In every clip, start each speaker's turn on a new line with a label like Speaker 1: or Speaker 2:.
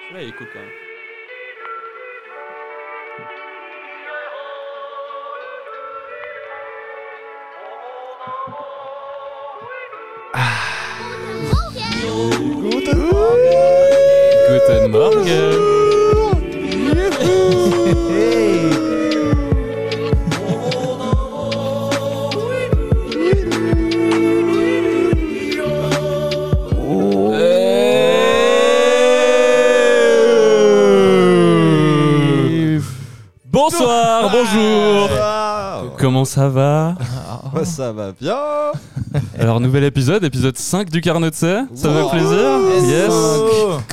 Speaker 1: Celui-là, il est cool quand même. Guten Morgen Bonsoir,
Speaker 2: Ah,
Speaker 1: bonjour Comment ça va
Speaker 2: Oh, ça va bien
Speaker 1: Alors, nouvel épisode, épisode 5 du Carnet de C. Ça
Speaker 2: Wow.
Speaker 1: fait plaisir Yes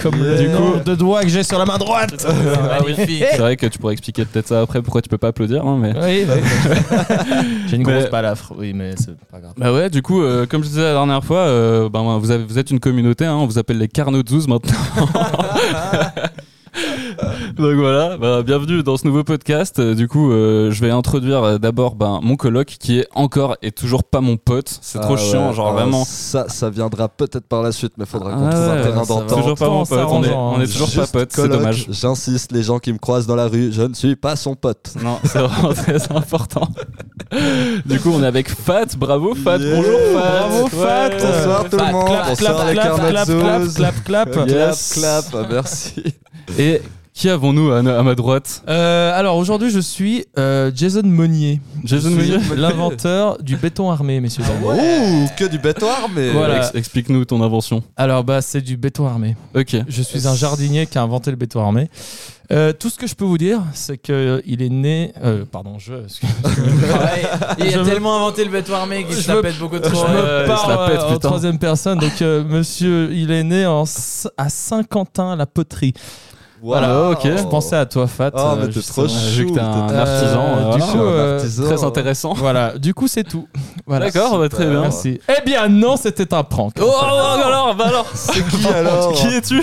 Speaker 3: Comme Ah
Speaker 2: Yeah.
Speaker 3: le
Speaker 1: Du
Speaker 3: nombre
Speaker 1: coup-
Speaker 3: de doigts que j'ai sur la main droite.
Speaker 1: Ah C'est vrai que tu pourrais expliquer peut-être ça après, pourquoi tu peux pas applaudir, hein, mais...
Speaker 3: Oui, bah oui. j'ai une
Speaker 1: Mais-
Speaker 3: grosse balafre. Oui, mais c'est pas
Speaker 2: Ah
Speaker 3: grave.
Speaker 1: Bah ouais, du coup, euh, comme je disais la dernière fois, euh, ben, vous, avez- vous êtes une communauté, hein, on vous appelle les Carnotzouz maintenant. Donc voilà, bah, bienvenue dans ce nouveau podcast. Euh, Du coup, euh, je vais introduire euh, d'abord ben, mon coloc qui est encore et toujours pas mon pote. C'est trop
Speaker 2: Ah
Speaker 1: chiant,
Speaker 2: ouais,
Speaker 1: genre
Speaker 2: ah,
Speaker 1: vraiment.
Speaker 2: Ça, ça viendra peut-être par la suite, mais faudra qu'on
Speaker 1: Ah
Speaker 2: trouve un
Speaker 1: ouais,
Speaker 2: terrain
Speaker 3: ça va.
Speaker 2: d'entente.
Speaker 1: toujours pas mon
Speaker 3: en
Speaker 1: pote, on est,
Speaker 3: s'arrangeant,
Speaker 1: on est
Speaker 3: hein.
Speaker 1: toujours pas
Speaker 2: Juste
Speaker 1: pote, c'est
Speaker 2: coloc,
Speaker 1: dommage.
Speaker 2: J'insiste, les gens qui me croisent dans la rue, je ne suis pas son pote.
Speaker 1: Non, c'est vraiment très important. Du coup, on est avec Fat. Bravo Fat.
Speaker 2: Yeah.
Speaker 1: Bonjour Fat.
Speaker 3: Bravo, Fat.
Speaker 2: Euh, Bonsoir tout le monde,
Speaker 3: clap,
Speaker 2: bonsoir les
Speaker 3: clap, clap, clap,
Speaker 2: carnazouzes.
Speaker 3: clap, clap, clap.
Speaker 1: Yes.
Speaker 2: Clap, clap, merci.
Speaker 1: Et qui avons-nous à, à ma droite
Speaker 3: Euh, alors aujourd'hui, je suis euh, Jason Monnier,
Speaker 1: Jason
Speaker 3: Je suis
Speaker 1: Meunier Ah
Speaker 3: l'inventeur du béton armé, messieurs. dames.
Speaker 2: Ouh, que du bétoir, mais.
Speaker 3: Voilà.
Speaker 1: Euh, Ex- Explique-nous ton invention.
Speaker 3: Alors bah, c'est du béton armé.
Speaker 1: Ok.
Speaker 3: Je suis un jardinier qui a inventé le béton armé. Euh, tout ce que je peux vous dire, c'est que il est né. euh, pardon, je.
Speaker 4: Il
Speaker 3: Je
Speaker 4: a
Speaker 3: me-
Speaker 4: tellement inventé le béton armé qu'il
Speaker 3: Je
Speaker 4: se la
Speaker 3: me-
Speaker 4: pète beaucoup
Speaker 3: Je
Speaker 4: trop.
Speaker 3: me
Speaker 4: euh,
Speaker 3: parle
Speaker 1: la pète,
Speaker 3: en
Speaker 1: putain.
Speaker 3: troisième personne. Donc, euh, monsieur, il est né en, S- à Saint-Quentin-la-Poterie.
Speaker 2: Voilà,
Speaker 1: ok.
Speaker 3: Je pensais à toi, Fat.
Speaker 2: Oh, mais
Speaker 3: euh,
Speaker 2: t'es
Speaker 3: justement.
Speaker 2: trop chou.
Speaker 1: Vu que t'es un
Speaker 2: t'es-
Speaker 1: artisan,
Speaker 3: euh,
Speaker 1: voilà.
Speaker 3: du coup, euh,
Speaker 2: artisan.
Speaker 1: Très intéressant.
Speaker 3: Voilà, du coup, c'est tout. Voilà.
Speaker 1: D'accord, bah, très
Speaker 2: super.
Speaker 1: bien.
Speaker 3: Merci. Eh bien, non, c'était un prank.
Speaker 1: Oh, alors, bah alors,
Speaker 2: C'est qui alors
Speaker 1: qui es-tu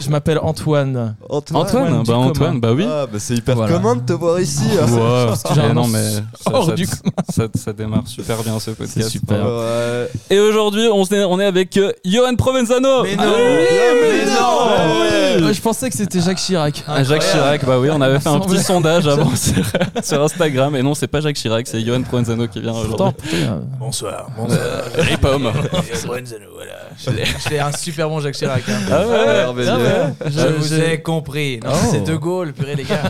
Speaker 3: Je m'appelle Antoine.
Speaker 1: Antoine,
Speaker 2: Antoine.
Speaker 3: Antoine
Speaker 1: bah
Speaker 3: Ducommun.
Speaker 1: Antoine, bah oui.
Speaker 2: Ah, bah c'est hyper
Speaker 3: Voilà.
Speaker 2: commun de te voir ici. hein.
Speaker 1: Wow,
Speaker 3: que
Speaker 1: mais
Speaker 3: j'ai un
Speaker 1: non
Speaker 3: nom
Speaker 1: mais ça,
Speaker 3: hors
Speaker 1: ça,
Speaker 3: du
Speaker 1: ça, ça démarre super bien ce podcast.
Speaker 3: C'est super.
Speaker 2: Ouais.
Speaker 1: Et aujourd'hui, on est, on est avec euh, Johan Provenzano.
Speaker 4: Mais non.
Speaker 3: Ah
Speaker 1: Allez,
Speaker 2: Mais
Speaker 1: mais
Speaker 2: non.
Speaker 1: non.
Speaker 3: Euh, Je pensais que c'était Jacques Chirac.
Speaker 1: Ah, Jacques Chirac, bah oui, on avait fait un petit
Speaker 3: Semblait.
Speaker 1: sondage avant sur, sur Instagram. Et non, c'est pas Jacques Chirac, c'est Johan Provenzano qui vient
Speaker 3: Pourtant,
Speaker 1: aujourd'hui.
Speaker 3: Ah, putain,
Speaker 4: Bonsoir. Bonsoir.
Speaker 1: Les pommes.
Speaker 4: J'étais un super bon Jacques Chirac. hein.
Speaker 1: Ah ouais.
Speaker 2: Merveilleux.
Speaker 3: ah ouais,
Speaker 4: Je
Speaker 3: je-
Speaker 4: vous
Speaker 3: je-
Speaker 4: ai compris. Non,
Speaker 3: Oh.
Speaker 4: C'est De Gaulle, purée les gars.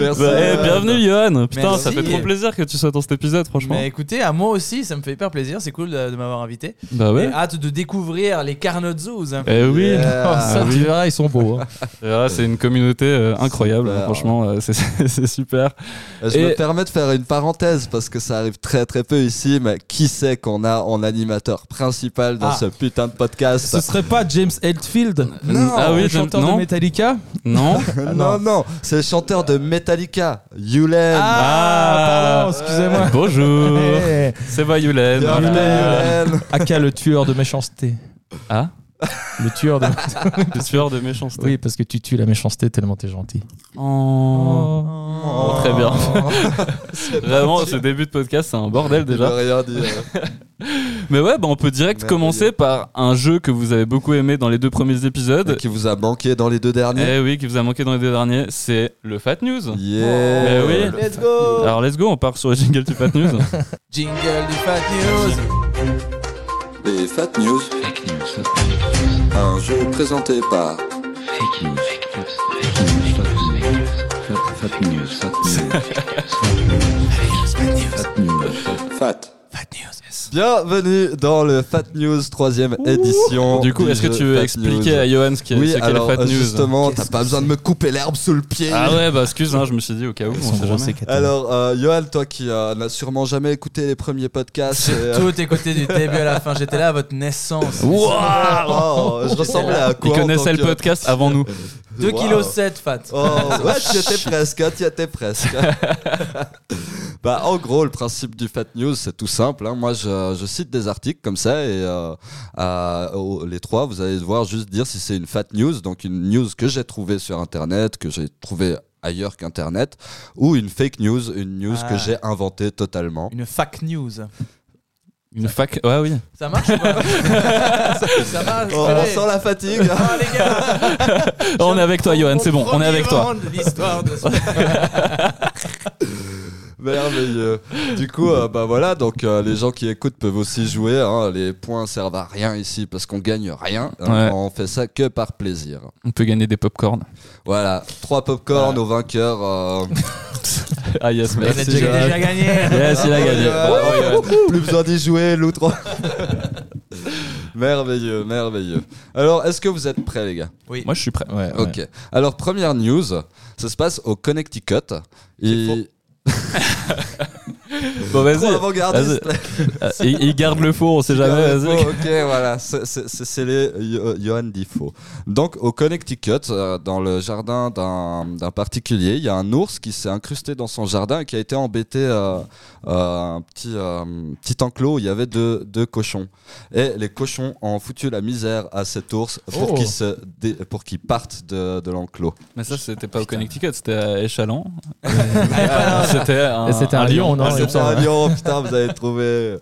Speaker 2: Merci.
Speaker 1: Bah, eh, bienvenue Johan. Putain,
Speaker 4: Merci.
Speaker 1: ça fait trop plaisir que tu sois dans cet épisode, franchement.
Speaker 4: Mais écoutez, à moi aussi, ça me fait hyper plaisir. C'est cool de, de m'avoir invité.
Speaker 1: Bah
Speaker 4: Et
Speaker 1: ouais.
Speaker 4: hâte de découvrir les Carnotzoos. hein.
Speaker 1: Eh oui.
Speaker 2: Yeah.
Speaker 3: ça,
Speaker 1: Ah,
Speaker 3: tu
Speaker 1: oui.
Speaker 3: verras, ils sont beaux. hein.
Speaker 1: Et là, c'est une communauté euh, incroyable,
Speaker 2: Super.
Speaker 1: franchement, euh, c'est- c'est c'est super.
Speaker 2: Je
Speaker 1: Et-
Speaker 2: me permets de faire une parenthèse parce que ça arrive très très peu ici, mais qui c'est qu'on a en animateur principal dans
Speaker 4: Ah.
Speaker 2: ce putain de podcast
Speaker 3: Ce serait pas James Hetfield,
Speaker 2: Non,
Speaker 1: ah oui,
Speaker 3: le
Speaker 1: je-
Speaker 3: chanteur
Speaker 1: non,
Speaker 3: de Metallica
Speaker 1: non.
Speaker 2: non, non, c'est le chanteur de Metallica, Yulen.
Speaker 1: Ah,
Speaker 3: pardon, excusez-moi.
Speaker 1: Bonjour,
Speaker 3: Eh,
Speaker 1: c'est moi Yulen.
Speaker 2: Bienvenue,
Speaker 1: Voilà.
Speaker 2: Yulen.
Speaker 3: Aka, le tueur de méchanceté.
Speaker 1: Ah,
Speaker 3: Le tueur de.
Speaker 1: le tueur de méchanceté.
Speaker 3: Oui, parce que tu tues la méchanceté tellement t'es gentil.
Speaker 1: Oh.
Speaker 3: Oh.
Speaker 1: Très bien. Vraiment, ce début de podcast, c'est un bordel
Speaker 2: Il veut
Speaker 1: déjà.
Speaker 2: rien dire.
Speaker 1: Mais ouais, bah, on peut direct
Speaker 2: Merveilleux.
Speaker 1: commencer par un jeu que vous avez beaucoup aimé dans les deux premiers
Speaker 2: Et
Speaker 1: épisodes.
Speaker 2: qui vous a manqué dans les deux derniers
Speaker 1: Eh oui, qui vous a manqué dans les deux derniers, c'est le Fat News.
Speaker 2: Yeah.
Speaker 1: Eh Mais oui.
Speaker 4: Let's go.
Speaker 1: Alors let's go, on part sur le jingle du Fat News.
Speaker 4: Jingle du Fat News.
Speaker 2: Les Fat News. Un jeu présenté par.
Speaker 5: Fake news. Fake news. Fake news.
Speaker 2: Fat.
Speaker 4: Fat News.
Speaker 2: Bienvenue dans le Fat News troisième édition.
Speaker 1: du coup, est-ce que
Speaker 2: jeu
Speaker 1: tu veux
Speaker 2: Fat
Speaker 1: expliquer
Speaker 2: News.
Speaker 1: à Johan ce qu'est
Speaker 2: Oui,
Speaker 1: ce qu'est le
Speaker 2: alors
Speaker 1: Fat
Speaker 2: euh,
Speaker 1: News
Speaker 2: justement, t'as
Speaker 4: Qu'est-ce
Speaker 2: pas
Speaker 4: que
Speaker 2: besoin de me couper l'herbe sous le pied.
Speaker 1: Ah ouais, bah excuse, hein, je me suis dit au cas où, on sait jamais.
Speaker 2: Alors, euh, Johan, toi qui euh, n'as sûrement jamais écouté les premiers podcasts, et, euh,
Speaker 4: Tout est côté du début à la fin. J'étais là à votre naissance.
Speaker 2: oh, je ressemblais à
Speaker 1: Il
Speaker 2: quoi en
Speaker 1: connaissait
Speaker 2: tant
Speaker 1: le
Speaker 2: que-
Speaker 1: podcast avant nous.
Speaker 4: 2
Speaker 2: Wow.
Speaker 4: kg 7 fat.
Speaker 2: Oh, ouais, tu étais presque, hein, tu étais presque. bah, en gros, le principe du Fat News, c'est tout simple. hein. Moi, je, je cite des articles comme ça, et euh, à- au- les trois, vous allez devoir juste dire si c'est une Fat News, donc une news que j'ai trouvée sur Internet, que j'ai trouvée ailleurs qu'Internet, ou une fake news, une news
Speaker 4: Ah.
Speaker 2: que j'ai inventée totalement.
Speaker 4: Une fac news.
Speaker 1: Une fac. Ouais, oui.
Speaker 6: Ça marche ou pas ça, ça marche.
Speaker 2: Oh, on
Speaker 6: allez.
Speaker 2: sent la fatigue. hein.
Speaker 6: Oh, les gars,
Speaker 1: on est avec toi, Johan, c'est bon, on est avec toi.
Speaker 6: Premier round de l'histoire de ce-
Speaker 2: Merveilleux. Du coup, euh, bah voilà, donc euh, les gens qui écoutent peuvent aussi jouer. hein. Les points servent à rien ici parce qu'on gagne rien. hein.
Speaker 1: Ouais.
Speaker 2: On fait ça que par plaisir.
Speaker 1: On peut gagner des popcorn.
Speaker 2: Voilà, trois popcorn au vainqueur. euh,
Speaker 1: Ah, yes,
Speaker 2: Il a
Speaker 1: merci.
Speaker 2: déjà-
Speaker 1: Johan.
Speaker 6: Déjà gagné.
Speaker 1: Yes, il a gagné.
Speaker 2: Ouais,
Speaker 1: Bravo,
Speaker 2: ouais,
Speaker 1: Johan.
Speaker 2: Plus besoin d'y jouer, l'autre. merveilleux, merveilleux. Alors, est-ce que vous êtes prêts, les gars
Speaker 1: Moi, je suis prêt.
Speaker 3: Ouais, ouais.
Speaker 2: Ok. Alors, première news, ça se passe au Connecticut. Et...
Speaker 1: Bon, vas-y.
Speaker 2: Trop avant-gardiste.
Speaker 1: Ah, Il il garde le faux, on sait jamais.
Speaker 2: Garde
Speaker 1: vas-y.
Speaker 2: faux, ok, voilà, c'est- c'est c'est- c'est les Yo- Johan Difo. Donc, au Connecticut, euh, dans le jardin d'un d'un particulier, il y a un ours qui s'est incrusté dans son jardin et qui a été embêté euh, euh, un petit, euh, petit enclos où il y avait deux, deux cochons. Et les cochons ont foutu la misère à cet ours pour
Speaker 3: Oh.
Speaker 2: qu'il se dé- pour qu'il parte de, de l'enclos.
Speaker 1: Mais ça, c'était pas au Connecticut, c'était à Échalon.
Speaker 6: Ah,
Speaker 1: C'était un,
Speaker 3: Et c'était un lion, non,
Speaker 1: Ah,
Speaker 3: il me
Speaker 1: c'est
Speaker 2: C'est
Speaker 1: ça.
Speaker 2: un
Speaker 3: semble.
Speaker 2: lion, putain, vous avez trouvé.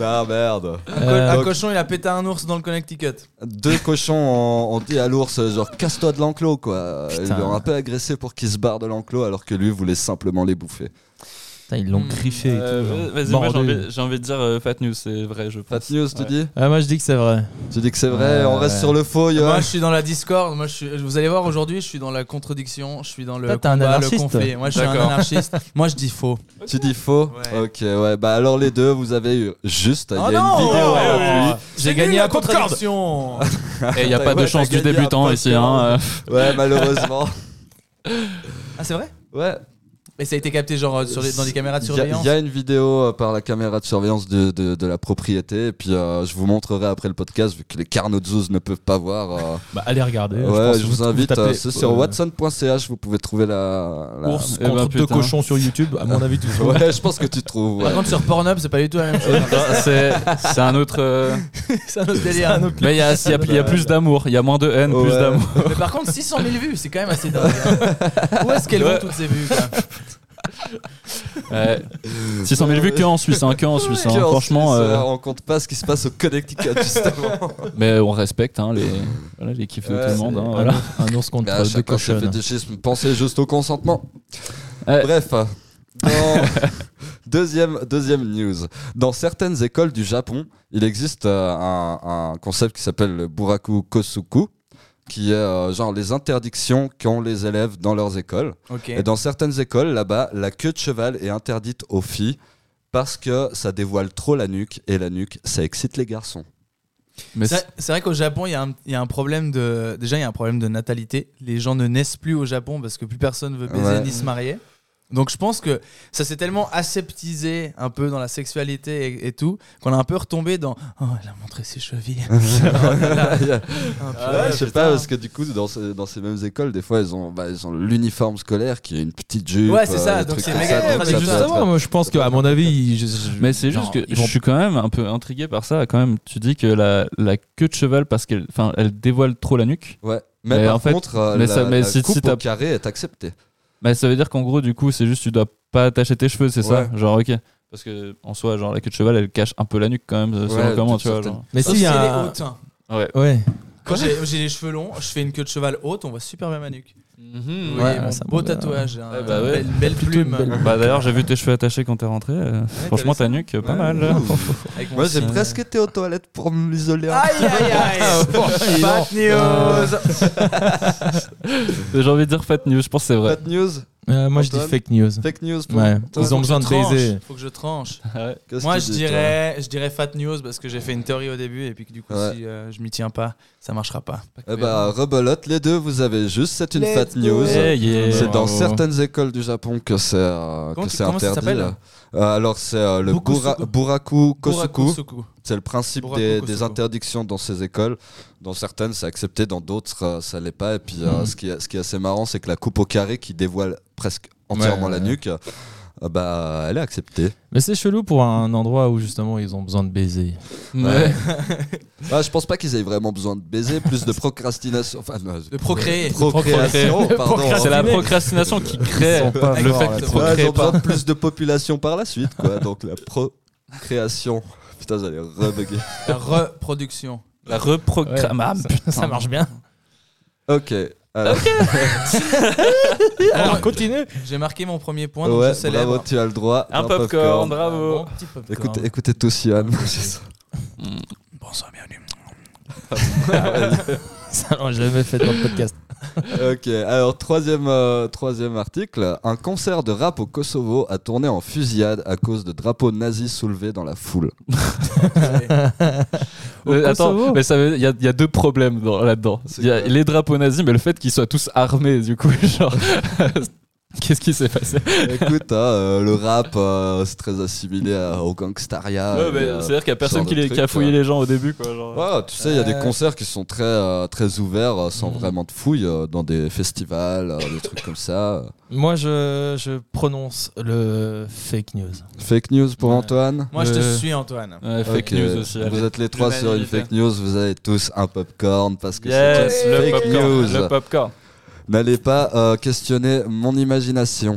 Speaker 2: Ah merde.
Speaker 6: Un, co- un
Speaker 2: donc-
Speaker 6: cochon, il a pété un ours dans le Connecticut.
Speaker 2: Deux cochons ont, ont dit à l'ours, euh, genre, casse-toi de l'enclos, quoi.
Speaker 3: Putain.
Speaker 2: Ils l'ont un peu agressé pour qu'il se barre de l'enclos alors que lui voulait simplement les bouffer.
Speaker 3: Putain, ils l'ont
Speaker 6: Mm.
Speaker 3: griffé. et
Speaker 1: Euh,
Speaker 3: tout, genre.
Speaker 1: vas-y, moi, j'ai
Speaker 3: Bordé.
Speaker 1: envie, j'ai envie de dire euh, Fat News, c'est vrai, je
Speaker 2: Fat
Speaker 1: pense.
Speaker 2: News, tu
Speaker 1: Ouais.
Speaker 2: dis
Speaker 3: Ah, moi, je dis que c'est vrai.
Speaker 2: Tu dis que c'est vrai,
Speaker 3: Ouais,
Speaker 2: on reste
Speaker 3: ouais.
Speaker 2: sur le faux, Johan.
Speaker 6: Moi, je suis dans la discorde. Moi, je suis- vous allez voir aujourd'hui, je suis dans la contradiction. Je suis dans le
Speaker 3: Toi, t'es un
Speaker 6: combat, le
Speaker 3: anarchiste.
Speaker 6: conflit. Moi, je suis un
Speaker 1: D'accord.
Speaker 6: anarchiste. Moi, je dis faux.
Speaker 2: Tu dis faux
Speaker 6: Ouais.
Speaker 2: Ok, ouais, bah alors les deux, vous avez eu juste. Il
Speaker 6: Oh
Speaker 2: y a
Speaker 6: non
Speaker 2: une vidéo
Speaker 6: Oh,
Speaker 2: à l'appui.
Speaker 6: oui. J'ai gagné la contradiction.
Speaker 1: Et il n'y a pas
Speaker 2: Ouais,
Speaker 1: de chance
Speaker 2: t'as
Speaker 1: du
Speaker 2: gagné
Speaker 1: débutant
Speaker 2: un
Speaker 1: ici. Hein, euh.
Speaker 2: Ouais, malheureusement.
Speaker 6: ah, c'est vrai
Speaker 2: Ouais.
Speaker 6: Et ça a été capté genre euh, sur les- dans les caméras de
Speaker 2: Il y a-
Speaker 6: surveillance.
Speaker 2: Il y, a une vidéo euh, par la caméra de surveillance de, de- de la propriété, et puis euh, je vous montrerai après le podcast, vu que les carnaux de Zouz ne peuvent pas voir. euh,
Speaker 3: Bah, allez regarder.
Speaker 2: Ouais, je, vous, invite.
Speaker 3: à
Speaker 2: euh, c'est sur watson.ch, vous pouvez trouver la. la-
Speaker 3: Ours
Speaker 1: Eh ben,
Speaker 3: contre deux
Speaker 1: putain.
Speaker 3: cochons sur YouTube, à mon avis, tu vois.
Speaker 2: Ouais, je pense que tu trouves.
Speaker 6: Par
Speaker 2: ouais.
Speaker 6: contre, sur Pornhub, c'est pas du tout la même chose.
Speaker 1: Non, Euh, bah, c'est c'est un autre. euh,
Speaker 6: c'est un autre délire.
Speaker 1: Mais il y a, il y a- il y a plus d'amour, il y a moins de haine, plus
Speaker 2: Ouais.
Speaker 1: d'amour.
Speaker 6: Mais par contre, 600 000 vues, c'est quand même assez dingue. Où est-ce qu'elles
Speaker 1: Ouais.
Speaker 6: vont toutes ces vues quoi
Speaker 1: Ouais. 600 000 vues que en Suisse, hein, que en Suisse. hein.
Speaker 2: Que en
Speaker 1: Franchement,
Speaker 2: Suisse,
Speaker 1: euh,
Speaker 2: euh, on compte pas ce qui se passe au Connecticut justement.
Speaker 1: mais on respecte hein, les, voilà, les kiffs de
Speaker 2: Ouais,
Speaker 1: tout le monde. hein, voilà.
Speaker 3: Un ours
Speaker 2: Mais
Speaker 3: contre
Speaker 2: Bah, à
Speaker 3: deux
Speaker 2: chaque fois,
Speaker 3: cochons.
Speaker 2: ce fétichisme, pensez juste au consentement.
Speaker 1: Ouais.
Speaker 2: Bref. euh, dans- deuxième, deuxième news. Dans certaines écoles du Japon, il existe euh, un, un concept qui s'appelle le buraku kosuku, qui est euh, genre les interdictions qu'ont les élèves dans leurs écoles.
Speaker 6: Ok.
Speaker 2: Et dans certaines écoles, là-bas, la queue de cheval est interdite aux filles parce que ça dévoile trop la nuque et la nuque, ça excite les garçons.
Speaker 1: Mais
Speaker 6: C'est vrai- c'est vrai qu'au Japon, il y, a un- il y a un problème de. Déjà, il y a un problème de natalité. Les gens ne naissent plus au Japon parce que plus personne veut baiser
Speaker 2: Ouais.
Speaker 6: ni se marier. Donc, je pense que ça s'est tellement aseptisé un peu dans la sexualité et, et tout qu'on a un peu retombé dans. Oh, elle a montré ses chevilles. Ah,
Speaker 2: Ouais,
Speaker 6: purée,
Speaker 2: je sais
Speaker 6: putain.
Speaker 2: pas, parce que du coup, dans, ce- dans ces mêmes écoles, des fois, elles ont, bah, elles ont l'uniforme scolaire qui est une petite jupe.
Speaker 6: Ouais, c'est
Speaker 2: euh,
Speaker 6: ça,
Speaker 2: des
Speaker 6: donc
Speaker 2: trucs
Speaker 6: c'est
Speaker 2: comme
Speaker 6: méga
Speaker 2: ça, donc
Speaker 6: contradictoire.
Speaker 2: ça peut être-
Speaker 3: Ah, Justement, moi, je pense qu'à mon avis, ils- je- je-
Speaker 1: Mais c'est
Speaker 3: genre,
Speaker 1: juste que
Speaker 3: ils vont
Speaker 1: je suis quand même un peu intrigué par ça. Quand même, tu dis que la, la queue de cheval, parce qu'elle enfin, elle dévoile trop la nuque.
Speaker 2: Ouais. Mais,
Speaker 1: Mais
Speaker 2: par
Speaker 1: en fait,
Speaker 2: contre, euh,
Speaker 1: mais
Speaker 2: la,
Speaker 1: ça- mais
Speaker 2: la
Speaker 1: si- si
Speaker 2: coupe
Speaker 1: t'as-
Speaker 2: au carré est acceptée.
Speaker 1: Mais ça veut dire qu'en gros, du coup, c'est juste tu dois pas attacher tes cheveux, c'est ça
Speaker 2: Ouais.
Speaker 1: Genre, ok. Parce que en soi, genre, la queue de cheval, elle cache un peu la nuque quand même, euh, selon
Speaker 2: Ouais,
Speaker 1: comment,
Speaker 2: toute
Speaker 1: tu vois.
Speaker 2: certaine.
Speaker 1: genre.
Speaker 3: Mais
Speaker 6: Sauf
Speaker 3: si, il y
Speaker 6: si elle est
Speaker 3: a un-
Speaker 6: haute, hein.
Speaker 1: Ouais.
Speaker 3: Ouais.
Speaker 6: Quand j'ai j'ai les cheveux longs, je fais une queue de cheval haute, on voit super bien ma nuque.
Speaker 3: Mhm,
Speaker 6: Vous
Speaker 1: Ouais. bah,
Speaker 6: voyez mon
Speaker 3: ça
Speaker 6: beau
Speaker 3: me-
Speaker 6: tatouage, un-
Speaker 1: Eh bah ouais.
Speaker 6: belle, belle plume. hein,
Speaker 1: Bah d'ailleurs, j'ai vu tes cheveux attachés quand t'es rentré. euh, franchement, ta nuque, pas
Speaker 2: Ouais.
Speaker 1: mal.
Speaker 6: Avec mon
Speaker 2: Moi, j'ai
Speaker 6: signe.
Speaker 2: presque été aux toilettes pour m'isoler. un
Speaker 6: Aïe aïe aïe Bad news
Speaker 1: J'ai envie de dire fat news, je pense que c'est
Speaker 2: peu.
Speaker 1: vrai.
Speaker 2: Bad news,
Speaker 3: Euh, Moi, je dis
Speaker 2: Antoine
Speaker 3: fake news.
Speaker 2: fake news. pour-
Speaker 3: Ouais.
Speaker 2: Toi,
Speaker 3: Ils ont
Speaker 6: Faut que
Speaker 3: besoin
Speaker 6: je
Speaker 3: de baiser.
Speaker 6: tranche, Faut que je tranche.
Speaker 2: qu'est-ce
Speaker 6: Moi,
Speaker 2: que
Speaker 6: je
Speaker 2: tu dis, toi
Speaker 6: dirais, je dirais fat news parce que j'ai fait une théorie au début et puis que du coup,
Speaker 2: Ouais.
Speaker 6: si euh, je m'y tiens pas, ça marchera pas.
Speaker 2: Eh bah, rebelote, les deux, vous avez juste, c'est une
Speaker 6: Let's
Speaker 2: fat
Speaker 6: go.
Speaker 2: news.
Speaker 1: Eh, yeah.
Speaker 2: C'est dans
Speaker 3: Bravo.
Speaker 2: certaines écoles du Japon que c'est euh,
Speaker 6: Comment
Speaker 2: que
Speaker 6: tu-
Speaker 2: c'est
Speaker 6: comment ça
Speaker 2: interdit.
Speaker 6: s'appelle
Speaker 2: Euh, alors c'est euh, le
Speaker 6: Bukusuku.
Speaker 2: bura- buraku
Speaker 6: euh,
Speaker 2: kosuku.
Speaker 6: Burakusuku.
Speaker 2: C'est le principe
Speaker 6: Buraku
Speaker 2: des,
Speaker 6: kosuku.
Speaker 2: des interdictions dans ces écoles. Dans certaines c'est accepté, dans d'autres euh, ça l'est pas. Et puis euh, ce, qui est, ce qui est assez marrant c'est que la coupe au carré qui dévoile presque entièrement
Speaker 3: Ouais,
Speaker 2: la
Speaker 3: ouais.
Speaker 2: nuque, euh, bah elle est acceptée.
Speaker 3: Mais c'est chelou pour un endroit où justement ils ont besoin de baiser.
Speaker 1: Ouais.
Speaker 2: Ah, je pense pas qu'ils aient vraiment besoin de baiser, plus de procrastination. Enfin, non,
Speaker 6: De procréer.
Speaker 2: procréation, pardon.
Speaker 1: C'est la procrastination qui crée
Speaker 3: Ils sont pas
Speaker 1: le
Speaker 3: forts
Speaker 1: fait
Speaker 3: là-dessus.
Speaker 1: que tu
Speaker 2: Ouais, ils
Speaker 1: procrées
Speaker 2: ont besoin
Speaker 1: pas.
Speaker 2: de plus de population par la suite, quoi. Donc la procréation. Putain, j'allais rebugger.
Speaker 6: La reproduction.
Speaker 1: La reprogramme.
Speaker 3: Ouais,
Speaker 1: Ah,
Speaker 3: ça-
Speaker 1: putain.
Speaker 3: ça marche bien.
Speaker 2: Ok.
Speaker 1: Ah,
Speaker 2: Alors,
Speaker 3: Alors continue.
Speaker 6: J'ai marqué mon premier point, donc
Speaker 2: ouais,
Speaker 6: je
Speaker 2: bravo, euh,
Speaker 6: célèbre.
Speaker 2: tu as le droit.
Speaker 1: Un
Speaker 2: d'un
Speaker 1: popcorn, bravo.
Speaker 3: petit popcorn.
Speaker 2: Écoutez, écoutez tous Yann.
Speaker 6: Bonsoir, bienvenue.
Speaker 3: Ça, on l'a jamais fait dans le podcast.
Speaker 2: ok, alors troisième, euh, troisième article. Un concert de rap au Kosovo a tourné en fusillade à cause de drapeaux nazis soulevés dans la foule.
Speaker 3: Au
Speaker 1: Euh,
Speaker 3: Kosovo
Speaker 1: attends, mais ça veut- il y, a- il y a deux problèmes dans- là-dedans.
Speaker 2: C'est
Speaker 1: Il y a
Speaker 2: quoi
Speaker 1: les drapeaux nazis, mais le fait qu'ils soient tous armés, du coup, genre. Qu'est-ce qui s'est passé
Speaker 2: Écoute, hein, euh, le rap, euh, c'est très assimilé à- au gangstaria.
Speaker 1: Ouais,
Speaker 2: et,
Speaker 1: mais
Speaker 2: euh,
Speaker 1: C'est-à-dire qu'il y a personne
Speaker 2: genre
Speaker 1: qui,
Speaker 2: de
Speaker 1: les- qui a
Speaker 2: truc,
Speaker 1: fouillé
Speaker 2: ouais.
Speaker 1: les gens au début, quoi. genre.
Speaker 2: Ouais, tu sais, il y a des
Speaker 3: Euh.
Speaker 2: concerts qui sont très, euh, très ouverts, euh,
Speaker 1: Mhm.
Speaker 2: sans vraiment de fouilles, euh, dans des festivals, euh, des trucs comme ça.
Speaker 3: Moi, je, je prononce le fake news.
Speaker 2: Fake news pour
Speaker 3: Ouais.
Speaker 2: Antoine
Speaker 6: Moi, je te
Speaker 3: Euh,
Speaker 6: suis, Antoine.
Speaker 1: Ouais, fake
Speaker 2: Ok,
Speaker 1: news aussi. allez.
Speaker 2: Vous êtes les trois sur une
Speaker 6: L'humanité.
Speaker 2: fake news, vous avez tous un popcorn parce que
Speaker 1: Yes,
Speaker 2: c'est
Speaker 1: le
Speaker 2: une fake
Speaker 1: popcorn,
Speaker 2: news.
Speaker 1: le popcorn.
Speaker 2: N'allez pas euh, questionner mon imagination.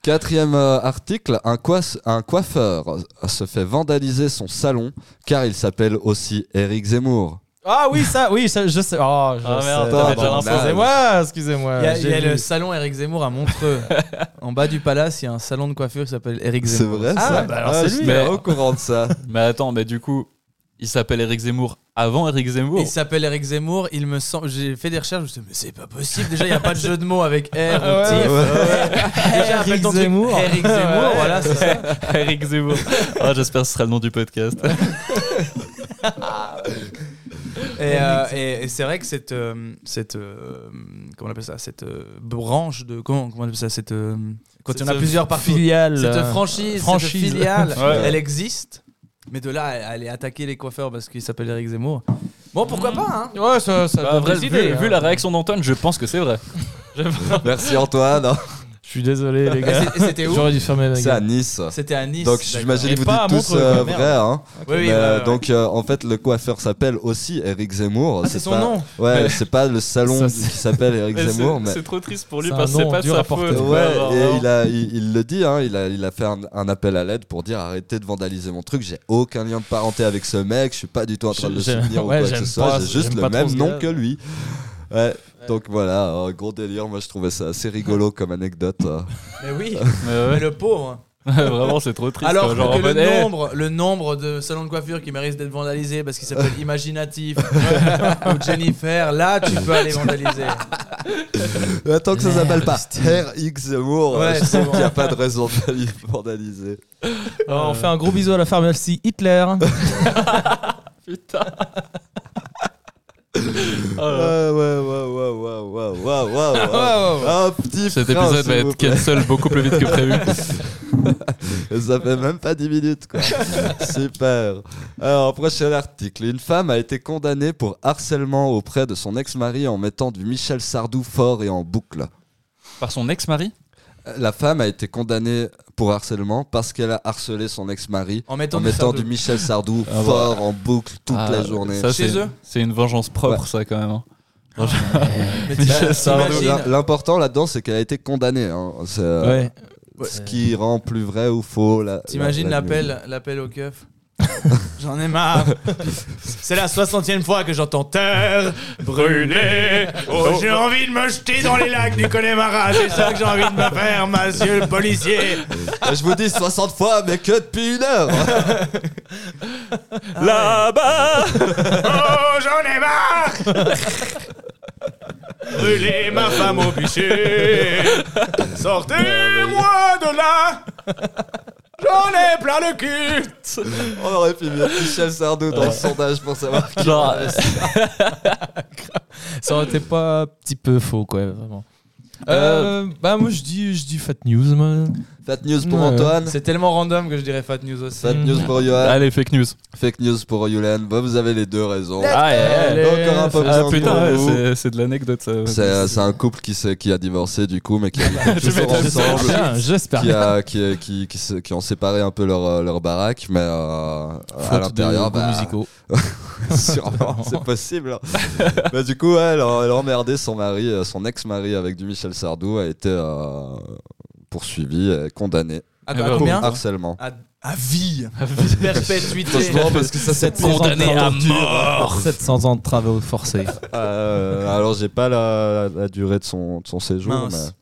Speaker 2: Quatrième euh, article, un, coif- un coiffeur se fait vandaliser son salon car il s'appelle aussi Eric Zemmour.
Speaker 3: Ah oui, ça, oui, ça, je sais. Oh, je
Speaker 1: Ah, merde,
Speaker 3: sais.
Speaker 2: t'avais déjà l'info.
Speaker 3: Bah, Excusez-moi, excusez-moi.
Speaker 6: Il y Bah, a, il y a
Speaker 3: j'ai
Speaker 6: le
Speaker 3: vu.
Speaker 6: salon Eric Zemmour à Montreux. en bas du palace, il y a un salon de coiffure qui s'appelle Eric
Speaker 2: C'est
Speaker 6: Zemmour.
Speaker 2: vrai
Speaker 3: Ah,
Speaker 2: ça
Speaker 3: bah alors
Speaker 2: Ah,
Speaker 3: c'est
Speaker 2: je
Speaker 3: lui,
Speaker 2: suis
Speaker 1: mais-
Speaker 2: pas au courant de ça.
Speaker 1: Mais attends, mais du coup, il s'appelle Eric Zemmour avant Eric Zemmour.
Speaker 6: Il s'appelle Eric Zemmour. Il me semble. J'ai fait des recherches. Je me suis dit, mais c'est pas possible. Déjà, il n'y a pas de jeu de mots avec R. ou
Speaker 3: Ah Ouais,
Speaker 6: TIF. Déjà,
Speaker 3: Eric
Speaker 6: appelle ton truc
Speaker 3: Zemmour.
Speaker 6: Eric Zemmour.
Speaker 3: Ouais.
Speaker 6: Voilà, c'est ça.
Speaker 1: Eric Zemmour. Bah, Ah, J'espère que ce sera le nom du podcast.
Speaker 6: Et, euh, et- et c'est vrai que cette, euh, cette euh, comment on appelle ça, cette euh, branche de comment, comment on appelle ça, cette euh, quand il y en a
Speaker 3: Cette
Speaker 6: plusieurs partout,
Speaker 3: filiale.
Speaker 6: cette
Speaker 3: euh,
Speaker 6: franchise,
Speaker 3: franchise.
Speaker 6: cette filiale,
Speaker 1: Ouais.
Speaker 6: elle existe. Mais de là à aller attaquer les coiffeurs parce qu'il s'appelle Eric Zemmour. Bon,
Speaker 3: Mmh.
Speaker 6: pourquoi pas hein
Speaker 3: Ouais, ça, ça
Speaker 1: Bah,
Speaker 3: donne
Speaker 1: vrai,
Speaker 3: des
Speaker 1: vu,
Speaker 3: idées,
Speaker 1: vu
Speaker 3: hein.
Speaker 1: la réaction d'Antoine, je pense que c'est vrai.
Speaker 2: Merci Antoine.
Speaker 3: Je suis désolé, les
Speaker 6: Et
Speaker 3: gars.
Speaker 6: Ah, bah, c'est- et C'était où
Speaker 3: J'aurais dû fermer ma
Speaker 2: C'est à
Speaker 3: gueule.
Speaker 2: Nice.
Speaker 6: C'était à Nice.
Speaker 2: Donc
Speaker 6: d'accord.
Speaker 2: j'imagine
Speaker 3: Et
Speaker 2: que vous
Speaker 3: pas
Speaker 2: dites
Speaker 3: à
Speaker 2: tous
Speaker 3: Montreux,
Speaker 2: euh,
Speaker 3: quoi, merde. bah,
Speaker 2: vrai. Hein.
Speaker 6: Oui, oui,
Speaker 2: Mais,
Speaker 6: ouais, ouais, ouais.
Speaker 2: Donc euh, en fait le coiffeur s'appelle aussi Eric Zemmour.
Speaker 6: Ah, c'est son
Speaker 2: pas-
Speaker 6: nom.
Speaker 2: Ouais,
Speaker 1: Mais-
Speaker 2: c'est pas le salon
Speaker 3: Ça,
Speaker 2: qui s'appelle Eric
Speaker 1: Mais
Speaker 2: Zemmour,
Speaker 1: c'est-
Speaker 2: mais
Speaker 1: C'est trop triste pour lui
Speaker 3: C'est
Speaker 1: parce
Speaker 3: un
Speaker 1: que c'est
Speaker 3: nom
Speaker 1: pas hein. de
Speaker 3: dur
Speaker 1: sa
Speaker 3: à porter.
Speaker 1: faute.
Speaker 2: Ouais,
Speaker 1: Ouais, genre,
Speaker 2: et
Speaker 1: vraiment.
Speaker 2: il, a, il, il le dit, hein, il, a, il a fait un, un appel à l'aide pour dire arrêtez de vandaliser mon truc, j'ai aucun lien de parenté avec ce mec, je suis pas du tout en train de le
Speaker 3: Je- j'aime-
Speaker 2: soutenir ou
Speaker 3: ouais,
Speaker 2: quoi que ce
Speaker 3: j'aime
Speaker 2: soit,
Speaker 3: pas-
Speaker 2: j'ai juste
Speaker 3: j'aime
Speaker 2: le
Speaker 3: pas trop
Speaker 2: même
Speaker 3: ce
Speaker 2: nom
Speaker 3: gars.
Speaker 2: que lui. Ouais, Donc voilà, euh, gros délire, moi je trouvais ça assez rigolo comme anecdote. euh.
Speaker 6: Mais oui,
Speaker 1: Mais hein. ouais.
Speaker 6: mais le pauvre.
Speaker 1: Vraiment, c'est trop triste.
Speaker 6: Alors
Speaker 1: quoi, genre,
Speaker 6: que
Speaker 1: en
Speaker 6: le
Speaker 1: mode, eh,
Speaker 6: nombre, le nombre de salons de coiffure qui méritent d'être vandalisés parce qu'ils s'appellent Imaginatif ou Jennifer, là tu peux aller vandaliser.
Speaker 2: Euh, Tant que ça s'appelle pas RX Zemmour, euh, je
Speaker 6: Ouais, c'est
Speaker 2: sens
Speaker 6: bon.
Speaker 2: qu'il n'y a pas de raison de li- vandaliser.
Speaker 3: Alors, euh, on fait un gros bisou à la pharmacie Hitler.
Speaker 1: Putain. Oh là
Speaker 2: Ouais,
Speaker 1: là.
Speaker 2: ouais, ouais, ouais, ouais, ouais, ouais, ouais, ouais. Un petit
Speaker 1: Cet
Speaker 2: frein,
Speaker 1: épisode
Speaker 2: s'il
Speaker 1: va
Speaker 2: vous
Speaker 1: être
Speaker 2: plaît.
Speaker 1: cancel beaucoup plus vite que prévu.
Speaker 2: Ça fait même pas 10 minutes, quoi. Super. Alors, prochain article. Une femme a été condamnée pour harcèlement auprès de son ex-mari en mettant du Michel Sardou fort et en boucle.
Speaker 1: Par son ex-mari
Speaker 2: Euh, La femme a été condamnée pour harcèlement parce qu'elle a harcelé son ex-mari
Speaker 6: En mettant,
Speaker 2: en
Speaker 6: du
Speaker 2: mettant
Speaker 6: sardou.
Speaker 2: du Michel Sardou
Speaker 1: Ah bah.
Speaker 2: fort en boucle toute
Speaker 1: Ah,
Speaker 2: la journée.
Speaker 1: ça,
Speaker 6: Chez
Speaker 1: c'est-
Speaker 6: eux
Speaker 1: C'est une vengeance propre, ça, quand même. hein.
Speaker 6: Mais
Speaker 1: Michel
Speaker 6: t'imagines-
Speaker 1: Sardou.
Speaker 6: t'imagines-
Speaker 2: L'im- L'important là-dedans, c'est qu'elle a été condamnée. hein. C'est, euh,
Speaker 3: Ouais.
Speaker 2: Ce qui rend plus vrai ou faux. la-
Speaker 6: T'imagines
Speaker 2: la- la nuit.
Speaker 6: l'appel, l'appel au keuf J'en ai marre. C'est la soixantième fois que j'entends terre brûler. Oh, j'ai envie de me jeter dans les lacs du Connemara. C'est ça que j'ai envie de me faire, monsieur le policier.
Speaker 2: Je vous dis 60 fois, mais que depuis une heure.
Speaker 1: Là-bas
Speaker 6: Oh, j'en ai marre. Brûler ma femme au bûcher. Sortez-moi de là. J'en ai plein le cul.
Speaker 2: On aurait pu mettre Michel Sardou dans le sondage pour savoir qui
Speaker 1: Genre,
Speaker 3: Ça aurait été pas un petit peu faux, quoi, vraiment. Euh, bah, moi, je dis, je dis fat news, moi.
Speaker 2: Fat news pour
Speaker 3: Ouais.
Speaker 2: Antoine,
Speaker 6: C'est tellement random que je dirais Fat News aussi.
Speaker 2: fat news pour Johan,
Speaker 1: Allez, fake news.
Speaker 2: fake news pour Yulen. Bah, vous avez les deux raisons.
Speaker 1: Ah, eh, eh.
Speaker 3: Allez,
Speaker 2: Encore un peu
Speaker 1: Ah,
Speaker 2: plus
Speaker 1: putain, ouais, c'est- c'est de l'anecdote, ça.
Speaker 2: c'est c'est un couple qui, s'est- qui a divorcé du coup, mais qui habitait
Speaker 1: vais
Speaker 2: toujours
Speaker 1: mettre le sondage.
Speaker 2: ensemble,
Speaker 3: Bien, J'espère.
Speaker 2: qui, a, qui, qui, qui, se- qui ont séparé un peu leur, euh, leur baraque, mais euh, à
Speaker 3: Faute de
Speaker 2: l'intérieur,
Speaker 3: goûts
Speaker 2: bah,
Speaker 3: musicaux.
Speaker 2: sûrement, c'est possible. bah, du coup, ouais, elle, a, elle a emmerdé son mari, euh, son ex-mari avec du Michel Sardou, a été euh, poursuivi et condamné
Speaker 6: À
Speaker 1: Ah bah,
Speaker 2: pour
Speaker 6: combien
Speaker 2: Ah harcèlement.
Speaker 6: À À vie. Perpétuité.
Speaker 2: Franchement, parce que ça c'est
Speaker 3: 700
Speaker 2: condamné à
Speaker 3: torture.
Speaker 1: hein.
Speaker 2: mort.
Speaker 3: 700 ans de travaux forcés.
Speaker 2: Euh, alors j'ai pas la, la durée de son, de son séjour.
Speaker 6: Mince.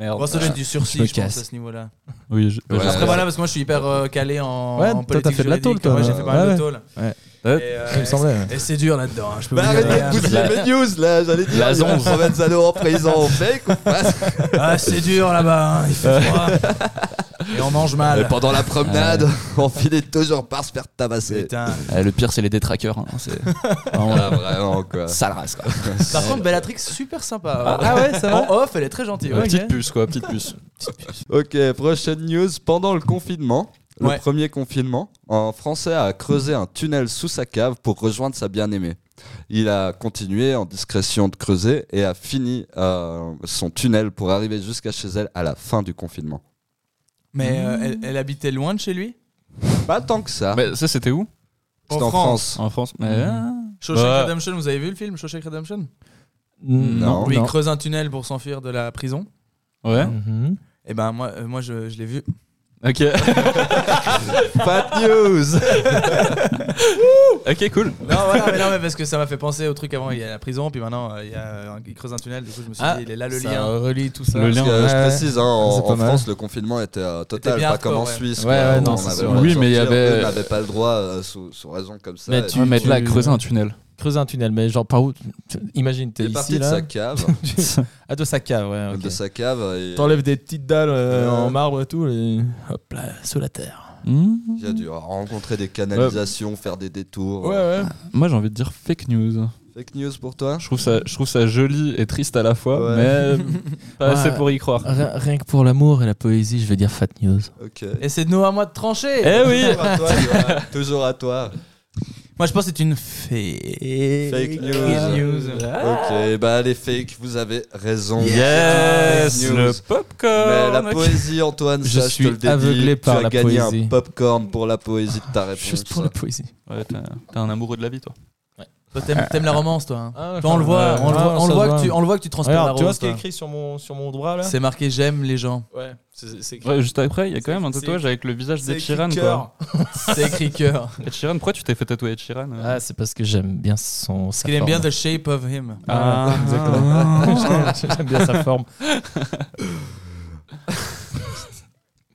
Speaker 1: Merde.
Speaker 6: Bon, ça doit être du
Speaker 3: Je
Speaker 6: sursis,
Speaker 3: me
Speaker 6: je pense,
Speaker 3: casse.
Speaker 6: à ce niveau-là.
Speaker 1: Oui, je-
Speaker 2: Ouais.
Speaker 1: je-
Speaker 6: Après, voilà, parce que moi, je suis hyper euh, calé en,
Speaker 3: Ouais,
Speaker 6: en
Speaker 3: toi,
Speaker 6: politique
Speaker 3: t'as fait de la tôle,
Speaker 6: juridique.
Speaker 3: toi.
Speaker 6: Ouais, j'ai fait pas mal
Speaker 3: Ouais,
Speaker 6: de tôle.
Speaker 3: ouais.
Speaker 6: Et,
Speaker 1: Ouais,
Speaker 6: euh,
Speaker 3: il me semblait.
Speaker 6: et c'est dur là-dedans, hein, je peux
Speaker 2: Bah,
Speaker 6: vous dire.
Speaker 2: arrêtez de bousiller mes news là, j'allais dire.
Speaker 1: La zonze.
Speaker 2: On va mettre Zano en prison, on fait qu'on passe.
Speaker 6: Ah, c'est dur là-bas, hein, il fait froid. Et on mange
Speaker 2: Et
Speaker 6: mal.
Speaker 2: pendant la promenade, on finit toujours par se faire tabasser.
Speaker 6: Putain.
Speaker 1: Euh, le pire, c'est les détraqueurs. hein, C'est
Speaker 2: Ah, vraiment quoi.
Speaker 1: sale race. quoi.
Speaker 6: Par contre, Bellatrix, super sympa.
Speaker 3: Ah ouais, ça va
Speaker 6: En off, elle est très gentille. ouais.
Speaker 1: Petite puce, quoi. Petite puce.
Speaker 2: Ok, prochaine news. Pendant le confinement, le
Speaker 6: Ouais.
Speaker 2: premier confinement, un Français a creusé un tunnel sous sa cave pour rejoindre sa bien-aimée. Il a continué en discrétion de creuser et a fini euh, son tunnel pour arriver jusqu'à chez elle à la fin du confinement.
Speaker 6: Mais euh, elle, elle habitait loin de chez lui
Speaker 2: Pas tant que ça.
Speaker 1: Ah. Mais ça, c'était où
Speaker 2: C'est en France.
Speaker 1: En France. Mais,
Speaker 6: Shawshank
Speaker 1: Ouais.
Speaker 6: Redemption, vous avez vu le film Shawshank Redemption
Speaker 2: Non.
Speaker 6: Où il creuse un tunnel pour s'enfuir de la prison.
Speaker 1: ah, Ouais.
Speaker 3: Mhm.
Speaker 6: Et ben moi, euh, moi je, je l'ai vu.
Speaker 1: Ok.
Speaker 2: Pas de news.
Speaker 1: ok, cool.
Speaker 6: Non, voilà, mais non, mais parce que ça m'a fait penser au truc avant, il y a la prison, puis maintenant euh, il, y a, un- il creuse un tunnel, du coup je me suis
Speaker 3: Ah,
Speaker 6: dit, il est là le
Speaker 3: ça
Speaker 6: lien.
Speaker 3: relie tout ça.
Speaker 1: Le lien.
Speaker 2: Parce que,
Speaker 3: Ouais,
Speaker 2: je
Speaker 3: ouais.
Speaker 2: précise, hein, en,
Speaker 3: C'est pas
Speaker 2: en
Speaker 3: mal.
Speaker 2: France, le confinement était euh, total,
Speaker 6: C'était bien
Speaker 2: pas comme en
Speaker 6: hardcore, ouais.
Speaker 2: Suisse.
Speaker 3: Ouais,
Speaker 2: quoi,
Speaker 3: ouais,
Speaker 2: où
Speaker 3: non,
Speaker 2: on
Speaker 3: c'est
Speaker 2: avait
Speaker 3: sûr.
Speaker 2: le droit de
Speaker 1: Oui, mais il y
Speaker 2: sortir,
Speaker 1: avait-
Speaker 2: eux n'avaient pas le droit euh, sous, sous raison comme ça.
Speaker 3: Mais
Speaker 2: Et
Speaker 3: tu-
Speaker 1: Ouais, mais
Speaker 3: tu-
Speaker 1: là, creuser un tunnel.
Speaker 3: Creuser un tunnel, mais genre par où tu- tu- Imagine,
Speaker 2: il
Speaker 3: t'es
Speaker 2: est
Speaker 3: ici
Speaker 2: parti de
Speaker 3: là.
Speaker 2: sa cave,
Speaker 3: Ah, de sa cave, ouais. ok.
Speaker 2: de sa cave. et-
Speaker 3: T'enlèves des petites dalles euh,
Speaker 2: Euh.
Speaker 3: en marbre et tout, et hop là, sous la terre.
Speaker 1: Hmm.
Speaker 2: Il a dû rencontrer des canalisations, faire des détours. euh,
Speaker 3: ouais.
Speaker 1: Moi, j'ai envie de dire fake news.
Speaker 2: Fake news pour toi
Speaker 1: Je trouve ça, je trouve ça joli et triste à la fois,
Speaker 2: Ouais.
Speaker 1: mais pas
Speaker 3: Ouais.
Speaker 1: assez pour y croire.
Speaker 3: Rien, rien que pour l'amour et la poésie, je vais dire fat news.
Speaker 2: Ok.
Speaker 6: Et c'est de nous à moi de trancher
Speaker 1: Eh oui
Speaker 2: Toujours à toi, Johan. Toujours à toi.
Speaker 6: Moi je pense que c'est une fée.
Speaker 2: Fake news.
Speaker 6: news.
Speaker 2: Ok, bah les fakes, vous avez raison.
Speaker 1: Yes
Speaker 2: Fake news.
Speaker 1: Le popcorn
Speaker 2: Mais la
Speaker 1: ok.
Speaker 2: poésie, Antoine,
Speaker 3: Je
Speaker 2: ça,
Speaker 3: suis
Speaker 2: te le dédie.
Speaker 3: aveuglé par
Speaker 2: tu
Speaker 3: la
Speaker 2: as gagné
Speaker 3: poésie.
Speaker 2: un popcorn pour la poésie de ta réponse.
Speaker 3: Juste pour la poésie.
Speaker 1: Ouais, t'as t'as un amoureux de la vie, toi.
Speaker 6: Toi t'aimes t'aimes la romance toi. hein.
Speaker 3: Ah,
Speaker 6: Toi, on le voit, on le voit, on le voit que tu, on le voit que tu transpires la
Speaker 3: Regarde, tu vois
Speaker 6: rose.
Speaker 3: ce qui est
Speaker 6: toi.
Speaker 3: écrit sur mon, sur mon bras là
Speaker 6: C'est marqué j'aime les gens.
Speaker 3: Ouais, c'est c'est écrit.
Speaker 1: Ouais, juste après, il y a
Speaker 3: C'est-
Speaker 1: quand même un tatouage avec le visage
Speaker 3: c'est
Speaker 1: d'Ed
Speaker 3: écrit
Speaker 1: Sheeran, quoi.
Speaker 3: cœur.
Speaker 6: C'est écrit cœur.
Speaker 1: Ed Sheeran, pourquoi tu t'es fait tatouer Ed Sheeran euh
Speaker 3: Ah, c'est parce que j'aime bien Ah. son. sa
Speaker 6: Parce qu'il aime bien
Speaker 3: forme.
Speaker 6: The Shape of Him.
Speaker 1: Ah,
Speaker 3: exactement. j'aime bien sa forme.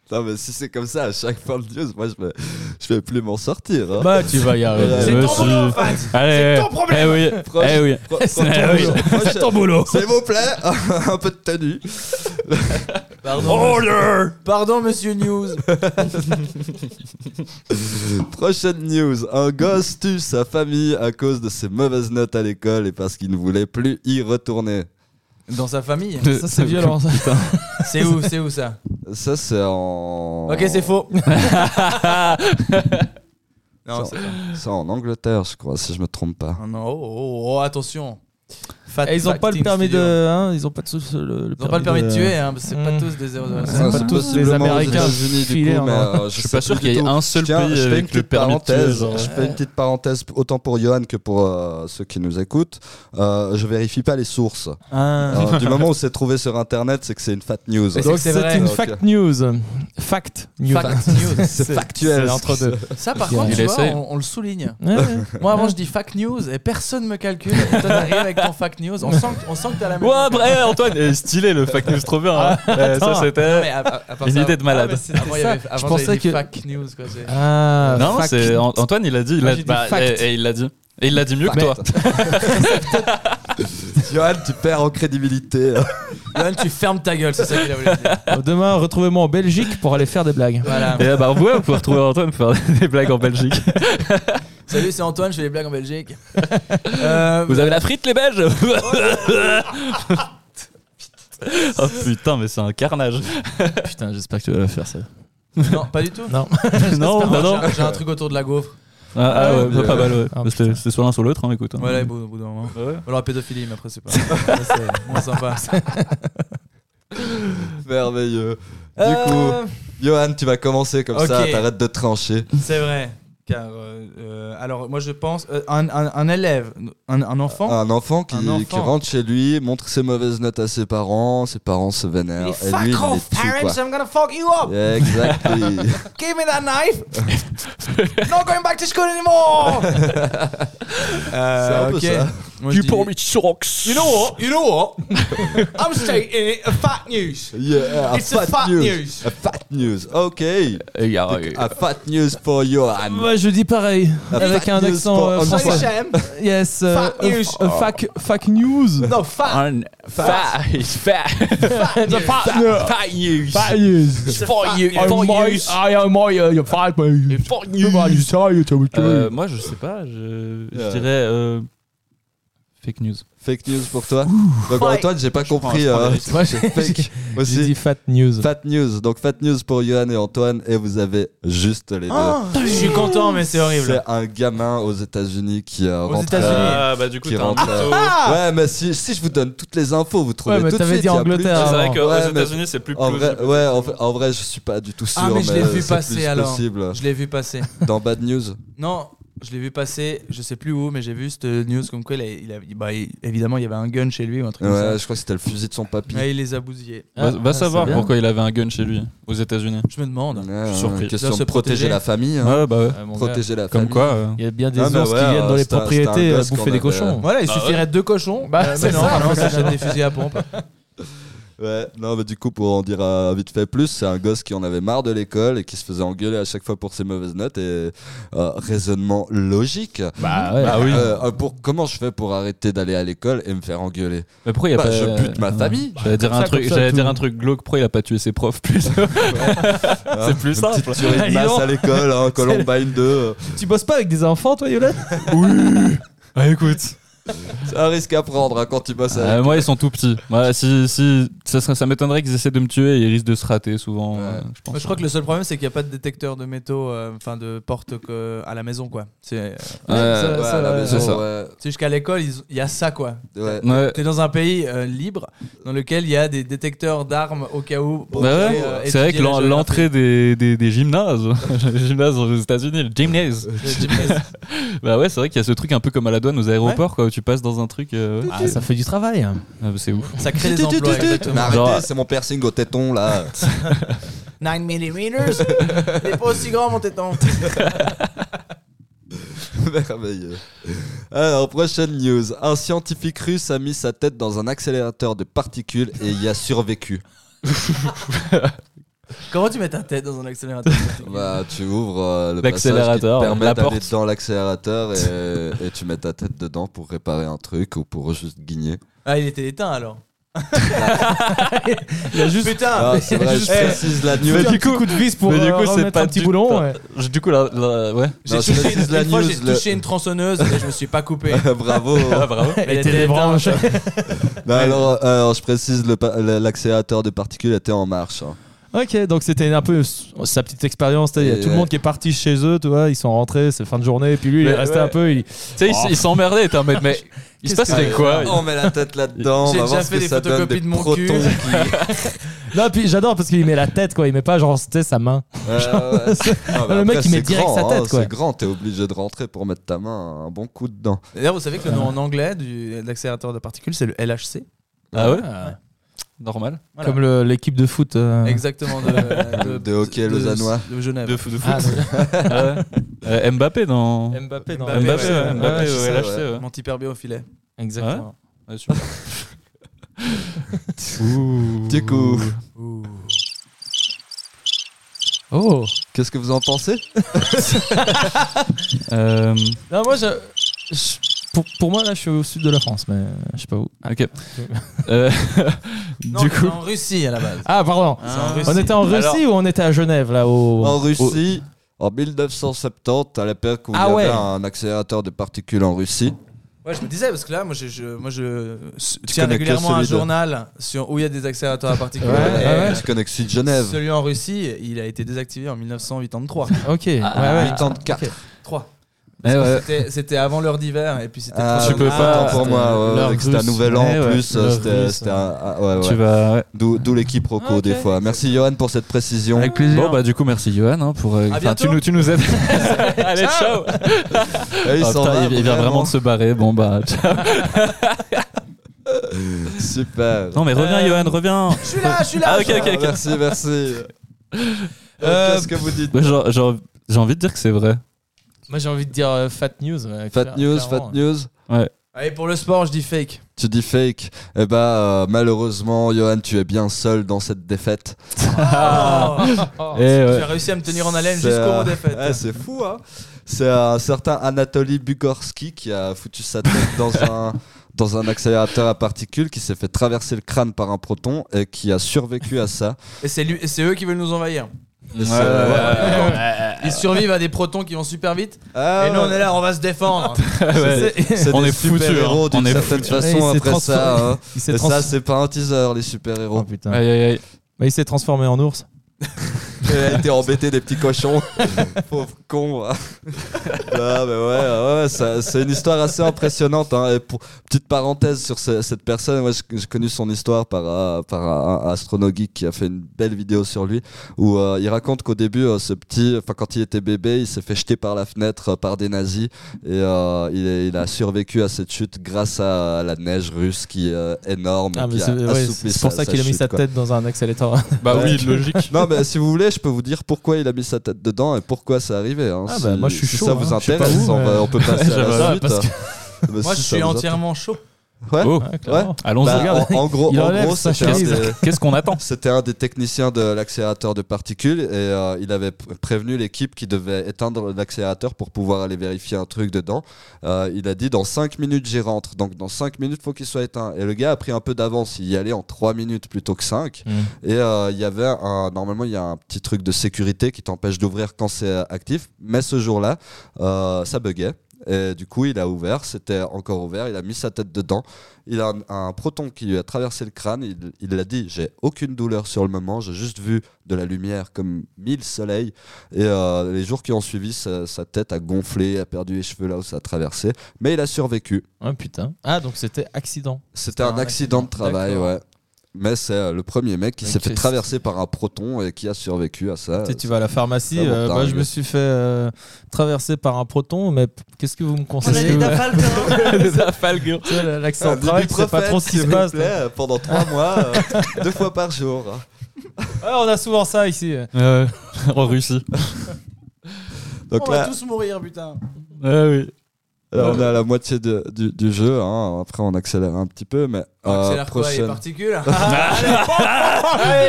Speaker 2: Non, mais si c'est comme ça à chaque fin de news, moi je, me- je vais plus m'en sortir. hein.
Speaker 3: Bah, tu vas y arriver.
Speaker 2: C'est ton
Speaker 1: Monsieur.
Speaker 6: boulot, en
Speaker 1: Allez, eh oui,
Speaker 2: Proche-
Speaker 1: eh oui.
Speaker 2: pro- pro-
Speaker 1: Eh oui.
Speaker 2: prochaine-
Speaker 3: C'est ton boulot.
Speaker 2: S'il vous plaît, un peu de tenue.
Speaker 6: Pardon. Pardon, monsieur News.
Speaker 2: Prochaine news. Un gosse tue sa famille à cause de ses mauvaises notes à l'école et parce qu'il ne voulait plus y retourner.
Speaker 6: Dans sa famille.
Speaker 3: Ça, c'est violent. ça.
Speaker 6: C'est où, c'est où ça
Speaker 2: Ça, c'est
Speaker 3: Oh.
Speaker 2: en.
Speaker 6: Ok, c'est faux. non, c'est
Speaker 2: C'est en Angleterre, je crois, si je me trompe pas.
Speaker 6: Ah non, oh, oh, oh, attention. Fat
Speaker 3: Eh, ils ont pas le
Speaker 6: Facting
Speaker 3: permis de.
Speaker 6: Studio.
Speaker 3: hein, ils ont pas de sou- le,
Speaker 6: Ils ont pas le permis de tuer, hein, parce que c'est pas
Speaker 3: Mm.
Speaker 6: tous des zéro zéro
Speaker 3: C'est
Speaker 2: Ça,
Speaker 6: zéro.
Speaker 3: pas
Speaker 2: Ah, c'est
Speaker 3: tous les
Speaker 2: possiblement aux
Speaker 3: Américains
Speaker 2: États-Unis, du coup,
Speaker 3: filaires,
Speaker 2: mais,
Speaker 3: hein.
Speaker 2: euh, je
Speaker 1: Je suis
Speaker 2: sais
Speaker 1: pas sûr
Speaker 2: plus
Speaker 1: qu'il y
Speaker 2: du
Speaker 1: ait
Speaker 2: tout.
Speaker 1: un seul
Speaker 2: Tiens,
Speaker 1: pays
Speaker 2: je fais une
Speaker 1: avec le
Speaker 2: petite
Speaker 1: permis de tuer,
Speaker 2: parenthèse.
Speaker 1: genre.
Speaker 2: Je fais une petite parenthèse autant pour Johan que pour euh, ceux qui nous écoutent. Euh, je vérifie pas les sources.
Speaker 6: Ah.
Speaker 2: Euh, du moment où c'est trouvé sur internet, c'est que c'est une fat news.
Speaker 6: Mais
Speaker 3: Donc
Speaker 6: C'est que c'est
Speaker 3: Oh, c'est
Speaker 6: vrai.
Speaker 3: une
Speaker 2: Ok.
Speaker 3: fact news. Fact news.
Speaker 6: Fact news.
Speaker 2: C'est factuel.
Speaker 3: C'est entre deux.
Speaker 6: Ça, par
Speaker 3: Il
Speaker 6: contre, tu vois,
Speaker 1: essaie.
Speaker 6: on, on le souligne.
Speaker 3: Ouais, ouais.
Speaker 6: Moi, avant, je dis fact news et personne me calcule. Et Toi, t'arrives avec ton fact news. On sent, que- on sent que t'as la même.
Speaker 1: Ouais, bref, Antoine, eh, stylé le fake news, trop bien. hein. Eh, ça,
Speaker 3: attends.
Speaker 6: Non,
Speaker 1: c'était
Speaker 6: mais à- à part
Speaker 1: une
Speaker 6: ça, ah,
Speaker 1: idée de malade.
Speaker 6: bah, euh, Avant, il y avait, avant,
Speaker 3: Je pensais
Speaker 6: j'avais dit
Speaker 3: que-
Speaker 6: fact news. Quoi, c'est-
Speaker 3: Ah,
Speaker 1: Non,
Speaker 3: fact-
Speaker 1: c'est An- Antoine, il a dit, il
Speaker 3: Moi,
Speaker 1: a-
Speaker 3: j'ai dit
Speaker 1: bah,
Speaker 3: fact.
Speaker 1: eh, eh, il l'a dit. Et il l'a dit mieux que toi.
Speaker 2: Johan, tu perds en crédibilité.
Speaker 6: Johan, tu fermes ta gueule, c'est ça qu'il a voulu dire.
Speaker 3: Demain, retrouvez-moi en Belgique pour aller faire des blagues.
Speaker 6: Voilà.
Speaker 1: Et euh, bah, à Barbois, vous pouvez retrouver Antoine pour faire des blagues en Belgique.
Speaker 6: Salut, c'est Antoine, je fais les blagues en Belgique. Euh,
Speaker 1: Vous avez la frite, les Belges Oh putain, mais c'est un carnage.
Speaker 3: Putain, j'espère que tu vas la faire ça.
Speaker 6: Non, pas du tout.
Speaker 3: Non.
Speaker 1: non,
Speaker 6: J'espère
Speaker 1: non,
Speaker 6: pas,
Speaker 1: non.
Speaker 6: j'ai- J'ai un truc autour de la gaufre.
Speaker 1: Ah, ah ouais,
Speaker 2: Ouais.
Speaker 1: pas mal, ouais.
Speaker 3: Ah,
Speaker 1: Bah, C'était c'était soit l'un, soit l'autre, hein, écoute.
Speaker 2: Bah,
Speaker 1: hein.
Speaker 6: Voilà, au bout au bout d'un moment.
Speaker 1: Ouais.
Speaker 6: Ou alors la pédophilie, mais après, c'est pas. Ça, c'est moins sympa.
Speaker 2: Merveilleux. Du
Speaker 6: Euh,
Speaker 2: coup, Johan, tu vas commencer comme ça,
Speaker 6: Ok.
Speaker 2: t'arrêtes de trancher.
Speaker 6: C'est vrai. Car, euh, euh, alors, moi, je pense, euh, un, un- un élève, un, un enfant,
Speaker 2: Un enfant, qui,
Speaker 6: Un enfant.
Speaker 2: qui rentre chez lui, montre ses mauvaises notes à ses parents, ses parents se vénèrent.
Speaker 6: il est
Speaker 2: et
Speaker 6: fuck
Speaker 2: lui, il les
Speaker 6: off,
Speaker 2: tue,
Speaker 6: parents,
Speaker 2: quoi.
Speaker 6: I'm gonna fuck you up.
Speaker 2: Exactly.
Speaker 6: Give me that knife. Not going back to school anymore. euh,
Speaker 2: un peu ça.
Speaker 6: Moi, je dis- You know what? Oh, You know what? I'm stating it a fat news.
Speaker 2: Yeah, a
Speaker 6: It's a
Speaker 2: fat,
Speaker 6: fat
Speaker 2: news.
Speaker 6: news.
Speaker 2: A fat news. Ok.
Speaker 1: Et y a- euh,
Speaker 2: A fat news for Johan.
Speaker 3: Moi, je dis pareil, avec
Speaker 2: fake
Speaker 3: un
Speaker 2: news
Speaker 3: accent
Speaker 2: for-
Speaker 3: euh,
Speaker 2: on
Speaker 6: So
Speaker 2: Français.
Speaker 3: français.
Speaker 6: Shem.
Speaker 3: Yes, euh,
Speaker 6: Fact
Speaker 3: euh,
Speaker 6: news.
Speaker 3: f- euh, fac, fac news.
Speaker 6: No, fat.
Speaker 1: un fat, it's fat,
Speaker 3: It's a fact news.
Speaker 1: fat news,
Speaker 3: Fact news.
Speaker 1: It's fat you-
Speaker 3: I
Speaker 1: fat
Speaker 3: might,
Speaker 1: news,
Speaker 3: I am my, uh, your fact news.
Speaker 1: fat
Speaker 3: Nobody
Speaker 1: news.
Speaker 3: saw you, tell me to
Speaker 1: Euh,
Speaker 3: you.
Speaker 1: moi, je sais pas. Je, je
Speaker 2: Euh.
Speaker 1: dirais euh, fake news.
Speaker 2: Fake news pour toi. Donc Antoine, j'ai pas compris.
Speaker 1: prends
Speaker 2: euh,
Speaker 1: le
Speaker 3: Moi, j'ai-
Speaker 2: fake
Speaker 3: j'ai dit
Speaker 2: aussi.
Speaker 3: fat news.
Speaker 2: Fat news. Donc fat news pour Johan et Antoine et vous avez juste les deux.
Speaker 6: Je suis content, mais Ah, c'est horrible.
Speaker 2: C'est un gamin aux États-Unis qui euh,
Speaker 6: Aux
Speaker 2: rentre.
Speaker 6: États-Unis. Ah.
Speaker 2: euh,
Speaker 1: bah du
Speaker 2: Qui rentre, euh, ouais, mais si, si je vous donne toutes les infos, vous trouvez
Speaker 3: Ouais, mais
Speaker 2: tout de
Speaker 3: t'avais
Speaker 2: suite.
Speaker 3: dit
Speaker 2: y a plus-
Speaker 3: Angleterre. C'est vrai
Speaker 2: Ah, qu'aux Ouais, mais- États-Unis,
Speaker 1: c'est plus
Speaker 2: En vrai, ouais, en, fait- en vrai, je suis pas du tout sûr.
Speaker 6: Ah, mais je l'ai vu
Speaker 2: c'est
Speaker 6: passer,
Speaker 2: plus
Speaker 6: alors.
Speaker 2: possible.
Speaker 6: Je l'ai vu passer.
Speaker 2: Dans Bad News.
Speaker 6: Non, je l'ai vu passer, je sais plus où, mais j'ai vu cette news comme quoi, il a- il a- bah, il- évidemment, il y avait un gun chez lui ou un truc
Speaker 2: Ouais,
Speaker 6: comme
Speaker 2: je crois que c'était le fusil de son papy.
Speaker 6: ça. Ouais, il les a bousillés.
Speaker 1: Va, va
Speaker 3: Ah,
Speaker 1: savoir
Speaker 3: c'est bien.
Speaker 1: pourquoi il avait un gun chez lui aux États-Unis.
Speaker 6: Je me demande.
Speaker 2: Ouais,
Speaker 1: Je suis surpris.
Speaker 2: Question
Speaker 6: Doit se
Speaker 2: de protéger
Speaker 6: protéger.
Speaker 2: la famille. hein.
Speaker 1: Ouais, bah ouais.
Speaker 3: Ah, mon gars.
Speaker 2: Protéger la
Speaker 1: Comme
Speaker 2: famille.
Speaker 1: quoi. euh,
Speaker 3: Il y a bien des
Speaker 2: Ah, bah
Speaker 3: ours
Speaker 2: ouais,
Speaker 3: qui viennent dans les
Speaker 2: c'était un- c'était
Speaker 3: propriétés
Speaker 2: un
Speaker 3: euh,
Speaker 2: gosse
Speaker 3: bouffer des
Speaker 2: qu'on avait,
Speaker 3: cochons.
Speaker 6: Voilà, il
Speaker 1: Bah
Speaker 6: suffirait de deux cochons.
Speaker 3: Bah,
Speaker 6: Euh,
Speaker 3: c'est
Speaker 6: mais non,
Speaker 3: ça.
Speaker 6: alors ça jette des fusils à pompe.
Speaker 2: Ouais, non, mais du coup, pour en dire euh, vite fait plus, c'est un gosse qui en avait marre de l'école et qui se faisait engueuler à chaque fois pour ses mauvaises notes. Et euh, raisonnement logique.
Speaker 3: Bah ouais.
Speaker 1: Ah oui.
Speaker 2: Euh, euh, pour, comment je fais pour arrêter d'aller à l'école et me faire engueuler
Speaker 1: Mais pourquoi il y a
Speaker 2: bah,
Speaker 1: pas. Bah,
Speaker 2: Je bute ma famille.
Speaker 1: J'allais dire
Speaker 3: Comme
Speaker 1: un
Speaker 3: ça,
Speaker 1: truc,
Speaker 3: comme ça,
Speaker 1: j'allais
Speaker 3: tout-
Speaker 1: dire un truc glauque. Pourquoi il a pas tué ses profs plus C'est plus simple.
Speaker 2: Petite tuerie de masse à l'école, hein, Columbine 2. euh,
Speaker 3: Tu bosses pas avec des enfants, toi, Yolette
Speaker 1: Ah écoute.
Speaker 2: C'est un risque à prendre hein, quand tu bosses avec.
Speaker 1: Euh, moi ils sont tout petits. Moi, si, si, ça, serait- ça m'étonnerait qu'ils essaient de me tuer et ils risquent de se rater souvent.
Speaker 2: Ouais.
Speaker 1: euh, je pense.
Speaker 6: Moi, je crois que le seul problème, c'est qu'il n'y a pas de détecteur de métaux, euh, enfin de porte que- à la maison, quoi. C'est euh,
Speaker 1: Ouais,
Speaker 3: Ça-
Speaker 2: Ouais,
Speaker 3: ça,
Speaker 2: à la
Speaker 3: ouais.
Speaker 2: maison,
Speaker 1: C'est ça.
Speaker 2: ouais,
Speaker 6: c'est jusqu'à l'école, ils- il y a ça, quoi.
Speaker 2: ouais.
Speaker 1: ouais.
Speaker 6: T'es dans un pays euh, libre dans lequel il y a des détecteurs d'armes au cas où. pour,
Speaker 1: Bah ouais,
Speaker 6: euh,
Speaker 1: c'est vrai
Speaker 6: étudier
Speaker 1: que l'en-
Speaker 6: la
Speaker 1: l'entrée des, des, des gymnases, les gymnases aux États-Unis, le gymnase.
Speaker 6: géographie. Le gymnase.
Speaker 1: Bah ouais, c'est vrai qu'il y a ce truc un peu comme à la douane aux aéroports, quoi, où tu passes dans un truc. euh, ouais.
Speaker 3: Ça fait du travail. hein.
Speaker 1: Ah, bah, c'est ouf.
Speaker 6: Ça crée des emplois,
Speaker 2: Mais
Speaker 6: exactement.
Speaker 2: arrêtez,
Speaker 1: Genre- euh,
Speaker 2: c'est mon piercing au téton là.
Speaker 6: 9 mm. Il est pas aussi grand, mon téton.
Speaker 2: Merveilleux. Alors, prochaine news. Un scientifique russe a mis sa tête dans un accélérateur de particules et y a survécu.
Speaker 6: Comment tu mets ta tête dans un accélérateur
Speaker 2: Bah, tu ouvres euh, le
Speaker 1: L'accélérateur,
Speaker 2: passage qui te
Speaker 1: la
Speaker 2: permet d'aller
Speaker 1: porte.
Speaker 2: dans l'accélérateur et, et tu mets ta tête dedans pour réparer un truc ou pour juste guigner.
Speaker 6: Ah, il était éteint alors.
Speaker 3: Il y a juste.
Speaker 6: Putain
Speaker 2: Ah, c'est vrai, je
Speaker 3: Eh,
Speaker 2: précise la
Speaker 3: Tu
Speaker 2: news.
Speaker 3: fais
Speaker 1: du
Speaker 3: un
Speaker 1: coup-
Speaker 3: petit coup de vis pour
Speaker 1: mais du
Speaker 3: euh,
Speaker 1: coup, c'est
Speaker 3: remettre
Speaker 1: pas
Speaker 3: un petit
Speaker 1: du-
Speaker 3: boulon. ouais.
Speaker 1: Je- Du coup, là, là, ouais.
Speaker 6: J'ai
Speaker 2: Non, je
Speaker 6: touché,
Speaker 2: précise la
Speaker 6: une fois,
Speaker 2: news,
Speaker 6: j'ai
Speaker 2: le-
Speaker 6: touché Ah, une tronçonneuse et je me suis pas coupé.
Speaker 2: Bravo.
Speaker 1: bravo.
Speaker 6: Elle était
Speaker 3: les
Speaker 6: éteinte.
Speaker 3: branches.
Speaker 2: Non, alors, euh, alors, je précise, le pa- le- l'accélérateur de particules était en marche. hein.
Speaker 3: Ok, donc c'était un peu s- sa petite expérience. t'as- Il y a
Speaker 2: Et
Speaker 3: tout le
Speaker 2: ouais.
Speaker 3: monde qui est parti chez eux, tu vois. Ils sont rentrés, c'est fin de journée. Puis lui, il est
Speaker 1: Mais
Speaker 3: resté
Speaker 1: ouais.
Speaker 3: un peu. Il...
Speaker 1: Tu sais, il, il s'emmerdait, il était en mode, mais il se
Speaker 3: Qu'est-ce
Speaker 1: passerait
Speaker 3: que-
Speaker 1: quoi
Speaker 2: On met la tête là-dedans, on
Speaker 6: J'ai
Speaker 2: va
Speaker 6: déjà
Speaker 2: voir ce
Speaker 6: fait
Speaker 2: que
Speaker 6: des
Speaker 2: ça donne
Speaker 6: photocopies
Speaker 2: des
Speaker 6: de mon cul.
Speaker 2: protons qui-
Speaker 3: Non, puis j'adore parce qu'il met la tête, quoi. Il met pas genre, tu sais, sa main.
Speaker 2: Ouais, euh, ouais, c'est- Ah, bah
Speaker 3: le mec,
Speaker 2: après,
Speaker 3: il met
Speaker 2: c'est
Speaker 3: direct sa
Speaker 2: grand,
Speaker 3: tête,
Speaker 2: hein,
Speaker 3: quoi.
Speaker 2: C'est grand, t'es obligé de rentrer pour mettre ta main un bon coup dedans.
Speaker 6: D'ailleurs, vous savez que le nom en anglais du, de l'accélérateur de particules, c'est le LHC.
Speaker 1: Ah ouais
Speaker 3: Ah.
Speaker 1: Normal.
Speaker 6: Voilà.
Speaker 3: Comme le- l'équipe de foot. euh,
Speaker 6: Exactement. De,
Speaker 2: De hockey lausannois.
Speaker 6: De Genève.
Speaker 1: De, fou- de foot.
Speaker 3: ah, c'est-
Speaker 1: Ah ouais. Euh, Mbappé dans.
Speaker 3: Mbappé, dans
Speaker 6: Mbappé,
Speaker 1: Mbappé,
Speaker 6: ouais,
Speaker 1: ouais, hein.
Speaker 6: ouais,
Speaker 1: Mbappé
Speaker 2: ouais,
Speaker 1: au
Speaker 2: c'est ça,
Speaker 1: LHC, ouais.
Speaker 6: Mon petit perdu au filet.
Speaker 3: Exactement.
Speaker 1: Ouais, super.
Speaker 2: Du coup,
Speaker 3: Oh
Speaker 2: qu'est-ce que vous en pensez
Speaker 1: Euh,
Speaker 3: Non, moi, je- je- pour, pour moi, là, je suis au sud de la France, mais je sais pas où.
Speaker 1: ok. Euh,
Speaker 6: Non,
Speaker 1: du coup.
Speaker 6: c'est en Russie à la base.
Speaker 3: Ah, pardon
Speaker 6: C'est en Russie.
Speaker 3: On était en Russie
Speaker 1: Alors-
Speaker 3: ou on était à Genève, là au...
Speaker 1: Oh.
Speaker 2: En
Speaker 3: au-
Speaker 2: Russie, en 1970, à l'époque où
Speaker 3: Ah
Speaker 2: il y
Speaker 3: ouais.
Speaker 2: avait un accélérateur de particules en Russie.
Speaker 6: Ouais, je me disais, parce que là, moi, je, je- moi, je tiens
Speaker 2: connais que
Speaker 6: régulièrement un
Speaker 2: celui de-
Speaker 6: journal sur où il y a des accélérateurs à particules.
Speaker 3: Ouais, ouais,
Speaker 6: Et, euh,
Speaker 2: Tu connais que celui de Genève.
Speaker 6: Celui en Russie, il a été désactivé en 1983.
Speaker 3: Ah, Ok, ouais, ouais.
Speaker 2: 84.
Speaker 6: Trois.
Speaker 1: Eh
Speaker 6: Parce que
Speaker 1: ouais.
Speaker 6: c'était- C'était avant l'heure d'hiver et puis c'était.
Speaker 2: Ah,
Speaker 6: trop
Speaker 1: tu peux
Speaker 6: dommage.
Speaker 1: pas-
Speaker 2: autant pour
Speaker 6: Ah,
Speaker 2: moi, ouais,
Speaker 3: l'heure
Speaker 2: ouais, que c'était un
Speaker 3: russe.
Speaker 2: nouvel an
Speaker 1: Eh
Speaker 2: en
Speaker 1: ouais,
Speaker 2: plus, euh,
Speaker 3: l'heure
Speaker 2: c'était
Speaker 3: russe,
Speaker 2: c'était un- ah, ouais, ouais.
Speaker 1: Tu vas. ouais.
Speaker 2: D'où d'où les quiproquos des fois. Merci Johan pour cette précision.
Speaker 1: Bon bah du coup merci Johan hein, pour. euh,
Speaker 6: À
Speaker 1: enfin, tu
Speaker 6: bientôt.
Speaker 1: nous tu nous aides. Allez ciao.
Speaker 2: Ah, il
Speaker 1: Ah,
Speaker 2: s'en
Speaker 1: putain,
Speaker 2: va
Speaker 1: il, il vient vraiment de se barrer. Bon bah. ciao.
Speaker 2: Super.
Speaker 1: Non mais reviens Johan reviens.
Speaker 6: Euh, Je suis là, je suis là.
Speaker 1: Ah
Speaker 6: je
Speaker 1: ok
Speaker 6: suis là.
Speaker 1: ok ok.
Speaker 2: Merci, merci.
Speaker 3: Euh,
Speaker 2: Qu'est-ce que vous dites
Speaker 1: Bah, genre- genre, J'ai envie de dire que c'est vrai.
Speaker 3: Moi j'ai envie de dire euh, fat news. ouais,
Speaker 2: Fat
Speaker 3: clair-
Speaker 2: news,
Speaker 3: clairement.
Speaker 2: fat news.
Speaker 6: Allez, Ah, pour le sport, je dis fake.
Speaker 2: Tu dis fake. Eh ben, euh, malheureusement, Johan, tu es bien seul dans cette défaite.
Speaker 1: Eh, ouais.
Speaker 6: J'ai Oh. réussi à me tenir en haleine
Speaker 2: C'est,
Speaker 6: jusqu'au
Speaker 2: euh,
Speaker 6: moment des fêtes.
Speaker 2: ouais, c'est fou, hein. C'est un certain Anatoly Bugorski qui a foutu sa tête dans un dans un accélérateur à particules qui s'est fait traverser le crâne par un proton et qui a survécu à ça.
Speaker 6: Et c'est lui- et c'est eux qui veulent nous envahir. Euh,
Speaker 2: Et c'est-
Speaker 6: Ils survivent à des protons qui vont super vite.
Speaker 2: Ah
Speaker 6: et nous, on
Speaker 2: ouais.
Speaker 6: est là, on va se défendre.
Speaker 1: Ouais.
Speaker 6: C'est-
Speaker 1: On
Speaker 2: des
Speaker 1: est foutus,
Speaker 2: super-héros
Speaker 1: hein.
Speaker 2: d'une
Speaker 1: On est
Speaker 2: certaine
Speaker 1: foutus.
Speaker 3: Ouais, il
Speaker 2: façon
Speaker 3: s'est
Speaker 2: après ça.
Speaker 3: transformé.
Speaker 2: hein.
Speaker 3: Il s'est
Speaker 2: Et ça,
Speaker 3: trans-
Speaker 2: c'est pas un teaser, les
Speaker 3: Oh,
Speaker 2: super-héros.
Speaker 3: putain.
Speaker 1: Aïe aïe aïe.
Speaker 3: Bah, il s'est transformé en ours.
Speaker 2: Elle a été embêtée des petits cochons. Pauvre con. hein. Ah, mais ouais, ouais, ça- c'est une histoire assez impressionnante. hein. Et pour, petite parenthèse sur ce- cette personne, moi, j'ai j'ai connu son histoire par, euh, par un, un astronogeek qui a fait une belle vidéo sur lui où euh, il raconte qu'au début, euh, ce petit, enfin quand il était bébé, il s'est fait jeter par la fenêtre euh, par des nazis et euh, il, est- il a survécu à cette chute grâce à, la neige russe qui est euh, énorme.
Speaker 3: Ah,
Speaker 2: et
Speaker 3: mais
Speaker 2: qui a
Speaker 3: c'est ouais,
Speaker 2: assoupli
Speaker 3: c'est pour
Speaker 2: sa-
Speaker 3: ça qu'il a mis
Speaker 2: chute,
Speaker 3: sa
Speaker 2: quoi.
Speaker 3: tête dans un accélérateur.
Speaker 1: Bah
Speaker 2: Ouais.
Speaker 1: oui logique.
Speaker 2: Non, mais si vous voulez, je peux vous dire pourquoi il a mis sa tête dedans et pourquoi c'est arrivé. hein.
Speaker 3: Ah,
Speaker 2: Si-
Speaker 3: bah, moi, je suis
Speaker 2: si
Speaker 3: chaud,
Speaker 2: ça
Speaker 3: hein.
Speaker 2: vous
Speaker 3: Je sais
Speaker 2: intéresse,
Speaker 3: pas où,
Speaker 2: on, va-
Speaker 3: mais-
Speaker 2: on peut passer à
Speaker 1: J'aimerais
Speaker 2: la
Speaker 1: bien,
Speaker 2: suite.
Speaker 3: parce
Speaker 2: Bah,
Speaker 6: Moi,
Speaker 2: si
Speaker 6: je
Speaker 2: ça
Speaker 6: suis
Speaker 2: vous
Speaker 6: entièrement chaud.
Speaker 2: Ouais.
Speaker 1: Oh.
Speaker 3: Ouais, clairement.
Speaker 2: intéresse.
Speaker 1: Allons-y.
Speaker 2: Bah,
Speaker 3: Regarde,
Speaker 2: en, en gros,
Speaker 3: il
Speaker 2: en
Speaker 3: enlève
Speaker 2: gros,
Speaker 3: sa
Speaker 2: c'était un
Speaker 3: chemise.
Speaker 2: des-
Speaker 1: Qu'est-ce qu'on attend
Speaker 2: c'était un des techniciens de l'accélérateur de particules et euh, il avait pr- prévenu l'équipe qui devait éteindre l'accélérateur pour pouvoir aller vérifier un truc dedans. Euh, il a dit dans 5 minutes j'y rentre, donc dans 5 minutes faut qu'il soit éteint. Et le gars a pris un peu d'avance, il y allait en 3 minutes plutôt que 5.
Speaker 3: Mm.
Speaker 2: Et euh, il y avait un, normalement il y a un petit truc de sécurité qui t'empêche d'ouvrir quand c'est euh, actif, mais ce jour-là euh, ça buguait. Et du coup, il a ouvert, c'était encore ouvert, il a mis sa tête dedans. Il a un, un proton qui lui a traversé le crâne. Il, il l'a dit J'ai aucune douleur sur le moment, j'ai juste vu de la lumière comme mille soleils. Et euh, les jours qui ont suivi, sa, sa tête a gonflé, a perdu les cheveux là où ça a traversé. Mais il a survécu.
Speaker 3: Ah, putain. Ah, donc c'était accident.
Speaker 2: C'était un,
Speaker 6: un
Speaker 2: accident de travail,
Speaker 6: D'accord.
Speaker 2: ouais. Mais c'est euh, le premier mec qui
Speaker 3: Mais
Speaker 2: s'est fait
Speaker 3: qu'est-ce-
Speaker 2: traverser par un proton et qui a survécu à ça.
Speaker 3: Tu sais, tu vas à la pharmacie,
Speaker 2: Euh, c'est vraiment
Speaker 3: euh, moi,
Speaker 2: dingue.
Speaker 3: je me suis fait euh, traverser par un proton, mais p- qu'est-ce que vous me conseillez
Speaker 1: hein.
Speaker 3: Tu sais, L'accent de travail, tu sais pas
Speaker 2: ibuprofène,
Speaker 3: trop ce qui
Speaker 2: Euh, s'il
Speaker 3: se
Speaker 2: vous
Speaker 3: passe. hein.
Speaker 2: plaît, euh, pendant trois mois, euh, deux fois par jour.
Speaker 3: Ouais, on a souvent ça ici.
Speaker 1: En Russie.
Speaker 2: Donc
Speaker 6: on
Speaker 2: là,
Speaker 6: va tous mourir, putain.
Speaker 1: Ah oui.
Speaker 2: Là, Euh, on est à la moitié de- du, du jeu. hein. Après, on accélère un petit peu, mais
Speaker 6: On
Speaker 2: euh,
Speaker 6: accélère quoi les
Speaker 2: prochaine.
Speaker 6: particules
Speaker 3: Allez,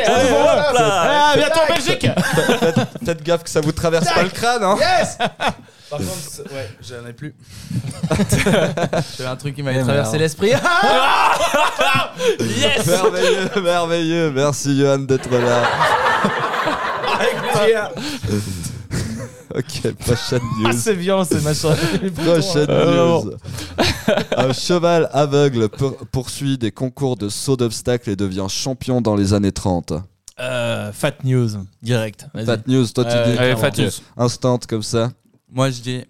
Speaker 3: allez, hop là. Ah, bientôt en Belgique
Speaker 2: Faites gaffe que ça vous traverse pas le crâne. Hein.
Speaker 6: Yes Par contre, c'est- ouais, j'en ai plus. J'avais un truc qui m'avait
Speaker 3: Eh,
Speaker 6: traversé
Speaker 3: merde.
Speaker 6: l'esprit.
Speaker 2: merveilleux, merveilleux. Merci Johan d'être là. Ok, prochaine
Speaker 3: Ah,
Speaker 2: news.
Speaker 3: C'est violent, c'est machin.
Speaker 2: Prochaine
Speaker 3: Euh,
Speaker 2: news. Un cheval aveugle pour- poursuit des concours de saut d'obstacles et devient champion dans les années 30.
Speaker 3: Euh, fat news, direct. Vas-y.
Speaker 2: Fat news, toi tu
Speaker 3: Ouais,
Speaker 2: dis
Speaker 3: ouais,
Speaker 1: Allez
Speaker 3: Clairement.
Speaker 1: Fat news.
Speaker 2: instant comme ça.
Speaker 6: Moi, je dis,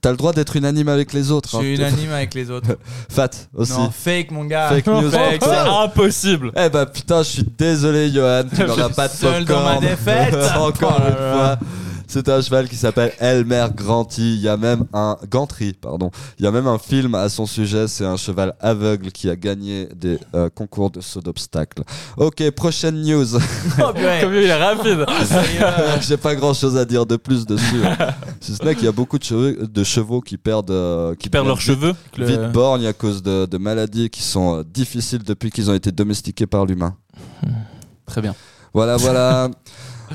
Speaker 2: T'as le droit d'être unanime avec les
Speaker 6: je
Speaker 2: autres.
Speaker 6: suis
Speaker 2: hein.
Speaker 6: unanime avec les autres.
Speaker 2: Fat aussi.
Speaker 6: Non, fake, mon gars.
Speaker 2: Fake news.
Speaker 6: Fake,
Speaker 2: Oh,
Speaker 6: c'est-
Speaker 2: oh.
Speaker 1: Impossible.
Speaker 2: Eh bah putain, je suis désolé Johan, tu n'auras pas de
Speaker 6: seul dans
Speaker 2: popcorn.
Speaker 6: ma défaite.
Speaker 2: Encore
Speaker 6: Oh
Speaker 2: une
Speaker 6: là
Speaker 2: fois. C'est un cheval qui s'appelle Elmer Granty. Il y a même un Gantry, pardon. Il y a même un film à son sujet. C'est un cheval aveugle qui a gagné des euh, concours de saut d'obstacles. Ok, prochaine news.
Speaker 6: Oh, purée.
Speaker 1: Comme il est rapide.
Speaker 2: J'ai pas grand chose à dire de plus dessus. Si ce n'est qu'il y a beaucoup de chevaux, de chevaux qui perdent, euh, qui
Speaker 1: Ils perdent leurs cheveux.
Speaker 3: Le-
Speaker 2: Vite borgne à cause de, de maladies qui sont euh, difficiles depuis qu'ils ont été domestiqués par l'humain.
Speaker 6: Hmm.
Speaker 1: Très bien.
Speaker 2: Voilà, voilà.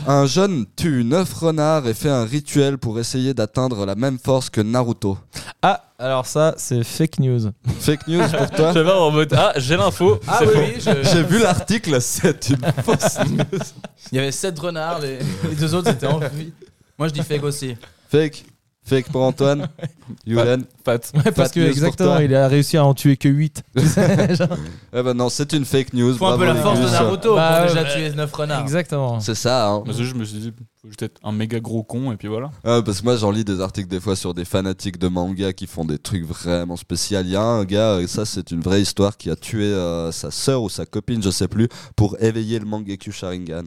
Speaker 2: un jeune tue neuf renards et fait un rituel pour essayer d'atteindre la même force que Naruto.
Speaker 3: Ah, alors ça, c'est fake news.
Speaker 2: Fake news pour toi
Speaker 1: J'avais en mode ah j'ai l'info.
Speaker 6: Ah
Speaker 1: c'est
Speaker 6: oui,
Speaker 1: faux.
Speaker 6: oui, je-
Speaker 2: J'ai vu l'article, c'est une fausse news.
Speaker 6: il y avait 7 renards, les, les deux autres étaient en fuite. Moi, je dis fake aussi.
Speaker 2: Fake. Fake pour Antoine. Yulen.
Speaker 1: Fat.
Speaker 2: parce
Speaker 3: parce
Speaker 2: que,
Speaker 3: que
Speaker 2: news pour
Speaker 3: exactement,
Speaker 2: toi.
Speaker 3: il a réussi à en tuer que 8.
Speaker 2: Eh ben non, c'est une fake news.
Speaker 6: Faut un
Speaker 2: bravo
Speaker 6: peu la
Speaker 2: les
Speaker 6: force de
Speaker 2: gus.
Speaker 6: Naruto
Speaker 3: Bah,
Speaker 6: pour déjà
Speaker 3: ouais.
Speaker 6: tuer 9 renards.
Speaker 3: exactement.
Speaker 2: C'est ça, hein.
Speaker 1: Parce que je me suis dit. J'étais un méga gros con et puis voilà.
Speaker 2: Ouais, Euh, parce que moi j'en lis des articles des fois sur des fanatiques de manga qui font des trucs vraiment spéciaux. Il y a un gars, et ça c'est une vraie histoire, qui a tué euh, sa sœur ou sa copine, je sais plus, pour éveiller le Mangekyou Sharingan.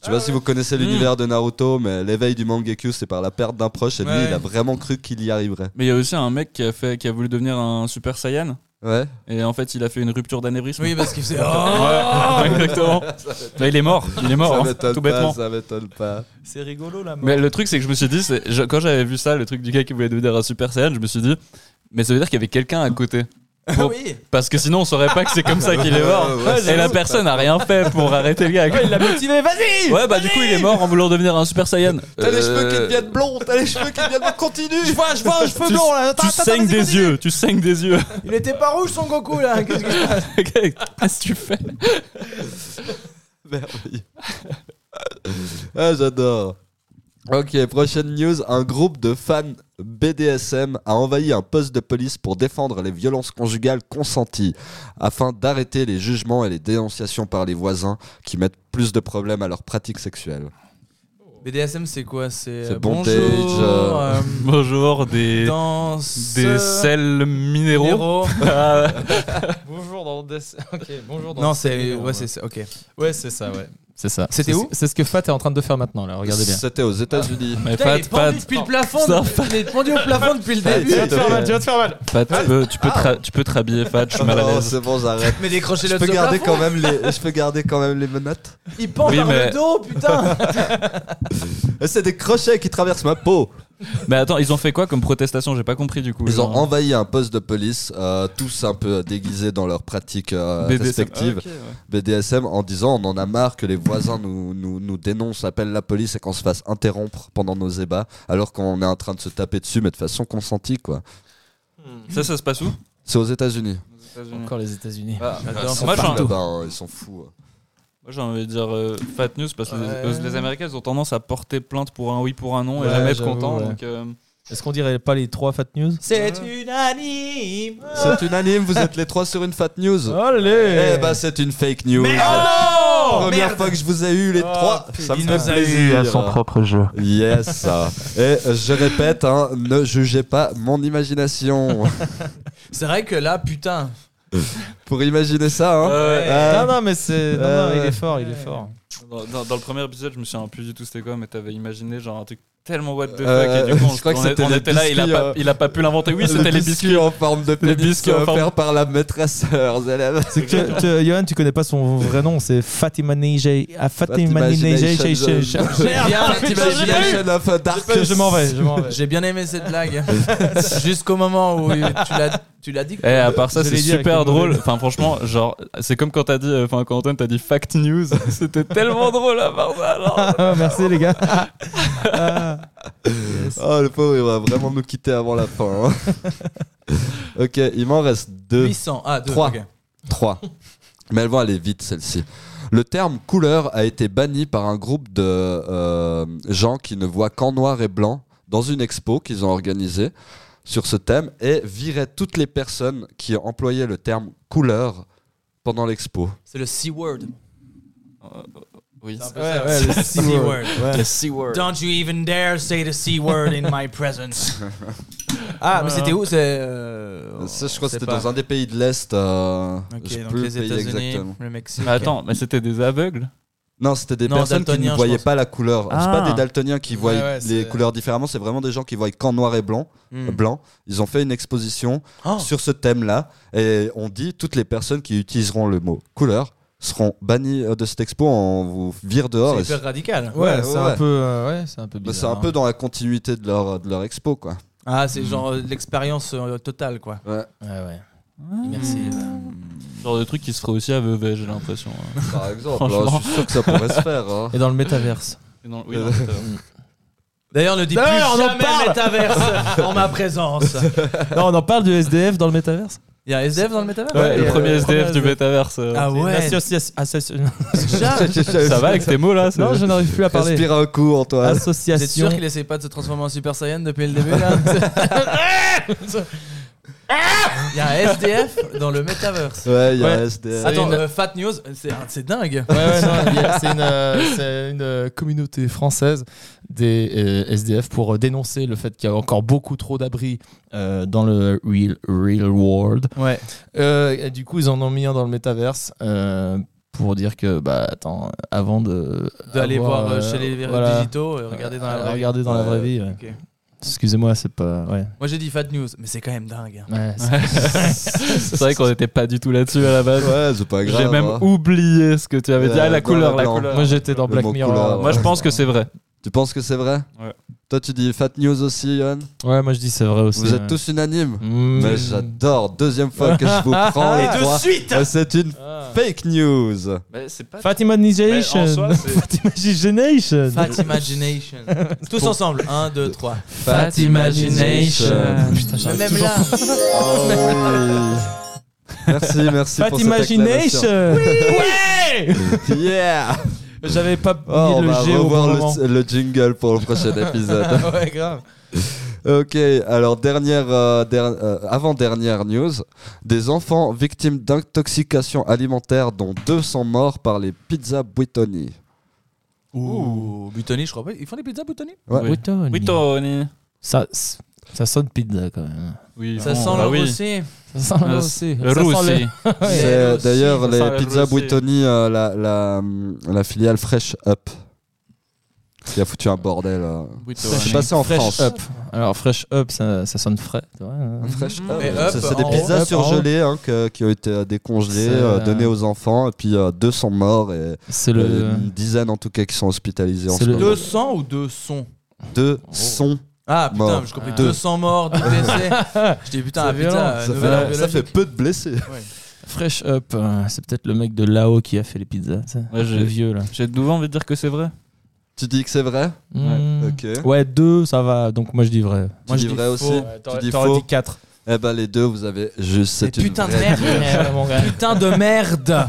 Speaker 2: Je sais pas si vous connaissez l'univers de Naruto, mais l'éveil du Mangekyou c'est par la perte d'un proche et lui
Speaker 6: Ouais.
Speaker 2: il a vraiment cru qu'il y arriverait.
Speaker 1: Mais il y a aussi un mec qui a, fait, qui a voulu devenir un Super Saiyan
Speaker 2: Ouais.
Speaker 1: et en fait il a fait une rupture d'anévrisme.
Speaker 6: Oui, parce qu'il faisait.
Speaker 1: Ouais, exactement. Bah, il est mort, il est mort,
Speaker 2: ça
Speaker 1: hein,
Speaker 2: m'étonne
Speaker 1: tout
Speaker 2: pas,
Speaker 1: bêtement.
Speaker 2: ça m'étonne pas.
Speaker 6: C'est rigolo la mort.
Speaker 1: Mais le truc, c'est que je me suis dit, c'est- je- quand j'avais vu ça, le truc du gars qui voulait devenir un Super Saiyan, je me suis dit, mais ça veut dire qu'il y avait quelqu'un à côté. Bon,
Speaker 6: Ah oui.
Speaker 1: Parce que sinon, on saurait pas que c'est comme ça qu'il est mort.
Speaker 2: Ouais, ouais, ouais,
Speaker 1: Et la personne a rien fait pour arrêter le gars.
Speaker 6: Ah, il l'a motivé, vas-y
Speaker 1: Ouais, bah du coup, il est mort en voulant devenir un Super Saiyan.
Speaker 2: T'as les
Speaker 1: Euh,
Speaker 2: cheveux qui deviennent blonds, t'as les cheveux qui deviennent blonds, continue
Speaker 6: vois, je vois, je peux
Speaker 1: Tu-
Speaker 6: blond là.
Speaker 1: Tu saignes des yeux, tu saignes des yeux.
Speaker 6: Il était pas rouge son Goku là. Qu'est-ce que-
Speaker 1: Qu'est-ce que tu fais
Speaker 2: Merveilleux. ah, j'adore. Ok, prochaine news. Un groupe de fans BDSM a envahi un poste de police pour défendre les violences conjugales consenties, afin d'arrêter les jugements et les dénonciations par les voisins qui mettent plus de problèmes à leurs pratiques sexuelles.
Speaker 6: BDSM c'est quoi C'est
Speaker 2: C'est
Speaker 6: euh,
Speaker 2: bondage,
Speaker 6: bonjour,
Speaker 2: euh,
Speaker 1: Bonjour, des.
Speaker 6: danse,
Speaker 1: Des sels minéraux.
Speaker 6: héros.
Speaker 1: Ah,
Speaker 3: Bonjour dans le dess- Ok, bonjour dans
Speaker 6: Non,
Speaker 3: le
Speaker 6: c'est
Speaker 3: dess-
Speaker 6: ouais, c'est ça. Ok.
Speaker 3: Ouais, c'est ça, ouais. C'est ça.
Speaker 6: C'était
Speaker 3: C'est-
Speaker 6: où
Speaker 3: C'est ce que Fat est en train de faire maintenant, là. Regardez bien.
Speaker 2: C'était aux États-Unis.
Speaker 1: mais
Speaker 6: Putain,
Speaker 1: Fat,
Speaker 6: il est pendu
Speaker 1: Fat,
Speaker 6: depuis le plafond.
Speaker 1: Ça,
Speaker 6: de- Il est pendu au plafond depuis le
Speaker 2: Ah,
Speaker 6: début.
Speaker 2: tu vas te faire mal, tu vas
Speaker 6: te faire mal.
Speaker 1: Fat, tu peux, tu peux, te ra- tu peux te rhabiller, Fat, je suis mal à
Speaker 2: Oh,
Speaker 1: l'aise.
Speaker 2: c'est bon, j'arrête.
Speaker 6: Mais décrochez
Speaker 2: Je
Speaker 6: le
Speaker 2: peux,
Speaker 6: au
Speaker 2: garder
Speaker 6: plafond.
Speaker 2: quand même les, je peux garder quand même les menottes.
Speaker 6: Il pend
Speaker 1: Oui,
Speaker 6: par
Speaker 1: mais-
Speaker 6: le dos, putain.
Speaker 2: Et Euh, C'est des crochets qui traversent ma peau.
Speaker 1: Mais attends, ils ont fait quoi comme protestation J'ai pas compris du coup.
Speaker 2: Ils ont
Speaker 1: genre.
Speaker 2: envahi un poste de police, euh, tous un peu déguisés dans leurs pratiques euh,
Speaker 1: BDSM.
Speaker 2: respectives. BDSM en disant on en a marre que les voisins nous, nous, nous dénoncent, appellent la police et qu'on se fasse interrompre pendant nos ébats alors qu'on est en train de se taper dessus mais de façon consentie quoi.
Speaker 1: Ça, ça se passe où
Speaker 2: C'est aux États-Unis.
Speaker 3: Encore les États-Unis.
Speaker 6: J'adore.
Speaker 1: Moi, j'ai un-
Speaker 2: Là-bas, hein, ils sont fous.
Speaker 1: moi, j'ai envie de dire euh, Fat News parce que les- euh,
Speaker 6: Ouais.
Speaker 1: les, Américains ils ont tendance à porter plainte pour un oui pour un non et
Speaker 3: Ouais,
Speaker 1: jamais être
Speaker 3: j'avoue,
Speaker 1: content.
Speaker 3: ouais.
Speaker 1: Donc, euh,
Speaker 3: Est-ce qu'on dirait pas les trois Fat News
Speaker 6: C'est unanime.
Speaker 2: C'est unanime, vous êtes les trois sur une fat news.
Speaker 3: Allez
Speaker 2: Eh bah c'est une fake news.
Speaker 6: Oh non
Speaker 2: Première
Speaker 6: Merde.
Speaker 2: fois que je vous ai eu les
Speaker 6: Oh,
Speaker 2: trois,
Speaker 6: putain,
Speaker 2: ça me
Speaker 6: il
Speaker 2: fait
Speaker 6: nous a
Speaker 2: plaisir.
Speaker 5: propre jeu.
Speaker 2: Yes. Et je répète, hein, ne jugez pas mon imagination.
Speaker 6: C'est vrai que là, putain.
Speaker 2: Pour imaginer ça, hein.
Speaker 1: euh,
Speaker 2: Euh,
Speaker 3: Non, non, mais c'est. Non,
Speaker 2: Euh,
Speaker 3: non, il est fort, il est fort.
Speaker 1: dans, dans- dans le premier épisode, je me souviens plus du tout c'était quoi, mais t'avais imaginé genre un truc tellement what the fuck.
Speaker 2: Euh,
Speaker 1: et du coup, on,
Speaker 2: je crois que
Speaker 1: on-
Speaker 2: c'était
Speaker 1: on
Speaker 2: les
Speaker 1: était là, il a,
Speaker 2: biscuits,
Speaker 1: pas,
Speaker 2: euh,
Speaker 1: il a pas pu l'inventer. Oui, c'était les biscuits.
Speaker 2: en forme de
Speaker 1: Les
Speaker 2: pénis
Speaker 1: biscuits en
Speaker 2: offerts
Speaker 1: forme-
Speaker 2: par la maîtresse à leurs élèves.
Speaker 3: C'est que, tu- tu- Johan, tu connais pas son vrai nom, c'est Fatima Nijay. ah, Fatima Nijay- Jay- Jay- Jay-
Speaker 6: J'ai bien-
Speaker 2: Imagination of a Dark.
Speaker 3: Je m'en vais, je m'en vais.
Speaker 6: J'ai bien aimé cette blague. Jusqu'au moment où tu l'as- tu l'as dit.
Speaker 1: Eh, à part ça, c'est
Speaker 3: J'allais dire avec
Speaker 1: super
Speaker 3: le
Speaker 1: drôle.
Speaker 3: mauvais.
Speaker 1: Enfin, franchement, genre, c'est comme quand t'as dit, euh, enfin, quand Antoine t'a dit fact news, c'était tellement drôle à part ça. alors.
Speaker 3: Ah, merci les gars. Ah.
Speaker 2: Oh, le pauvre, il va vraiment nous quitter avant la fin. hein. ok, il m'en reste deux.
Speaker 6: 800. Ah, 2.
Speaker 2: Trois. Trois. Mais elles vont aller vite, celle-ci. Le terme couleur a été banni par un groupe de euh, gens qui ne voient qu'en noir et blanc dans une expo qu'ils ont organisée sur ce thème et virait toutes les personnes qui employaient le terme couleur pendant l'expo.
Speaker 6: C'est le C-word.
Speaker 2: Euh,
Speaker 1: Oui.
Speaker 3: Ouais, ouais, le C-word.
Speaker 1: Le C-word.
Speaker 4: Don't you even dare say the C word in my presence.
Speaker 6: Ah, mais
Speaker 4: Voilà.
Speaker 6: c'était où C'est. euh,
Speaker 2: Ça, je crois que
Speaker 6: on sait
Speaker 2: c'était
Speaker 6: pas.
Speaker 2: dans un des pays de l'Est. euh, je sais
Speaker 6: Ok, donc
Speaker 2: plus le
Speaker 6: les
Speaker 2: pays
Speaker 6: États-Unis,
Speaker 2: exactement.
Speaker 6: le Mexique.
Speaker 1: Mais attends, mais c'était des aveugles
Speaker 2: Non, c'était des
Speaker 6: Non,
Speaker 2: personnes qui
Speaker 6: daltoniens,
Speaker 2: ne
Speaker 6: je
Speaker 2: voyaient
Speaker 6: pense.
Speaker 2: pas la couleur. C'est
Speaker 1: Ah.
Speaker 2: pas des daltoniens qui voient
Speaker 6: ouais,
Speaker 2: les
Speaker 6: c'est-
Speaker 2: couleurs différemment, c'est vraiment des gens qui voient qu'en noir et blanc.
Speaker 6: Hmm.
Speaker 2: blanc. Ils ont fait une exposition
Speaker 6: Oh.
Speaker 2: sur ce thème-là et on dit toutes les personnes qui utiliseront le mot couleur seront bannies euh, de cette expo, on vous vire dehors.
Speaker 6: C'est
Speaker 2: et
Speaker 6: hyper hein. radical.
Speaker 3: Ouais,
Speaker 2: Ouais,
Speaker 3: c'est
Speaker 2: ouais,
Speaker 3: un
Speaker 2: ouais.
Speaker 3: peu, euh, ouais, c'est un peu
Speaker 2: Mais
Speaker 3: bizarre.
Speaker 2: c'est un peu dans la continuité de leur, de leur expo, quoi.
Speaker 6: Ah, c'est genre euh, l'expérience euh, totale, quoi.
Speaker 3: hein. Ouais, ouais. Merci.
Speaker 1: Genre de truc qui serait aussi à Vevey, j'ai l'impression. hein.
Speaker 2: Par exemple,
Speaker 1: Franchement.
Speaker 2: alors, je suis sûr que ça pourrait se faire. hein.
Speaker 3: Et dans le métaverse.
Speaker 1: Et dans- oui, dans le-
Speaker 6: D'ailleurs, ne dis plus
Speaker 3: D'ailleurs, on en
Speaker 6: jamais
Speaker 3: parle.
Speaker 6: métaverse en ma présence.
Speaker 3: non, on en parle du SDF dans le métaverse.
Speaker 6: Il y a un SDF dans le métaverse
Speaker 1: Ouais,
Speaker 3: Ouais,
Speaker 1: le
Speaker 3: et,
Speaker 1: premier
Speaker 3: euh,
Speaker 1: SDF du
Speaker 3: premier
Speaker 1: métaverse. euh.
Speaker 6: Ah ouais.
Speaker 3: Association.
Speaker 6: Déjà
Speaker 1: Ça va avec ces mots-là c'est-
Speaker 3: Non, je n'arrive plus à parler.
Speaker 2: Respire un coup,
Speaker 6: Ah,
Speaker 2: Antoine.
Speaker 6: Vous êtes sûr
Speaker 3: Association.
Speaker 6: qu'il essaye pas de se transformer en Super Saiyan depuis le début là Il y a un SDF dans le metaverse.
Speaker 2: Ouais, il y a
Speaker 3: Ouais.
Speaker 2: SDR.
Speaker 6: Attends,
Speaker 3: une-
Speaker 6: euh, Fat News, c'est c'est dingue.
Speaker 3: Ouais, ouais, non, il y a- c'est une, euh, c'est une, euh, communauté française des euh, SDF pour euh, dénoncer le fait qu'il y a encore beaucoup trop d'abris euh, dans le real, real world.
Speaker 6: Ouais.
Speaker 3: Euh, et du coup, ils en ont mis un dans le métaverse euh, pour dire que, bah attends, avant de.
Speaker 6: D'aller
Speaker 3: avoir,
Speaker 6: voir euh,
Speaker 3: euh,
Speaker 6: chez les
Speaker 3: voilà,
Speaker 6: digitaux, euh, regarder dans la
Speaker 3: euh,
Speaker 6: vraie vie.
Speaker 3: regarder dans la vraie vie. ouais.
Speaker 6: Ok.
Speaker 3: Excusez-moi, c'est pas. Ouais.
Speaker 6: Moi j'ai dit Fat News, mais c'est quand même dingue. hein.
Speaker 3: Ouais, c'est-
Speaker 1: C'est vrai qu'on n'était pas du tout là-dessus à la base.
Speaker 2: Ouais, c'est pas grave.
Speaker 1: J'ai même
Speaker 2: hein.
Speaker 1: oublié ce que tu avais dit.
Speaker 2: Ouais,
Speaker 1: Ah, la
Speaker 2: dans
Speaker 1: couleur,
Speaker 2: le
Speaker 1: la
Speaker 2: blanc.
Speaker 1: couleur.
Speaker 3: Moi, j'étais dans
Speaker 2: Le
Speaker 3: Black
Speaker 2: mot
Speaker 3: Mirror.
Speaker 2: couleur.
Speaker 1: Moi, je pense que c'est vrai.
Speaker 2: Tu penses que c'est vrai
Speaker 1: Ouais.
Speaker 2: Toi, tu dis Fat News aussi, Johan
Speaker 3: Ouais, moi, je dis c'est vrai aussi.
Speaker 2: Vous
Speaker 3: ouais.
Speaker 2: êtes tous unanimes
Speaker 3: Mm.
Speaker 2: Mais j'adore. Deuxième fois que je vous prends. les
Speaker 4: Et de
Speaker 2: trois.
Speaker 4: suite
Speaker 2: Euh, C'est une
Speaker 3: Ah.
Speaker 2: fake news.
Speaker 1: Mais c'est pas.
Speaker 3: Fatima Nigerian.
Speaker 1: Mais en soi, c'est-
Speaker 3: Fatima Nigerian.
Speaker 6: Fat Imagination. Tous ensemble, 1, 2, 3.
Speaker 2: Fat
Speaker 3: Imagination. Putain, j'arrive
Speaker 6: Même
Speaker 3: toujours
Speaker 6: là,
Speaker 2: Oh, oui. Merci, merci
Speaker 3: Fat
Speaker 2: pour cette acclamation.
Speaker 3: Imagination.
Speaker 2: Yeah
Speaker 3: J'avais pas
Speaker 2: Oh,
Speaker 3: mis
Speaker 2: On
Speaker 3: le
Speaker 2: va
Speaker 3: G au bon
Speaker 2: revoir
Speaker 3: moment.
Speaker 2: le, le jingle pour le prochain épisode.
Speaker 3: ouais, grave.
Speaker 2: Ok, alors dernière, euh, der- euh, avant-dernière news. Des enfants victimes d'intoxication alimentaire, dont deux sont morts par les pizzas Buitoni.
Speaker 6: Ouh, Butoni, je crois pas. Ils font des pizzas Butoni
Speaker 2: Ouais.
Speaker 1: Oui. Oui, Tony.
Speaker 3: Ça, ça sonne pizza quand même.
Speaker 1: Oui,
Speaker 6: Ça
Speaker 1: bon,
Speaker 6: sent
Speaker 1: bah
Speaker 6: le
Speaker 1: oui.
Speaker 6: aussi.
Speaker 3: Ça sent
Speaker 1: Euh,
Speaker 3: le aussi.
Speaker 1: Le
Speaker 3: Ça
Speaker 1: roux
Speaker 3: sent
Speaker 1: aussi.
Speaker 6: Ah, elle
Speaker 2: C'est
Speaker 6: aussi,
Speaker 2: d'ailleurs
Speaker 1: ça
Speaker 2: les
Speaker 1: sent la
Speaker 2: pizzas
Speaker 1: rosée.
Speaker 2: Buitoni, euh, la, la, hum, la filiale Fresh Up. Qui a foutu un bordel. euh. C'est passé en
Speaker 3: Fresh
Speaker 2: France.
Speaker 3: Up. Alors, Fresh Up, ça, ça sonne frais. tu vois. hein.
Speaker 2: Fresh
Speaker 6: Mhm.
Speaker 2: Up.
Speaker 6: Mais Up,
Speaker 2: C'est c'est des
Speaker 6: en
Speaker 2: pizzas
Speaker 3: haut, Up,
Speaker 2: surgelées hein, que- qui ont été euh, décongelées,
Speaker 3: C'est,
Speaker 2: euh,
Speaker 3: euh,
Speaker 2: données aux enfants, et puis euh, deux sont morts, et
Speaker 3: C'est
Speaker 2: euh,
Speaker 3: le.
Speaker 2: une dizaine en tout cas qui sont hospitalisés en
Speaker 3: C'est
Speaker 2: ce
Speaker 3: le-
Speaker 2: moment.
Speaker 6: 200 ou 200
Speaker 2: Deux
Speaker 3: Oh.
Speaker 2: sont
Speaker 6: Ah putain,
Speaker 2: Mort.
Speaker 6: j'ai compris.
Speaker 2: Ah.
Speaker 6: 200 morts, 2 blessés. Je dis putain,
Speaker 3: C'est
Speaker 6: ah,
Speaker 3: violent.
Speaker 6: putain, euh,
Speaker 2: Ça
Speaker 6: nouvelle
Speaker 2: fait,
Speaker 6: arme
Speaker 2: ça fait
Speaker 6: biologique.
Speaker 2: peu de blessés.
Speaker 3: Fresh Up, euh, c'est peut-être le mec de là-haut qui a fait les pizzas. tu sais.
Speaker 1: Ouais, j'ai-
Speaker 3: le vieux là.
Speaker 1: J'ai de nouveau envie de dire que c'est vrai.
Speaker 2: Tu dis que c'est vrai
Speaker 3: Mm.
Speaker 2: Ok.
Speaker 3: Ouais, deux, ça va. Donc, moi, je dis vrai.
Speaker 2: tu dis vrai aussi Tu dis
Speaker 3: T'aurais
Speaker 2: faux
Speaker 3: dit quatre.
Speaker 2: Eh ben les deux, vous avez juste.
Speaker 6: Mais
Speaker 2: C'est une
Speaker 6: Putain de
Speaker 2: vraie-
Speaker 6: merde. Putain de merde.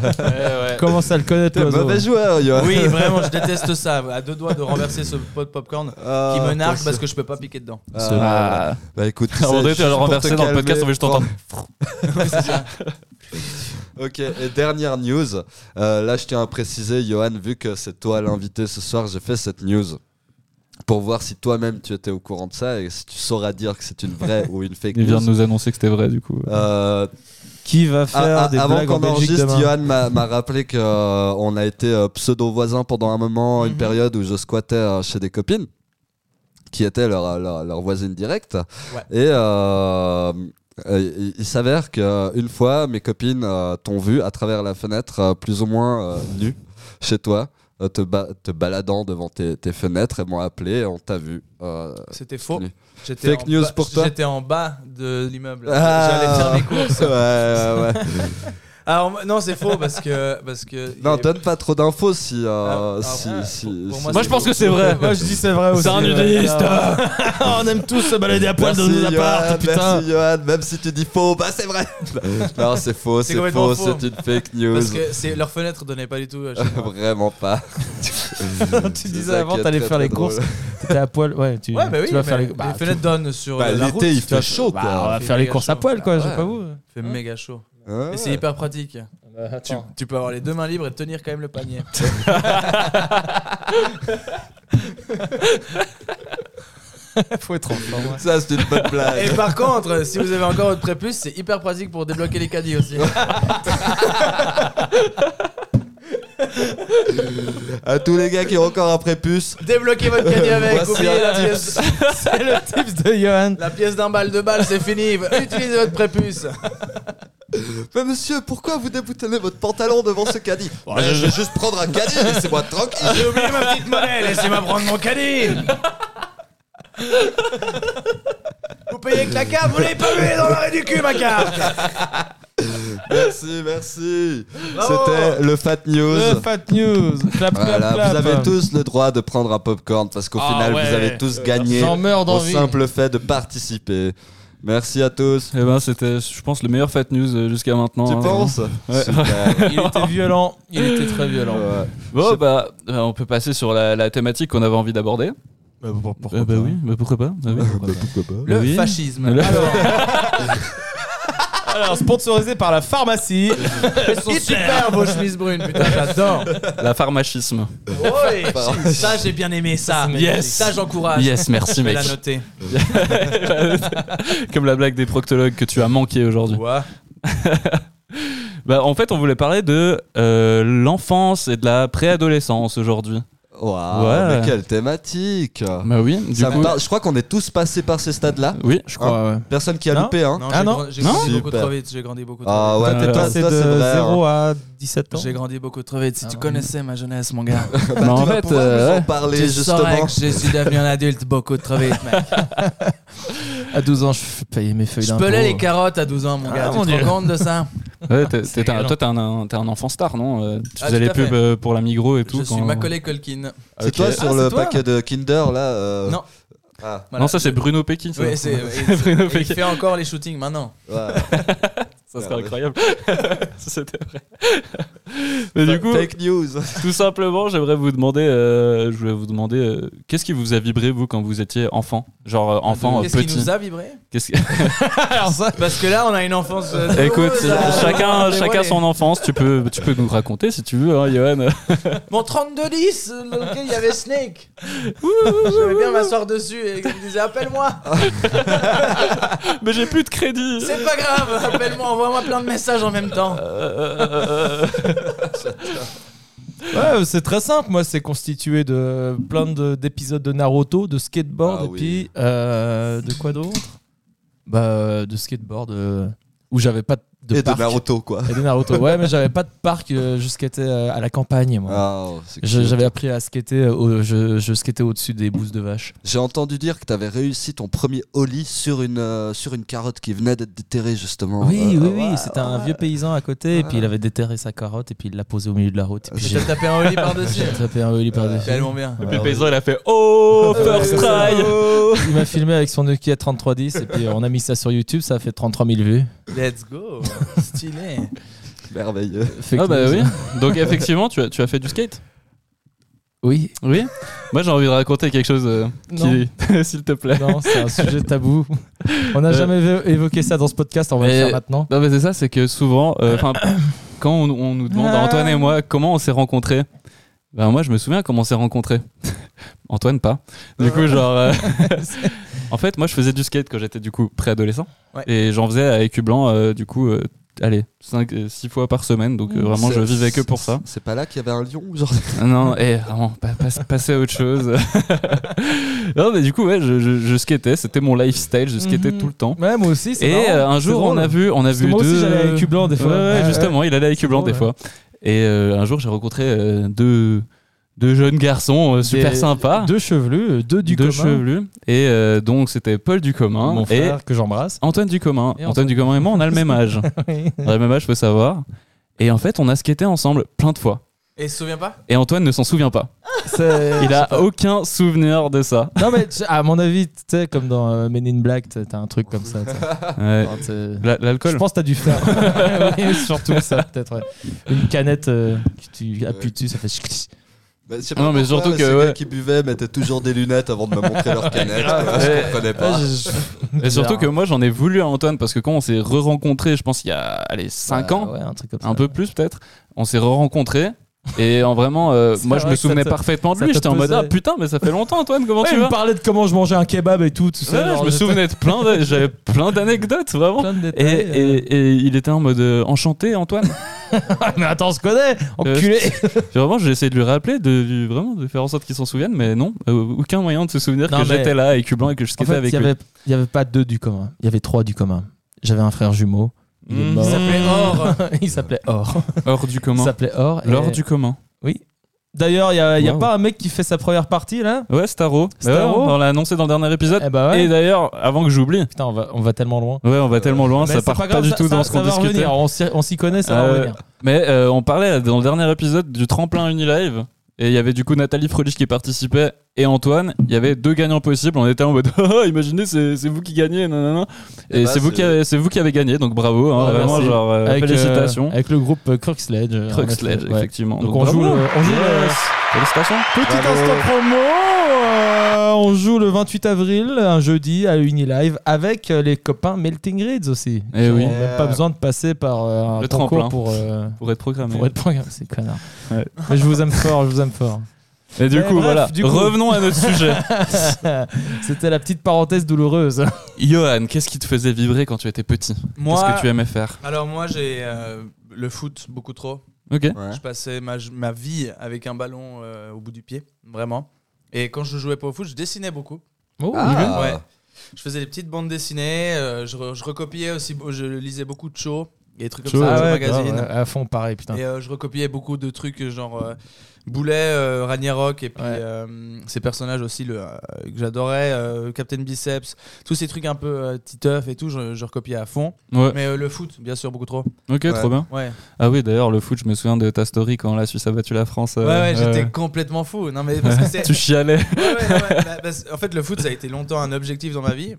Speaker 3: Commence à le connaître,
Speaker 2: T'es un
Speaker 3: l'oiseau.
Speaker 2: mauvais joueur, Yoann.
Speaker 6: Oui, vraiment, je déteste ça. À deux doigts de renverser ce pot de popcorn
Speaker 2: Ah,
Speaker 6: qui me nargue
Speaker 2: attention.
Speaker 6: parce que je peux pas piquer dedans.
Speaker 2: Ah, Bah écoute, tu
Speaker 1: À un moment
Speaker 2: sais,
Speaker 1: donné, tu vas le
Speaker 2: juste pour
Speaker 1: renverser
Speaker 2: te
Speaker 1: dans le podcast, on va
Speaker 2: calmer,
Speaker 1: juste entendre.
Speaker 2: Ok, et dernière news. Euh, là, je tiens à préciser, Johan, vu que c'est toi l'invité ce soir, j'ai fait cette news pour voir si toi-même tu étais au courant de ça et si tu sauras dire que c'est une vraie ou une fake
Speaker 1: Il vient de
Speaker 2: news.
Speaker 1: nous annoncer que c'était vrai, du coup.
Speaker 2: Euh,
Speaker 3: Qui va faire
Speaker 2: Ah, ah,
Speaker 3: des
Speaker 2: avant
Speaker 3: blagues en
Speaker 2: qu'on
Speaker 3: Belgique
Speaker 2: enregistre,
Speaker 3: demain
Speaker 2: Johan m'a m'a rappelé qu'on a été pseudo voisins pendant un moment, une
Speaker 6: Mhm.
Speaker 2: période où je squattais euh, chez des copines qui étaient leur, euh, leur, leur voisine directe.
Speaker 6: Ouais.
Speaker 2: Et euh, euh, il- il s'avère qu'une fois, mes copines euh, t'ont vu à travers la fenêtre, euh, plus ou moins euh, nu, chez toi. euh, Te, ba- te baladant devant tes, tes fenêtres, elles m'ont appelé, et on t'a vu. euh,
Speaker 6: C'était faux.
Speaker 2: Fake
Speaker 6: J'étais en
Speaker 2: news
Speaker 6: bas-
Speaker 2: pour toi.
Speaker 6: J'étais en bas de l'immeuble. J'allais
Speaker 2: Ah.
Speaker 6: faire mes courses.
Speaker 2: ouais, ouais, ouais.
Speaker 6: Alors, non, c'est faux parce que. Parce que il y
Speaker 2: Non,
Speaker 6: avait-
Speaker 2: donne pas trop d'infos si. euh,
Speaker 6: Ah, ah,
Speaker 2: si,
Speaker 6: ouais,
Speaker 2: si-
Speaker 6: pour- pour
Speaker 2: si-
Speaker 6: moi,
Speaker 1: Moi, je pense que c'est vrai.
Speaker 3: Moi je dis c'est vrai aussi.
Speaker 1: C'est un nudiste.
Speaker 3: On aime tous se balader à poil dans
Speaker 2: Merci,
Speaker 3: nos apparts,
Speaker 2: Johan,
Speaker 3: putain.
Speaker 2: merci Johan, même si tu dis faux, bah c'est vrai. non, c'est faux, c'est
Speaker 6: C'est
Speaker 2: faux,
Speaker 6: complètement faux.
Speaker 2: c'est une fake news.
Speaker 6: Parce que c'est- leur fenêtre donnait pas du tout. euh, chez moi.
Speaker 2: Vraiment pas.
Speaker 3: Tu
Speaker 2: C'est
Speaker 3: disais
Speaker 2: ça
Speaker 3: avant,
Speaker 2: qui est
Speaker 3: t'allais
Speaker 2: très,
Speaker 3: faire
Speaker 2: très
Speaker 3: les
Speaker 2: drôle.
Speaker 3: courses. T'étais à poil. Ouais, tu,
Speaker 6: Ouais, bah oui,
Speaker 3: tu vas faire
Speaker 6: mais
Speaker 3: les, bah,
Speaker 6: les fenêtres donnent sur
Speaker 2: Bah,
Speaker 6: euh, la route.
Speaker 2: l'été, il
Speaker 3: tu vas-
Speaker 2: fait chaud,
Speaker 3: bah,
Speaker 2: quoi.
Speaker 3: on va faire les courses à poil, quoi, je sais
Speaker 2: Ouais.
Speaker 3: pas vous.
Speaker 6: Il fait méga chaud.
Speaker 2: Hein,
Speaker 6: Et c'est hyper pratique.
Speaker 3: Bah,
Speaker 6: Tu, tu peux avoir les deux mains libres et tenir quand même le panier.
Speaker 3: Faut être en forme. ouais.
Speaker 2: Ça, c'est une bonne blague.
Speaker 6: Et
Speaker 3: bah-
Speaker 6: par contre, si vous avez encore votre prépuce, c'est hyper pratique pour débloquer les caddies aussi.
Speaker 2: à tous les gars qui ont encore un prépuce,
Speaker 6: Débloquez votre caddie avec,
Speaker 2: Voici
Speaker 6: oubliez
Speaker 2: un
Speaker 6: la pièce,
Speaker 3: C'est le tips de Johan.
Speaker 6: la pièce d'un balle, deux balles, c'est fini. Utilisez votre prépuce.
Speaker 2: Mais monsieur, pourquoi vous déboutonnez votre pantalon devant ce caddie Mais Je vais juste prendre un caddie, laissez-moi tranquille.
Speaker 4: J'ai oublié ma petite monnaie, laissez-moi prendre mon caddie
Speaker 6: Vous payez avec la cave, vous
Speaker 4: Vous l'avez pas vu elle est dans l'arrêt du cul, ma carte
Speaker 2: Merci, merci. C'était le Fat News.
Speaker 3: Le Fat News. Clap, clap,
Speaker 2: Voilà,
Speaker 3: clap.
Speaker 2: vous avez tous le droit de prendre un popcorn parce qu'au
Speaker 3: Ah
Speaker 2: final,
Speaker 3: ouais.
Speaker 2: vous avez tous gagné
Speaker 3: J'en meurs
Speaker 2: au
Speaker 3: d'envie.
Speaker 2: simple fait de participer. Merci à tous.
Speaker 1: Eh ben, c'était, je pense, le meilleur fat news euh, jusqu'à maintenant.
Speaker 2: Tu
Speaker 1: hein,
Speaker 2: penses
Speaker 1: Ouais.
Speaker 2: Super.
Speaker 3: Il était violent. Il était très violent.
Speaker 2: Ouais.
Speaker 1: Bon, bah, euh, on peut passer sur la, la thématique qu'on avait envie d'aborder.
Speaker 3: pourquoi
Speaker 1: Euh, bah oui, bah pourquoi pas bah oui.
Speaker 2: Pourquoi pas
Speaker 6: Le
Speaker 1: Oui.
Speaker 6: fascisme.
Speaker 1: Le-
Speaker 6: Alors,
Speaker 3: Alors, sponsorisé par la pharmacie.
Speaker 6: Elles sont super vos chemises brunes, putain, j'adore.
Speaker 1: La pharmacisme.
Speaker 6: Ouais, ça, j'ai bien aimé ça.
Speaker 1: Yes.
Speaker 6: Ça, j'encourage.
Speaker 1: Yes, merci
Speaker 6: Je vais
Speaker 1: mec.
Speaker 6: la noter.
Speaker 1: Comme la blague des proctologues que tu as manqué aujourd'hui.
Speaker 6: Ouais.
Speaker 1: Bah, en fait, on voulait parler de euh, l'enfance et de la préadolescence aujourd'hui.
Speaker 2: Waouh,
Speaker 1: Ouais.
Speaker 2: mais quelle thématique
Speaker 1: Bah oui, du
Speaker 2: Ça me
Speaker 1: coup.
Speaker 2: parle- Je crois qu'on est tous passés par ces stades-là.
Speaker 1: Oui, je crois.
Speaker 3: Quoi, ouais.
Speaker 2: Personne qui a
Speaker 3: Non.
Speaker 2: loupé, hein
Speaker 6: Non,
Speaker 3: Ah
Speaker 6: j'ai
Speaker 3: non
Speaker 6: grand- j'ai
Speaker 1: Non
Speaker 6: grandi beaucoup
Speaker 2: Super.
Speaker 6: trop vite. J'ai grandi beaucoup trop
Speaker 2: Ah ouais,
Speaker 1: Euh,
Speaker 2: t'es toi,
Speaker 3: Passé
Speaker 2: toi,
Speaker 3: de
Speaker 2: c'est vrai. hein.
Speaker 3: 0 à 17 ans.
Speaker 6: vite. J'ai grandi beaucoup trop vite. Si
Speaker 3: Ah
Speaker 6: tu
Speaker 3: ouais.
Speaker 6: connaissais ma jeunesse, mon gars,
Speaker 2: hein.
Speaker 1: Mais
Speaker 2: tu
Speaker 1: en
Speaker 2: vas
Speaker 1: fait,
Speaker 2: pouvoir
Speaker 1: euh,
Speaker 2: nous en
Speaker 1: ouais.
Speaker 2: parler
Speaker 6: tu saurais
Speaker 2: justement.
Speaker 6: que je suis devenu un adulte beaucoup trop vite, mec.
Speaker 3: À 12 ans, je f- payais mes feuilles
Speaker 6: Je
Speaker 3: d'impôt.
Speaker 6: pelais les carottes à 12 ans,
Speaker 1: Ah,
Speaker 6: mon gars.
Speaker 3: mon
Speaker 6: tu te
Speaker 3: Dieu.
Speaker 6: rends compte de ça
Speaker 1: Ouais, t'es- t'es un-
Speaker 3: égalant.
Speaker 1: toi, t'es un, un- t'es un enfant star, non Euh, Tu
Speaker 6: Ah,
Speaker 1: faisais
Speaker 6: tout
Speaker 1: les
Speaker 6: à fait.
Speaker 1: pubs euh, pour la Migros et tout.
Speaker 6: Je suis
Speaker 1: quand-
Speaker 6: Macaulay Colkin.
Speaker 1: Ah,
Speaker 2: C'est
Speaker 1: ok.
Speaker 2: toi sur
Speaker 6: Ah,
Speaker 2: le
Speaker 6: c'est toi.
Speaker 2: paquet de Kinder là euh,
Speaker 6: Non.
Speaker 2: Ah,
Speaker 6: Voilà.
Speaker 1: Non, ça, c'est Bruno Pékin. ça.
Speaker 6: Oui, c'est. et-
Speaker 1: Bruno
Speaker 6: et Il
Speaker 1: Pékin.
Speaker 6: fait encore les shootings maintenant.
Speaker 2: ouais.
Speaker 1: Ça serait
Speaker 2: Ah, oui.
Speaker 1: incroyable. Si C'était vrai. Mais du coup,
Speaker 2: Fake news.
Speaker 1: tout simplement, j'aimerais vous demander, euh, je voulais vous demander, euh, qu'est-ce qui vous a vibré vous quand vous étiez enfant, genre euh, enfant euh,
Speaker 6: Qu'est-ce qui
Speaker 1: petit.
Speaker 6: nous a vibré
Speaker 1: Qu'est-ce
Speaker 6: Parce que là, on a une enfance. euh,
Speaker 1: que- Écoute,
Speaker 6: douloureuse à-
Speaker 1: chacun,
Speaker 6: à
Speaker 1: chacun
Speaker 6: dévoiler.
Speaker 1: son enfance. Tu peux, tu peux nous raconter si tu veux, hein, Johan.
Speaker 6: Mon 3210, euh, dans lequel il y avait Snake. J'aimais bien m'asseoir dessus et il me disait Appelle-moi
Speaker 1: Mais j'ai plus de crédit.
Speaker 6: C'est pas grave, appelle-moi, envoie-moi plein de messages en même
Speaker 1: Euh,
Speaker 6: temps.
Speaker 3: Ouais, c'est très simple. Moi, c'est constitué de plein de- d'épisodes de, Naruto, de skateboard,
Speaker 2: Ah
Speaker 3: et
Speaker 2: oui.
Speaker 3: puis euh, de quoi d'autre Bah, euh, de skateboard euh, où j'avais pas de
Speaker 2: Et de
Speaker 3: parc.
Speaker 2: Naruto quoi.
Speaker 3: Et de Naruto. Ouais, mais j'avais pas de parc euh, je skatais euh, à la campagne, moi.
Speaker 2: Ah, c'est
Speaker 3: Je-
Speaker 2: cute.
Speaker 3: J'avais appris à skater, euh, au- je, je skatais au-dessus des bouses de vache.
Speaker 2: J'ai entendu dire que tu avais réussi ton premier ollie sur une, euh, sur une carotte qui venait d'être déterrée justement.
Speaker 3: Oui,
Speaker 2: Euh,
Speaker 3: oui,
Speaker 2: ouais,
Speaker 3: oui, c'était un
Speaker 2: ouais.
Speaker 3: vieux paysan à côté, et puis il avait déterré sa carotte, et puis il l'a posée au milieu de la route. Et
Speaker 2: Ah,
Speaker 3: puis
Speaker 6: Je
Speaker 3: j'ai
Speaker 6: t'ai tapé un holly par-dessus.
Speaker 3: j'ai attrapé un holly par dessus.
Speaker 6: Tellement bien.
Speaker 1: Le paysan, il a fait Oh, first try.
Speaker 3: Il m'a filmé avec son Nokia 3310, et puis on a mis ça sur YouTube, ça a fait 33 000 vues.
Speaker 6: Let's go. Stylé.
Speaker 2: Merveilleux.
Speaker 3: Fake
Speaker 1: Ah bah
Speaker 3: news.
Speaker 1: oui. Donc effectivement, tu as, tu as fait du skate.
Speaker 3: Oui.
Speaker 1: Oui. Moi, j'ai envie de raconter quelque chose, euh, qui- s'il te plaît.
Speaker 3: Non, c'est un sujet tabou. On n'a
Speaker 1: Euh,
Speaker 3: jamais évo- évoqué ça dans ce podcast, on va
Speaker 1: mais-
Speaker 3: le faire maintenant.
Speaker 1: Non, mais c'est ça, c'est que souvent, euh, 'fin, quand on, on nous demande,
Speaker 3: Ah.
Speaker 1: Antoine et moi, comment on s'est rencontrés, ben moi, je me souviens comment on s'est rencontrés. Antoine, pas. Du coup, genre. euh, en fait, moi, je faisais du skate quand j'étais, du coup, préadolescent.
Speaker 6: Ouais.
Speaker 1: Et j'en faisais à Écu Blanc, euh, du coup, euh, allez, 5-6 fois par semaine. Donc, euh, vraiment, je
Speaker 2: C'est-
Speaker 1: vivais que pour ça. Ah
Speaker 2: C'est pas là qu'il y avait un lion genre
Speaker 1: Non, et vraiment, pas- pas- passer à autre chose. non, mais du coup, ouais, je, je, je skatais, c'était mon lifestyle, je skatais
Speaker 3: Mhm.
Speaker 1: tout le temps.
Speaker 3: Ouais, moi aussi, c'est
Speaker 1: Et
Speaker 3: marrant,
Speaker 1: euh, un
Speaker 3: c'est
Speaker 1: jour, on
Speaker 3: drôle.
Speaker 1: a vu, on a
Speaker 3: Parce que
Speaker 1: vu
Speaker 3: moi
Speaker 1: deux.
Speaker 3: aussi, j'allais avec Blanc des fois.
Speaker 1: Ouais, ouais,
Speaker 3: Ouais,
Speaker 1: justement, il allait avec Blanc des
Speaker 3: drôle,
Speaker 1: fois. Et euh, un jour, j'ai rencontré euh, deux, deux jeunes garçons euh, super
Speaker 3: Des-
Speaker 1: sympas,
Speaker 3: Deux chevelus, hein, euh, deux du
Speaker 1: deux
Speaker 3: commun.
Speaker 1: chevelus. Et euh, donc, c'était Paul Ducommun
Speaker 3: Mon
Speaker 1: et
Speaker 3: frère que j'embrasse.
Speaker 1: Antoine Ducommun.
Speaker 3: Et
Speaker 1: Antoine, Ducommun et moi, on a le même âge. on a le même âge, faut savoir. Et en fait, on a skaté ensemble plein de fois.
Speaker 6: Et il se souvient pas
Speaker 1: Et Antoine ne s'en souvient pas.
Speaker 3: C'est-
Speaker 1: Il a aucun souvenir de ça.
Speaker 3: Non mais tu- à mon avis, tu sais, comme dans euh, Men in Black, t'as t'as un truc comme ça. tu sais.
Speaker 1: Ouais.
Speaker 3: Enfin, t'es-
Speaker 1: La-
Speaker 3: euh, Je
Speaker 1: L'alcool.
Speaker 3: pense que t'as dû faire. Oui, surtout ça, peut-être. ouais. Une canette euh, que tu appuies dessus, ça fait. chut.
Speaker 2: Bah, je sais
Speaker 1: Ah Non, mais
Speaker 2: pourquoi,
Speaker 1: surtout que,
Speaker 2: ces gars
Speaker 1: ouais.
Speaker 2: qui buvaient mettaient toujours des lunettes avant de me montrer leur canette. quoi.
Speaker 1: Ouais.
Speaker 2: Je comprenais pas.
Speaker 3: Ouais, je-
Speaker 1: Et surtout
Speaker 3: Bizarre. hein.
Speaker 1: que moi, j'en ai voulu à Antoine parce que quand on s'est re-rencontrés, je pense il y a allez, 5
Speaker 3: Ouais,
Speaker 1: ans,
Speaker 3: ouais, un truc comme ça.
Speaker 1: un peu plus peut-être, on s'est re-rencontrés. Et en vraiment, euh,
Speaker 3: C'est
Speaker 1: moi je
Speaker 3: vrai
Speaker 1: me
Speaker 3: que ça
Speaker 1: souvenais
Speaker 3: te-
Speaker 1: parfaitement de
Speaker 3: ça
Speaker 1: lui.
Speaker 3: te
Speaker 1: J'étais en mode
Speaker 3: pesait.
Speaker 1: ah putain, mais ça fait longtemps Antoine, comment
Speaker 3: Ouais,
Speaker 1: tu
Speaker 3: il
Speaker 1: vas
Speaker 3: me parlait de comment je mangeais un kebab et tout, tu sais.
Speaker 1: Ouais,
Speaker 3: genre,
Speaker 1: Je me
Speaker 3: j'étais
Speaker 1: souvenais de plein de. J'avais plein d'anecdotes vraiment.
Speaker 3: plein de
Speaker 1: Et,
Speaker 3: détails.
Speaker 1: et,
Speaker 3: euh.
Speaker 1: et il était en mode euh, enchanté Antoine.
Speaker 3: Ah, mais attends, on se connaît, enculé.
Speaker 1: Puis vraiment, j'ai essayé de lui rappeler, de, lui- vraiment de faire en sorte qu'il s'en souvienne, mais non, euh, aucun moyen de se souvenir
Speaker 3: Non,
Speaker 1: que
Speaker 3: mais-
Speaker 1: j'étais là avec Cubain et que je
Speaker 3: En
Speaker 1: skatais
Speaker 3: fait, il
Speaker 1: avec
Speaker 3: y
Speaker 1: lui.
Speaker 3: avait, il y avait pas deux du commun, il y avait trois du commun. J'avais un frère jumeau. Il est
Speaker 1: Mmh.
Speaker 3: mort.
Speaker 6: Il s'appelait Or.
Speaker 3: il s'appelait Or.
Speaker 1: Hors du
Speaker 3: Il
Speaker 1: commun.
Speaker 3: s'appelait Or. et-
Speaker 1: L'or du commun.
Speaker 3: D'ailleurs, il y a, il y a
Speaker 1: Wow.
Speaker 3: pas un mec qui fait sa première partie là
Speaker 1: Ouais, Starro.
Speaker 3: Starro.
Speaker 1: Ouais, on l'a annoncé dans le dernier épisode.
Speaker 3: Eh bah ouais.
Speaker 1: Et d'ailleurs, avant que j'oublie,
Speaker 3: Putain, on va, on va tellement loin.
Speaker 1: ouais, on va tellement loin,
Speaker 3: Mais
Speaker 1: ça
Speaker 3: c'est
Speaker 1: part pas,
Speaker 3: grave,
Speaker 1: du
Speaker 3: ça-
Speaker 1: tout
Speaker 3: ça-
Speaker 1: dans ce
Speaker 3: ça
Speaker 1: qu'on
Speaker 3: va
Speaker 1: discutait.
Speaker 3: revenir, On s'y, on s'y connaît, ça
Speaker 1: Euh,
Speaker 3: va revenir.
Speaker 1: Mais euh, on parlait dans le dernier épisode du tremplin Unilive. Et il y avait du coup Nathalie Frolich qui participait et Antoine. Il y avait deux gagnants possibles. On était en mode, Ah, imaginez, c'est c'est vous qui gagnez. nanana. Et,
Speaker 2: Eh bah,
Speaker 1: c'est vous,
Speaker 2: c'est-
Speaker 1: qui avez- c'est vous qui avez gagné. Donc bravo, hein,
Speaker 3: Ouais,
Speaker 1: vraiment,
Speaker 3: merci.
Speaker 1: genre, euh,
Speaker 3: euh,
Speaker 1: félicitations.
Speaker 3: avec le groupe euh, Cruxledge. euh, en
Speaker 1: Crux Ledge,
Speaker 3: effet, ouais.
Speaker 1: effectivement.
Speaker 3: Donc on
Speaker 1: bravo.
Speaker 3: joue, le- on joue le-
Speaker 1: Félicitations.
Speaker 3: Petit
Speaker 2: Bravo.
Speaker 3: instant promo euh, on joue le 28 avril, un jeudi, à Unilive, avec euh, les copains Melting Grids aussi.
Speaker 1: Eh
Speaker 3: Qui
Speaker 1: oui.
Speaker 3: ont même pas besoin de passer par euh, un
Speaker 1: Le
Speaker 3: concours
Speaker 1: tremplin.
Speaker 3: pour, euh,
Speaker 1: Pour être programmé.
Speaker 3: pour être programmé. C'est connard.
Speaker 1: Ouais.
Speaker 3: Mais je vous aime fort, je vous aime fort.
Speaker 1: Et du
Speaker 3: Mais
Speaker 1: coup,
Speaker 3: Eh bref,
Speaker 1: voilà.
Speaker 3: du coup.
Speaker 1: Revenons à notre sujet.
Speaker 3: C'était la petite parenthèse douloureuse.
Speaker 1: Johan, qu'est-ce qui te faisait vibrer quand tu étais petit Qu'est-ce
Speaker 6: Moi,
Speaker 1: que tu aimais faire
Speaker 6: alors moi j'ai euh, le foot beaucoup trop.
Speaker 1: Ok.
Speaker 2: Ouais.
Speaker 6: Je passais ma, ma vie avec un ballon euh, au bout du pied, vraiment. Et quand je jouais pas au foot, je dessinais beaucoup.
Speaker 3: Oh,
Speaker 2: Ah.
Speaker 6: Ouais. Je faisais des petites bandes dessinées, euh, je, re- je recopiais aussi, be- je lisais beaucoup de shows et des trucs comme ça,
Speaker 3: Ah
Speaker 6: Cho
Speaker 3: ouais,
Speaker 6: magazine.
Speaker 3: grave, ouais, à fond, pareil, putain.
Speaker 6: Et euh, je recopiais beaucoup de trucs euh, genre euh, Boulet, euh, Ragnarok et puis
Speaker 3: Ouais.
Speaker 6: euh, ces personnages aussi le, euh, que j'adorais, euh, Captain Biceps, tous ces trucs un peu euh, titeuf et tout, je, je recopiais à fond.
Speaker 1: Ouais.
Speaker 6: Mais euh, le foot, bien sûr, beaucoup trop.
Speaker 1: Ok, trop bien.
Speaker 6: Ouais,
Speaker 1: Ah oui, d'ailleurs, le foot, je me souviens de ta story quand la Suisse a battu la France. euh,
Speaker 6: ouais, ouais,
Speaker 1: euh,
Speaker 6: j'étais complètement fou. Non mais parce que c'est
Speaker 1: Tu chialais.
Speaker 6: Ouais, ouais, non, ouais, bah, parce- en fait, le foot, ça a été longtemps un objectif dans ma vie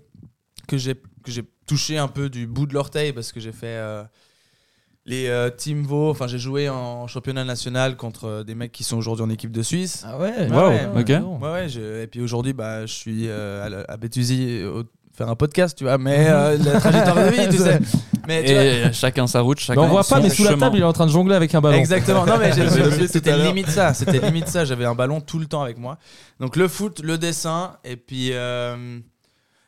Speaker 6: que j'ai que j'ai touché un peu du bout de l'orteil parce que j'ai fait euh, les euh, Team Vaux. Enfin, j'ai joué en championnat national contre euh, des mecs qui sont aujourd'hui en équipe de Suisse.
Speaker 3: Ah ouais,
Speaker 6: Wow,
Speaker 1: ok.
Speaker 3: non.
Speaker 6: Ouais, ouais. je- et puis aujourd'hui, bah, je suis euh, à, la- à Béthusy euh, au- faire un podcast, tu vois. Mais euh, la trajectoire de vie, tu sais. Mais tu vois,
Speaker 1: Et euh, chacun sa route,
Speaker 3: Mais
Speaker 1: chacun
Speaker 3: on voit
Speaker 1: son
Speaker 3: pas, mais sous la
Speaker 1: chemin.
Speaker 3: table, il est en train de jongler avec un ballon.
Speaker 6: Exactement. Non mais j'ai-
Speaker 2: Je l'ai vu tout à
Speaker 6: c'était
Speaker 2: l'heure.
Speaker 6: limite ça. C'était limite ça. J'avais un ballon tout le temps avec moi. Donc le foot, le dessin, et puis euh,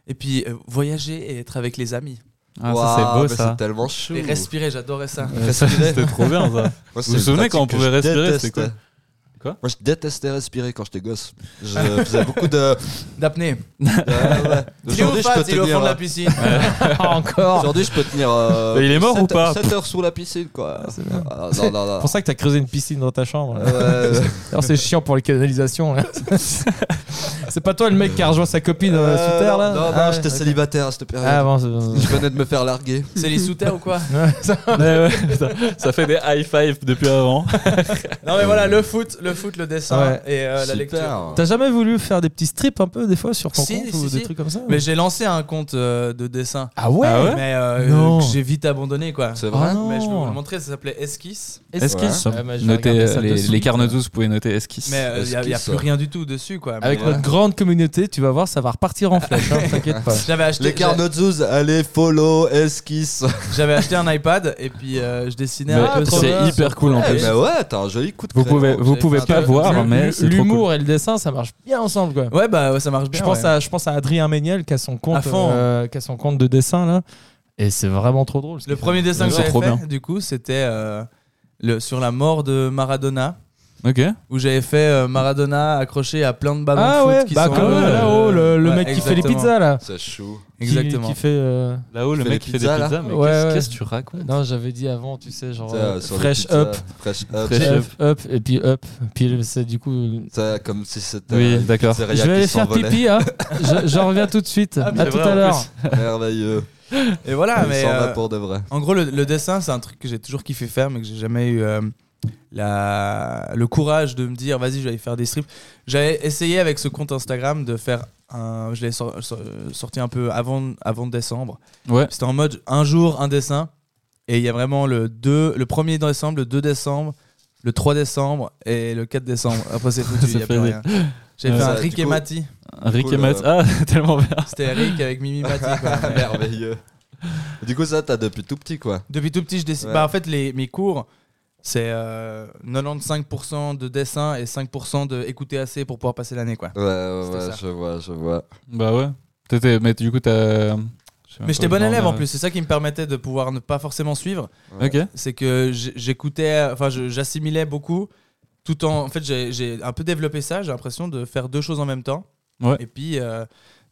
Speaker 6: et puis euh, voyager et être avec les amis.
Speaker 1: Ah,
Speaker 2: Waouh,
Speaker 1: ça, c'est beau
Speaker 2: mais
Speaker 1: ça.
Speaker 2: C'est tellement chou.
Speaker 6: Et respirer, j'adorais ça.
Speaker 1: Ouais, ça, C'était trop bien ça.
Speaker 2: Moi,
Speaker 1: Vous
Speaker 2: c'est
Speaker 1: vous
Speaker 2: une
Speaker 1: souvenez quand on
Speaker 2: pratique
Speaker 1: pouvait
Speaker 2: que je
Speaker 1: respirer, c'était
Speaker 2: détestais.
Speaker 1: Quoi
Speaker 2: Moi, je détestais respirer quand j'étais gosse. Je faisais beaucoup de.
Speaker 6: D'apnée.
Speaker 2: de- ouais. Aujourd'hui, je peux hein.
Speaker 6: Théophane, il est au fond
Speaker 2: tenir. euh,
Speaker 6: de la piscine.
Speaker 3: Encore.
Speaker 2: Aujourd'hui, je peux tenir. euh,
Speaker 1: Mais il est mort
Speaker 2: sept-
Speaker 1: ou pas
Speaker 2: sept heures sous la piscine, quoi. Ah, non, non, non.
Speaker 3: C'est pour ça que t'as creusé une piscine dans ta chambre.
Speaker 2: Ouais, ouais.
Speaker 3: Alors c'est chiant pour les canalisations. là. c'est pas toi le mec qui a rejoint sa copine euh, sous terre là
Speaker 2: Non, non,
Speaker 3: Ah,
Speaker 2: j'étais
Speaker 3: ouais.
Speaker 2: célibataire à cette
Speaker 3: Ah
Speaker 2: période.
Speaker 3: bon, c'est-
Speaker 2: Je venais de me faire larguer.
Speaker 6: C'est les sous-terres ou quoi
Speaker 3: Ouais, ça-
Speaker 1: Ouais, ouais, ça, ça fait des high five depuis avant.
Speaker 6: Non mais voilà, le foot, le foot, le dessin
Speaker 3: Ouais.
Speaker 6: et euh, la
Speaker 2: Super.
Speaker 6: lecture.
Speaker 3: T'as jamais voulu faire des petits strips un peu des fois sur ton
Speaker 6: Si,
Speaker 3: compte
Speaker 6: si,
Speaker 3: ou
Speaker 6: si.
Speaker 3: des trucs comme ça
Speaker 6: Mais j'ai lancé un compte euh, de dessin.
Speaker 3: Ah ouais,
Speaker 1: Ah ouais
Speaker 6: Mais euh,
Speaker 3: Non.
Speaker 6: que j'ai vite abandonné quoi.
Speaker 2: C'est
Speaker 3: Ah
Speaker 2: vrai
Speaker 3: non.
Speaker 6: Mais je peux vous le montrer, ça s'appelait Esquisse.
Speaker 1: Esquisse.
Speaker 3: Ouais, mais je vais
Speaker 1: Notez
Speaker 3: regarder
Speaker 1: euh,
Speaker 3: ça
Speaker 1: les,
Speaker 3: de suite.
Speaker 1: les carnotous, vous pouvez noter esquisse.
Speaker 6: Mais il n'y a,
Speaker 2: Esquisse. Ah
Speaker 6: plus rien du tout dessus quoi.
Speaker 3: Avec
Speaker 6: Mais, euh,
Speaker 3: notre grande communauté, tu vas voir, ça va repartir en flèche. hein, T'inquiète pas.
Speaker 6: J'avais acheté,
Speaker 2: Les Carnotzouz, allez, follow, esquisse.
Speaker 6: J'avais acheté un iPad et puis euh, je dessinais
Speaker 1: Mais
Speaker 6: un peu sur-
Speaker 1: c'est hyper cool en
Speaker 2: Eh
Speaker 1: plus.
Speaker 6: bah
Speaker 2: ben ouais, t'as un joli coup de hein.
Speaker 1: Vous
Speaker 2: crayon.
Speaker 1: pouvez, vous
Speaker 2: J'ai
Speaker 1: pouvez
Speaker 2: fait un
Speaker 1: pas
Speaker 2: truc.
Speaker 1: voir, mais c'est trop cool.
Speaker 3: L'humour et le dessin, ça marche bien ensemble quoi.
Speaker 6: Ouais, bah ouais, ça marche bien.
Speaker 3: Je pense,
Speaker 6: ouais.
Speaker 3: à, je pense à Adrien Méniel qui a son
Speaker 6: À
Speaker 3: compte,
Speaker 6: fond.
Speaker 3: euh, qui a son compte de dessin là. Et c'est vraiment trop drôle. ce
Speaker 6: Le
Speaker 3: qu'il
Speaker 6: premier dessin que
Speaker 1: C'est
Speaker 6: j'avais fait,
Speaker 1: trop bien.
Speaker 6: du coup, c'était euh, le- sur la mort de Maradona,
Speaker 1: Ok.
Speaker 6: où j'avais fait euh, Maradona accroché à plein de ballons
Speaker 3: Ah
Speaker 6: de foot
Speaker 3: ouais,
Speaker 6: qui
Speaker 3: bah
Speaker 6: sont.
Speaker 3: comme
Speaker 1: euh,
Speaker 3: là-haut, le, le
Speaker 6: ouais,
Speaker 3: mec qui fait les
Speaker 6: exactement.
Speaker 3: pizzas là.
Speaker 2: C'est chou.
Speaker 3: Qui-
Speaker 6: Exactement.
Speaker 3: Qui, fait. euh,
Speaker 1: Là-haut, le
Speaker 2: Fait
Speaker 1: mec
Speaker 2: des
Speaker 1: il fait des
Speaker 2: pizzas, là.
Speaker 1: pizzas, mais
Speaker 3: Ouais,
Speaker 1: qu'est-ce
Speaker 3: ouais.
Speaker 1: qu'est-ce que tu racontes
Speaker 3: Non, j'avais dit avant, tu sais, genre.
Speaker 2: Tu sais,
Speaker 3: euh,
Speaker 2: euh, sur les
Speaker 3: fresh
Speaker 2: pizzas,
Speaker 3: up.
Speaker 2: Fresh up.
Speaker 1: Fresh
Speaker 3: Up, up, et puis up. Puis euh, c'est du coup.
Speaker 2: C'est comme si c'était
Speaker 1: Oui,
Speaker 2: une
Speaker 1: d'accord.
Speaker 3: Je
Speaker 2: pizzeria
Speaker 3: vais aller
Speaker 2: qui
Speaker 3: faire
Speaker 2: s'envolait.
Speaker 3: pipi, hein. Je- J'en reviens tout de suite.
Speaker 6: Ah, mais
Speaker 3: à
Speaker 6: c'est
Speaker 3: tout
Speaker 6: vrai,
Speaker 3: à
Speaker 6: en
Speaker 3: l'heure.
Speaker 2: Merveilleux.
Speaker 6: Et voilà,
Speaker 2: Il
Speaker 6: mais.
Speaker 2: s'en va
Speaker 6: euh,
Speaker 2: pour de vrai.
Speaker 6: En gros, le, le dessin, c'est un truc que j'ai toujours kiffé faire, mais que j'ai jamais eu euh, la, le courage de me dire, vas-y, je vais aller faire des strips. J'avais essayé avec ce compte Instagram de faire un. Je l'ai sor- sor- sorti un peu avant, avant décembre.
Speaker 1: Ouais.
Speaker 6: C'était en mode un jour, un dessin. Et il y a vraiment le, 2, le 1er décembre, le 2 décembre, le 3 décembre et le 4 décembre. Après, c'est foutu,
Speaker 1: Ça
Speaker 6: il n'y a
Speaker 1: fait
Speaker 6: plus
Speaker 1: des-
Speaker 6: rien. J'ai
Speaker 1: Ouais.
Speaker 6: fait un
Speaker 2: Ça,
Speaker 6: Rick
Speaker 2: du
Speaker 6: et
Speaker 2: coup-
Speaker 6: Mati.
Speaker 1: Rick
Speaker 2: Cool,
Speaker 1: et Matt. Ah, tellement bien.
Speaker 6: C'était Rick avec Mimi Mati. quoi. Mais-
Speaker 2: Merveilleux. Du coup, ça, t'as depuis tout petit, quoi.
Speaker 6: Depuis tout petit, je dessine.
Speaker 2: Ouais.
Speaker 6: Bah, en fait, les, mes cours, c'est euh, 95% de dessin et 5% de écouter assez pour pouvoir passer l'année, quoi.
Speaker 2: Ouais, ouais,
Speaker 6: C'était
Speaker 2: ouais,
Speaker 6: ça.
Speaker 2: je vois, je vois.
Speaker 1: Bah ouais. T'étais, mais du coup, t'as.
Speaker 6: Mais j'étais bon élève en plus, c'est ça qui me permettait de pouvoir ne pas forcément suivre.
Speaker 1: Ok.
Speaker 6: C'est que j- j'écoutais, enfin, je- j'assimilais beaucoup. Tout en, en fait, j'ai j'ai un peu développé ça. J'ai l'impression de faire deux choses en même temps.
Speaker 1: Ouais.
Speaker 6: Et puis, euh,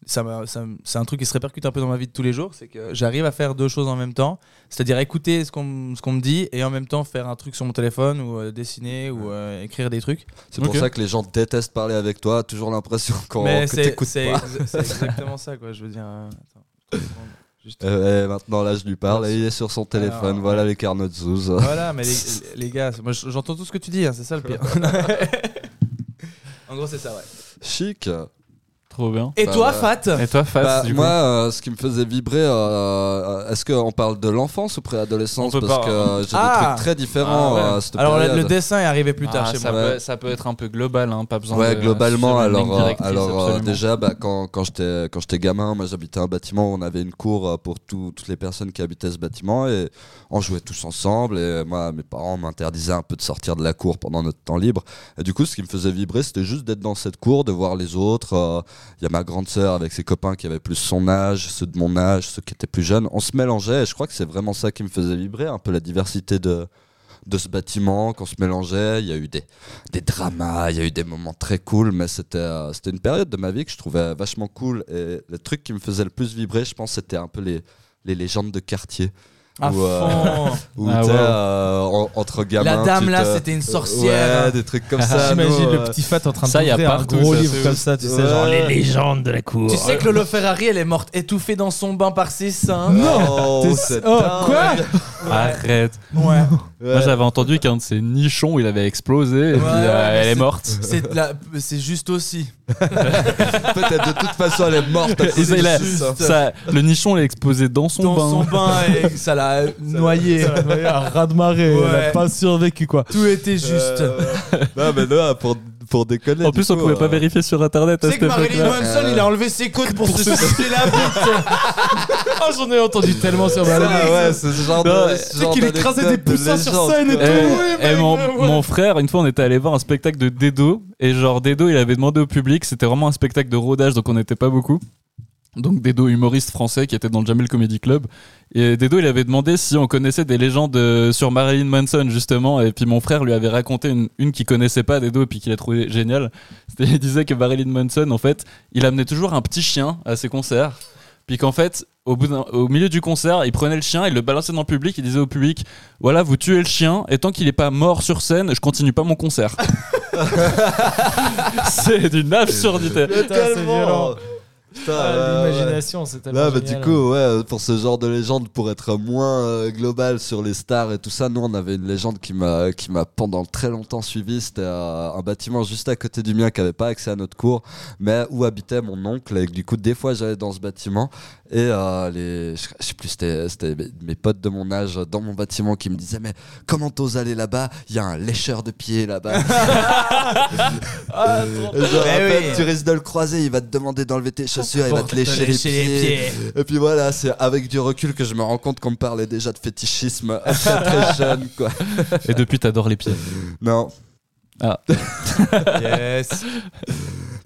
Speaker 6: ça m'a- ça m- c'est un truc qui se répercute un peu dans ma vie de tous les jours. C'est que j'arrive à faire deux choses en même temps, c'est-à-dire écouter ce qu'on m- ce qu'on me dit et en même temps faire un truc sur mon téléphone ou euh, dessiner ou euh, écrire des trucs.
Speaker 2: C'est pour
Speaker 1: Ok.
Speaker 2: ça que les gens détestent parler avec toi. Toujours l'impression qu'on
Speaker 6: Mais
Speaker 2: que
Speaker 6: c'est
Speaker 2: t'écoutes
Speaker 6: c'est
Speaker 2: pas.
Speaker 6: ex- c'est exactement ça, quoi. Je veux dire. euh, attends, je vais prendre juste-
Speaker 2: Euh, et maintenant, là, je lui parle et il est sur son téléphone.
Speaker 6: Alors,
Speaker 2: voilà les carnots zouz.
Speaker 6: Voilà, mais les, les gars, moi j- j'entends tout ce que tu dis, hein, c'est ça le pire. en gros, c'est ça, ouais.
Speaker 2: Chic.
Speaker 1: Trop bien.
Speaker 4: Et
Speaker 2: Bah,
Speaker 4: toi,
Speaker 2: ouais.
Speaker 4: Fat
Speaker 1: Et toi, Fats,
Speaker 2: Bah,
Speaker 1: du coup
Speaker 2: moi, euh, ce qui me faisait vibrer, euh, euh, est-ce qu'on parle de l'enfance ou préadolescence
Speaker 1: On peut
Speaker 2: Parce
Speaker 1: pas.
Speaker 2: que euh, j'ai
Speaker 4: Ah.
Speaker 2: des trucs très différents
Speaker 1: Ah ouais.
Speaker 2: euh, à cette
Speaker 4: Alors, le- le
Speaker 2: période.
Speaker 4: dessin est arrivé plus tard
Speaker 1: Ah,
Speaker 4: chez
Speaker 1: ça,
Speaker 4: moi.
Speaker 2: moi.
Speaker 1: peut, ça peut être un peu global, hein, pas besoin
Speaker 2: Ouais,
Speaker 1: de-
Speaker 2: globalement,
Speaker 1: de
Speaker 2: alors,
Speaker 1: ligne
Speaker 2: euh,
Speaker 1: directrice,
Speaker 2: alors euh,
Speaker 1: absolument.
Speaker 2: déjà, bah, quand, quand j'étais quand j'étais gamin, moi j'habitais un bâtiment, où on avait une cour euh, pour tout- toutes les personnes qui habitaient ce bâtiment et on jouait tous ensemble. Et euh, moi, mes parents m'interdisaient un peu de sortir de la cour pendant notre temps libre. Et du coup, ce qui me faisait vibrer, c'était juste d'être dans cette cour, de voir les autres. euh, Il y a ma grande sœur avec ses copains qui avaient plus son âge, ceux de mon âge, ceux qui étaient plus jeunes. On se mélangeait et je crois que c'est vraiment ça qui me faisait vibrer, un peu la diversité de, de ce bâtiment, qu'on se mélangeait. Il y a eu des, des dramas, il y a eu des moments très cool, mais c'était euh, c'était une période de ma vie que je trouvais vachement cool. Et le truc qui me faisait le plus vibrer, je pense, c'était un peu les, les légendes de quartier.
Speaker 4: À
Speaker 2: Ou, euh,
Speaker 4: fond.
Speaker 2: Où
Speaker 1: Ah
Speaker 2: t'es,
Speaker 1: ouais.
Speaker 2: euh, en- entre gamins.
Speaker 4: La dame
Speaker 2: tu
Speaker 4: là,
Speaker 2: te-
Speaker 4: c'était une sorcière.
Speaker 2: Ouais, des trucs
Speaker 1: Ah,
Speaker 2: comme ça.
Speaker 3: J'imagine
Speaker 2: nous,
Speaker 3: le
Speaker 2: euh,
Speaker 3: petit fat en train
Speaker 1: ça, y
Speaker 3: de
Speaker 1: a
Speaker 3: ouvrir un
Speaker 1: partout,
Speaker 3: gros
Speaker 1: ça,
Speaker 3: livre
Speaker 1: c'est
Speaker 3: comme
Speaker 1: ouf.
Speaker 3: ça, tu sais,
Speaker 2: Ouais.
Speaker 3: genre les légendes de la cour.
Speaker 4: Tu sais que Lolo Ferrari, elle est morte étouffée dans son bain par ses seins.
Speaker 2: Non,
Speaker 3: T'es-
Speaker 2: Oh, c'est
Speaker 3: oh,
Speaker 2: dingue.
Speaker 3: quoi
Speaker 1: Arrête.
Speaker 4: Ouais.
Speaker 1: Moi,
Speaker 2: Ouais.
Speaker 1: j'avais entendu qu'un de ces nichons, il avait explosé et puis
Speaker 4: Ouais,
Speaker 1: euh,
Speaker 4: mais
Speaker 1: elle est
Speaker 4: c'est-
Speaker 1: morte.
Speaker 4: C'est de la- c'est juste aussi.
Speaker 2: Peut-être de toute façon, elle est morte. à
Speaker 1: Et
Speaker 2: cause
Speaker 1: ça,
Speaker 2: de
Speaker 1: il a-
Speaker 2: ça.
Speaker 1: ça- le nichon, il a explosé dans son
Speaker 4: Dans
Speaker 1: bain.
Speaker 4: son bain et ça l'a noyé.
Speaker 3: à ras de marée,
Speaker 4: Ouais.
Speaker 3: elle a pas survécu quoi.
Speaker 4: Tout était juste.
Speaker 2: Euh, non, mais là, pour, pour déconner.
Speaker 1: En
Speaker 2: du
Speaker 1: plus, on
Speaker 2: coup,
Speaker 1: pouvait
Speaker 2: euh,
Speaker 1: pas vérifier sur internet à
Speaker 4: Tu sais
Speaker 1: cette
Speaker 4: que Marilyn
Speaker 1: époque-là.
Speaker 4: Manson, il a enlevé ses côtes pour, se sucer la bite.
Speaker 3: Ah, j'en ai entendu tellement sur ma
Speaker 2: Ah ouais, c'est ce genre
Speaker 1: Non,
Speaker 2: de.
Speaker 1: tu
Speaker 2: ce
Speaker 3: sais
Speaker 2: genre
Speaker 3: qu'il écrasait
Speaker 2: d'anecdote
Speaker 3: des
Speaker 2: de
Speaker 3: poussins sur
Speaker 2: légende,
Speaker 3: scène et
Speaker 2: quoi.
Speaker 1: Eh,
Speaker 3: tout. Oui,
Speaker 1: eh,
Speaker 3: mec,
Speaker 1: mon,
Speaker 3: ouais.
Speaker 1: mon frère, une fois, on était allé voir un spectacle de Dedo et genre Dedo, il avait demandé au public, c'était vraiment un spectacle de rodage, donc on n'était pas beaucoup. Donc Dedo, humoriste français qui était dans le Jamel Comedy Club, et Dedo, il avait demandé si on connaissait des légendes euh, sur Marilyn Manson justement, et puis mon frère lui avait raconté une, une qu'il connaissait pas Dedo et puis qu'il a trouvé géniale. C'était- Il disait que Marilyn Manson, en fait, il amenait toujours un petit chien à ses concerts, puis qu'en fait, au, bout d'un- au milieu du concert, il prenait le chien, il le balançait dans le public, il disait au public voilà, vous tuez le chien, et tant qu'il est pas mort sur scène, je continue pas mon concert. c'est d'une absurdité.
Speaker 3: Putain, c'est
Speaker 2: Tellement.
Speaker 3: violent.
Speaker 2: Putain,
Speaker 3: Ah,
Speaker 2: ouais, ouais.
Speaker 3: L'imagination, c'est tellement.
Speaker 2: Là, bah, du
Speaker 3: génial.
Speaker 2: coup,
Speaker 4: hein.
Speaker 2: ouais, pour ce genre de légende, pour être moins euh, global sur les stars et tout ça, nous, on avait une légende qui m'a, qui m'a pendant très longtemps suivi. C'était euh, un bâtiment juste à côté du mien qui n'avait pas accès à notre cour, mais où habitait mon oncle. Et que, du coup, des fois, j'allais dans ce bâtiment et euh, les, je, je sais plus, c'était, c'était mes, mes potes de mon âge euh, dans mon bâtiment qui me disaient, mais comment t'oses aller là-bas Il y a un lécheur de pieds là-bas.
Speaker 4: Ah,
Speaker 2: Et je me
Speaker 4: Mais
Speaker 2: rappelle,
Speaker 4: oui.
Speaker 2: Tu risques de le croiser, il va te demander d'enlever tes chaussures, il va te lécher,
Speaker 4: Lécher les pieds.
Speaker 2: et puis voilà, c'est avec du recul que je me rends compte qu'on me parlait déjà de fétichisme très très jeune, quoi.
Speaker 1: Et depuis, t'adores les pieds.
Speaker 2: Non.
Speaker 4: Yes.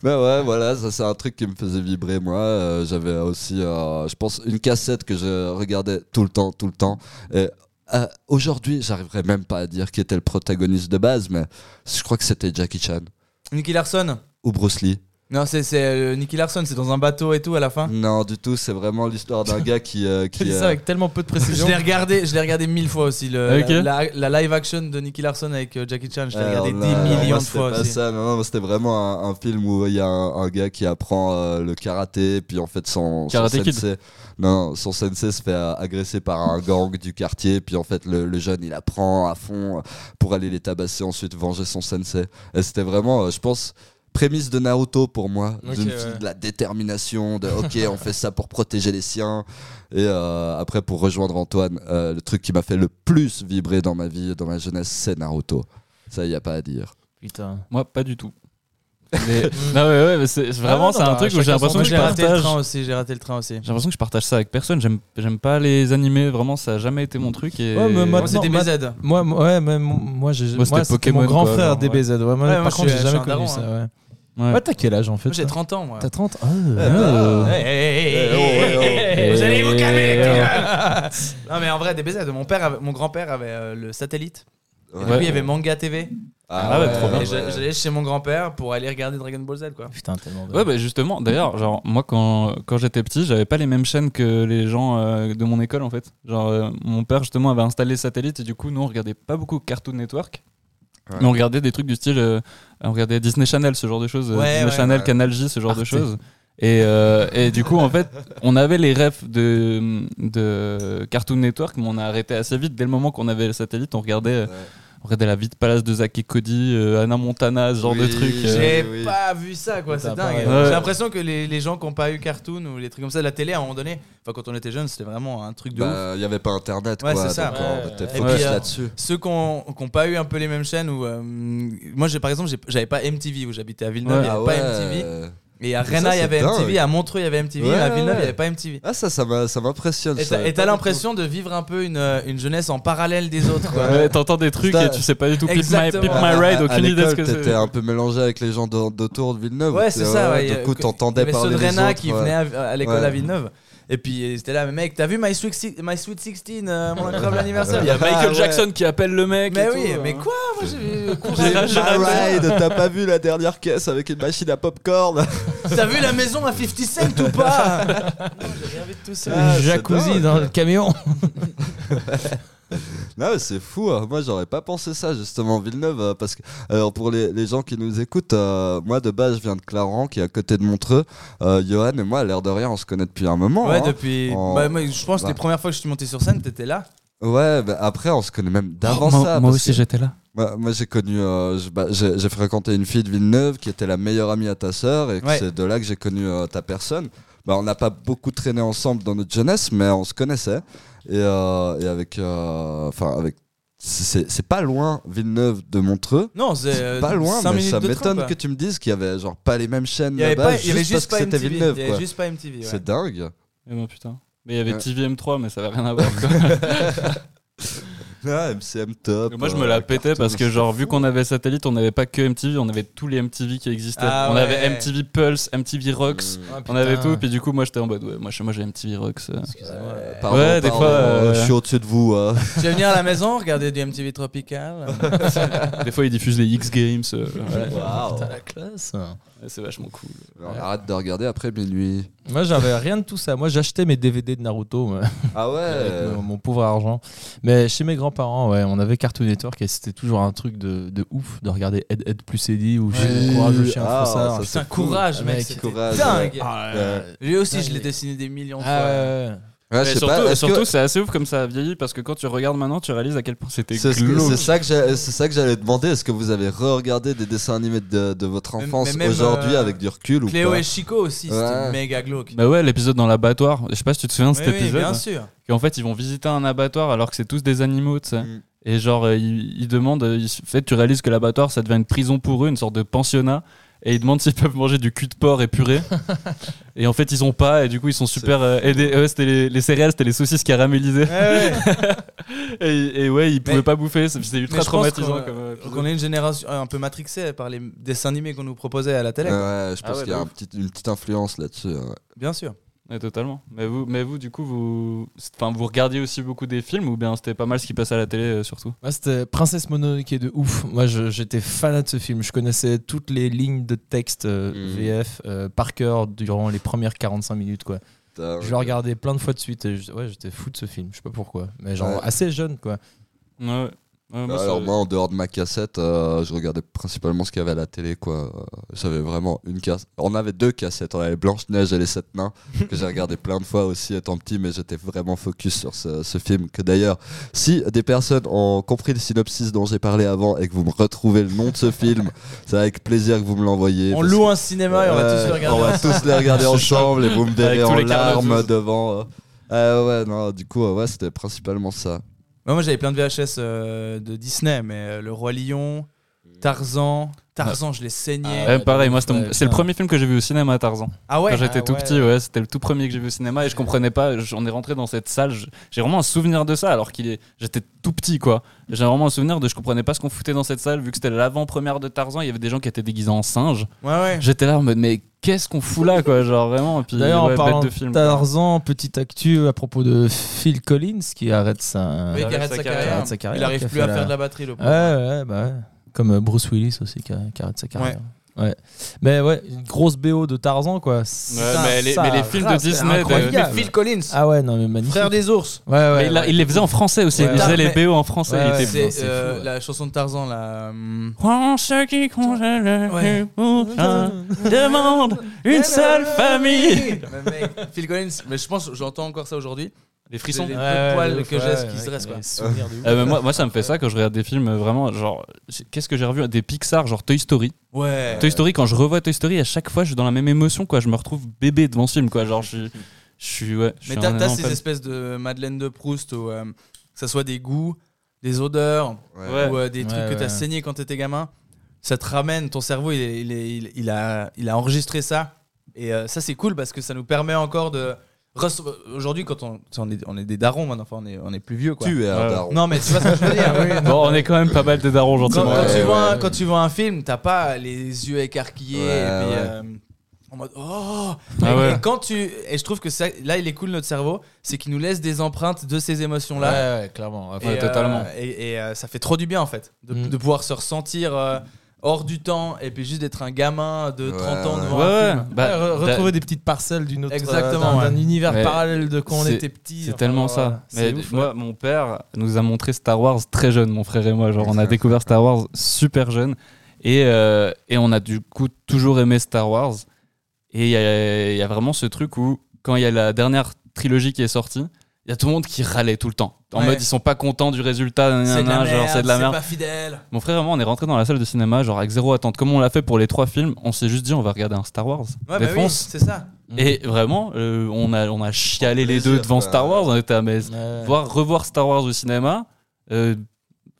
Speaker 2: Mais ouais, voilà, ça c'est un truc qui me faisait vibrer, moi. Euh, J'avais aussi, euh, je pense, une cassette que je regardais tout le temps, tout le temps. Et euh, aujourd'hui, j'arriverais même pas à dire qui était le protagoniste de base, mais je crois que c'était Jackie Chan
Speaker 4: Nicky Larson.
Speaker 2: ou Bruce Lee.
Speaker 4: Non, c'est c'est, euh, Nicky Larson, c'est dans un bateau et tout à la
Speaker 6: Ah.
Speaker 4: fin.
Speaker 2: Non, du tout, c'est vraiment l'histoire d'un gars qui. euh,
Speaker 3: Tu
Speaker 2: qui
Speaker 3: dis
Speaker 2: euh,
Speaker 3: ça avec tellement peu de
Speaker 4: Je
Speaker 3: précision.
Speaker 4: l'ai regardé, je l'ai regardé mille fois aussi. le-
Speaker 1: Ok.
Speaker 4: la, la- la live action de Nicky Larson avec euh, Jackie Chan, je l'ai
Speaker 2: Alors
Speaker 4: regardé
Speaker 2: là, alors
Speaker 4: des millions
Speaker 2: Eh, Ah, moi,
Speaker 4: de
Speaker 2: c'était
Speaker 4: fois
Speaker 2: pas
Speaker 4: aussi.
Speaker 2: ça, non, non, mais c'était vraiment un, un film où il y a un, un gars qui apprend euh, le karaté, puis en fait son, son
Speaker 1: Karate Kid.
Speaker 2: sensei, non, son sensei se fait euh, agresser par un gang du quartier, puis en fait le, le jeune il apprend à fond euh, pour aller les tabasser ensuite venger son sensei. Et c'était vraiment, euh, je pense. Prémisse de Naruto pour moi,
Speaker 3: Ok,
Speaker 2: d'une
Speaker 3: ouais.
Speaker 2: fille de la détermination, de ok, on fait ça pour protéger les siens. Et euh, après, pour rejoindre Antoine, euh, le truc qui m'a fait le plus vibrer dans ma vie, et dans ma jeunesse, c'est Naruto. Ça, y a pas à dire.
Speaker 3: Putain.
Speaker 1: Moi, pas du tout. Mais- non, mais ouais, mais c'est vraiment,
Speaker 3: Ah, non,
Speaker 1: c'est un
Speaker 3: bah,
Speaker 1: truc où
Speaker 3: chacun
Speaker 1: j'ai l'impression
Speaker 3: son
Speaker 1: que
Speaker 4: Moi,
Speaker 1: je
Speaker 4: j'ai raté le
Speaker 1: partage.
Speaker 4: train aussi, j'ai raté le train aussi.
Speaker 1: J'ai l'impression que je partage ça avec personne. J'aime, j'aime pas les animés. Vraiment, ça a jamais été mon truc. Et...
Speaker 3: Ouais, mais
Speaker 4: Moi,
Speaker 3: maintenant-
Speaker 4: c'était
Speaker 3: ma-
Speaker 4: BZ.
Speaker 3: Moi, moi- ouais, même moi, j'ai.
Speaker 1: Moi, c'était
Speaker 3: moi, c'était Mon
Speaker 1: Pokémon,
Speaker 3: grand
Speaker 1: quoi,
Speaker 3: frère
Speaker 1: genre, ouais.
Speaker 3: DBZ. Ouais, moi,
Speaker 4: Ouais, moi,
Speaker 3: par
Speaker 4: je
Speaker 3: contre,
Speaker 4: suis-
Speaker 3: j'ai jamais
Speaker 4: je suis un
Speaker 3: connu
Speaker 4: daron,
Speaker 3: ça.
Speaker 4: hein.
Speaker 3: Ouais.
Speaker 1: Ouais.
Speaker 3: Ouais, t'as quel âge en fait
Speaker 4: Moi, j'ai
Speaker 3: toi
Speaker 4: 30 ans, moi.
Speaker 3: T'as 30 Ah,
Speaker 1: Euh,
Speaker 4: Hey, hey, hey,
Speaker 2: Eh,
Speaker 4: hey,
Speaker 2: oh, eh,
Speaker 4: hey, hey,
Speaker 1: oh.
Speaker 4: Vous allez vous
Speaker 1: Eh,
Speaker 4: calmer, les
Speaker 1: oh.
Speaker 4: gars. Non, mais en vrai, des baisers. Mon, père avait- mon grand-père avait euh, le satellite. Et
Speaker 2: Ouais.
Speaker 4: puis, il y avait Manga TV.
Speaker 1: Ah ouais, trop bien.
Speaker 4: Et j'a- J'allais chez mon grand-père pour aller regarder Dragon Ball Z, quoi.
Speaker 3: Putain, tellement. de-
Speaker 1: Ouais, bah justement, d'ailleurs, genre, moi quand, quand j'étais petit, j'avais pas les mêmes chaînes que les gens euh, de mon école en fait. Genre, euh, mon père justement avait installé satellite et du coup, nous on regardait pas beaucoup Cartoon Network.
Speaker 2: Ouais.
Speaker 1: Mais on regardait des trucs du style. euh, on regardait Disney Channel, ce genre de choses. euh,
Speaker 4: Ouais,
Speaker 1: Disney
Speaker 4: ouais,
Speaker 1: Channel,
Speaker 2: ouais.
Speaker 1: Canal J, ce genre de
Speaker 3: Arte.
Speaker 1: choses. Et, euh, et du coup, en fait, on avait les refs de, de Cartoon Network, mais on a arrêté assez vite. Dès le moment qu'on avait le satellite, on regardait. euh, Après, t'as la vie de palace de Zach et Cody, euh, Anna Montana, ce genre de
Speaker 2: Oui,
Speaker 1: truc. euh.
Speaker 2: j'ai-
Speaker 6: J'ai
Speaker 2: oui.
Speaker 6: pas vu ça, quoi.
Speaker 3: T'as
Speaker 6: C'est
Speaker 3: pas-
Speaker 6: dingue.
Speaker 1: Ouais.
Speaker 6: J'ai l'impression que les, les gens qui n'ont pas eu cartoon ou les trucs comme ça, la télé à un moment donné, enfin quand on était jeune, c'était vraiment un truc de ouf.
Speaker 2: Bah, Il n'y avait pas internet,
Speaker 6: Ouais,
Speaker 2: quoi.
Speaker 6: c'est ça.
Speaker 2: donc
Speaker 3: Ouais,
Speaker 2: on était
Speaker 3: ouais.
Speaker 2: focus
Speaker 1: Et puis,
Speaker 6: euh,
Speaker 2: là-dessus.
Speaker 6: Ceux qui n'ont pas eu un peu les mêmes chaînes, ou euh, moi j'ai par exemple, j'ai- j'avais pas MTV où j'habitais à Villeneuve, il
Speaker 2: Ah
Speaker 6: n'y
Speaker 2: ouais.
Speaker 6: avait pas MTV. Et à
Speaker 2: Mais
Speaker 6: Rennes,
Speaker 2: ça,
Speaker 6: il y
Speaker 2: c'est
Speaker 6: avait MTV,
Speaker 2: dingue.
Speaker 6: à Montreux, il y avait MTV,
Speaker 2: Ouais,
Speaker 6: à Villeneuve, il
Speaker 2: ouais.
Speaker 6: n'y avait pas MTV.
Speaker 2: Ah, ça, ça m'a- ça m'impressionne.
Speaker 6: Et
Speaker 2: ça.
Speaker 6: t'as- et t'as l'impression de vivre un peu une, une jeunesse en parallèle des autres. quoi.
Speaker 1: Ouais, T'entends des trucs
Speaker 2: Putain.
Speaker 1: et tu sais pas du tout. Pip my,
Speaker 6: Exactement.
Speaker 1: Pip
Speaker 2: À-
Speaker 1: my
Speaker 2: à-
Speaker 1: ride,
Speaker 2: à
Speaker 1: aucune idée de ce
Speaker 2: l'école,
Speaker 1: que c'est.
Speaker 2: T'étais un peu mélangé avec les gens de- d'autour de Villeneuve.
Speaker 6: Ouais, c'est ça. Ouais.
Speaker 2: Du coup,
Speaker 6: Il y a-
Speaker 2: t'entendais
Speaker 6: il y avait
Speaker 2: parler
Speaker 6: ceux de
Speaker 2: des
Speaker 6: Rena
Speaker 2: autres,
Speaker 6: qui
Speaker 2: ouais.
Speaker 6: venaient à, à l'école
Speaker 2: Ouais.
Speaker 6: à Villeneuve. Et puis c'était là, mais mec, t'as vu My Sweet, Six- My Sweet 16, euh, mon incroyable anniversaire
Speaker 1: Il y a Michael
Speaker 6: Ah, ouais.
Speaker 1: Jackson qui appelle le mec.
Speaker 6: Mais
Speaker 1: et
Speaker 6: oui,
Speaker 1: tout,
Speaker 6: mais
Speaker 2: euh.
Speaker 1: hein.
Speaker 6: quoi Moi j'ai
Speaker 1: J'ai
Speaker 6: couru.
Speaker 1: racheté
Speaker 2: My
Speaker 1: un-
Speaker 2: Ride, t'as pas vu la dernière caisse avec une machine à popcorn
Speaker 6: T'as vu la maison à 50 cent ou pas Non, j'ai rien vu de tout ça.
Speaker 2: Ah, c'est
Speaker 3: Jacuzzi
Speaker 2: dingue.
Speaker 3: dans le camion.
Speaker 2: Non, mais c'est fou. hein. Moi, j'aurais pas pensé ça, justement, Villeneuve. euh, parce que, alors, pour les, les gens qui nous écoutent, euh, moi, de base, je viens de Clarence, qui est à côté de Montreux. Euh, Johan et moi, à l'air de rien, on se connaît depuis un moment.
Speaker 6: Ouais,
Speaker 2: hein.
Speaker 6: depuis.
Speaker 2: En-
Speaker 6: Bah, moi, je pense que
Speaker 2: Ouais.
Speaker 6: les premières fois que je suis monté sur scène, t'étais là.
Speaker 2: Ouais, bah, après, on se connaît même d'avant
Speaker 1: Oh, Moi-
Speaker 2: ça.
Speaker 1: Moi
Speaker 2: parce
Speaker 1: aussi,
Speaker 2: que-
Speaker 1: j'étais là.
Speaker 2: Moi, moi, j'ai connu, euh, je- bah, j'ai j'ai fréquenté une fille de Villeneuve qui était la meilleure amie à ta sœur et que
Speaker 6: Ouais.
Speaker 2: c'est de là que j'ai connu euh, ta personne. Bah, on n'a pas beaucoup traîné ensemble dans notre jeunesse, mais on se connaissait. Et, euh, et avec, euh, enfin, avec, c'est c'est pas loin Villeneuve de Montreux.
Speaker 6: Non, c'est. euh,
Speaker 2: C'est pas loin,
Speaker 6: cinq
Speaker 2: mais
Speaker 6: minutes
Speaker 2: ça
Speaker 6: de train,
Speaker 2: m'étonne
Speaker 6: quoi.
Speaker 2: que tu me dises qu'il y avait genre pas les mêmes chaînes
Speaker 6: Il y avait
Speaker 2: là-bas,
Speaker 6: pas- il y avait juste
Speaker 2: parce
Speaker 6: pas
Speaker 2: que c'était
Speaker 6: MTV.
Speaker 2: Villeneuve.
Speaker 6: Il y
Speaker 2: quoi.
Speaker 6: avait juste pas MTV. ouais.
Speaker 2: C'est dingue.
Speaker 1: Eh ben, putain. Mais il y avait
Speaker 2: Ouais.
Speaker 1: TVM3, mais ça avait rien à voir. quoi.
Speaker 2: Ah, MCM top.
Speaker 1: Mais moi, je me
Speaker 2: euh,
Speaker 1: la pétais parce que,
Speaker 2: cartoon,
Speaker 1: genre,
Speaker 2: c'est
Speaker 1: vu
Speaker 2: fou.
Speaker 1: qu'on avait satellite, on n'avait pas que MTV, on avait tous les MTV qui existaient.
Speaker 6: Ah
Speaker 1: on
Speaker 6: ouais.
Speaker 1: avait MTV Pulse, MTV Rocks,
Speaker 2: Mm.
Speaker 1: on avait tout. Puis du coup, moi, j'étais en mode, ouais, moi, chez moi, j'ai MTV Rocks. euh.
Speaker 6: Excusez-moi.
Speaker 2: Pardon,
Speaker 1: Ouais, des
Speaker 2: pardon,
Speaker 1: fois,
Speaker 2: euh,
Speaker 1: euh,
Speaker 2: Je suis au-dessus de vous. euh.
Speaker 6: Tu vas venir à la maison regarder du MTV Tropical
Speaker 1: Des fois, ils diffusent les X Games. euh, voilà.
Speaker 2: Waouh.
Speaker 3: Putain, la classe.
Speaker 1: Ouais, C'est vachement cool.
Speaker 2: Alors, Arrête de regarder après minuit.
Speaker 3: Moi, j'avais rien de tout ça. Moi, j'achetais mes DVD de Naruto moi,
Speaker 2: Ah ouais.
Speaker 3: avec mon, mon pauvre argent. Mais chez mes grands-parents, ouais, on avait Cartoon Network et c'était toujours un truc de, de ouf de regarder Ed Ed plus Eddie ou J'ai
Speaker 2: Oui.
Speaker 3: mon courage hein, le chien
Speaker 2: Ah,
Speaker 3: faussard.
Speaker 2: ça, c'est
Speaker 6: Putain,
Speaker 2: cool.
Speaker 6: courage, Ah
Speaker 3: Ah, mec,
Speaker 6: mec. c'était
Speaker 2: courage,
Speaker 6: Dingue.
Speaker 2: Ouais.
Speaker 6: Lui aussi, je
Speaker 3: Dingue.
Speaker 6: l'ai dessiné des millions de
Speaker 3: Ah,
Speaker 6: fois.
Speaker 3: ouais, ouais.
Speaker 2: Ouais, je
Speaker 1: Mais
Speaker 2: sais
Speaker 1: surtout,
Speaker 2: pas, est-ce
Speaker 1: surtout,
Speaker 2: que-
Speaker 1: c'est assez ouf comme ça a vieilli parce que quand tu regardes maintenant, tu réalises à quel point c'était
Speaker 2: c'est ce que-
Speaker 1: glauque.
Speaker 2: c'est ça que j'ai- c'est ça que j'allais demander. Est-ce que vous avez re-regardé des dessins animés de, de votre
Speaker 6: Mais-
Speaker 2: enfance
Speaker 6: mais même,
Speaker 2: aujourd'hui
Speaker 6: euh,
Speaker 2: avec du recul ou
Speaker 6: Cléo
Speaker 2: pas
Speaker 6: et Chico aussi,
Speaker 2: Ouais.
Speaker 6: c'était méga glauque.
Speaker 1: Bah ouais, l'épisode dans l'abattoir. Je sais pas si tu te souviens de
Speaker 6: Oui,
Speaker 1: cet
Speaker 6: oui,
Speaker 1: épisode. hein.
Speaker 6: bien sûr.
Speaker 1: qu'en fait ils vont visiter un abattoir alors que c'est tous des animaux, tu sais.
Speaker 2: Mm.
Speaker 1: Et genre euh, ils, ils demandent, euh, ils se- en fait tu réalises que l'abattoir ça devient une prison pour eux, une sorte de pensionnat. Et ils demandent s'ils peuvent manger du cul de porc épuré. et en fait ils ont pas et du coup ils sont super euh, aidés. Eux c'était les, les céréales, c'était les saucisses caramélisées. et, et ouais ils pouvaient
Speaker 6: Mais-
Speaker 1: pas bouffer, c'est- c'était ultra
Speaker 6: Mais je pense
Speaker 1: traumatisant.
Speaker 6: qu'on-
Speaker 1: comme, euh,
Speaker 6: Qu'on est une génération euh, un peu matrixée par les dessins animés qu'on nous proposait à la télé.
Speaker 2: Ouais, ouais, je pense
Speaker 1: Ah ouais,
Speaker 2: qu'il y a
Speaker 1: de
Speaker 2: un petit- une petite influence là-dessus. ouais.
Speaker 6: Bien sûr.
Speaker 1: Ouais, totalement. Mais vous, mais vous du coup vous, c'est- enfin vous regardiez aussi beaucoup des films ou bien c'était pas mal ce qui passait à la télé euh, surtout.
Speaker 3: Moi, c'était Princesse Mononoke de ouf. Moi, je- j'étais fanat de ce film. Je connaissais toutes les lignes de texte euh,
Speaker 2: Mhm.
Speaker 3: VF euh, par cœur durant les premières 45 minutes, quoi.
Speaker 2: Putain,
Speaker 3: Je le regardais plein de fois de suite et je- ouais, j'étais fou de ce film, je sais pas pourquoi, mais genre
Speaker 2: Ouais.
Speaker 3: assez jeune quoi.
Speaker 1: Ouais. ouais. Bah, Ouais, moi,
Speaker 2: Alors
Speaker 1: ça-
Speaker 2: moi, en dehors de ma cassette, euh, je regardais principalement ce qu'il y avait à la télé, quoi. Euh, J'avais vraiment une cassette. On avait deux cassettes. On avait Blanche Neige et les Sept Nains que j'ai regardé plein de fois aussi étant petit, mais j'étais vraiment focus sur ce, ce film. Que d'ailleurs, si des personnes ont compris le synopsis dont j'ai parlé avant et que vous me retrouvez le nom de ce film, c'est avec plaisir que vous me l'envoyez.
Speaker 6: On
Speaker 2: parce
Speaker 6: loue
Speaker 2: que-
Speaker 6: un cinéma et on va
Speaker 2: Ouais,
Speaker 6: tous le regarder.
Speaker 2: on va tous les regarder ensemble et vous me verrez
Speaker 1: Avec tous
Speaker 2: en
Speaker 1: les carnets
Speaker 2: larmes
Speaker 1: tous.
Speaker 2: devant. euh. Euh, ouais, non, du coup, euh, ouais, c'était principalement ça.
Speaker 6: Ouais, moi j'avais plein de VHS euh, de Disney, mais euh, Le Roi Lion, Tarzan. Tarzan, je l'ai saigné.
Speaker 1: Ouais, pareil, moi c'était mon-
Speaker 3: Euh, Ouais,
Speaker 1: c'est le
Speaker 3: putain.
Speaker 1: premier film que j'ai vu au cinéma Tarzan.
Speaker 6: Ah ouais
Speaker 1: Quand j'étais
Speaker 3: ah
Speaker 1: tout
Speaker 3: ouais.
Speaker 1: petit, ouais, c'était le tout premier que j'ai vu au cinéma et je comprenais pas. je- On est rentré dans cette salle, je- j'ai vraiment un souvenir de ça alors qu'il est, j'étais tout petit quoi. J'ai vraiment un souvenir de je comprenais pas ce qu'on foutait dans cette salle vu que c'était l'avant-première de Tarzan. Il y avait des gens qui étaient déguisés en singes.
Speaker 6: Ouais, ouais.
Speaker 1: J'étais là en mode mais qu'est-ce qu'on fout là quoi, genre vraiment. Et puis
Speaker 3: D'ailleurs,
Speaker 1: ouais,
Speaker 3: en
Speaker 1: bête
Speaker 3: parlant
Speaker 1: de
Speaker 3: de
Speaker 1: film.
Speaker 3: Tarzan, petite actu à propos de Phil Collins qui arrête sa,
Speaker 6: Oui,
Speaker 1: arrête
Speaker 6: qui arrête
Speaker 1: sa
Speaker 6: sa
Speaker 1: carrière.
Speaker 6: carrière.
Speaker 3: Arrête sa carrière,
Speaker 6: Il
Speaker 3: qui
Speaker 6: arrive
Speaker 3: a
Speaker 6: plus
Speaker 3: fait
Speaker 6: à
Speaker 3: la-
Speaker 6: faire de la batterie, le
Speaker 3: Ouais, ouais, bah ouais. Comme euh, Bruce Willis aussi qui, a- qui arrête sa carrière. Ouais. Mais ouais, une grosse BO de Tarzan quoi.
Speaker 1: Ouais, mais, les, mais les films de
Speaker 3: race, c'est
Speaker 1: Disney,
Speaker 3: incroyable.
Speaker 1: de-
Speaker 6: Ah, Mais Phil Collins,
Speaker 3: Ah ouais, non mais magnifique.
Speaker 6: frère des ours.
Speaker 3: Ouais, ouais,
Speaker 1: mais il,
Speaker 3: ouais.
Speaker 1: il les faisait en français aussi.
Speaker 3: Ouais.
Speaker 1: Il faisait les
Speaker 6: Mais-
Speaker 1: BO en français. il était-
Speaker 3: Ouais, ouais.
Speaker 6: C'est
Speaker 3: Ben, c'est
Speaker 6: euh,
Speaker 3: fou, ouais.
Speaker 6: la chanson de Tarzan, là. hum,
Speaker 1: Prends ce qui congèle le
Speaker 6: Ouais.
Speaker 3: Hein,
Speaker 1: prochain, demande une seule famille.
Speaker 6: Le mec, Phil Collins, mais je pense, j'entends encore ça aujourd'hui.
Speaker 1: Les frissons.
Speaker 6: Les-
Speaker 1: Eh
Speaker 6: les poils
Speaker 3: de
Speaker 6: que j'ai, ce qui se dresse, quoi.
Speaker 3: Souvenirs de ouf.
Speaker 1: ben, moi, moi, ça me fait ça quand je regarde des films euh, vraiment. Genre, j'ai- qu'est-ce que j'ai revu Des Pixar, genre Toy Story.
Speaker 4: Ouais.
Speaker 1: Toy Story, quand je revois Toy Story, à chaque fois, je suis dans la même émotion, quoi. Je me retrouve bébé devant ce film, quoi. Genre, je suis. Je suis, ouais. je
Speaker 6: Mais
Speaker 1: suis
Speaker 6: t'as
Speaker 1: un
Speaker 6: t'as
Speaker 1: énorme
Speaker 6: ces
Speaker 1: fan.
Speaker 6: espèces de Madeleine de Proust où euh, que ça soit des goûts, des odeurs
Speaker 1: Ouais.
Speaker 6: ou euh, des
Speaker 3: Ouais,
Speaker 6: trucs que
Speaker 3: ouais,
Speaker 6: t'as
Speaker 3: ouais.
Speaker 6: saigné quand t'étais gamin. Ça te ramène, ton cerveau il, est- il est- il- il a, il a enregistré ça. Et euh, ça c'est cool parce que ça nous permet encore de. recevoir- Aujourd'hui, quand on, on, est, on est des darons maintenant, enfin, on, est, on est plus vieux quoi.
Speaker 2: Tu es un
Speaker 1: Ouais.
Speaker 2: daron.
Speaker 6: Non mais tu vois ce que je veux dire.
Speaker 1: Bon, on est quand même pas mal des darons,
Speaker 6: Quand,
Speaker 1: gentiment.
Speaker 6: quand
Speaker 2: Ouais,
Speaker 6: tu vois,
Speaker 3: ouais.
Speaker 6: quand tu vois un film, t'as pas les yeux écarquillés
Speaker 2: Ouais,
Speaker 6: et puis,
Speaker 2: ouais.
Speaker 6: euh, en mode oh.
Speaker 1: Ah
Speaker 6: et,
Speaker 1: ouais.
Speaker 6: et quand tu et je trouve que ça, là il est cool notre cerveau, c'est qu'il nous laisse des empreintes de ces émotions là.
Speaker 3: Ouais, ouais, clairement.
Speaker 6: Et, euh,
Speaker 1: Ouais, totalement.
Speaker 6: et et, euh, ça fait trop du bien en fait de,
Speaker 3: Mm.
Speaker 6: de pouvoir se ressentir euh, hors du temps et puis juste d'être un gamin de 30 ans
Speaker 2: Ouais,
Speaker 6: devant
Speaker 1: Ouais,
Speaker 6: un
Speaker 1: ouais.
Speaker 6: film.
Speaker 1: Bah,
Speaker 3: Ouais, re-
Speaker 1: t'as-
Speaker 3: retrouver des petites parcelles d'une autre,
Speaker 6: Exactement,
Speaker 3: euh, d'un- d'un univers
Speaker 1: Mais
Speaker 3: parallèle de quand on
Speaker 1: c'est-
Speaker 3: était petit.
Speaker 1: C'est
Speaker 3: Enfin,
Speaker 1: tellement
Speaker 3: voilà.
Speaker 1: ça.
Speaker 3: C'est
Speaker 1: Mais
Speaker 3: ouf, ouais.
Speaker 1: moi, mon père nous a montré Star Wars très jeune, mon frère et moi. Genre, on a découvert Star Wars super jeune. Et, euh, et on a du coup toujours aimé Star Wars. Et il y a, il y a vraiment ce truc où, quand il y a la dernière trilogie qui est sortie, il y a tout le monde qui râlait tout le temps. En
Speaker 6: Ouais.
Speaker 1: mode, ils sont pas contents du résultat.
Speaker 6: C'est de la
Speaker 1: nanana, genre,
Speaker 6: merde,
Speaker 1: c'est de la merde.
Speaker 6: pas fidèle.
Speaker 1: Mon frère et moi, on est rentré dans la salle de cinéma, genre avec zéro attente. Comme on l'a fait pour les trois films, on s'est juste dit, on va regarder un Star Wars.
Speaker 6: Ouais, bah oui,
Speaker 1: Défonce.
Speaker 6: c'est ça.
Speaker 1: Et vraiment, euh, on, a, on a chialé les
Speaker 2: Plaisir,
Speaker 1: deux devant
Speaker 2: quoi.
Speaker 1: Star Wars. On était à mais
Speaker 3: Ouais.
Speaker 1: voir revoir Star Wars au cinéma, euh,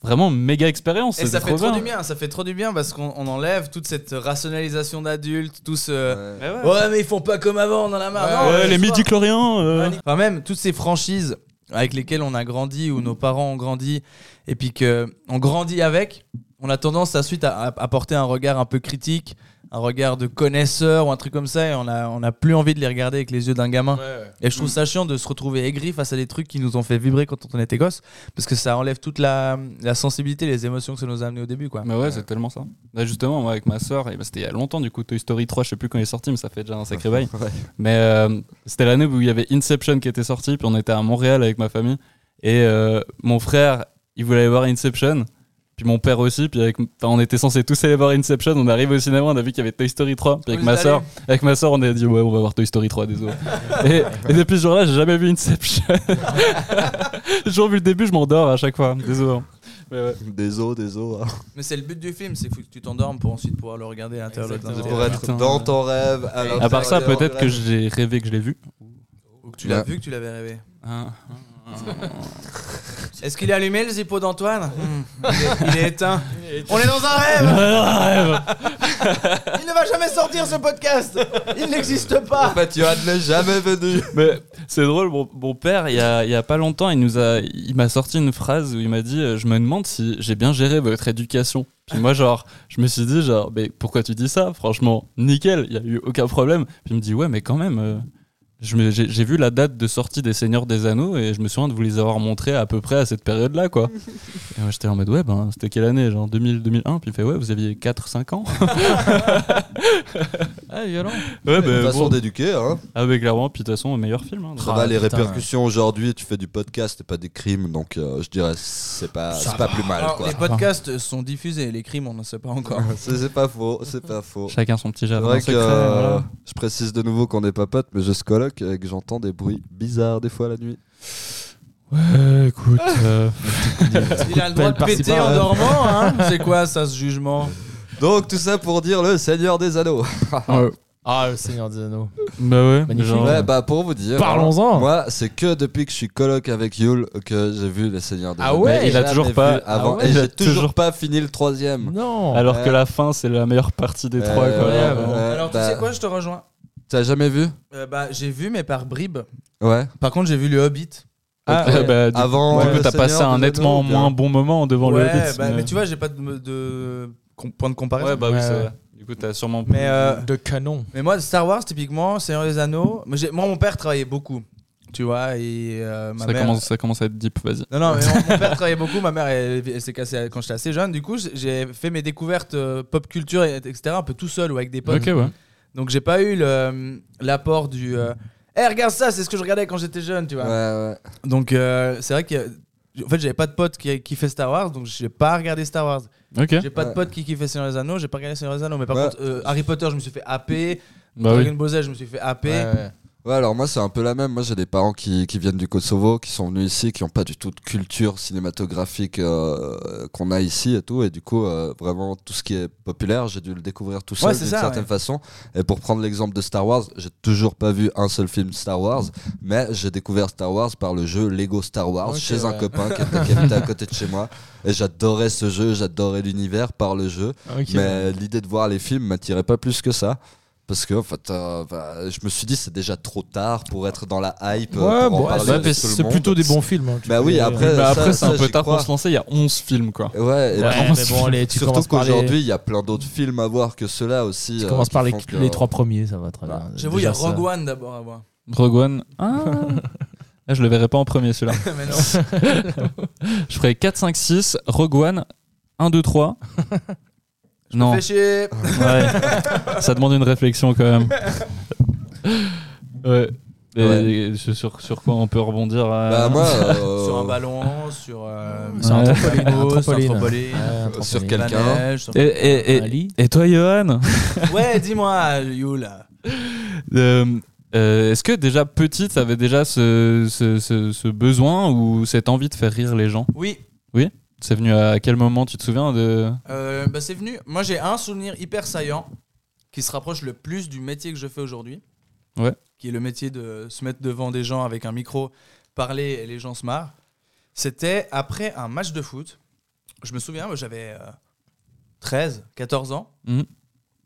Speaker 1: vraiment méga expérience.
Speaker 6: Et ça
Speaker 1: c'est
Speaker 6: fait trop
Speaker 1: bien.
Speaker 6: du bien, ça fait trop du bien parce qu'on on enlève toute cette rationalisation d'adulte, tout ce.
Speaker 2: Ouais.
Speaker 1: Ouais, ouais.
Speaker 6: euh, Ouais, mais ils font pas comme avant, on en a marre.
Speaker 1: Ouais,
Speaker 6: Non,
Speaker 1: les euh.
Speaker 6: ce soir.
Speaker 1: midi chloriens.
Speaker 6: Enfin, même toutes ces franchises avec lesquelles on a grandi, ou nos parents ont grandi, et puis qu'on grandit avec, on a tendance ensuite à, à, à porter un regard un peu critique, un regard de connaisseur ou un truc comme ça, et on a, on a plus envie de les regarder avec les yeux d'un gamin. Et je trouve ça chiant de se retrouver aigri face à des trucs qui nous ont fait vibrer quand on était gosse, parce que ça enlève toute la, la sensibilité, les émotions que ça nous a amené au début, quoi.
Speaker 1: Mais ouais, c'est tellement ça. Là, justement, moi, avec ma soeur, et ben, c'était il y a longtemps, du coup, Toy Story 3, je sais plus quand il est sorti, mais ça fait déjà un sacré bail.
Speaker 2: Ouais.
Speaker 1: Mais euh, c'était l'année où il y avait Inception qui était sorti, puis on était à Montréal avec ma famille. Et euh, mon frère, il voulait aller voir Inception, puis mon père aussi, puis avec, enfin, on était censés tous aller voir Inception. On arrive au cinéma, on a vu qu'il y avait Toy Story 3, puis avec
Speaker 6: Vous
Speaker 1: ma,
Speaker 6: allez
Speaker 1: soeur, avec ma soeur, on a dit Ouais, on va voir Toy Story 3, désolé. et, et depuis ce jour-là, j'ai jamais vu Inception. Toujours vu le début, je m'endors à chaque fois, désolé. Mais ouais.
Speaker 2: Des os, des os. hein.
Speaker 6: Mais c'est le but du film, c'est faut que tu t'endormes pour ensuite pouvoir le regarder à l'intérieur de
Speaker 3: Exactement.
Speaker 6: l'intérieur.
Speaker 2: Pour être
Speaker 1: putain.
Speaker 2: dans ton rêve.
Speaker 1: À part ça, peut-être que
Speaker 2: je
Speaker 1: j'ai rêvé que je l'ai vu. Hein.
Speaker 6: Ou que tu l'as
Speaker 2: Ouais.
Speaker 6: vu que tu l'avais rêvé. Est-ce qu'il a allumé le zippo d'Antoine
Speaker 2: Mm.
Speaker 6: Hmm. il, est, il est éteint. On est dans un rêve Il ne va jamais sortir ce podcast Il n'existe
Speaker 2: En
Speaker 6: pas
Speaker 2: fait, Johan n'est jamais venu.
Speaker 1: Mais c'est drôle, mon, mon père, il y a, il y a pas longtemps, il nous a, il m'a sorti une phrase où il m'a dit, euh, je me demande si j'ai bien géré votre éducation. Puis moi, genre, je me suis dit, genre, mais pourquoi tu dis ça Franchement, nickel, il y a eu aucun problème. Puis il me dit, ouais, mais quand même. euh, je me- J'ai j'ai vu la date de sortie des Seigneurs des Anneaux et je me souviens de vous les avoir montrés à peu près à cette période-là, quoi. Et moi j'étais en mode, ouais, ben c'était quelle année Genre 2000, 2001 Puis il fait, ouais, vous aviez 4-5 ans
Speaker 3: Ah, violent.
Speaker 1: Ouais,
Speaker 2: Une
Speaker 1: ben
Speaker 2: façon
Speaker 1: bon.
Speaker 2: d'éduquer, hein.
Speaker 1: Ah, mais clairement, puis de toute façon, meilleur film. hein.
Speaker 2: Travail, les
Speaker 3: putain,
Speaker 2: répercussions aujourd'hui, tu fais du podcast et pas des crimes, donc euh, je dirais c'est pas, c'est pas plus mal,
Speaker 1: Ah,
Speaker 6: Alors,
Speaker 2: quoi.
Speaker 6: les podcasts sont diffusés, les crimes on ne sait pas encore.
Speaker 2: C'est c'est pas faux, c'est pas faux.
Speaker 1: Chacun son petit
Speaker 2: C'est
Speaker 1: jardin
Speaker 2: vrai que
Speaker 1: secret.
Speaker 2: euh,
Speaker 1: voilà.
Speaker 2: je précise de nouveau qu'on n'est pas potes, mais je se coloc et que j'entends des bruits bizarres des fois la nuit.
Speaker 1: Ouais, écoute. euh,
Speaker 6: Il a le droit de
Speaker 3: par-ci,
Speaker 6: péter en
Speaker 2: par-là.
Speaker 6: dormant, hein C'est quoi ça ce jugement
Speaker 2: Donc tout ça pour dire le Seigneur des Anneaux.
Speaker 3: Ah, le Seigneur des Anneaux.
Speaker 1: bah ouais.
Speaker 3: Magnifique.
Speaker 1: genre,
Speaker 2: Ouais, bah pour vous dire.
Speaker 3: Parlons-en.
Speaker 1: Oh.
Speaker 2: hein, Moi, c'est que depuis que je suis coloc avec Yul que j'ai vu le Seigneur des
Speaker 3: Ah
Speaker 2: Anneaux.
Speaker 3: ouais,
Speaker 2: Mais
Speaker 1: il a
Speaker 2: jamais
Speaker 1: toujours
Speaker 2: vu
Speaker 1: pas-
Speaker 2: Avant,
Speaker 3: Ah ouais.
Speaker 2: et
Speaker 1: Il a
Speaker 2: j'ai toujours,
Speaker 1: toujours-
Speaker 2: pas fini le troisième.
Speaker 3: Non.
Speaker 1: Alors que
Speaker 2: Ouais.
Speaker 1: la fin, c'est la meilleure partie des trois.
Speaker 2: Euh,
Speaker 1: quoi.
Speaker 2: ouais,
Speaker 1: Genre,
Speaker 2: ouais.
Speaker 6: Alors tu
Speaker 2: bah-
Speaker 6: sais quoi, je te rejoins.
Speaker 2: T'as jamais vu
Speaker 6: Euh, bah j'ai vu mais par bribes.
Speaker 2: Ouais.
Speaker 6: Par contre j'ai vu le Hobbit.
Speaker 1: Ah,
Speaker 2: ouais.
Speaker 1: bah, du,
Speaker 2: Avant.
Speaker 1: du
Speaker 2: le
Speaker 1: coup, t'as
Speaker 2: Seigneur
Speaker 1: passé un
Speaker 2: des
Speaker 1: nettement
Speaker 2: Anneaux, bien.
Speaker 1: moins bon moment devant le
Speaker 6: ouais,
Speaker 1: Hobbit. euh.
Speaker 6: bah, mais... tu vois j'ai pas de, de com- point de comparaison.
Speaker 1: ouais, bah oui,
Speaker 3: Ouais,
Speaker 1: c'est
Speaker 3: ouais.
Speaker 1: vrai. Du coup, t'as sûrement.
Speaker 6: Mais euh,
Speaker 3: De canon.
Speaker 6: Mais moi, Star Wars, typiquement, Seigneur des Anneaux. Moi, j'ai- moi, mon père travaillait beaucoup, tu vois, et euh, ma
Speaker 1: ça,
Speaker 6: mère.
Speaker 1: commence, ça commence à être deep, vas-y.
Speaker 6: Non, non, mais mon, mon père travaillait beaucoup. Ma mère, elle, elle s'est cassée quand j'étais assez jeune. Du coup, j'ai fait mes découvertes euh, pop culture, et- etc., un peu tout seul ou avec des potes.
Speaker 1: Ok, ouais.
Speaker 6: Donc, j'ai pas eu le- l'apport du. Euh, Eh, regarde ça, c'est ce que je regardais quand j'étais jeune, tu vois.
Speaker 2: Ouais, ouais.
Speaker 6: Donc, euh, c'est vrai que. En fait, j'avais pas de potes qui, qui fait Star Wars, donc j'ai pas regardé Star Wars.
Speaker 1: Ok.
Speaker 6: J'ai pas de
Speaker 2: Ouais.
Speaker 6: potes qui kiffaient Seigneur des Anneaux, j'ai pas regardé Seigneur des Anneaux. Mais par
Speaker 2: Ouais.
Speaker 6: contre, euh, Harry Potter, je me suis fait happer.
Speaker 1: Bah oui.
Speaker 6: Dragon Ball Z, je me suis fait happer.
Speaker 3: Ouais, ouais.
Speaker 2: Ouais, alors moi c'est un peu la même. Moi j'ai des parents qui, qui viennent du Kosovo, qui sont venus ici, qui n'ont pas du tout de culture cinématographique euh, qu'on a ici et tout. Et du coup, euh, vraiment tout ce qui est populaire, j'ai dû le découvrir tout seul
Speaker 6: Ouais, c'est
Speaker 2: d'une
Speaker 6: ça,
Speaker 2: certaine
Speaker 6: ouais.
Speaker 2: façon. Et pour prendre l'exemple de Star Wars, j'ai toujours pas vu un seul film Star Wars, mais j'ai découvert Star Wars par le jeu Lego Star Wars
Speaker 6: Ok,
Speaker 2: chez un
Speaker 6: ouais.
Speaker 2: copain qui était, qui habitait à côté de chez moi. Et j'adorais ce jeu, j'adorais l'univers par le jeu. Mais l'idée de voir les films m'attirait pas plus que ça. Parce que en fait, euh, bah, je me suis dit c'est déjà trop tard pour être dans la hype. euh,
Speaker 3: Ouais,
Speaker 2: pour en
Speaker 3: bon,
Speaker 2: parler
Speaker 3: c'est-
Speaker 2: avec tout le
Speaker 3: c'est
Speaker 2: monde.
Speaker 3: plutôt des bons films. hein, tu
Speaker 2: Bah
Speaker 3: peux-
Speaker 2: oui,
Speaker 1: Bah,
Speaker 2: après, ça,
Speaker 1: après, c'est
Speaker 2: ça,
Speaker 1: un peu
Speaker 2: j'y
Speaker 1: tard
Speaker 2: crois.
Speaker 1: pour se lancer. Il y a 11 films, quoi.
Speaker 2: Ouais, et
Speaker 3: Ouais,
Speaker 2: puis,
Speaker 3: mais bon, allez, tu
Speaker 2: surtout
Speaker 3: commences par les,
Speaker 2: qu'aujourd'hui il y a plein d'autres films à voir que ceux-là aussi.
Speaker 3: tu
Speaker 2: euh,
Speaker 3: commences
Speaker 2: qui
Speaker 3: par les,
Speaker 2: font que-
Speaker 3: les trois premiers, ça va très bien.
Speaker 6: J'avoue, il y a
Speaker 3: Déjà, ça-
Speaker 6: Rogue One d'abord à voir.
Speaker 1: Rogue One. Ah. Là, je le verrai pas en premier, celui-là.
Speaker 6: Mais non.
Speaker 1: Je ferai 4, 5, 6, Rogue One, 1, 2, 3. Non,
Speaker 6: Fais chier.
Speaker 1: ouais. ça demande une réflexion quand même. Ouais. Et Sur, sur quoi on peut rebondir euh,
Speaker 2: Bah moi, euh,
Speaker 6: Sur un ballon, sur. euh,
Speaker 1: Sur un
Speaker 3: trampoline.
Speaker 6: sur un
Speaker 3: Trampoline.
Speaker 6: trampoline,
Speaker 3: Ouais,
Speaker 2: Sur
Speaker 3: trampoline.
Speaker 2: quel-
Speaker 6: la
Speaker 2: Quelqu'un.
Speaker 6: neige, sur-
Speaker 1: Et, et- et-
Speaker 3: Ali.
Speaker 1: et toi, Johan
Speaker 6: Ouais, dis-moi, Yul.
Speaker 1: Euh, euh, Est-ce que déjà petite, t'avais déjà ce, ce- ce- ce besoin ou cette envie de faire rire les gens
Speaker 6: Oui,
Speaker 1: C'est venu à quel moment Tu te souviens de
Speaker 6: euh, bah, c'est venu. Moi, j'ai un souvenir hyper saillant qui se rapproche le plus du métier que je fais aujourd'hui.
Speaker 1: Ouais.
Speaker 6: Qui est le métier de se mettre devant des gens avec un micro, parler et les gens se marrent. C'était après un match de foot. Je me souviens, moi, j'avais euh, 13, 14 ans.
Speaker 1: Mhm.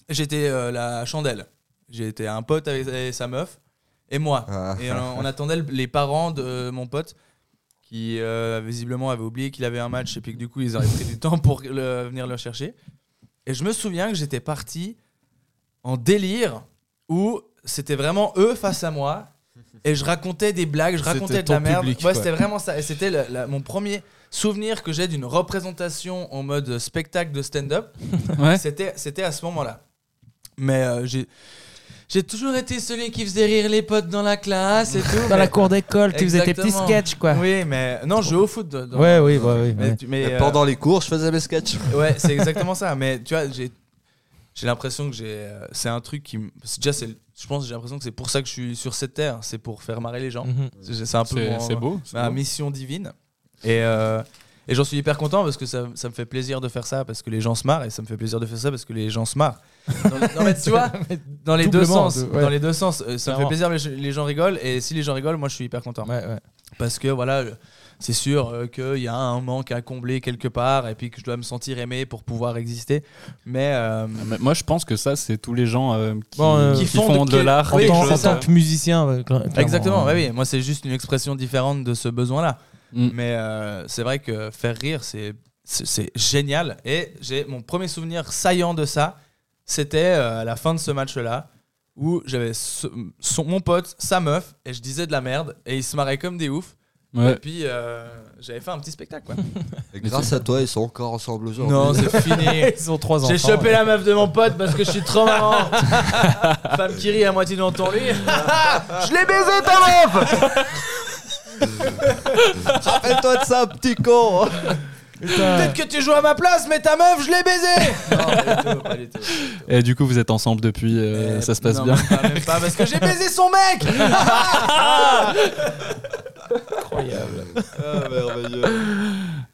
Speaker 6: J'étais euh, la chandelle. J'étais un pote avec, avec sa meuf et moi.
Speaker 2: ah,
Speaker 6: Et on, on attendait le- les parents de euh, mon pote qui euh, visiblement avait oublié qu'il avait un match et puis que du coup ils avaient pris du temps pour le- venir le chercher. Et je me souviens que j'étais parti en délire où c'était vraiment eux face à moi et je racontais des blagues, je
Speaker 3: C'était
Speaker 6: racontais de
Speaker 3: ton
Speaker 6: la merde.
Speaker 3: public,
Speaker 6: ouais,
Speaker 3: quoi.
Speaker 6: c'était vraiment ça. Et c'était la- la- mon premier souvenir que j'ai d'une représentation en mode spectacle de stand-up.
Speaker 3: Hein
Speaker 1: Ouais.
Speaker 6: C'était, c'était à ce moment-là. Mais euh, j'ai, j'ai toujours été celui qui faisait rire les potes dans la classe et tout.
Speaker 3: Dans
Speaker 6: mais-
Speaker 3: la cour d'école, tu faisais tes petits
Speaker 6: Exactement.
Speaker 3: sketchs, quoi.
Speaker 6: Oui, mais non, je joue au foot. de- dans-
Speaker 3: Ouais, oui, ouais, oui.
Speaker 6: Mais,
Speaker 3: ouais.
Speaker 6: tu- mais,
Speaker 2: Et
Speaker 6: euh,
Speaker 2: pendant les cours, je faisais mes sketchs.
Speaker 6: ouais, c'est exactement ça. Mais tu vois, j'ai, j'ai l'impression que j'ai, euh, c'est un truc qui, m- parce que déjà, c'est, je pense, que j'ai l'impression que c'est pour ça que je suis sur cette terre, c'est pour faire marrer les gens.
Speaker 3: Mhm.
Speaker 6: C'est, c'est un peu
Speaker 1: C'est
Speaker 6: mon-
Speaker 1: c'est beau. c'est
Speaker 6: ma
Speaker 1: beau.
Speaker 6: mission divine. Et, euh, et j'en suis hyper content parce que ça, ça me fait plaisir de faire ça parce que les gens se marrent et ça me fait plaisir de faire ça parce que les gens se marrent. Dans- non, mais tu vois, dans les deux
Speaker 3: Doublement
Speaker 6: sens,
Speaker 3: de- ouais.
Speaker 6: dans les deux sens, euh, ça me fait
Speaker 3: Clairement.
Speaker 6: plaisir, les, les gens rigolent et si les gens rigolent, moi je suis hyper content
Speaker 3: Ouais, ouais.
Speaker 6: parce que voilà le- c'est sûr euh, qu'il y a un manque à combler quelque part et puis que je dois me sentir aimé pour pouvoir exister mais euh,
Speaker 1: Mais Moi, je pense que ça, c'est tous les gens euh, qui,
Speaker 3: Bon, euh,
Speaker 1: qui
Speaker 6: qui font
Speaker 1: font
Speaker 6: de
Speaker 1: de,
Speaker 6: quel-
Speaker 1: l'art.
Speaker 3: En,
Speaker 6: Oui,
Speaker 3: tant,
Speaker 6: je-
Speaker 3: en tant que musicien, ouais, cla- clairement.
Speaker 6: exactement
Speaker 1: hein.
Speaker 6: ouais, oui moi c'est juste une expression différente de ce besoin là
Speaker 1: Mm.
Speaker 6: mais euh, c'est vrai que faire rire c'est c'est- c'est génial et j'ai mon premier souvenir saillant de ça c'était euh, à la fin de ce match là où j'avais ce- son- mon pote sa meuf et je disais de la merde et il se marrait comme des oufs et
Speaker 1: Ouais.
Speaker 6: puis euh, j'avais fait un petit spectacle quoi.
Speaker 2: Et grâce à toi, ils sont encore ensemble aujourd'hui.
Speaker 6: non c'est fini
Speaker 3: Ils ont trois enfants.
Speaker 6: J'ai chopé la meuf de mon pote parce que je suis trop marrant. Femme qui rit à moitié dans ton lit. je l'ai baisé ta meuf
Speaker 2: Rappelle-toi de ça, petit con.
Speaker 6: Peut-être que tu joues à ma place, mais ta meuf, je l'ai baisé Non, pas du tout, pas du tout.
Speaker 1: Et du coup, vous êtes ensemble depuis, euh,
Speaker 6: Euh,
Speaker 1: ça se passe
Speaker 6: non,
Speaker 1: bien.
Speaker 6: Même pas, même pas, parce que j'ai baisé son mec
Speaker 2: Ah, merveilleux.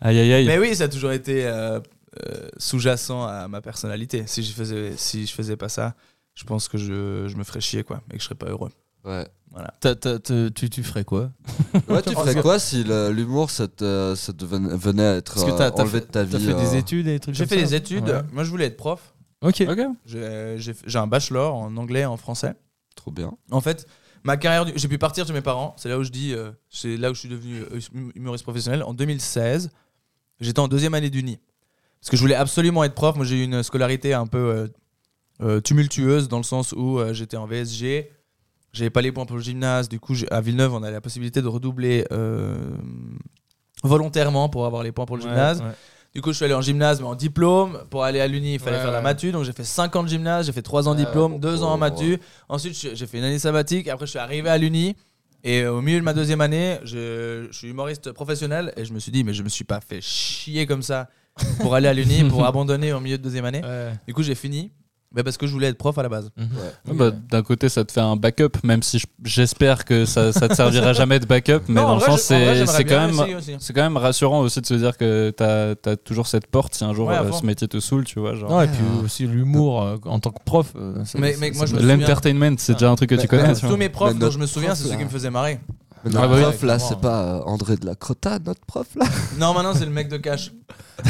Speaker 1: Aïe, aïe, aïe.
Speaker 6: Mais oui, ça a toujours été euh, euh, sous-jacent à ma personnalité. Si je faisais, si je faisais pas ça, je pense que je, je me ferais chier quoi, et que je serais pas heureux.
Speaker 2: Ouais.
Speaker 3: T'as- t'as- t'as- tu, tu ferais quoi
Speaker 2: Ouais, tu ferais quoi si le- l'humour ça te- ça te ven- venait à être
Speaker 3: Parce que t'as-
Speaker 2: euh,
Speaker 3: t'as
Speaker 2: enlevé de ta vie
Speaker 3: T'as fait des
Speaker 2: euh,
Speaker 3: études et des trucs
Speaker 6: J'ai
Speaker 3: comme
Speaker 6: fait
Speaker 3: ça
Speaker 6: des études.
Speaker 3: Ouais.
Speaker 6: Moi, je voulais être prof.
Speaker 3: Ok.
Speaker 1: Ok.
Speaker 6: J'ai j'ai- j'ai un bachelor en anglais et en français.
Speaker 2: Trop bien.
Speaker 6: En fait, ma carrière, du- j'ai pu partir de mes parents. C'est là où je dis, euh, c'est là où je suis devenu euh, hum- humoriste professionnel. En 2016, j'étais en deuxième année d'uni. Parce que je voulais absolument être prof. Moi, j'ai eu une scolarité un peu euh, euh, tumultueuse dans le sens où euh, j'étais en VSG. J'avais pas les points pour le gymnase. Du coup, j'ai- à Villeneuve, on a la possibilité de redoubler euh, volontairement pour avoir les points pour le gymnase.
Speaker 3: Ouais, ouais.
Speaker 6: Du coup, je suis allé en gymnase, mais en diplôme. Pour aller à l'Uni, il fallait
Speaker 3: Ouais,
Speaker 6: faire la
Speaker 3: ouais.
Speaker 6: matu. Donc, j'ai fait 5 ans de gymnase, j'ai fait 3 ans
Speaker 1: Ah,
Speaker 6: de
Speaker 2: Ouais,
Speaker 6: diplôme,
Speaker 2: bon,
Speaker 6: 2
Speaker 2: bon,
Speaker 6: ans en
Speaker 2: bon,
Speaker 6: matu. Ensuite, je- j'ai fait une année sabbatique. Après, je suis arrivé à l'Uni. Et au milieu de ma deuxième année, je, je suis humoriste professionnel. Et je me suis dit, mais je me suis pas fait chier comme ça pour aller à l'Uni, pour abandonner au milieu de deuxième année.
Speaker 3: Ouais.
Speaker 6: Du coup, j'ai fini. Bah, parce que je voulais être prof à la base.
Speaker 1: Ah
Speaker 6: euh,
Speaker 1: bah, D'un côté, ça te fait un backup, même si je- j'espère que ça, ça te servira jamais de backup, mais
Speaker 6: Non, en
Speaker 1: dans le
Speaker 6: vrai,
Speaker 1: sens,
Speaker 6: je- en vrai,
Speaker 1: c'est
Speaker 6: j'aimerais
Speaker 1: c'est quand
Speaker 6: bien
Speaker 1: même.
Speaker 6: essayer aussi.
Speaker 1: C'est quand même rassurant aussi de se dire que t'as as toujours cette porte si un jour
Speaker 6: Ouais, à
Speaker 1: euh,
Speaker 6: fond.
Speaker 1: ce métier te saoule, tu vois. genre.
Speaker 3: Non, et puis aussi l'humour euh, en tant que prof. euh, ça-
Speaker 6: Mais-
Speaker 3: ça-
Speaker 6: mais
Speaker 3: ça-
Speaker 6: moi, je me souviens- Bah,
Speaker 1: L'entertainment, c'est déjà un truc que tu
Speaker 2: Mais-
Speaker 1: connais.
Speaker 2: mais-
Speaker 1: tu vois.
Speaker 6: Tous mes profs
Speaker 2: Mais
Speaker 6: dont
Speaker 2: notre
Speaker 6: je me souviens,
Speaker 2: prof,
Speaker 6: c'est ceux
Speaker 2: là-
Speaker 6: qui me faisaient marrer.
Speaker 2: Mais notre
Speaker 3: Ah bah oui,
Speaker 2: prof, là,
Speaker 3: exactement.
Speaker 2: c'est pas euh, André de la Crotta, notre prof, là
Speaker 6: Non, maintenant, c'est le mec de Cash.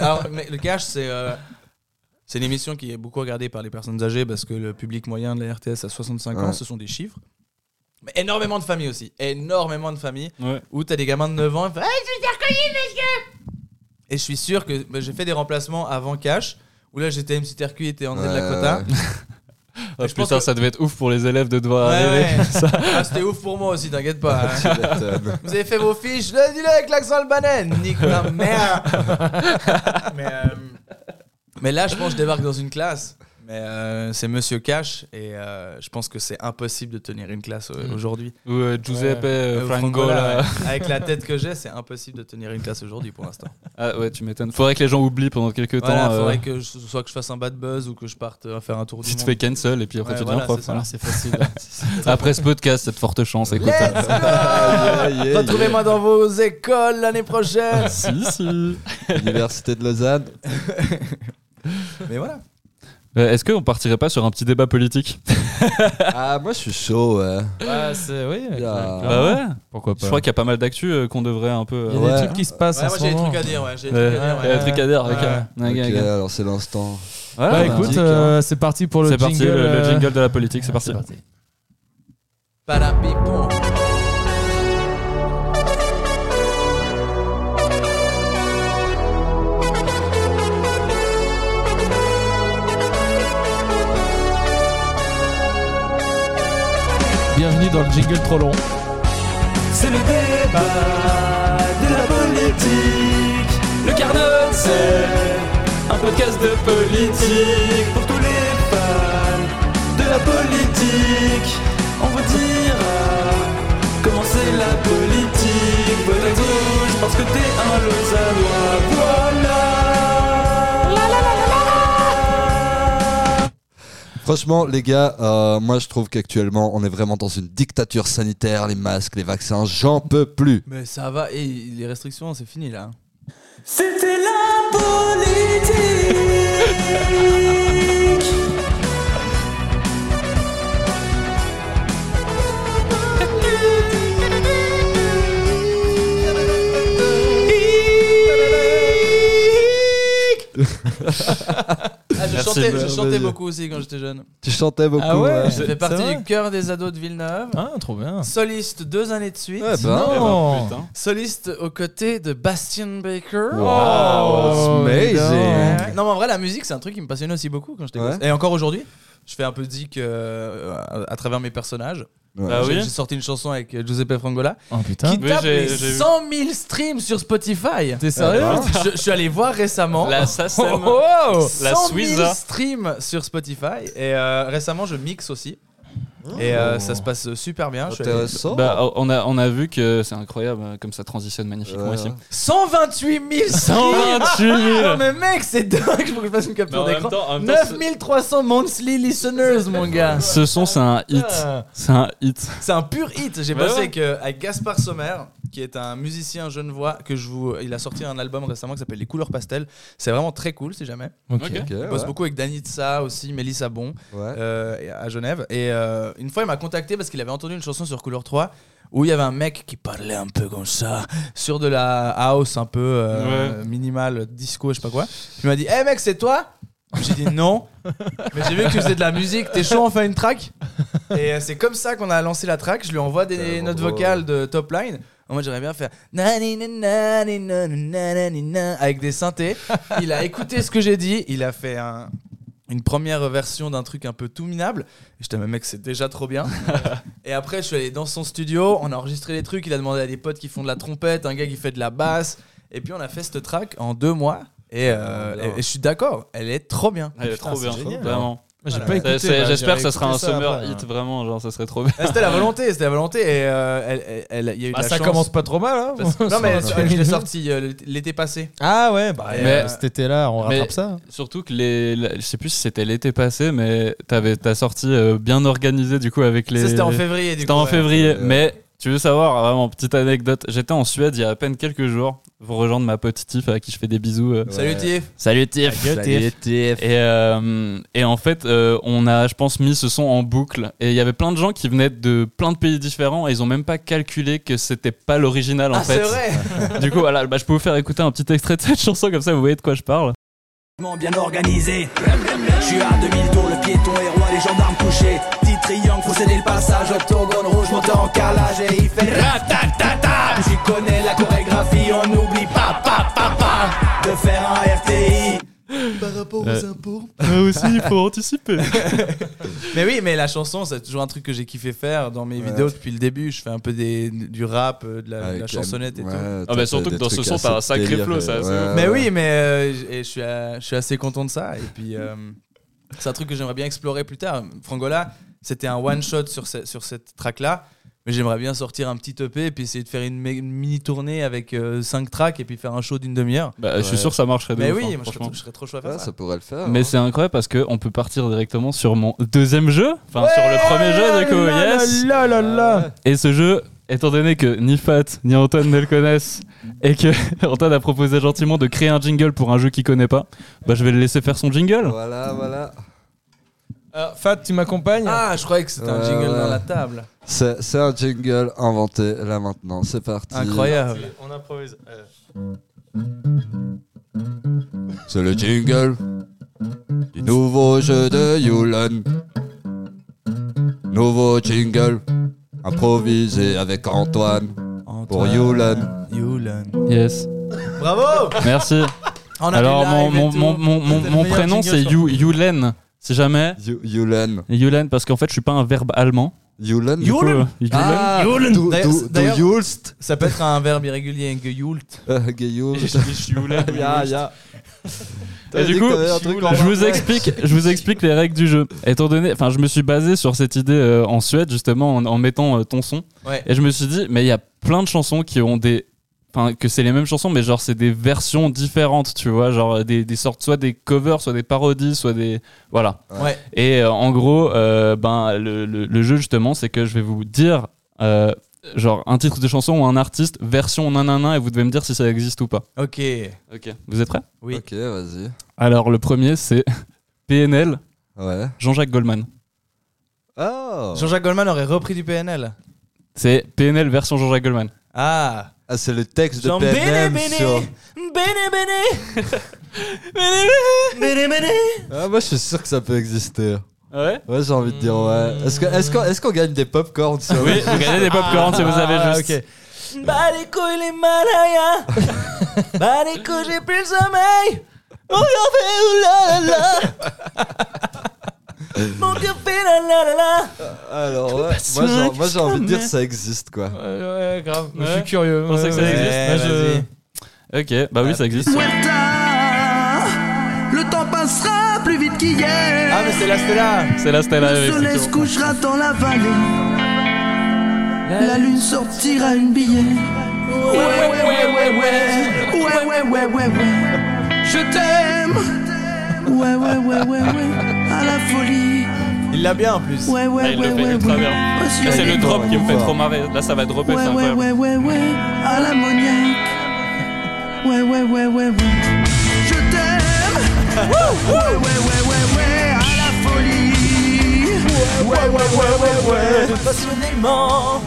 Speaker 6: Alors, mais le Cash, c'est. euh, C'est une émission qui est beaucoup regardée par les personnes âgées parce que le public moyen de la RTS à 65 ans,
Speaker 2: Ouais.
Speaker 6: ce sont des chiffres. Mais énormément de familles aussi. Énormément de familles
Speaker 1: Ouais.
Speaker 6: où t'as des gamins de 9 ans. ils font, Ah, je suis Sarkozy, monsieur Et je suis sûr que bah, j'ai fait des remplacements avant Cash où là j'étais MC Tercu était André de la
Speaker 2: Ouais,
Speaker 6: Cota.
Speaker 2: ouais. Oh,
Speaker 1: Ah,
Speaker 6: je pense
Speaker 1: putain,
Speaker 6: que-
Speaker 1: ça devait être ouf pour les élèves de devoir
Speaker 6: Ouais,
Speaker 1: arriver.
Speaker 6: ouais. Ah, c'était ouf pour moi aussi, t'inquiète pas. hein.
Speaker 2: Tu m'étonnes.
Speaker 6: Vous avez fait vos fiches, le dis-le avec l'accent albanais, nique la merde. mais, euh, mais là, je pense que je débarque dans une classe. Mais euh, c'est Monsieur Cash et euh, je pense que c'est impossible de tenir une classe euh, aujourd'hui.
Speaker 1: Ou euh, Giuseppe euh,
Speaker 6: Euh,
Speaker 1: Franco.
Speaker 6: Frangola,
Speaker 1: là.
Speaker 6: ouais. Avec la tête que j'ai, c'est impossible de tenir une classe aujourd'hui pour l'instant.
Speaker 1: Ah ouais, tu m'étonnes. Faudrait que les gens oublient pendant quelques
Speaker 6: Voilà,
Speaker 1: temps. euh,
Speaker 6: faudrait que je, soit que je fasse un bad buzz ou que je parte euh, faire un tour du
Speaker 1: Tu te
Speaker 6: monde.
Speaker 1: fais cancel et puis après
Speaker 6: Ouais,
Speaker 1: tu deviens
Speaker 6: voilà,
Speaker 1: prof.
Speaker 6: c'est ça.
Speaker 1: voilà. Après ce podcast, cette forte chance, écoute. euh,
Speaker 6: Let's
Speaker 2: Aïe,
Speaker 6: go
Speaker 2: aïe, aïe.
Speaker 6: Retrouvez-moi dans vos écoles l'année prochaine.
Speaker 1: si, si.
Speaker 2: Université de Lausanne.
Speaker 6: Mais voilà.
Speaker 1: Euh, Est-ce qu'on partirait pas sur un petit débat politique
Speaker 2: Ah, moi, je suis chaud, ouais.
Speaker 3: Ouais, c'est- oui,
Speaker 2: Il y a-
Speaker 3: clairement.
Speaker 1: Bah ouais.
Speaker 3: Pourquoi
Speaker 1: Je crois qu'il y a pas mal d'actu euh, qu'on devrait un peu.
Speaker 3: Il y a
Speaker 1: euh,
Speaker 2: Ouais.
Speaker 3: des trucs qui se passent
Speaker 6: Ouais,
Speaker 3: Ah, en
Speaker 6: moi
Speaker 3: ce
Speaker 6: j'ai des
Speaker 3: moment.
Speaker 6: trucs à dire, ouais. J'ai des
Speaker 1: euh,
Speaker 6: trucs à
Speaker 1: il y a
Speaker 6: dire, ouais.
Speaker 1: un truc à dire, ok.
Speaker 6: Ouais, ouais.
Speaker 1: euh, Ouais,
Speaker 2: Ok,
Speaker 1: gars, gars.
Speaker 2: alors c'est l'instant.
Speaker 1: Ouais,
Speaker 3: Bah
Speaker 1: ouais.
Speaker 3: écoute,
Speaker 2: Politique,
Speaker 3: euh, c'est parti pour le
Speaker 1: c'est
Speaker 3: jingle.
Speaker 1: parti, le, le
Speaker 3: euh,
Speaker 1: jingle de la politique,
Speaker 7: Ah,
Speaker 1: c'est parti.
Speaker 6: Parapipon.
Speaker 3: Bienvenue dans le jingle trop long.
Speaker 7: C'est le débat de la politique. Le quart d'heure, c'est un podcast de politique pour tous les fans de la politique. On vous dira comment c'est la politique. Vote à gauche parce que t'es un Lausannois. Voilà.
Speaker 2: Franchement, les gars, euh, moi je trouve qu'actuellement on est vraiment dans une dictature sanitaire, les masques, les vaccins, j'en peux plus.
Speaker 6: Mais ça va, et les restrictions, c'est fini là.
Speaker 7: C'était la politique.
Speaker 6: Ah, je
Speaker 1: Merci,
Speaker 6: chantais, je
Speaker 1: Blair,
Speaker 6: chantais
Speaker 2: vas-y.
Speaker 6: beaucoup aussi quand j'étais jeune.
Speaker 2: Tu chantais beaucoup. hein.
Speaker 3: Ah ouais
Speaker 6: Je
Speaker 3: C'est-
Speaker 6: fais
Speaker 3: c'est
Speaker 6: partie
Speaker 3: vrai
Speaker 6: du cœur des ados de Villeneuve.
Speaker 3: Ah, ben. trop bien.
Speaker 6: Soliste deux années de suite.
Speaker 2: Ouais, bah,
Speaker 7: Oh.
Speaker 3: Non.
Speaker 1: Eh ben, Putain.
Speaker 6: Soliste aux côtés de Bastian Baker.
Speaker 1: Oh,
Speaker 2: Wow, it's amazing.
Speaker 6: Ouais. Non, mais en vrai, la musique, c'est un truc qui me passionnait aussi beaucoup quand j'étais
Speaker 2: Ouais.
Speaker 6: gosse. Et encore aujourd'hui, je fais un peu dick euh, à, à travers mes personnages.
Speaker 2: Ouais.
Speaker 1: Ah
Speaker 6: J'ai
Speaker 1: oui
Speaker 6: j'ai sorti une chanson avec euh, Giuseppe Frangola
Speaker 3: Oh putain.
Speaker 6: qui
Speaker 1: Oui,
Speaker 6: tape
Speaker 1: j'ai-
Speaker 6: les
Speaker 1: j'ai vu.
Speaker 6: 100 000 streams sur Spotify.
Speaker 3: T'es sérieux
Speaker 2: Ah,
Speaker 6: je, je suis allé voir récemment.
Speaker 1: La SACEM.
Speaker 3: Oh, oh,
Speaker 6: 100 000
Speaker 1: Suiza.
Speaker 6: streams sur Spotify. Et euh, récemment, je mixe aussi. Et
Speaker 1: Oh.
Speaker 6: euh, ça se passe super bien. Je suis allé-
Speaker 2: Intéressant.
Speaker 1: Bah, on, a, on a vu que c'est incroyable euh, comme ça transitionne magnifiquement
Speaker 2: Ouais.
Speaker 1: ici.
Speaker 6: 128 000 streams
Speaker 1: 128
Speaker 6: Non mais mec, c'est dingue, faut que je fasse une capture d'écran. 9300 monthly listeners, mon gars.
Speaker 1: Ce son, c'est un hit.
Speaker 6: Ah.
Speaker 1: C'est un hit.
Speaker 6: C'est un pur hit. J'ai
Speaker 1: Bah
Speaker 6: passé
Speaker 1: ouais.
Speaker 6: avec, euh, avec Gaspard Sommer, qui est un musicien genevois que je vous. Il a sorti un album récemment qui s'appelle Les Couleurs Pastel. C'est vraiment très cool, si jamais.
Speaker 3: Ok.
Speaker 1: Ok.
Speaker 2: Ok,
Speaker 6: Il bosse
Speaker 2: ouais,
Speaker 6: beaucoup avec Danitsa aussi, Mélissa Bon.
Speaker 2: ouais.
Speaker 6: euh, et à Genève. Et euh, une fois, il m'a contacté parce qu'il avait entendu une chanson sur Couleur 3 où il y avait un mec qui parlait un peu comme ça, sur de la house un peu euh, minimale, disco, je sais pas quoi. Il m'a dit Hé mec, c'est toi J'ai dit non, mais j'ai vu que tu faisais de la musique, t'es chaud, on fait une track Et euh, c'est comme ça qu'on a lancé la track. Je lui envoie des
Speaker 2: Tellement
Speaker 6: notes
Speaker 2: drôle.
Speaker 6: vocales de top line. Moi j'aimerais bien faire naninana, naninana, naninana avec des synthés. Il a écouté ce que j'ai dit, il a fait un- une première version d'un truc un peu tout minable. Et J'étais mais mec c'est déjà trop bien. Et après je suis allé dans son studio, on a enregistré les trucs, il a demandé à des potes qui font de la trompette, un gars qui fait de la basse. Et puis on a fait cette track en deux mois. Et, euh,
Speaker 2: Ah, bien.
Speaker 6: et- et je suis d'accord, elle est trop bien.
Speaker 1: Elle Ah, est
Speaker 3: Putain,
Speaker 1: trop
Speaker 6: Ah,
Speaker 3: c'est
Speaker 1: bien.
Speaker 3: génial.
Speaker 1: Vraiment.
Speaker 3: J'ai
Speaker 6: Voilà.
Speaker 3: pas
Speaker 1: C'est-
Speaker 3: écouté.
Speaker 1: c'est-
Speaker 3: bah,
Speaker 1: J'espère
Speaker 3: j'irai
Speaker 1: que ça sera un
Speaker 3: écouter
Speaker 1: summer
Speaker 3: après. hein.
Speaker 1: hit vraiment, genre ça serait trop bien.
Speaker 6: Ah, C'était la volonté, c'était la volonté. Et euh, elle, elle- elle- il y a eu de
Speaker 3: Bah,
Speaker 6: la
Speaker 3: ça
Speaker 6: chance.
Speaker 3: commence pas trop mal. hein.
Speaker 6: Parce que- non, mais
Speaker 3: Ça
Speaker 6: elle-
Speaker 3: va.
Speaker 6: je l'ai sorti euh, l'été passé.
Speaker 3: Ah ouais, bah,
Speaker 6: Mais-
Speaker 3: euh, cet été-là, on
Speaker 1: mais-
Speaker 3: rattrape ça.
Speaker 1: Surtout que les, la- je sais plus si c'était l'été passé, mais t'avais ta sortie euh, bien organisée du coup avec les.
Speaker 6: Ça, c'était en février. du
Speaker 1: C'était
Speaker 6: coup,
Speaker 1: en
Speaker 6: ouais.
Speaker 1: février,
Speaker 2: Euh,
Speaker 1: mais tu veux savoir vraiment petite anecdote. J'étais en Suède il y a à peine quelques jours pour rejoindre ma pote Tiff à qui je fais des bisous. euh.
Speaker 6: Salut Tiff.
Speaker 1: Salut Tiff. Et, euh, et en fait, euh, on a, je pense, mis ce son en boucle. Et il y avait plein de gens qui venaient de plein de pays différents et ils ont même pas calculé que c'était pas l'original en
Speaker 6: Ah, c'est
Speaker 1: fait.
Speaker 6: vrai.
Speaker 1: Du coup, voilà, bah, je peux vous faire écouter un petit extrait de cette chanson comme ça, vous voyez de quoi je parle.
Speaker 7: Bien organisé, je suis à 2000 tours, le piéton est roi, les gendarmes couchés. Petit triangle, faut céder le passage, octogone rouge, monté en calage et il fait ratatata. J'y connais la chorégraphie, on n'oublie pas, pa, pa, pa, de faire un RTI.
Speaker 1: Ah, aussi, il faut anticiper.
Speaker 6: Mais oui, mais la chanson, c'est toujours un truc que j'ai kiffé faire dans mes vidéos depuis le début. Je fais un peu des, du rap, euh, de la, de la
Speaker 2: Avec, euh,
Speaker 6: chansonnette et
Speaker 2: ouais,
Speaker 6: tout.
Speaker 2: t'as-
Speaker 1: bah, surtout
Speaker 2: t'as
Speaker 1: que
Speaker 2: des
Speaker 1: dans ce
Speaker 2: trucs
Speaker 1: son, t'as un
Speaker 2: assez
Speaker 1: sacré
Speaker 2: délire,
Speaker 1: flow,
Speaker 2: euh,
Speaker 1: ça, c'est
Speaker 2: ouais,
Speaker 1: ouf.
Speaker 6: Mais
Speaker 2: ouais.
Speaker 6: oui, mais euh, j- et je, suis, euh, je suis assez content de ça. Et puis, euh, c'est un truc que j'aimerais bien explorer plus tard. Frangola, c'était un one-shot sur, ce- sur cette track-là. Mais j'aimerais bien sortir un petit EP et puis essayer de faire une mé- une mini-tournée avec 5 tracks et puis faire un show d'une demi-heure.
Speaker 1: Bah, Je suis sûr que ça
Speaker 2: Ah,
Speaker 1: marcherait de
Speaker 6: Mais
Speaker 1: ouf,
Speaker 6: oui,
Speaker 1: hein,
Speaker 6: moi, je, serais,
Speaker 1: franchement.
Speaker 6: je serais trop chaud à faire
Speaker 2: Ouais,
Speaker 6: ça.
Speaker 2: ça pourrait le faire.
Speaker 1: Mais
Speaker 2: hein.
Speaker 1: c'est incroyable parce que on peut partir directement sur mon deuxième jeu, enfin sur le premier jeu du coup, yes.
Speaker 3: Là, là, là, là.
Speaker 1: Et ce jeu, étant donné que ni Fat ni Antoine ne le connaissent et que Antoine a proposé gentiment de créer un jingle pour un jeu qu'il connaît pas, bah je vais le laisser faire son jingle.
Speaker 2: Voilà, voilà.
Speaker 3: Euh, Fat, tu m'accompagnes
Speaker 6: Ah, je croyais que c'était un
Speaker 2: Ouais,
Speaker 6: jingle
Speaker 2: ouais.
Speaker 6: dans la table.
Speaker 2: C'est c'est un jingle inventé là maintenant. C'est parti.
Speaker 6: Incroyable.
Speaker 3: On improvise. Euh,
Speaker 2: C'est le jingle du nouveau jeu de Yulan. Nouveau jingle improvisé avec Antoine pour Yulan.
Speaker 6: Yulan.
Speaker 1: Yes.
Speaker 6: Bravo
Speaker 1: Merci.
Speaker 6: On a
Speaker 1: Alors
Speaker 6: du
Speaker 1: mon,
Speaker 6: live et
Speaker 1: mon,
Speaker 6: tout.
Speaker 1: mon, mon, mon-
Speaker 6: C'était le
Speaker 1: mon
Speaker 6: meilleur
Speaker 1: prénom
Speaker 6: jingle
Speaker 1: c'est
Speaker 6: sur-
Speaker 1: Yu- Yulen, si jamais.
Speaker 2: Yu- Yulan.
Speaker 1: Yulen parce qu'en fait je suis pas un verbe allemand.
Speaker 2: Yulan.
Speaker 1: Du coup, euh, Yulen.
Speaker 2: Ah, du-
Speaker 6: D'ailleurs-
Speaker 2: du- du
Speaker 6: d'ailleurs-
Speaker 2: Yulst.
Speaker 6: Ça peut être un verbe irrégulier, hein, un geyult.
Speaker 2: Euh, gay Yulst. Ya, ya.
Speaker 1: Et
Speaker 2: T'as
Speaker 1: du
Speaker 2: dit
Speaker 1: coup,
Speaker 2: que t'avais un truc en
Speaker 1: Je
Speaker 2: main.
Speaker 1: vous explique, je vous explique les règles du jeu. Étant donné, enfin, je me suis basé sur cette idée euh, en Suède justement en, en mettant euh, ton son,
Speaker 6: Ouais.
Speaker 1: et je me suis dit, mais il y a plein de chansons qui ont des, enfin, que c'est les mêmes chansons, mais genre c'est des versions différentes, tu vois, genre euh, des, des sortes, soit des covers, soit des parodies, soit des, voilà.
Speaker 6: Ouais.
Speaker 1: Et euh, en gros, euh, ben le, le- le jeu justement, c'est que je vais vous dire. euh, Genre un titre de chanson ou un artiste, version nanana, et vous devez me dire si ça existe ou pas.
Speaker 6: Ok.
Speaker 1: Ok. Vous êtes prêts
Speaker 6: Oui.
Speaker 2: Ok, vas-y.
Speaker 1: Alors le premier c'est PNL,
Speaker 2: Ouais.
Speaker 1: Jean-Jacques Goldman.
Speaker 2: Oh.
Speaker 6: Jean-Jacques Goldman aurait repris du PNL.
Speaker 1: C'est PNL version Jean-Jacques Goldman.
Speaker 6: Ah
Speaker 2: Ah, c'est le texte de
Speaker 6: Jean-
Speaker 2: PNM
Speaker 6: Béné, Béné.
Speaker 2: sur-
Speaker 6: Bene bene Bene bene
Speaker 2: Ah, moi, je suis sûr que ça peut exister.
Speaker 1: Ouais
Speaker 2: Ouais, j'ai envie de dire ouais. Est-ce que- est-ce qu'on est qu'on gagne des popcorns sur
Speaker 1: Oui, Ah, vous gagnez des popcorns si vous
Speaker 3: Ah,
Speaker 1: avez juste.
Speaker 6: Bah les couilles les malaya Bah les couilles j'ai plus le sommeil Mon cœur fait oh, ouh là là là Mon cœur fait la la la la
Speaker 2: Alors ouais, moi j'ai- moi j'ai envie de dire ça existe quoi.
Speaker 3: ouais, grave. Je
Speaker 1: Ouais.
Speaker 3: suis curieux.
Speaker 1: Vous pensez que ça existe Euh.
Speaker 6: Ouais,
Speaker 1: Moi, je- Ok, bah oui, ça existe.
Speaker 7: Le temps passera plus vite qu'hier.
Speaker 6: Ah mais c'est la Stella
Speaker 1: C'est la Stella. oui, effectivement.
Speaker 7: couchera dans la vallée. La lune sortira une billet. Ouais, ouais, ouais, ouais, ouais. Ouais, ouais, ouais, ouais, ouais. Je t'aime. Ouais, ouais, ouais, ouais, ouais. À la folie.
Speaker 6: Il l'a bien en plus
Speaker 7: Ouais,
Speaker 1: Là,
Speaker 7: ouais,
Speaker 1: Ah, il
Speaker 7: ouais,
Speaker 1: le fait
Speaker 7: ouais,
Speaker 1: ultra
Speaker 7: ouais.
Speaker 1: bien.
Speaker 7: Monsieur
Speaker 1: Là, c'est le
Speaker 7: Lego.
Speaker 1: drop qui me fait trop marrer. Là, ça va dropper, c'est
Speaker 7: Ouais, ouais,
Speaker 1: incroyable.
Speaker 7: ouais, ouais, ouais. À l'ammoniac. Ouais, ouais, ouais, ouais, ouais. Je t'aime. Ouais, ouais, ouais, ouais, ouais. À la folie. Ouais, ouais, ouais, ouais, ouais.
Speaker 6: Passionnellement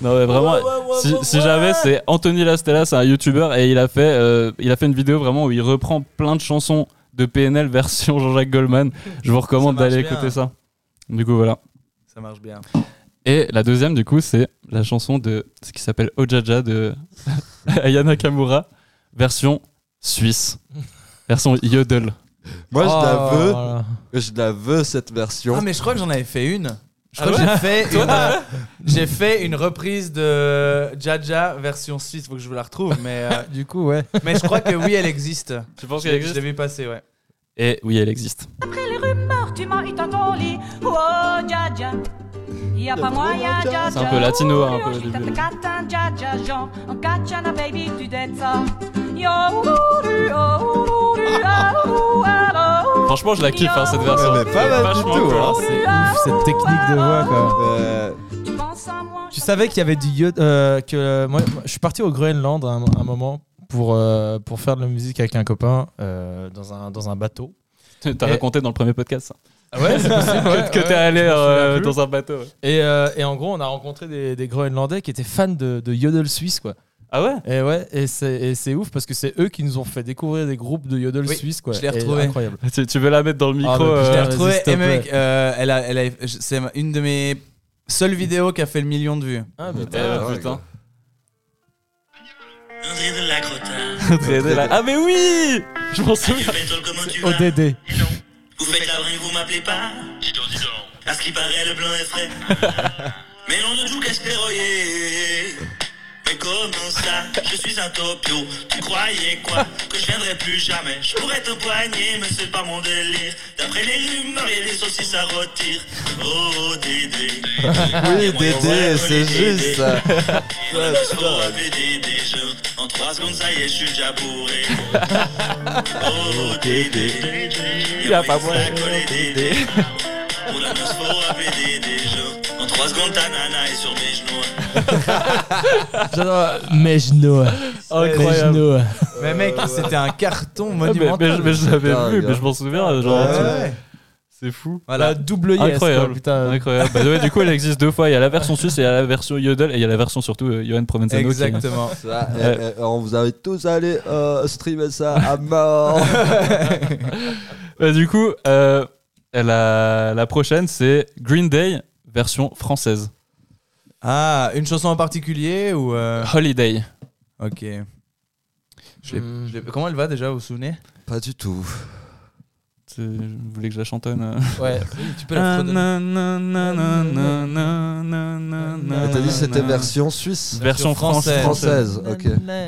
Speaker 1: Non, mais vraiment,
Speaker 6: Ouais, ouais, ouais,
Speaker 1: si,
Speaker 6: ouais,
Speaker 1: si
Speaker 6: ouais.
Speaker 1: j'avais, c'est Anthony Lastella, c'est un youtubeur et il a, fait, euh, il a fait une vidéo vraiment où il reprend plein de chansons de PNL version Jean-Jacques Goldman. Je vous recommande
Speaker 6: Ça marche
Speaker 1: d'aller
Speaker 6: bien.
Speaker 1: écouter ça. Du coup, voilà.
Speaker 6: Ça marche bien
Speaker 1: Et la deuxième, du coup, c'est la chanson de ce qui s'appelle Ojaja de Ayana Kamura, version suisse, version yodel.
Speaker 2: Moi je la veux,
Speaker 3: veux.
Speaker 2: je la veux cette version.
Speaker 6: Ah mais je crois que j'en avais fait une. Je
Speaker 1: Ah
Speaker 6: crois
Speaker 1: ouais
Speaker 6: que j'ai fait une, euh, j'ai fait une reprise de Jaja version suisse. Faut que je vous la retrouve, mais euh,
Speaker 3: Du coup, ouais.
Speaker 6: mais je crois que oui, elle existe.
Speaker 1: Tu penses
Speaker 6: Je l'ai- je l'ai vu passer, ouais.
Speaker 1: Et Eh oui, elle existe.
Speaker 8: Après les rumeurs tu m'as eu dans ton lit. Oh, dja, dja. Y a pas
Speaker 2: vraiment
Speaker 8: moyen,
Speaker 2: dja.
Speaker 8: dja,
Speaker 1: C'est un
Speaker 8: dja.
Speaker 1: peu latino, hein, un
Speaker 8: Oh,
Speaker 1: peu, au
Speaker 8: je
Speaker 1: début.
Speaker 8: t'appelle Catin, dja, dja, Jean. En Cachana, baby, tu dettes ça. Yo, ourouru, oh, ourouru, ah, ouh, ah, oh,
Speaker 1: Franchement, je la kiffe hein, cette version.
Speaker 2: Ouais, mais pas mal du
Speaker 1: Vachement
Speaker 2: tout,
Speaker 1: cool,
Speaker 2: hein.
Speaker 1: hein.
Speaker 8: ourouru, ah,
Speaker 3: Ouf, cette technique de voix, quoi.
Speaker 2: Euh,
Speaker 8: Tu penses à moi.
Speaker 3: Tu savais qu'il y avait du iode. euh, que, euh, moi, moi, je suis parti au Groenland à un, un moment pour, euh, pour faire de la musique avec un copain euh, dans, un, dans un bateau.
Speaker 1: T'as
Speaker 3: Et-
Speaker 1: raconté dans le premier podcast ça.
Speaker 3: ouais, c'est possible.
Speaker 1: que que t'es allé euh, dans un bateau. ouais.
Speaker 3: Et, euh, et en gros, on a rencontré des, des Groenlandais qui étaient fans de, de yodel suisse, quoi.
Speaker 1: Ah ouais
Speaker 3: Et ouais, et c'est et c'est ouf parce que c'est eux qui nous ont fait découvrir des groupes de yodel
Speaker 6: Oui,
Speaker 3: suisse, quoi.
Speaker 6: je l'ai
Speaker 3: Et
Speaker 6: retrouvé.
Speaker 3: Incroyable.
Speaker 1: Ah, tu, tu veux la mettre dans le micro
Speaker 3: Ah, mais
Speaker 1: euh,
Speaker 6: Je l'ai
Speaker 3: vas-y,
Speaker 6: retrouvée.
Speaker 3: s'il te
Speaker 6: Et mec,
Speaker 3: plaît.
Speaker 6: euh, elle a, elle a, je- c'est une de mes seules vidéos qui a fait le million de vues.
Speaker 3: Ah,
Speaker 1: eh,
Speaker 2: ouais,
Speaker 1: putain.
Speaker 2: André de la-
Speaker 1: Ah mais oui Je m'en souviens.
Speaker 3: ODD.
Speaker 9: Vous faites la vraie, vous m'appelez pas Dis donc, dis donc. À ce qui paraît, le blanc est frais. Mais on ne joue qu'à se péroyer. Mais comment ça Je suis un topio. Tu croyais quoi Que je viendrais plus jamais. Je pourrais te poigner, mais c'est pas mon délire. D'après les rumeurs, et les saucisses à rôtir. Oh, Dédé.
Speaker 2: Oui, Dédé, c'est juste.
Speaker 9: Ouais, Dédé, je- En trois secondes, ça y est, je suis déjà bourré. Oh, Dédé. Il a pas moyen. Dédé. Pour la noce, faut appeler Dédé, je- En trois secondes, ta nana est sur mes genoux.
Speaker 3: Mais Genoa. Genoa.
Speaker 6: Mais mec, c'était un carton
Speaker 1: Ah, mais,
Speaker 6: monumental.
Speaker 1: mais je- mais je
Speaker 2: Putain,
Speaker 1: l'avais vu,
Speaker 2: gars.
Speaker 1: mais je m'en souviens. Genre,
Speaker 2: Ouais,
Speaker 1: tu-
Speaker 2: ouais.
Speaker 1: C'est fou.
Speaker 3: Voilà, double yes.
Speaker 1: Incroyable.
Speaker 3: quoi, putain.
Speaker 1: Incroyable. Bah, ouais, du coup, elle existe deux fois. Il y a la version suisse et il y a la version Yodel. Et il y a la version surtout euh, Johan Provenzano. qui-
Speaker 6: Exactement.
Speaker 2: Ça, eh, eh, on vous invite tous à aller euh, streamer ça à mort.
Speaker 1: Bah, du coup, euh, la, la prochaine, c'est Green Day, version française.
Speaker 6: Ah, une chanson en particulier ou. euh,
Speaker 1: Holiday.
Speaker 6: Ok. Je l'ai- je l'ai- Comment elle va déjà, vous vous souvenez
Speaker 2: Pas du tout.
Speaker 1: C'est- Vous voulez que je la chantonne euh
Speaker 6: Ouais, tu peux la fredonner.
Speaker 2: Et Ah, T'as dit que c'était
Speaker 1: Nanana.
Speaker 2: version suisse
Speaker 1: Version française.
Speaker 2: Française, ok.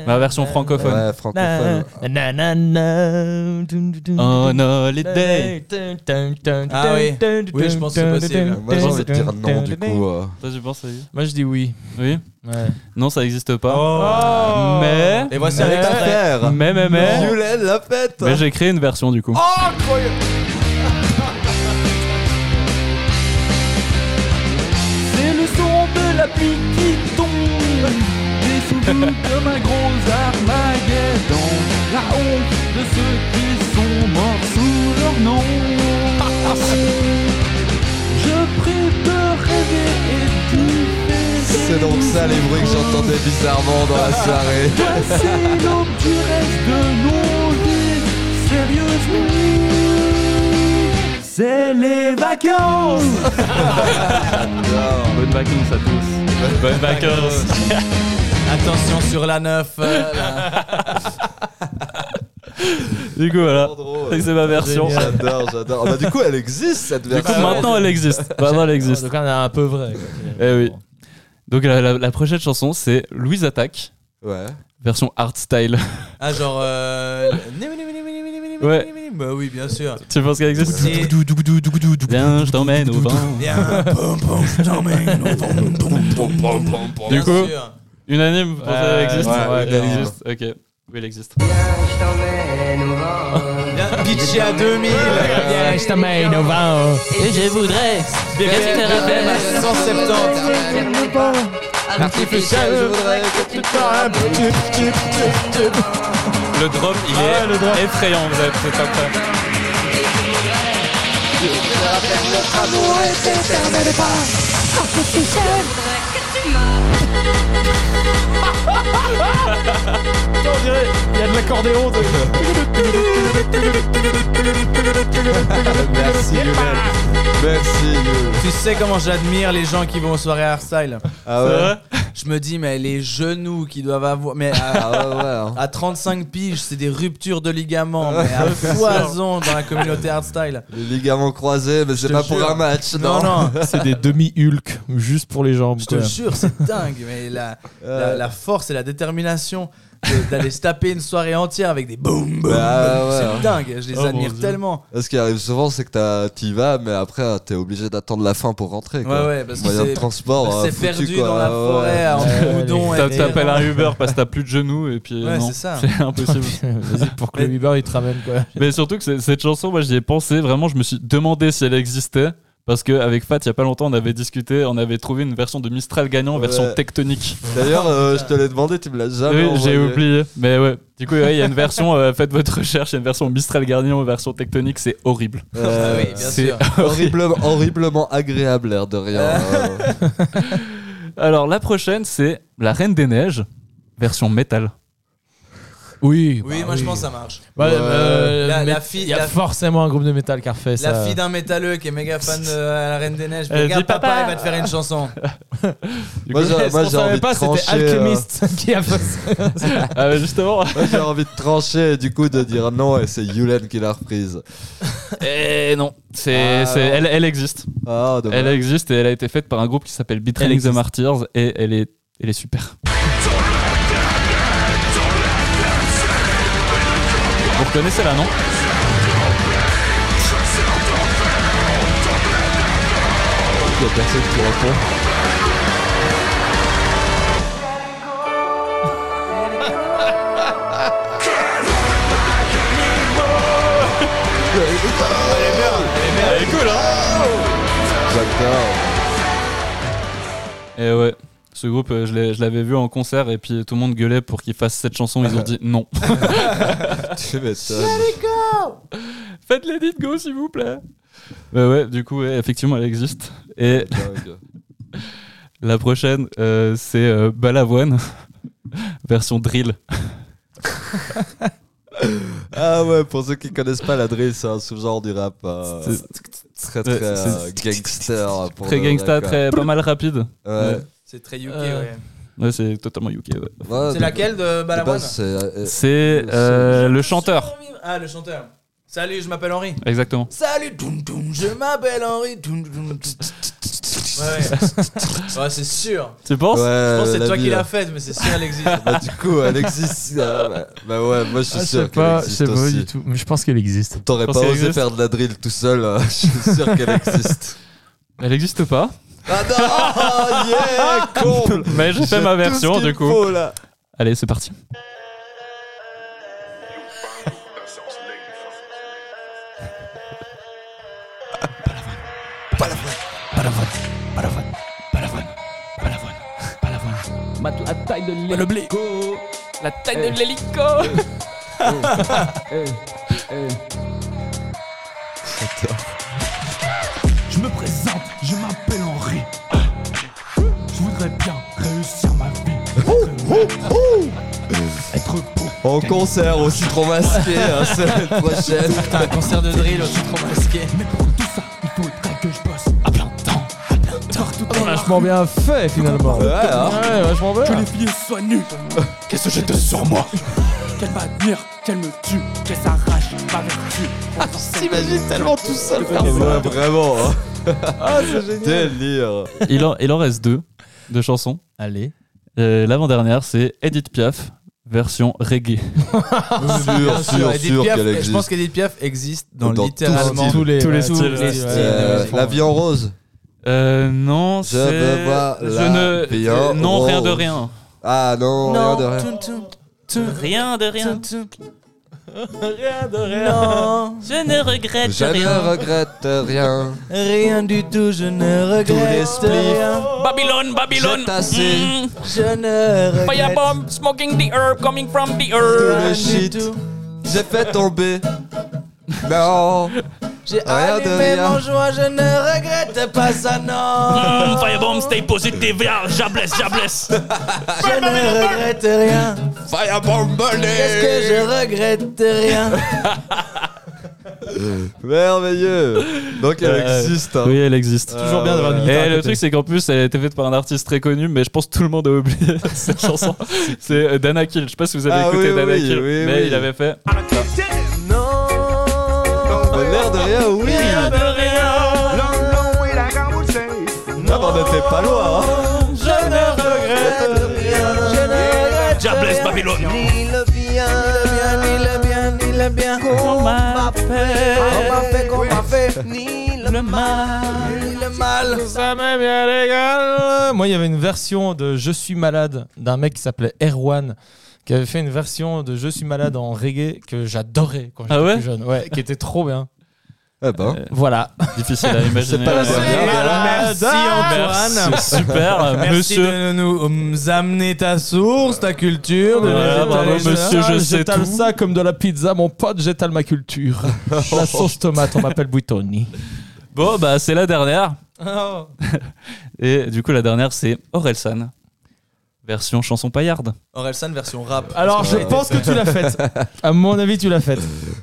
Speaker 1: Ma version francophone.
Speaker 2: Ouais,
Speaker 6: Bah,
Speaker 2: francophone. Euh,
Speaker 1: On holiday.
Speaker 6: Oh, Ah oui. Oui, je pense que c'est possible.
Speaker 2: Moi j'ai envie de dire non du coup. euh.
Speaker 1: Toi, tu penses à-
Speaker 3: Moi je dis oui.
Speaker 1: Oui
Speaker 3: Ouais.
Speaker 1: Non, ça n'existe
Speaker 3: Oh.
Speaker 1: pas. Mais.
Speaker 6: Et voici un
Speaker 2: Allez la
Speaker 6: extrait.
Speaker 2: faire
Speaker 1: Mais, mais, mais.
Speaker 2: Yulène, la fête
Speaker 1: Mais j'ai créé une version du coup.
Speaker 2: Oh,
Speaker 7: C'est le son de la pluie qui tombe Des souvenirs comme un gros armageddon La honte de ceux qui sont morts sous leur nom Je prie de rêver et d'y
Speaker 2: C'est donc ça les bruits que j'entendais bizarrement dans la soirée.
Speaker 7: C'est l'aube du reste de nos vies Sérieusement C'est les vacances
Speaker 2: Non.
Speaker 1: Bonnes vacances à tous. Bonnes vacances.
Speaker 6: Attention sur la 9.
Speaker 1: euh, Du coup, voilà.
Speaker 2: Trop drôle.
Speaker 1: C'est ma version. Du
Speaker 2: J'adore, j'adore. Ah bah du coup elle existe cette
Speaker 1: coup,
Speaker 2: version.
Speaker 1: maintenant elle existe. Maintenant elle existe.
Speaker 3: Donc on a un peu vrai.
Speaker 1: Eh oui. Donc la, la- la prochaine chanson, c'est Louise Attaque,
Speaker 2: Ouais.
Speaker 1: version art style.
Speaker 6: Ah, genre. euh,
Speaker 1: Ouais.
Speaker 6: Bah oui, bien sûr.
Speaker 1: tu penses qu'elle existe
Speaker 6: Et-
Speaker 1: Viens, je t'emmène au vent.
Speaker 6: Bien. Pom, pom, j'emmène. Pom, pom, pom, pom, pom, pom.
Speaker 1: Du
Speaker 6: Bien
Speaker 1: coup-
Speaker 6: sûr.
Speaker 1: Unanime, vous pensez
Speaker 3: Ouais,
Speaker 1: qu'elle existe
Speaker 3: ouais, ouais,
Speaker 1: Elle
Speaker 3: clairement.
Speaker 1: existe. Ok. Oui, elle existe.
Speaker 6: Bien, Pitché à 2000. Bien, je
Speaker 7: Et je voudrais
Speaker 6: t'appelle à 170.
Speaker 7: Artificial, je voudrais que tu parles.
Speaker 1: Ah Le drop, il est effrayant, vous êtes c'est pas prêt.
Speaker 3: Il y a de l'accordéon.
Speaker 2: Merci Yulène. Merci Yulène.
Speaker 6: Tu sais comment j'admire les gens qui vont aux soirées hardstyle
Speaker 2: Ah ouais.
Speaker 6: Je me dis, mais les genoux qui doivent avoir. Mais à,
Speaker 2: Ah ouais, ouais. hein.
Speaker 6: à 35 piges, c'est des ruptures de ligaments, mais à foison dans la communauté hardstyle.
Speaker 2: Les ligaments croisés, mais c'est
Speaker 6: te
Speaker 2: pas pour
Speaker 6: jure.
Speaker 2: un match, non
Speaker 6: Non, non,
Speaker 3: C'est des demi-hulk, juste pour les jambes.
Speaker 6: je te jure, c'est dingue, mais la, la, la force et la détermination. de- d'aller se taper une soirée entière avec des boum boum.
Speaker 2: Bah, ouais,
Speaker 6: c'est
Speaker 2: ouais.
Speaker 6: dingue, je les
Speaker 3: Oh, mon
Speaker 6: admire
Speaker 3: Dieu.
Speaker 6: tellement.
Speaker 2: Ce qui arrive souvent, c'est que t'as- t'y vas, mais après, t'es obligé d'attendre la fin pour rentrer. Quoi.
Speaker 6: Ouais, ouais, parce que
Speaker 2: Moyen de
Speaker 6: c'est
Speaker 2: transport.
Speaker 6: c'est
Speaker 2: euh, foutu,
Speaker 6: perdu
Speaker 2: quoi.
Speaker 6: dans la
Speaker 2: Ouais.
Speaker 6: forêt, hein. en moudon.
Speaker 1: T'a-
Speaker 6: et-
Speaker 1: T'appelles un Uber parce que t'as plus de genoux et puis
Speaker 6: Ouais,
Speaker 1: non,
Speaker 6: c'est ça.
Speaker 1: c'est impossible.
Speaker 3: Vas-y, pour que le Bieber il te ramène quoi.
Speaker 1: Mais surtout que c'est- cette chanson, moi j'y ai pensé, vraiment, je me suis demandé si elle existait. Parce qu'avec Fat, il y a pas longtemps, on avait discuté, on avait trouvé une version de Mistral gagnant, version
Speaker 2: Ouais.
Speaker 1: tectonique.
Speaker 2: D'ailleurs, euh, je te l'ai demandé, tu me l'as jamais
Speaker 1: Oui,
Speaker 2: envoyé.
Speaker 1: j'ai oublié. Mais ouais, du coup, ouais, il y a une version, euh, faites votre recherche, il y a une version Mistral gagnant, version tectonique, c'est horrible.
Speaker 6: Ah
Speaker 2: Euh,
Speaker 6: oui, bien sûr.
Speaker 2: horriblement, horriblement agréable, l'air de rien. Euh,
Speaker 1: Alors la prochaine, c'est La Reine des Neiges, version métal.
Speaker 3: Oui,
Speaker 6: Oui,
Speaker 3: bah
Speaker 6: moi je pense que ça marche.
Speaker 3: Ouais,
Speaker 2: Ouais.
Speaker 3: euh,
Speaker 6: La-
Speaker 3: mais
Speaker 6: la fille-
Speaker 3: il y a
Speaker 6: la-
Speaker 3: forcément un groupe de métal qui a refait ça.
Speaker 6: La fille d'un métalleux qui est méga fan de euh, La Reine des Neiges. puis
Speaker 1: Elle
Speaker 6: regarde
Speaker 1: dit,
Speaker 6: papa,
Speaker 1: papa.
Speaker 6: il va te faire une chanson.
Speaker 1: Du
Speaker 2: Moi,
Speaker 1: coup,
Speaker 2: j'ai-
Speaker 3: Ce qu'on
Speaker 2: j'ai
Speaker 3: savait
Speaker 2: envie de
Speaker 3: pas, c'était
Speaker 2: trancher, euh,
Speaker 3: Alchemist qui a fait ça.
Speaker 1: euh, justement,
Speaker 2: moi, j'ai envie de trancher et du coup de dire non, et c'est Yulen qui l'a reprise.
Speaker 1: et Eh, Ah, non, c'est, c'est- elle, elle existe.
Speaker 2: Ah, dommage.
Speaker 1: Elle existe et elle a été faite par un groupe qui s'appelle Betraying the Martyrs et elle est, elle est super. Vous reconnaissez là, non
Speaker 2: Il y a personne qui répond. J'adore.
Speaker 1: Et Eh ouais. Ce groupe, euh, je l'ai- je l'avais vu en concert et puis tout le monde gueulait pour qu'ils fassent cette chanson. Ils ont dit non.
Speaker 2: Tu m'étonnes.
Speaker 1: Faites Let It Go, s'il vous plaît. Bah ouais, du coup, ouais, effectivement, elle existe. Et
Speaker 2: Dingue.
Speaker 1: la prochaine, euh, c'est euh, Balavoine, version drill.
Speaker 2: Ah ouais, pour ceux qui connaissent pas la drill, c'est un sous-genre du rap euh, très très
Speaker 1: Ouais,
Speaker 2: euh, gangster. pour
Speaker 1: Très
Speaker 2: de
Speaker 1: gangsta,
Speaker 2: vrai, quoi.
Speaker 1: très pas mal rapide.
Speaker 2: Ouais.
Speaker 1: Ouais.
Speaker 6: C'est très UK,
Speaker 3: Euh,
Speaker 6: ouais.
Speaker 1: Ouais, c'est totalement UK. ouais.
Speaker 2: Ouais,
Speaker 6: C'est
Speaker 2: de-
Speaker 6: laquelle de
Speaker 2: de
Speaker 6: Balavoine
Speaker 2: base, c'est, euh,
Speaker 1: C'est euh, le chanteur.
Speaker 6: Ah, le chanteur. Salut, je m'appelle Henri.
Speaker 1: Exactement.
Speaker 6: Salut, doum, doum, je m'appelle Henri. doum, doum, tss, tss, tss, tss. Ouais, ouais. ouais c'est sûr.
Speaker 1: Tu penses
Speaker 6: Je pense
Speaker 2: ouais,
Speaker 6: que c'est
Speaker 2: Euh, la
Speaker 6: toi
Speaker 2: vie,
Speaker 6: qui
Speaker 2: là.
Speaker 6: l'as faite, mais c'est sûr, elle existe.
Speaker 2: Bah, du coup, elle existe. euh, bah, bah ouais, moi je suis
Speaker 3: Ah, Je sais
Speaker 2: sûr qu'elle
Speaker 3: pas, je sais
Speaker 2: existe
Speaker 3: pas du
Speaker 2: aussi.
Speaker 3: tout. Mais je pense qu'elle existe.
Speaker 2: T'aurais
Speaker 1: Parce
Speaker 2: pas
Speaker 1: qu'elle
Speaker 2: osé
Speaker 1: existe.
Speaker 2: faire de la drill tout seul, euh, je suis sûr qu'elle existe.
Speaker 1: Elle n'existe pas.
Speaker 2: Ah
Speaker 6: oh,
Speaker 2: non Yeah Comble
Speaker 1: Mais j'ai fait
Speaker 2: J'ai
Speaker 1: ma
Speaker 2: Oh, tout ce
Speaker 1: version,
Speaker 2: qu'il
Speaker 1: du coup.
Speaker 2: faut, là.
Speaker 1: Allez, c'est parti.
Speaker 7: Matou la taille de l'hélico. La taille de l'hélico.
Speaker 10: Je me présente, je m'appelle Henri. Je voudrais bien réussir ma vie. Être beau.
Speaker 2: En concert aussi trop masqué, hein, semaine prochaine.
Speaker 6: T'as un concert de drill aussi trop masqué.
Speaker 10: Mais pour tout ça, il faudrait que je bosse
Speaker 3: Ah,
Speaker 10: à plein temps. À plein temps. Tout en
Speaker 3: Vachement bien fait finalement.
Speaker 2: Ouais, hein.
Speaker 3: Ouais, vachement bien.
Speaker 10: Que les filles soient nues. Qu'elles se jettent sur moi. Qu'elles m'admirent, qu'elles me tuent, qu'elles s'arrachent ma vertu.
Speaker 2: J'imagine tellement tout seul faire ça. Ah, Vraiment. hein.
Speaker 6: Ah,
Speaker 2: Délire.
Speaker 1: Eh. Il en, il en reste deux, deux chansons.
Speaker 3: Allez.
Speaker 1: Euh, L'avant-dernière, c'est Edith Piaf, version reggae.
Speaker 2: Sûr, sûr,
Speaker 6: Edith
Speaker 2: sûr
Speaker 6: Piaf,
Speaker 2: qu'elle
Speaker 6: je pense
Speaker 2: existe.
Speaker 6: qu'Edith Piaf existe dans,
Speaker 2: Dans tout
Speaker 6: littéralement
Speaker 2: style.
Speaker 3: les,
Speaker 1: Tous les
Speaker 3: ouais,
Speaker 1: styles,
Speaker 3: tous
Speaker 1: ouais.
Speaker 3: styles,
Speaker 2: Euh,
Speaker 3: ouais.
Speaker 2: la vie en rose.
Speaker 1: Euh, non,
Speaker 2: Je
Speaker 1: c'est-
Speaker 2: veux voir
Speaker 1: je
Speaker 2: la
Speaker 1: ne
Speaker 2: vie
Speaker 1: euh,
Speaker 2: en
Speaker 1: non rien de
Speaker 2: rose.
Speaker 1: rien.
Speaker 2: Ah non, rien de rien.
Speaker 7: Rien de rien.
Speaker 6: Rien de rien. Non,
Speaker 7: Je ne regrette
Speaker 2: Je ne regrette rien.
Speaker 6: rien du tout, je ne regrette
Speaker 2: spliffs.
Speaker 6: rien.
Speaker 7: Babylone, Babylone.
Speaker 2: J'ai tassé.
Speaker 7: Mm.
Speaker 6: Je ne regrette
Speaker 7: Firebomb, smoking the herb coming from the
Speaker 2: Tout
Speaker 7: earth.
Speaker 2: le shit.
Speaker 6: mm.
Speaker 2: J'ai fait tomber. Non.
Speaker 6: J'ai
Speaker 2: Rien de
Speaker 6: allumé
Speaker 2: rien.
Speaker 6: mon joint, je ne regrette pas ça, non.
Speaker 7: Mm, Firebomb, stay positive. yeah, Jabless, jabless.
Speaker 6: Je ne regrette rien. Qu'est-ce que je regrette rien
Speaker 2: Merveilleux. Donc elle
Speaker 1: Euh,
Speaker 2: existe. hein.
Speaker 1: Oui, elle existe.
Speaker 6: Euh,
Speaker 2: Toujours bien d'avoir une
Speaker 1: Et le truc, c'est qu'en plus, elle a été faite par un artiste très connu, mais je pense que tout le monde a oublié cette chanson. C'est euh, Dana Kill. Je sais pas si vous avez
Speaker 2: Ah
Speaker 1: écouté
Speaker 2: oui,
Speaker 1: Dana
Speaker 2: oui,
Speaker 1: Kill,
Speaker 2: oui,
Speaker 1: mais
Speaker 2: oui.
Speaker 1: il avait fait. Ah,
Speaker 2: Mais l'air de rien, oui. Ah bah on était pas hein. loin. hein.
Speaker 6: Je ne regrette rien. Je ne regrette
Speaker 7: Diable,
Speaker 4: laisse Babylone.
Speaker 9: Ni le bien, ni le bien, ni le bien,
Speaker 7: qu'on m'a fait.
Speaker 9: qu'on m'a fait, qu'on m'a fait, ni le
Speaker 7: Le mal.
Speaker 9: ni le mal.
Speaker 3: Ça m'est bien légal. Moi, il y avait une version de Je suis malade d'un mec qui s'appelait Erwan qui avait fait une version de Je suis malade en reggae que j'adorais quand j'étais
Speaker 1: Ah ouais
Speaker 3: plus jeune, ouais, qui était trop bien.
Speaker 2: Eh ben,
Speaker 3: Voilà.
Speaker 1: Difficile à imaginer.
Speaker 3: Euh,
Speaker 2: c'est pas la
Speaker 1: Ouais.
Speaker 3: Ah,
Speaker 2: dernière.
Speaker 6: Merci Antoine.
Speaker 1: Merci, Super,
Speaker 6: Merci
Speaker 1: monsieur.
Speaker 6: de nous nous amener ta source, ta culture. de
Speaker 1: Ouais,
Speaker 6: nous étaler
Speaker 1: bravo,
Speaker 6: ça.
Speaker 1: monsieur, je sais
Speaker 3: J'étale
Speaker 1: tout.
Speaker 3: ça comme de la pizza, mon pote, j'étale ma culture. la sauce tomate, on m'appelle Buitoni.
Speaker 1: Bon, bah, c'est la dernière.
Speaker 6: Oh.
Speaker 1: Et du coup, la dernière, c'est Orelsan. Version chanson paillarde.
Speaker 6: Orelsan version rap.
Speaker 2: Ah,
Speaker 3: Alors, je pense que tu l'as faite. À mon avis, tu l'as faite.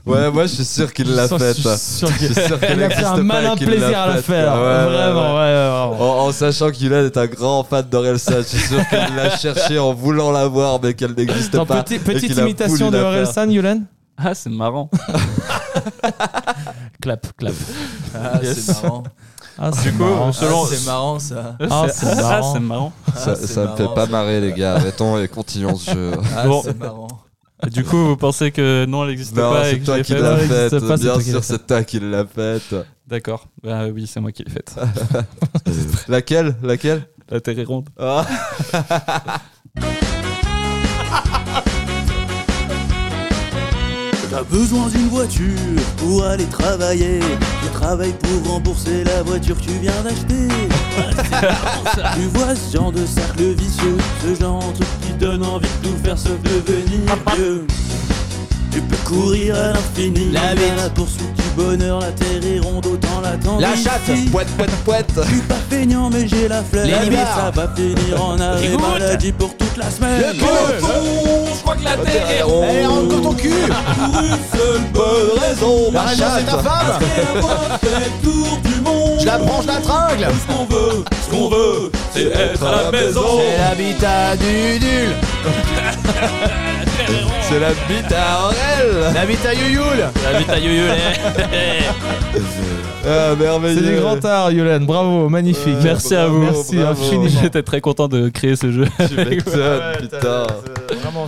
Speaker 2: Ouais, moi je suis sûr qu'il
Speaker 3: Je
Speaker 2: l'a
Speaker 3: sens-
Speaker 2: faite.
Speaker 3: je suis sûr qu'il-
Speaker 2: Je suis sûr qu'elle
Speaker 3: Il a fait
Speaker 2: n'existe
Speaker 3: un
Speaker 2: pas et
Speaker 3: malin
Speaker 2: qu'il
Speaker 3: plaisir à la
Speaker 2: faite.
Speaker 3: faire.
Speaker 2: Ouais, ouais, ouais. Oh,
Speaker 3: vraiment, ouais, ouais, vraiment.
Speaker 2: En, en sachant qu'il est un grand fan d'Orelsan, je suis sûr qu'il l'a cherché en voulant la voir, mais qu'elle n'existe
Speaker 3: Attends,
Speaker 2: pas.
Speaker 3: petit-
Speaker 2: et
Speaker 3: petite
Speaker 2: qu'il a
Speaker 3: imitation
Speaker 2: voulu
Speaker 3: de
Speaker 2: la faire.
Speaker 3: Orelsan, Yulen
Speaker 1: Ah, c'est marrant.
Speaker 3: Clap, clap.
Speaker 6: Ah,
Speaker 1: Yes.
Speaker 6: c'est marrant.
Speaker 3: Ah,
Speaker 1: Du coup,
Speaker 3: marrant.
Speaker 6: Ah,
Speaker 1: selon.
Speaker 6: c'est marrant ça.
Speaker 3: Ah,
Speaker 1: Ah,
Speaker 3: c'est marrant.
Speaker 1: c'est marrant.
Speaker 2: Ça,
Speaker 6: Ah, c'est
Speaker 2: ça me fait
Speaker 6: marrant,
Speaker 2: pas
Speaker 6: ça.
Speaker 2: marrer, les gars. Arrêtons et continuons ce jeu.
Speaker 6: Ah,
Speaker 1: Bon.
Speaker 6: c'est marrant.
Speaker 1: Du coup, vous pensez que non, elle n'existe
Speaker 2: Non,
Speaker 1: pas et
Speaker 2: c'est
Speaker 1: que
Speaker 2: toi
Speaker 1: j'ai
Speaker 2: qui
Speaker 1: fait-
Speaker 2: l'as
Speaker 3: Non, elle
Speaker 2: faite.
Speaker 3: existe pas, c'est
Speaker 2: Bien
Speaker 3: toi qui l'as
Speaker 2: sûr, c'est toi qui l'as faite.
Speaker 1: D'accord. Bah oui, c'est moi qui l'ai faite.
Speaker 2: Laquelle Laquelle
Speaker 1: La terre est ronde.
Speaker 2: Ah.
Speaker 9: T'as besoin d'une voiture pour aller travailler. Tu travailles pour rembourser la voiture que tu viens d'acheter. tu vois ce genre de cercle vicieux, ce genre de truc qui donne envie de tout faire sauf devenir vieux. Tu peux courir à l'infini,
Speaker 6: La
Speaker 9: vers
Speaker 6: vite.
Speaker 9: la poursuite du bonheur, la terre est ronde, autant l'attendre.
Speaker 6: La
Speaker 9: ici.
Speaker 6: chatte.
Speaker 2: Pouette, pouette, pouette
Speaker 9: Je suis pas feignant mais j'ai la flemme
Speaker 6: Les
Speaker 9: Mais
Speaker 6: libards.
Speaker 9: ça va finir en arrêt
Speaker 6: Écoute.
Speaker 9: maladie pour toute la semaine
Speaker 6: je crois que la terre est ronde.
Speaker 2: Elle est ronde comme ton
Speaker 6: cul.
Speaker 9: Pour une seule bonne
Speaker 2: Bonne raison, ma
Speaker 6: raison, c'est ta
Speaker 2: chatte
Speaker 6: femme.
Speaker 9: raison Fait le tour du monde
Speaker 6: Je la branche, la tringle.
Speaker 9: Ce qu'on veut, ce qu'on veut C'est être à la maison
Speaker 6: C'est l'habitat du nul.
Speaker 2: C'est la bite à Aurel
Speaker 6: L'habitat youyoul.
Speaker 1: La vite à yoyo,
Speaker 2: Ah, merveilleux
Speaker 3: C'est du grand art, Yulen. Bravo, magnifique.
Speaker 2: Ouais,
Speaker 1: Merci à vous.
Speaker 2: bravo,
Speaker 3: Merci
Speaker 2: bravo.
Speaker 3: infiniment.
Speaker 1: J'étais très content de créer ce jeu.
Speaker 2: Tu m'étonnes, putain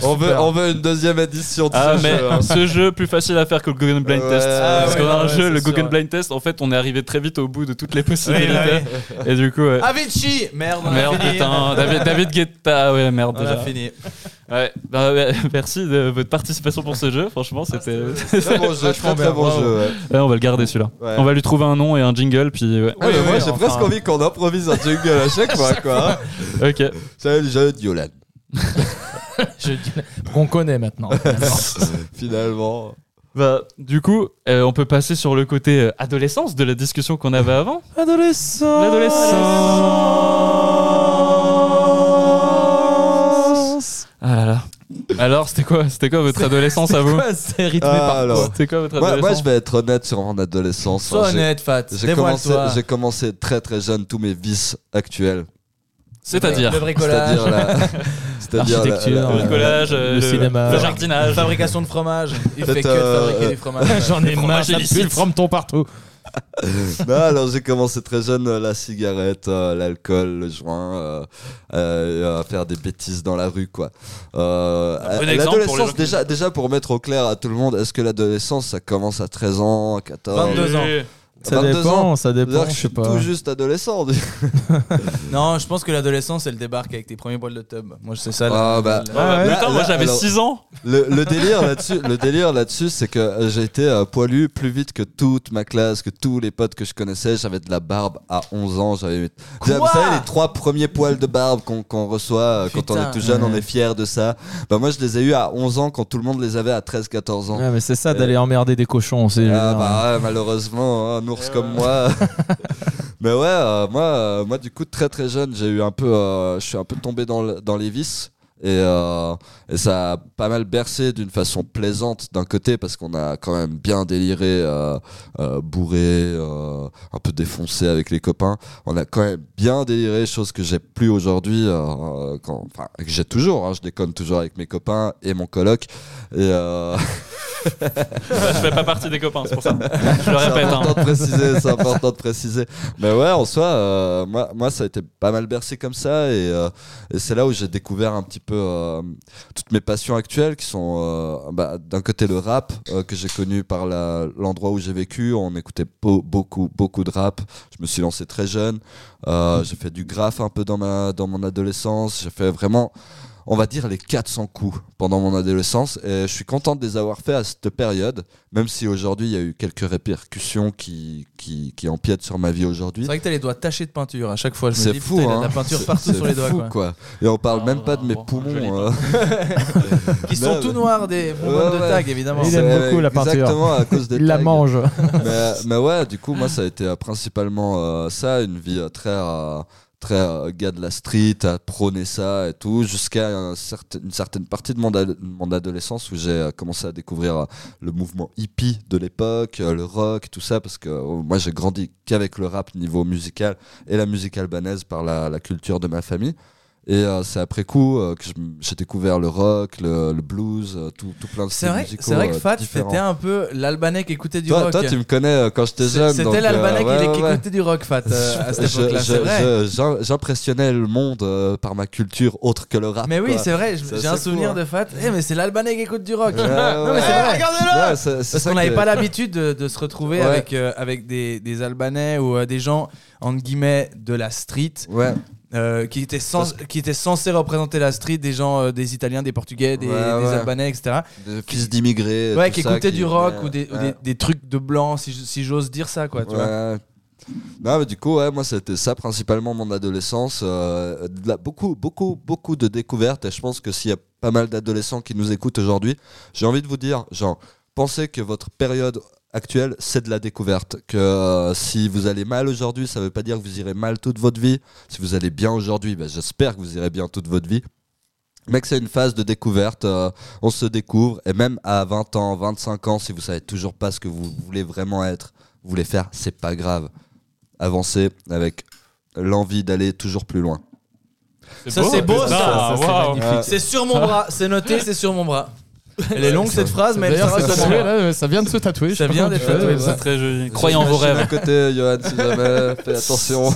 Speaker 2: on veut, on veut une deuxième édition de
Speaker 1: Ah
Speaker 2: ce
Speaker 1: mais
Speaker 2: jeu. hein.
Speaker 1: ce jeu plus facile à faire que le Google Blind
Speaker 2: Ouais.
Speaker 1: Test.
Speaker 2: Ah
Speaker 1: Parce
Speaker 3: ouais,
Speaker 1: qu'on a un
Speaker 3: ouais,
Speaker 1: jeu,
Speaker 3: c'est
Speaker 1: le
Speaker 3: sûr,
Speaker 1: Google
Speaker 3: ouais.
Speaker 1: Blind Test, en fait on est arrivé très vite au bout de toutes les possibilités. Et du coup... ouais.
Speaker 6: Avicii. Merde, Ah, on
Speaker 1: Merde
Speaker 6: a fini.
Speaker 1: putain, David, David Guetta, ouais merde
Speaker 6: On a
Speaker 1: déjà.
Speaker 6: fini.
Speaker 1: Ouais. Bah, ouais, merci de votre participation pour ce jeu, franchement
Speaker 2: Ah,
Speaker 1: c'était...
Speaker 2: Très bon jeu, très très
Speaker 3: bien,
Speaker 2: bon
Speaker 3: bravo.
Speaker 2: jeu. ouais.
Speaker 1: Ouais, on va le garder celui-là.
Speaker 2: Ouais.
Speaker 1: On va lui trouver un nom et un jingle puis... ouais.
Speaker 2: Ah, mais
Speaker 3: oui,
Speaker 2: moi, j'ai
Speaker 3: enfin.
Speaker 2: presque envie qu'on improvise un jingle à chaque fois, quoi.
Speaker 1: Ok.
Speaker 2: C'est le jeu de Yolan,
Speaker 3: Qu'on connaît maintenant.
Speaker 2: finalement.
Speaker 1: Bah, du coup, euh, on peut passer sur le côté euh, adolescence de la discussion qu'on avait avant.
Speaker 3: Adolescent.
Speaker 1: L'adolescence. Ah là là. Alors, c'était quoi, c'était quoi votre adolescence à vous
Speaker 3: C'est rythmé
Speaker 2: Ah,
Speaker 3: par
Speaker 2: alors.
Speaker 3: quoi
Speaker 1: C'était quoi votre
Speaker 2: Moi, moi,
Speaker 1: adolescence
Speaker 2: je vais être honnête sur mon adolescence.
Speaker 6: Sois
Speaker 2: Enfin, j'ai-
Speaker 6: honnête, Fat.
Speaker 2: J'ai commencé,
Speaker 6: Dévoile-toi.
Speaker 2: j'ai commencé très très jeune tous mes vices actuels.
Speaker 1: C'est-à-dire
Speaker 6: Le bricolage.
Speaker 2: C'est-à-dire la. C'est-à-dire la-
Speaker 3: L'architecture,
Speaker 2: la-
Speaker 1: le bricolage, euh,
Speaker 3: le cinéma.
Speaker 1: le jardinage.
Speaker 6: Fabrication de fromage. Il fait
Speaker 2: Peut-être,
Speaker 6: que
Speaker 2: euh,
Speaker 6: de fabriquer du fromage.
Speaker 3: J'en ai marre, ça
Speaker 1: illicite.
Speaker 3: pue le frometon partout.
Speaker 2: Non, Bah, alors j'ai commencé très jeune euh, la cigarette, euh, l'alcool, le joint, euh, euh, à faire des bêtises dans la rue, quoi. Euh, à-
Speaker 1: bon exemple pour
Speaker 2: à
Speaker 1: les gens
Speaker 2: l'adolescence,
Speaker 1: qui-
Speaker 2: déjà, déjà pour mettre au clair à tout le monde, est-ce que l'adolescence ça commence à 13 ans, 14
Speaker 6: 22 ans.
Speaker 3: Ça
Speaker 2: 22
Speaker 3: dépend,
Speaker 2: ans.
Speaker 3: ça
Speaker 2: C'est-à-dire
Speaker 3: dépend.
Speaker 2: que
Speaker 3: Je
Speaker 2: je
Speaker 3: sais
Speaker 2: suis
Speaker 3: pas.
Speaker 2: tout juste adolescent.
Speaker 6: Non, je pense que l'adolescence, elle débarque avec tes premiers poils de tub. Moi, c'est ça. la-
Speaker 2: Ah, bah,
Speaker 6: la-
Speaker 1: Ah bah,
Speaker 2: Là-
Speaker 1: putain, moi
Speaker 2: là,
Speaker 1: j'avais
Speaker 2: alors-
Speaker 1: 6 ans.
Speaker 2: Le, le délire là-dessus, le délire là-dessus, c'est que euh, j'ai été euh, poilu plus vite que toute ma classe, que tous les potes que je connaissais. J'avais de la barbe à 11 ans. J'avais.
Speaker 6: Quoi
Speaker 2: Vous savez les trois premiers poils de barbe qu'on qu'on reçoit euh, quand on
Speaker 6: Putain.
Speaker 2: est tout jeune, on est fier de ça. Bah moi, je les ai eu à 11 ans quand tout le monde les avait à 13-14 ans.
Speaker 3: Ouais, mais c'est ça d'aller emmerder des cochons. C'est
Speaker 2: Ah bah ouais, malheureusement, hein, un ours comme moi. Mais ouais, euh, moi, euh, moi du coup très très jeune, j'ai eu un peu, euh, je suis un peu tombé dans, le- dans les vices. Et, euh, et ça a pas mal bercé d'une façon plaisante d'un côté parce qu'on a quand même bien déliré, euh, euh, bourré, euh, un peu défoncé avec les copains. On a quand même bien déliré, chose que j'ai plus aujourd'hui, euh, quand- enfin que j'ai toujours. hein, je déconne toujours avec mes copains et mon coloc. Et euh,
Speaker 1: je fais pas partie des copains, c'est pour ça. Je le
Speaker 2: C'est
Speaker 1: répète. hein.
Speaker 2: important de préciser, c'est important de préciser. Mais ouais, en soi, euh, moi, moi, ça a été pas mal bercé comme ça, et, euh, et c'est là où j'ai découvert un petit peu euh, toutes mes passions actuelles, qui sont euh, bah, d'un côté le rap euh, que j'ai connu par la- l'endroit où j'ai vécu. On écoutait beau- beaucoup, beaucoup de rap. Je me suis lancé très jeune. Euh, j'ai fait du graphe un peu dans ma dans mon adolescence. J'ai fait vraiment on va dire les 400 coups pendant mon adolescence et je suis content de les avoir fait à cette période même si aujourd'hui il y a eu quelques répercussions qui, qui, qui empiètent sur ma vie aujourd'hui.
Speaker 6: C'est vrai que t'as les doigts tachés de peinture à chaque fois. Je me
Speaker 2: C'est
Speaker 6: dis,
Speaker 2: fou,
Speaker 6: putain, il a de
Speaker 2: hein.
Speaker 6: la peinture
Speaker 2: C'est-
Speaker 6: partout
Speaker 2: c'est
Speaker 6: sur les doigts.
Speaker 2: fou,
Speaker 6: quoi. Ah,
Speaker 2: Et on parle même pas de mes poumons. euh.
Speaker 6: Qui sont
Speaker 2: Non,
Speaker 6: tout
Speaker 2: mais-
Speaker 6: noirs des bonbons
Speaker 2: Bah, Ouais,
Speaker 6: de
Speaker 2: ouais.
Speaker 6: tag, évidemment.
Speaker 3: Il aime
Speaker 2: C'est
Speaker 3: beaucoup la peinture.
Speaker 2: Exactement à cause des
Speaker 3: Il la
Speaker 2: tags.
Speaker 3: mange.
Speaker 2: mais, mais ouais, du coup, moi, ça a été euh, principalement euh, ça, une vie euh, très, euh, très euh, gars de la street, à prôner ça et tout, jusqu'à un certain- une certaine partie de mon, ad- mon adolescence où j'ai euh, commencé à découvrir euh, le mouvement hippie de l'époque, euh, le rock, tout ça, parce que euh, moi, j'ai grandi qu'avec le rap niveau musical et la musique albanaise par la, la culture de ma famille. Et euh, c'est après coup euh, que je m- j'ai découvert le rock, le, le blues, euh, tout, tout plein de
Speaker 6: C'est
Speaker 2: styles
Speaker 6: vrai,
Speaker 2: musicaux
Speaker 6: c'est vrai que
Speaker 2: euh,
Speaker 6: Fat,
Speaker 2: différents.
Speaker 6: c'était un peu l'Albanais qui écoutait du
Speaker 2: Toi,
Speaker 6: rock.
Speaker 2: toi, tu me connais euh, quand j'étais
Speaker 6: C'est-
Speaker 2: jeune. donc,
Speaker 6: C'était
Speaker 2: euh,
Speaker 6: l'Albanais qui-
Speaker 2: ouais,
Speaker 6: qui,
Speaker 2: ouais, ouais.
Speaker 6: écoutait du rock, Fat, euh, à cette
Speaker 2: Je-
Speaker 6: époque-là.
Speaker 2: je-
Speaker 6: C'est vrai.
Speaker 2: je- j'im- J'impressionnais le monde euh, par ma culture autre que le rap.
Speaker 6: Mais oui,
Speaker 2: quoi.
Speaker 6: c'est vrai, je-
Speaker 2: C'est
Speaker 6: j'ai un
Speaker 2: assez
Speaker 6: souvenir
Speaker 2: fou, hein.
Speaker 6: de Fat. Eh, mais c'est l'Albanais qui écoute du rock.
Speaker 2: Ouais, ouais,
Speaker 6: Non, mais c'est
Speaker 2: ouais.
Speaker 6: vrai, regardez-le
Speaker 2: Ouais, c'est- c'est
Speaker 6: Parce
Speaker 2: ça
Speaker 6: qu'on n'avait
Speaker 2: que-
Speaker 6: pas l'habitude de, de se retrouver
Speaker 2: Ouais.
Speaker 6: avec, euh, avec des, des Albanais ou euh, des gens, entre guillemets, de la street.
Speaker 2: Ouais,
Speaker 6: euh, qui étaient sans- qui étaient censés représenter la street des gens euh, des Italiens des Portugais des,
Speaker 2: Ouais,
Speaker 6: des
Speaker 2: ouais.
Speaker 6: Albanais etc
Speaker 2: des fils d'immigrés.
Speaker 6: ouais
Speaker 2: tout
Speaker 6: qui
Speaker 2: ça,
Speaker 6: écoutaient du rock
Speaker 2: ouais,
Speaker 6: ou, des, ou
Speaker 2: ouais.
Speaker 6: des, des trucs de blanc si, j- si j'ose dire ça quoi tu vois.
Speaker 2: Ouais. Non, mais du coup, ouais, moi, c'était ça principalement mon adolescence. euh, de la- beaucoup, beaucoup, beaucoup de découvertes. Et je pense que s'il y a pas mal d'adolescents qui nous écoutent aujourd'hui, j'ai envie de vous dire, genre, pensez que votre période actuelle, c'est de la découverte. Que euh, si vous allez mal aujourd'hui, ça ne veut pas dire que vous irez mal toute votre vie. Si vous allez bien aujourd'hui, bah, j'espère que vous irez bien toute votre vie. Mais que c'est une phase de découverte, euh, on se découvre, et même à 20 ans, 25 ans, si vous savez toujours pas ce que vous voulez vraiment être, vous voulez faire, c'est pas grave. Avancez avec l'envie d'aller toujours plus loin.
Speaker 6: Ça, c'est beau, ça.
Speaker 1: Ah,
Speaker 3: Ça, c'est
Speaker 1: waouh.
Speaker 3: magnifique.
Speaker 2: Euh,
Speaker 6: c'est sur mon bras c'est noté c'est sur mon bras elle est longue cette phrase mais elle
Speaker 3: D'ailleurs,
Speaker 6: sera
Speaker 3: ça,
Speaker 6: sur mon
Speaker 3: se fait,
Speaker 6: bras.
Speaker 3: là, ça vient de se tatouer. je sais
Speaker 6: Ça
Speaker 3: pas
Speaker 6: vient
Speaker 3: comment
Speaker 6: d'être
Speaker 3: tu fais.
Speaker 6: tatoué,
Speaker 1: C'est
Speaker 6: ouais.
Speaker 1: très joli. Croyez en vos
Speaker 2: J'imagine
Speaker 1: rêves.
Speaker 2: À côté, Johan, si jamais, fais attention.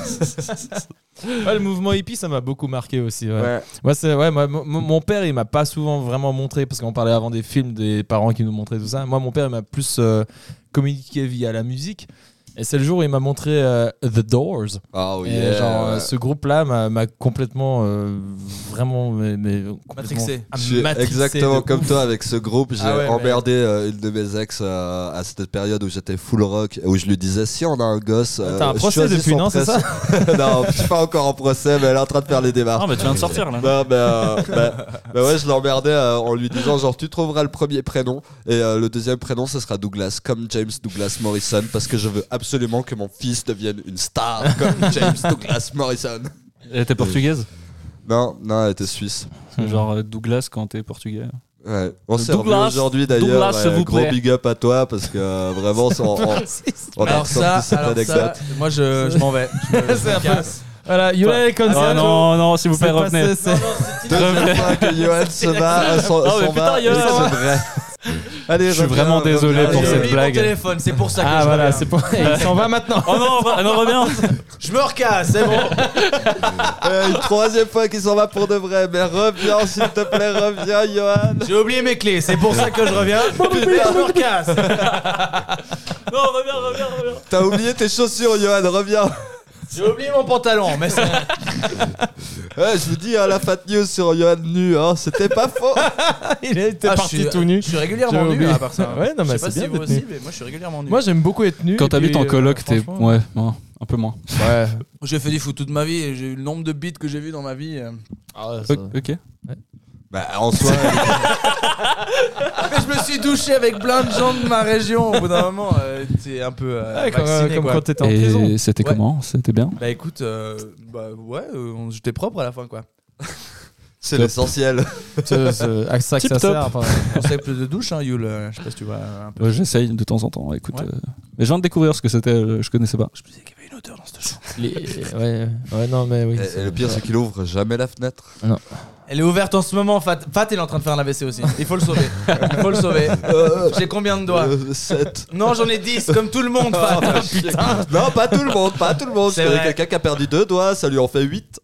Speaker 11: Ouais, le mouvement hippie, ça m'a beaucoup marqué aussi. ouais.
Speaker 2: Ouais.
Speaker 11: Moi, c'est ouais, moi, mon- mon père, il m'a pas souvent vraiment montré parce qu'on parlait avant des films, des parents qui nous montraient tout ça. Moi, mon père, il m'a plus euh, communiqué via la musique. Et c'est le jour où il m'a montré euh, The Doors.
Speaker 2: Ah
Speaker 6: Oh,
Speaker 2: oui,
Speaker 11: Et genre, euh, ce groupe-là m'a m'a complètement, euh, vraiment, mais, mais complètement
Speaker 6: Matrixé.
Speaker 2: Je suis
Speaker 11: matrixé
Speaker 2: exactement
Speaker 11: de
Speaker 2: comme
Speaker 11: ouf.
Speaker 2: toi avec ce groupe. J'ai
Speaker 11: Ah ouais,
Speaker 2: emmerdé euh, une de mes ex euh, à cette période où j'étais full rock et où je lui disais si on a un gosse. euh,
Speaker 11: T'as un procès
Speaker 2: choisis
Speaker 11: depuis,
Speaker 2: son
Speaker 11: non, c'est
Speaker 2: prénom. Non, je suis pas encore en procès, mais elle est en train de faire les démarches.
Speaker 1: Ah, mais tu viens de sortir là.
Speaker 2: Bah, bah, euh, bah, bah ouais, je l'emmerdais euh, en lui disant genre tu trouveras le premier prénom et euh, le deuxième prénom ce sera Douglas comme James Douglas Morrison parce que je veux absolument que mon fils devienne une star comme James Douglas Morrison.
Speaker 1: Elle était portugaise
Speaker 2: Non, non, elle était suisse.
Speaker 1: C'est Genre euh, Douglas quand t'es portugais.
Speaker 2: Ouais. On s'est revu
Speaker 1: Douglas,
Speaker 2: aujourd'hui d'ailleurs.
Speaker 1: Douglas, s'il vous
Speaker 2: gros
Speaker 1: plaît.
Speaker 2: big up à toi parce que euh, vraiment on, on, on a
Speaker 6: alors ça
Speaker 2: ressorti cette
Speaker 6: alors ça
Speaker 2: anecdote.
Speaker 6: moi je, je m'en vais je me- je me casse.
Speaker 11: Voilà, Yulai
Speaker 1: Oh
Speaker 11: Konsato.
Speaker 1: non, non, s'il vous plaît,
Speaker 11: C'est
Speaker 1: revenez.
Speaker 11: passé, c'est-
Speaker 2: Deuxième fois que Johan se bat, euh, s'en-
Speaker 1: mais
Speaker 2: s'en
Speaker 1: putain,
Speaker 2: va, et
Speaker 1: Johan.
Speaker 2: c'est vrai. Allez,
Speaker 1: Je suis
Speaker 2: reviens,
Speaker 1: vraiment
Speaker 2: reviens.
Speaker 1: désolé pour
Speaker 2: Allez,
Speaker 1: cette
Speaker 6: J'ai oublié
Speaker 1: blague.
Speaker 6: mon téléphone c'est pour ça que
Speaker 11: Ah
Speaker 6: je
Speaker 11: voilà,
Speaker 6: reviens.
Speaker 11: c'est pour. Il s'en va maintenant.
Speaker 1: Oh non, re- non, reviens
Speaker 6: je me recasse c'est bon
Speaker 2: Euh, une troisième fois qu'il s'en va pour de vrai. Mais reviens, s'il te plaît, reviens, Johan.
Speaker 6: j'ai oublié mes clés c'est pour ça que je reviens je me recasse
Speaker 1: Non, reviens, reviens, reviens
Speaker 2: T'as oublié tes chaussures, Johan, reviens.
Speaker 6: j'ai oublié mon pantalon mais c'est-
Speaker 2: Ouais, je vous dis, hein, la fat news sur Johan nu, hein, c'était pas faux.
Speaker 11: Il était
Speaker 6: Ah, je
Speaker 11: parti
Speaker 6: suis-
Speaker 11: tout nu.
Speaker 6: je suis régulièrement
Speaker 11: J'ai
Speaker 6: nu hein,
Speaker 11: oublié.
Speaker 6: à part ça
Speaker 11: Ouais, non,
Speaker 6: je
Speaker 11: mais
Speaker 6: sais
Speaker 11: c'est
Speaker 6: pas si
Speaker 11: bien
Speaker 6: vous
Speaker 11: d'être nu.
Speaker 6: aussi mais moi je suis régulièrement nu
Speaker 11: Moi, j'aime beaucoup être nu.
Speaker 1: Quand
Speaker 11: et
Speaker 1: t'habites
Speaker 11: puis,
Speaker 1: en
Speaker 11: euh,
Speaker 1: coloc, t'es
Speaker 11: franchement,
Speaker 1: ouais, non, un peu moins.
Speaker 11: Ouais.
Speaker 6: J'ai fait du foot toute ma vie et j'ai eu le nombre de beats que j'ai vu dans ma vie. euh.
Speaker 1: Ah, Ok.
Speaker 2: Bah, en soi,
Speaker 6: Ah, Mais je me suis douché avec plein de gens de ma région. Au bout d'un moment, euh, t'es un peu euh,
Speaker 11: Ouais, comme,
Speaker 6: vacciné,
Speaker 11: comme
Speaker 6: quoi.
Speaker 11: quand t'étais en prison.
Speaker 1: Et c'était
Speaker 6: Ouais.
Speaker 1: comment C'était bien
Speaker 6: Bah écoute, euh, bah ouais, euh, on- j'étais propre à la fin quoi.
Speaker 2: c'est l'essentiel.
Speaker 11: C'est-
Speaker 3: euh,
Speaker 11: c'est à ça que
Speaker 1: Tip
Speaker 11: ça
Speaker 1: top.
Speaker 11: sert. enfin.
Speaker 6: Concept de douche, hein, Yul. euh, Je sais pas si tu vois un peu.
Speaker 1: Ouais, J'essaye de temps en temps, écoute.
Speaker 6: Ouais.
Speaker 1: euh, Mais je viens de découvrir ce que c'était, euh, je connaissais pas.
Speaker 6: Je me disais qu'il y avait une odeur dans cette chambre.
Speaker 3: ouais, ouais, non, mais oui.
Speaker 2: Et, et le pire, c'est qu'il ouvre jamais la fenêtre.
Speaker 3: Non.
Speaker 6: Elle est ouverte en ce moment. Fat, Fat il est en train de faire un AVC aussi. Il faut le sauver. Il faut le sauver. J'ai combien de doigts
Speaker 2: Euh, 7.
Speaker 6: Non, j'en ai 10, comme tout le monde, Fat. Putain.
Speaker 2: Non, pas tout le monde, pas tout le monde.
Speaker 6: C'est
Speaker 2: Je connais
Speaker 6: vrai.
Speaker 2: quelqu'un qui a perdu deux doigts, ça lui en fait 8.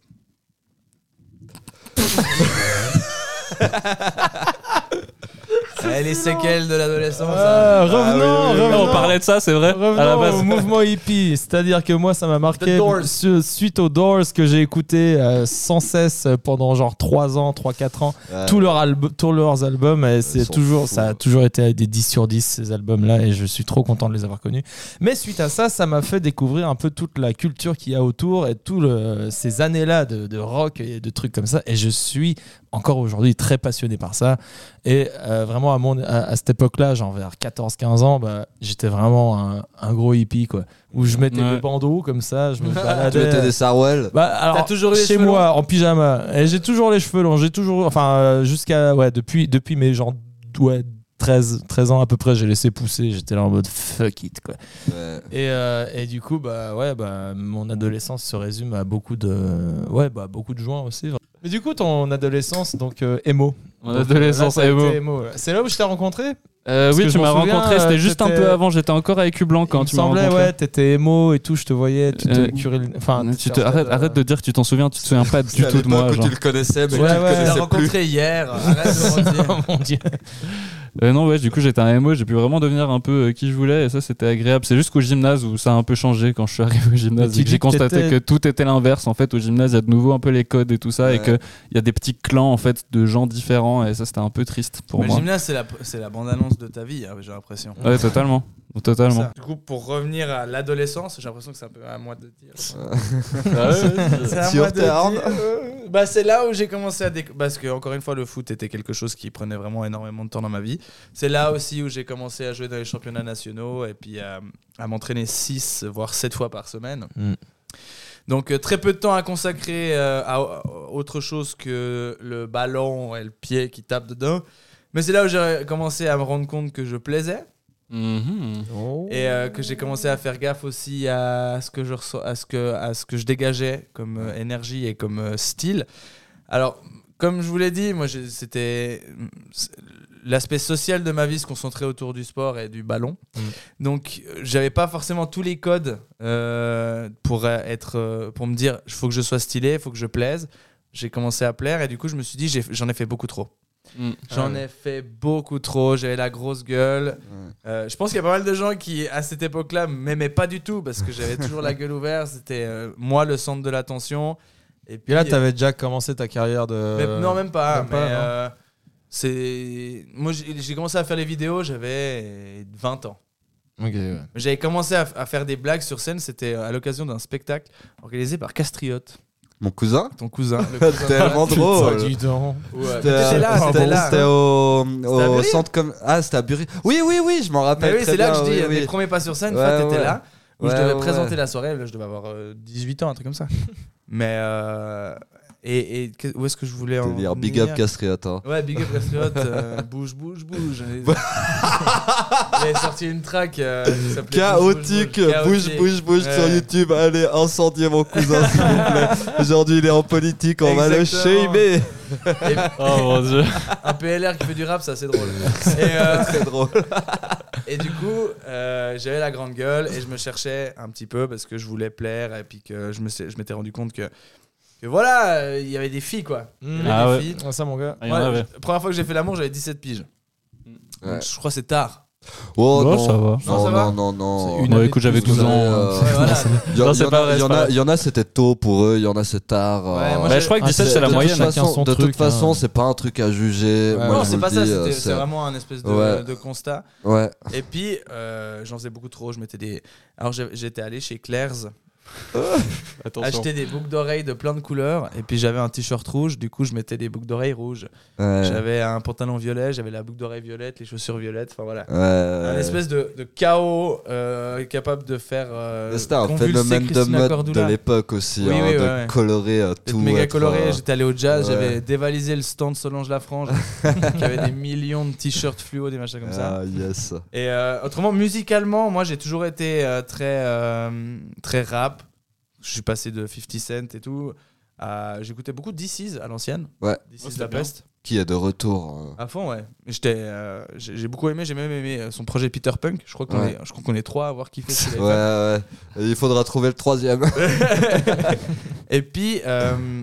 Speaker 6: Eh, les séquelles de l'adolescence.
Speaker 3: Ah,
Speaker 6: hein.
Speaker 3: revenons, revenons.
Speaker 1: On parlait de ça, c'est vrai À la
Speaker 3: Revenons
Speaker 1: base.
Speaker 3: au mouvement hippie, c'est-à-dire que moi ça m'a marqué
Speaker 6: The Doors.
Speaker 3: su- suite aux Doors que j'ai écouté euh, sans cesse pendant genre 3 ans, 3-4 ans,
Speaker 2: Ouais.
Speaker 3: tous, leurs albu- tous leurs albums, et c'est
Speaker 2: sont
Speaker 3: toujours,
Speaker 2: fous.
Speaker 3: ça a toujours été des 10 sur 10 ces albums-là et je suis trop content de les avoir connus. Mais suite à ça, ça m'a fait découvrir un peu toute la culture qu'il y a autour et tout le, ces années-là de, de rock et de trucs comme ça et je suis encore aujourd'hui très passionné par ça. Et euh, vraiment, à, mon, à, à cette époque-là, genre vers 14-15 ans, bah, j'étais vraiment un, un gros hippie, quoi. Où je mettais
Speaker 1: Ouais.
Speaker 3: mes bandeaux comme ça, je me
Speaker 2: Tu
Speaker 3: baladais.
Speaker 2: mettais des sarouels.
Speaker 1: Ah,
Speaker 3: Bah, alors,
Speaker 6: T'as toujours eu les
Speaker 3: chez
Speaker 6: cheveux
Speaker 3: moi, en pyjama. Et j'ai toujours les cheveux longs. J'ai toujours. Enfin, euh, jusqu'à. Ouais, depuis, depuis mes genre. Ouais, 13, 13 ans à peu près, j'ai laissé pousser. J'étais là en mode fuck it, quoi.
Speaker 2: Ouais.
Speaker 3: Et, euh, et du coup, bah ouais, bah, mon adolescence se résume à beaucoup de, ouais, bah, beaucoup de joints aussi. Mais du coup, ton adolescence, donc euh, emo.
Speaker 1: Mon
Speaker 3: Donc,
Speaker 1: adolescence,
Speaker 3: là, t'as
Speaker 1: emo.
Speaker 3: été emo, là. C'est là où je t'ai rencontré.
Speaker 1: Euh,
Speaker 3: Parce
Speaker 1: oui,
Speaker 3: que
Speaker 1: tu
Speaker 3: je
Speaker 1: m'as
Speaker 3: m'en souviens,
Speaker 1: rencontré,
Speaker 3: euh,
Speaker 1: c'était juste un
Speaker 3: t'étais-
Speaker 1: peu avant, j'étais encore avec Blanc
Speaker 3: Il
Speaker 1: quand
Speaker 3: me
Speaker 1: tu m'as
Speaker 3: semblais,
Speaker 1: rencontré.
Speaker 3: ouais, t'étais emo et tout, je te voyais, tu
Speaker 1: Euh,
Speaker 3: te curais le- Enfin,
Speaker 1: Tu te- arrête,
Speaker 3: euh,
Speaker 1: arrête de dire que tu t'en souviens, tu te souviens pas du
Speaker 2: C'était à
Speaker 1: tout de moi.
Speaker 2: l'époque où
Speaker 1: genre.
Speaker 2: tu le connaissais, mais tu
Speaker 3: Ouais,
Speaker 2: le
Speaker 3: ouais.
Speaker 6: Tu l'as
Speaker 2: connaissais plus.
Speaker 6: rencontré hier. Arrête de mentir.
Speaker 3: Oh mon dieu.
Speaker 1: Euh, non, ouais, du coup, j'étais un MO, j'ai pu vraiment devenir un peu euh, qui je voulais, et ça, c'était agréable. C'est jusqu'au gymnase où ça a un peu changé quand je suis arrivé au
Speaker 3: Mais
Speaker 1: gymnase.
Speaker 3: tu
Speaker 1: et que
Speaker 3: dis
Speaker 1: J'ai
Speaker 3: que t'étais-
Speaker 1: constaté que tout était l'inverse. En fait, au gymnase, il y a de nouveau un peu les codes et tout ça, et
Speaker 2: Ouais.
Speaker 1: qu'il y a des petits clans, en fait, de gens différents, et ça, c'était un peu triste pour
Speaker 6: Mais le
Speaker 1: moi.
Speaker 6: gymnase, c'est la, c'est la bande-annonce de ta vie, hein, j'ai l'impression.
Speaker 1: Ouais, totalement. Totalement.
Speaker 6: Ça. Du coup, pour revenir à l'adolescence, j'ai l'impression que c'est un peu à moi de dire. C'est à
Speaker 2: Sur
Speaker 6: moi de
Speaker 2: tes armes.
Speaker 6: dire, euh, Bah, c'est là où j'ai commencé à déc- parce que encore une fois le foot était quelque chose qui prenait vraiment énormément de temps dans ma vie. C'est là aussi où j'ai commencé à jouer dans les championnats nationaux et puis à, à m'entraîner 6 voire 7 fois par semaine.
Speaker 3: Mm.
Speaker 6: Donc euh, très peu de temps à consacrer euh, à à autre chose que le ballon et le pied qui tape dedans. Mais c'est là où j'ai commencé à me rendre compte que je plaisais
Speaker 1: Mhm.
Speaker 3: Oh.
Speaker 6: et euh, que j'ai commencé à faire gaffe aussi à ce que je reço- à ce que à ce que je dégageais comme euh, énergie et comme euh, style. Alors comme je vous l'ai dit, moi j'ai- c'était c'est- l'aspect social de ma vie se concentrait autour du sport et du ballon. Donc euh, j'avais pas forcément tous les codes euh, pour euh, être euh, pour me dire il faut que je sois stylé, il faut que je plaise. J'ai commencé à plaire et du coup je me suis dit j'ai- j'en ai fait beaucoup trop.
Speaker 1: Mm.
Speaker 6: J'en ai fait beaucoup trop, j'avais la grosse gueule. Euh, je pense qu'il y a pas mal de gens qui, à cette époque-là, m'aimaient pas du tout parce que j'avais toujours la gueule ouverte. C'était euh, moi le centre de l'attention. Et puis
Speaker 3: Et là, t'avais déjà commencé ta carrière de.
Speaker 6: mais- non, même pas.
Speaker 3: même pas, hein.
Speaker 6: mais,
Speaker 3: non.
Speaker 6: euh, c'est moi, j'ai j'ai commencé à faire les vidéos, j'avais 20 ans.
Speaker 3: Ok, ouais.
Speaker 6: J'avais commencé à, à faire des blagues sur scène. C'était euh, à l'occasion d'un spectacle organisé par Castriote,
Speaker 2: Mon cousin
Speaker 6: ton cousin. le cousin.
Speaker 2: Tellement
Speaker 11: Oh,
Speaker 3: Putain,
Speaker 2: drôle.
Speaker 3: dis donc.
Speaker 6: Ouais.
Speaker 2: C'était
Speaker 6: T'étais là,
Speaker 2: c'était-
Speaker 6: t'étais là.
Speaker 2: c'était au,
Speaker 6: à
Speaker 2: au
Speaker 6: Bury
Speaker 2: centre comme ah c'était à Bury oui oui oui je m'en
Speaker 6: Mais
Speaker 2: rappelle
Speaker 6: oui,
Speaker 2: très
Speaker 6: c'est là que
Speaker 2: bien,
Speaker 6: je dis,
Speaker 2: oui,
Speaker 6: euh,
Speaker 2: oui.
Speaker 6: mes premiers pas sur scène,
Speaker 2: Ouais,
Speaker 6: Fat était
Speaker 2: ouais.
Speaker 6: là, où je
Speaker 2: Ouais,
Speaker 6: devais
Speaker 2: ouais.
Speaker 6: présenter la soirée, là, je devais avoir euh, 18 ans, un truc comme ça. Mais, euh, et, et que- où est-ce que je voulais en
Speaker 2: Délire, big
Speaker 6: venir
Speaker 2: up hein. Castriata
Speaker 6: Ouais, Big Up Castriote, euh, bouge, bouge, bouge. Il avait sorti une track euh, qui s'appelait Bouge, bouge,
Speaker 2: Chaotique, bouge,
Speaker 6: Chaotique.
Speaker 2: bouge, bouge sur
Speaker 6: Ouais.
Speaker 2: YouTube. Allez, incendiez mon cousin, s'il vous plaît. Aujourd'hui, il est en politique, on
Speaker 6: Exactement.
Speaker 2: va le shamer.
Speaker 1: Oh mon dieu.
Speaker 6: Un PLR qui fait du rap, c'est assez drôle. et, euh,
Speaker 2: Très drôle.
Speaker 6: Et du coup, euh, j'avais la grande gueule et je me cherchais un petit peu parce que je voulais plaire et puis que je me sais- je m'étais rendu compte que, que voilà, euh, il y avait des filles quoi. Il y avait
Speaker 1: Ah
Speaker 6: des
Speaker 1: ouais.
Speaker 6: filles.
Speaker 11: hein,
Speaker 3: Ah, ça, mon gars.
Speaker 1: Ah, il y en
Speaker 6: Moi,
Speaker 1: avait.
Speaker 6: je- première fois que j'ai fait l'amour, j'avais 17 piges.
Speaker 2: Ouais.
Speaker 6: Donc, je crois que c'est tard.
Speaker 2: Oh,
Speaker 1: Ouais,
Speaker 2: non.
Speaker 1: ça va.
Speaker 6: Non,
Speaker 2: Non,
Speaker 6: ça va
Speaker 2: non, non, non.
Speaker 3: C'est une
Speaker 1: Bon,
Speaker 3: année
Speaker 1: écoute,
Speaker 3: de
Speaker 1: j'avais
Speaker 3: plus,
Speaker 1: 12
Speaker 3: vous
Speaker 1: ans.
Speaker 3: avez,
Speaker 1: euh,
Speaker 6: Ouais, voilà.
Speaker 2: Il y, en-
Speaker 1: Non,
Speaker 2: il y
Speaker 1: c'est
Speaker 2: en
Speaker 1: pas
Speaker 2: a,
Speaker 1: vrai,
Speaker 2: il y
Speaker 1: c'est
Speaker 2: en
Speaker 1: pas
Speaker 2: a-
Speaker 1: vrai.
Speaker 2: il y en a, c'était tôt pour eux, il y en a, c'est tard. euh.
Speaker 6: Ouais, moi,
Speaker 1: Bah, je crois que
Speaker 3: Ah,
Speaker 1: 17, c'est la
Speaker 2: de
Speaker 1: moyenne. hein.
Speaker 2: Toute façon,
Speaker 3: son
Speaker 2: de
Speaker 3: truc,
Speaker 2: toute façon,
Speaker 3: hein.
Speaker 2: c'est pas un truc à juger.
Speaker 3: Ouais.
Speaker 2: Moi,
Speaker 6: non,
Speaker 2: je
Speaker 6: c'est
Speaker 2: vous
Speaker 6: pas
Speaker 2: le
Speaker 6: ça,
Speaker 2: dis,
Speaker 6: c'était-
Speaker 2: euh,
Speaker 6: c'est vraiment un espèce de,
Speaker 2: Ouais.
Speaker 6: de constat.
Speaker 2: Ouais.
Speaker 6: Et puis, euh, j'en faisais beaucoup trop. Je mettais des. Alors, j'ai- j'étais allé chez Claire's
Speaker 2: Ah,
Speaker 6: acheter des boucles d'oreilles de plein de couleurs. Et puis, j'avais un t-shirt rouge. Du coup, je mettais des boucles d'oreilles rouges.
Speaker 2: Ouais.
Speaker 6: J'avais un pantalon violet, j'avais la boucle d'oreille violette, les chaussures violettes, enfin voilà.
Speaker 2: Ouais, ouais,
Speaker 6: Un
Speaker 2: ouais.
Speaker 6: espèce de, de chaos euh, capable de faire. euh,
Speaker 2: C'était un
Speaker 6: convulser
Speaker 2: phénomène de
Speaker 6: Christina
Speaker 2: mode
Speaker 6: Cordula.
Speaker 2: de l'époque aussi,
Speaker 6: Oui,
Speaker 2: hein,
Speaker 6: oui,
Speaker 2: de
Speaker 6: ouais, ouais.
Speaker 2: colorer euh,
Speaker 6: D'être
Speaker 2: tout.
Speaker 6: méga
Speaker 2: être,
Speaker 6: coloré,
Speaker 2: euh,
Speaker 6: j'étais allé au jazz,
Speaker 2: ouais.
Speaker 6: j'avais dévalisé le stand de Solange Lafrange, qui avait des millions de t-shirts fluo, des machins comme ça.
Speaker 2: Ah, yes.
Speaker 6: Et euh, autrement, musicalement, moi j'ai toujours été euh, très, euh, très rap, Je suis passé de 50 Cent et tout. à- J'écoutais beaucoup d'Isis à l'ancienne.
Speaker 2: Ouais.
Speaker 6: This is la peste.
Speaker 2: Qui est de retour. hein.
Speaker 6: À fond, ouais. J'étais, euh, j'ai j'ai beaucoup aimé, j'ai même aimé euh, son projet Peter Punk. Je crois qu'on
Speaker 2: Ouais.
Speaker 6: est, je crois qu'on est trois à avoir kiffé.
Speaker 2: euh.
Speaker 6: ce qu'il avait fait.
Speaker 2: Ouais, ouais. Et Il faudra trouver le troisième.
Speaker 6: et puis, euh,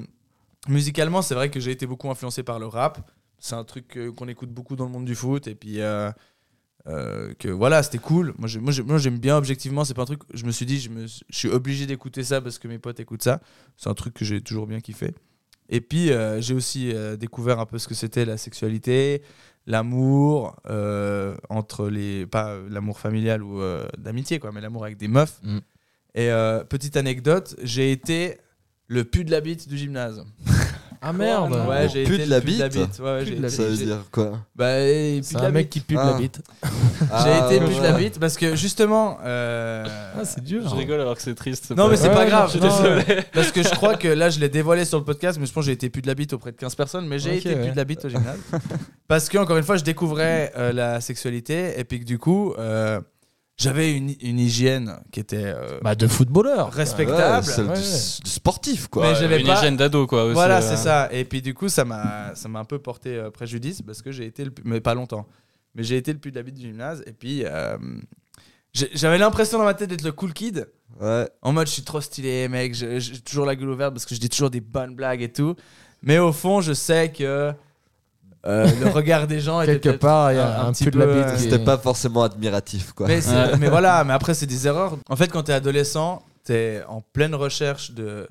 Speaker 6: musicalement, c'est vrai que j'ai été beaucoup influencé par le rap. C'est un truc euh, qu'on écoute beaucoup dans le monde du foot. Et puis, euh, euh, que voilà, c'était cool. Moi, j'ai- moi, j'ai- moi, j'aime bien objectivement. C'est pas un truc. Je me suis dit, je, me, suis- je suis obligé d'écouter ça parce que mes potes écoutent ça. C'est un truc que j'ai toujours bien kiffé. Et puis, euh, j'ai aussi euh, découvert un peu ce que c'était la sexualité, l'amour, euh, entre les. Pas euh, l'amour familial ou euh, d'amitié, quoi, mais l'amour avec des meufs.
Speaker 11: Mm.
Speaker 6: Et euh, petite anecdote, j'ai été le pu de la bite du gymnase.
Speaker 11: Ah merde
Speaker 6: Ouais, j'ai
Speaker 2: Pue
Speaker 6: été
Speaker 2: de
Speaker 6: le
Speaker 2: la
Speaker 6: pue de la
Speaker 2: bite
Speaker 6: bite. Ouais, ouais,
Speaker 2: Pue de
Speaker 6: j'ai
Speaker 2: la
Speaker 6: été-
Speaker 2: bite. Ça veut
Speaker 6: j'ai-
Speaker 2: dire quoi
Speaker 6: Bah, il pue
Speaker 11: C'est
Speaker 6: de
Speaker 11: un
Speaker 6: la
Speaker 11: mec
Speaker 6: bite.
Speaker 11: qui pue de
Speaker 2: Ah.
Speaker 11: la bite.
Speaker 2: Ah,
Speaker 6: J'ai été pu de la
Speaker 2: ouais.
Speaker 6: bite parce que justement. euh,
Speaker 11: Ah, c'est dur.
Speaker 1: Je rigole alors que c'est triste.
Speaker 6: non, mais c'est
Speaker 11: Ouais,
Speaker 6: pas
Speaker 11: non,
Speaker 6: grave.
Speaker 11: je suis désolé.
Speaker 6: Non, Parce que je crois que là, je l'ai dévoilé sur le podcast, mais je pense que j'ai été plus de la bite auprès de 15 personnes, mais j'ai
Speaker 11: Ok,
Speaker 6: été plus
Speaker 11: ouais.
Speaker 6: de la bite au gymnase. Parce que, encore une fois, je découvrais euh, la sexualité et puis que du coup, euh, j'avais une, une hygiène qui était euh,
Speaker 11: Bah, de footballeur.
Speaker 2: Ouais,
Speaker 6: respectable.
Speaker 2: c'est
Speaker 11: Ouais,
Speaker 2: du,
Speaker 11: ouais.
Speaker 2: du sportif, quoi.
Speaker 6: mais j'avais
Speaker 1: Une
Speaker 6: pas.
Speaker 1: hygiène d'ado, quoi. aussi,
Speaker 6: Voilà,
Speaker 1: euh.
Speaker 6: c'est ça. Et puis du coup, ça m'a, ça m'a un peu porté euh, préjudice parce que j'ai été, le, pu- mais pas longtemps, mais j'ai été le plus de la bite du gymnase. Et puis, euh, j'ai- j'avais l'impression dans ma tête d'être le cool kid.
Speaker 2: Ouais.
Speaker 6: En mode, je suis trop stylé, mec. je- J'ai toujours la gueule ouverte parce que je dis toujours des bonnes blagues et tout. Mais au fond, je sais que euh, le regard des gens était
Speaker 11: Quelque
Speaker 6: peut-être
Speaker 11: part, il y a un,
Speaker 6: petit
Speaker 11: peu de la
Speaker 6: peu,
Speaker 11: bite.
Speaker 6: euh,
Speaker 11: qui est-
Speaker 2: C'était pas forcément admiratif, quoi.
Speaker 6: mais, c'est- mais voilà, mais après, c'est des erreurs. En fait, quand t'es adolescent, t'es en pleine recherche de,